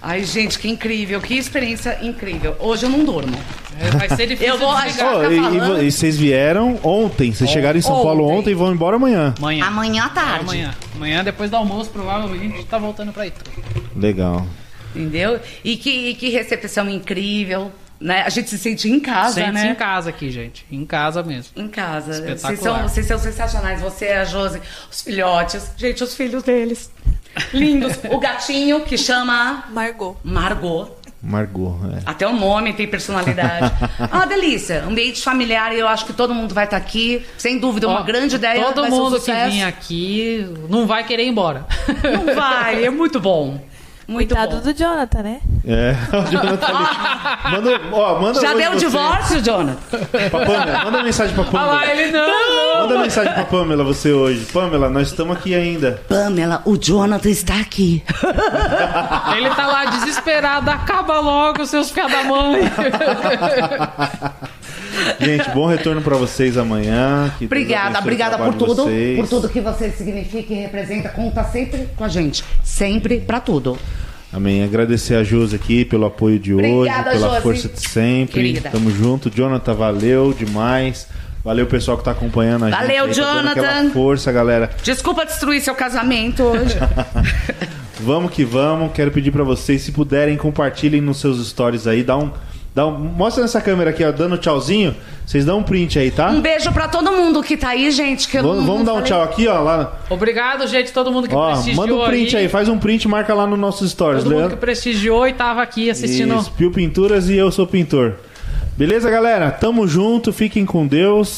C: Ai, gente, que incrível. Que experiência incrível. Hoje eu não durmo.
B: É, Vai ser difícil.
C: Eu vou
B: desligar.
C: achar-
A: Ó,
C: tá
A: e- e,
C: falando.
A: vo- e vocês vieram ontem, vocês chegaram em São Paulo
C: Ontem.
A: ontem e vão embora amanhã.
B: Amanhã.
C: Amanhã à tarde.
B: Amanhã. Amanhã, depois do almoço, provavelmente, a gente tá voltando pra Itu.
A: Legal.
C: Entendeu? E que, e que recepção incrível, né? A gente se sente em casa,
B: Sente-se
C: né?
B: em casa aqui, gente. Em casa mesmo.
C: Em casa. Vocês
B: Espetacular.
C: são, vocês são sensacionais. Você, a Josi, os filhotes. Gente, os filhos deles. Lindos. o gatinho que chama
E: Margot.
C: Margot.
A: Margot, é.
C: Até o nome tem personalidade. ah, uma delícia. Ambiente familiar e eu acho que todo mundo vai estar aqui. Sem dúvida, uma
B: Ó,
C: grande ideia.
B: Todo
C: vai ser um
B: mundo que
C: sucesso.
B: vir aqui não vai querer ir embora.
C: Não vai, é muito bom.
E: Tá
C: Muito
F: Coitado
C: bom.
F: do Jonathan, né?
A: É, o Jonathan ali. Manda, ó, manda
C: Já
A: oi
C: deu o
A: você.
C: divórcio, Jonathan?
A: Pra Pamela, manda mensagem pra
B: Olha lá,
A: Pamela.
B: ele não.
A: Manda mensagem pra Pamela, você hoje. Pamela, nós estamos aqui ainda.
C: Pamela, o Jonathan está aqui.
B: Ele tá lá desesperado. Acaba logo, seus filhos da mãe.
A: Gente, bom retorno pra vocês amanhã. que Deus
C: Obrigada,
A: abençoe o
C: obrigada por
A: trabalho de
C: tudo,
A: vocês.
C: por tudo que você significa e representa. Conta sempre com a gente, sempre pra tudo.
A: Amém. Agradecer a Josi aqui pelo apoio de
C: Obrigada,
A: hoje, pela
C: Josi.
A: força de sempre.
C: Querida.
A: Tamo junto. Jonathan, valeu demais. Valeu, pessoal que tá acompanhando a
C: Valeu,
A: gente. aí, tá dando aquela
C: Jonathan.
A: força, galera.
C: Desculpa destruir seu casamento hoje.
A: Vamos que vamos. Quero pedir pra vocês, se puderem, compartilhem nos seus stories aí. Dá um, dá um, mostra nessa câmera aqui, ó, dando tchauzinho. Vocês dão um print aí, tá?
C: Um beijo pra todo mundo que tá aí, gente. Que eu
A: Vamos,
C: não-
A: vamos
C: não
A: dar um
C: falei.
A: tchau aqui, ó. Lá.
B: Obrigado, gente, todo mundo que
A: Ó,
B: prestigiou
A: manda um print aí. faz um print, marca lá no nossos stories,
B: Todo mundo que
A: Leandro.
B: prestigiou e tava aqui assistindo.
A: Isso, Pio Pinturas e eu sou pintor. Beleza, galera? Tamo junto, fiquem com Deus.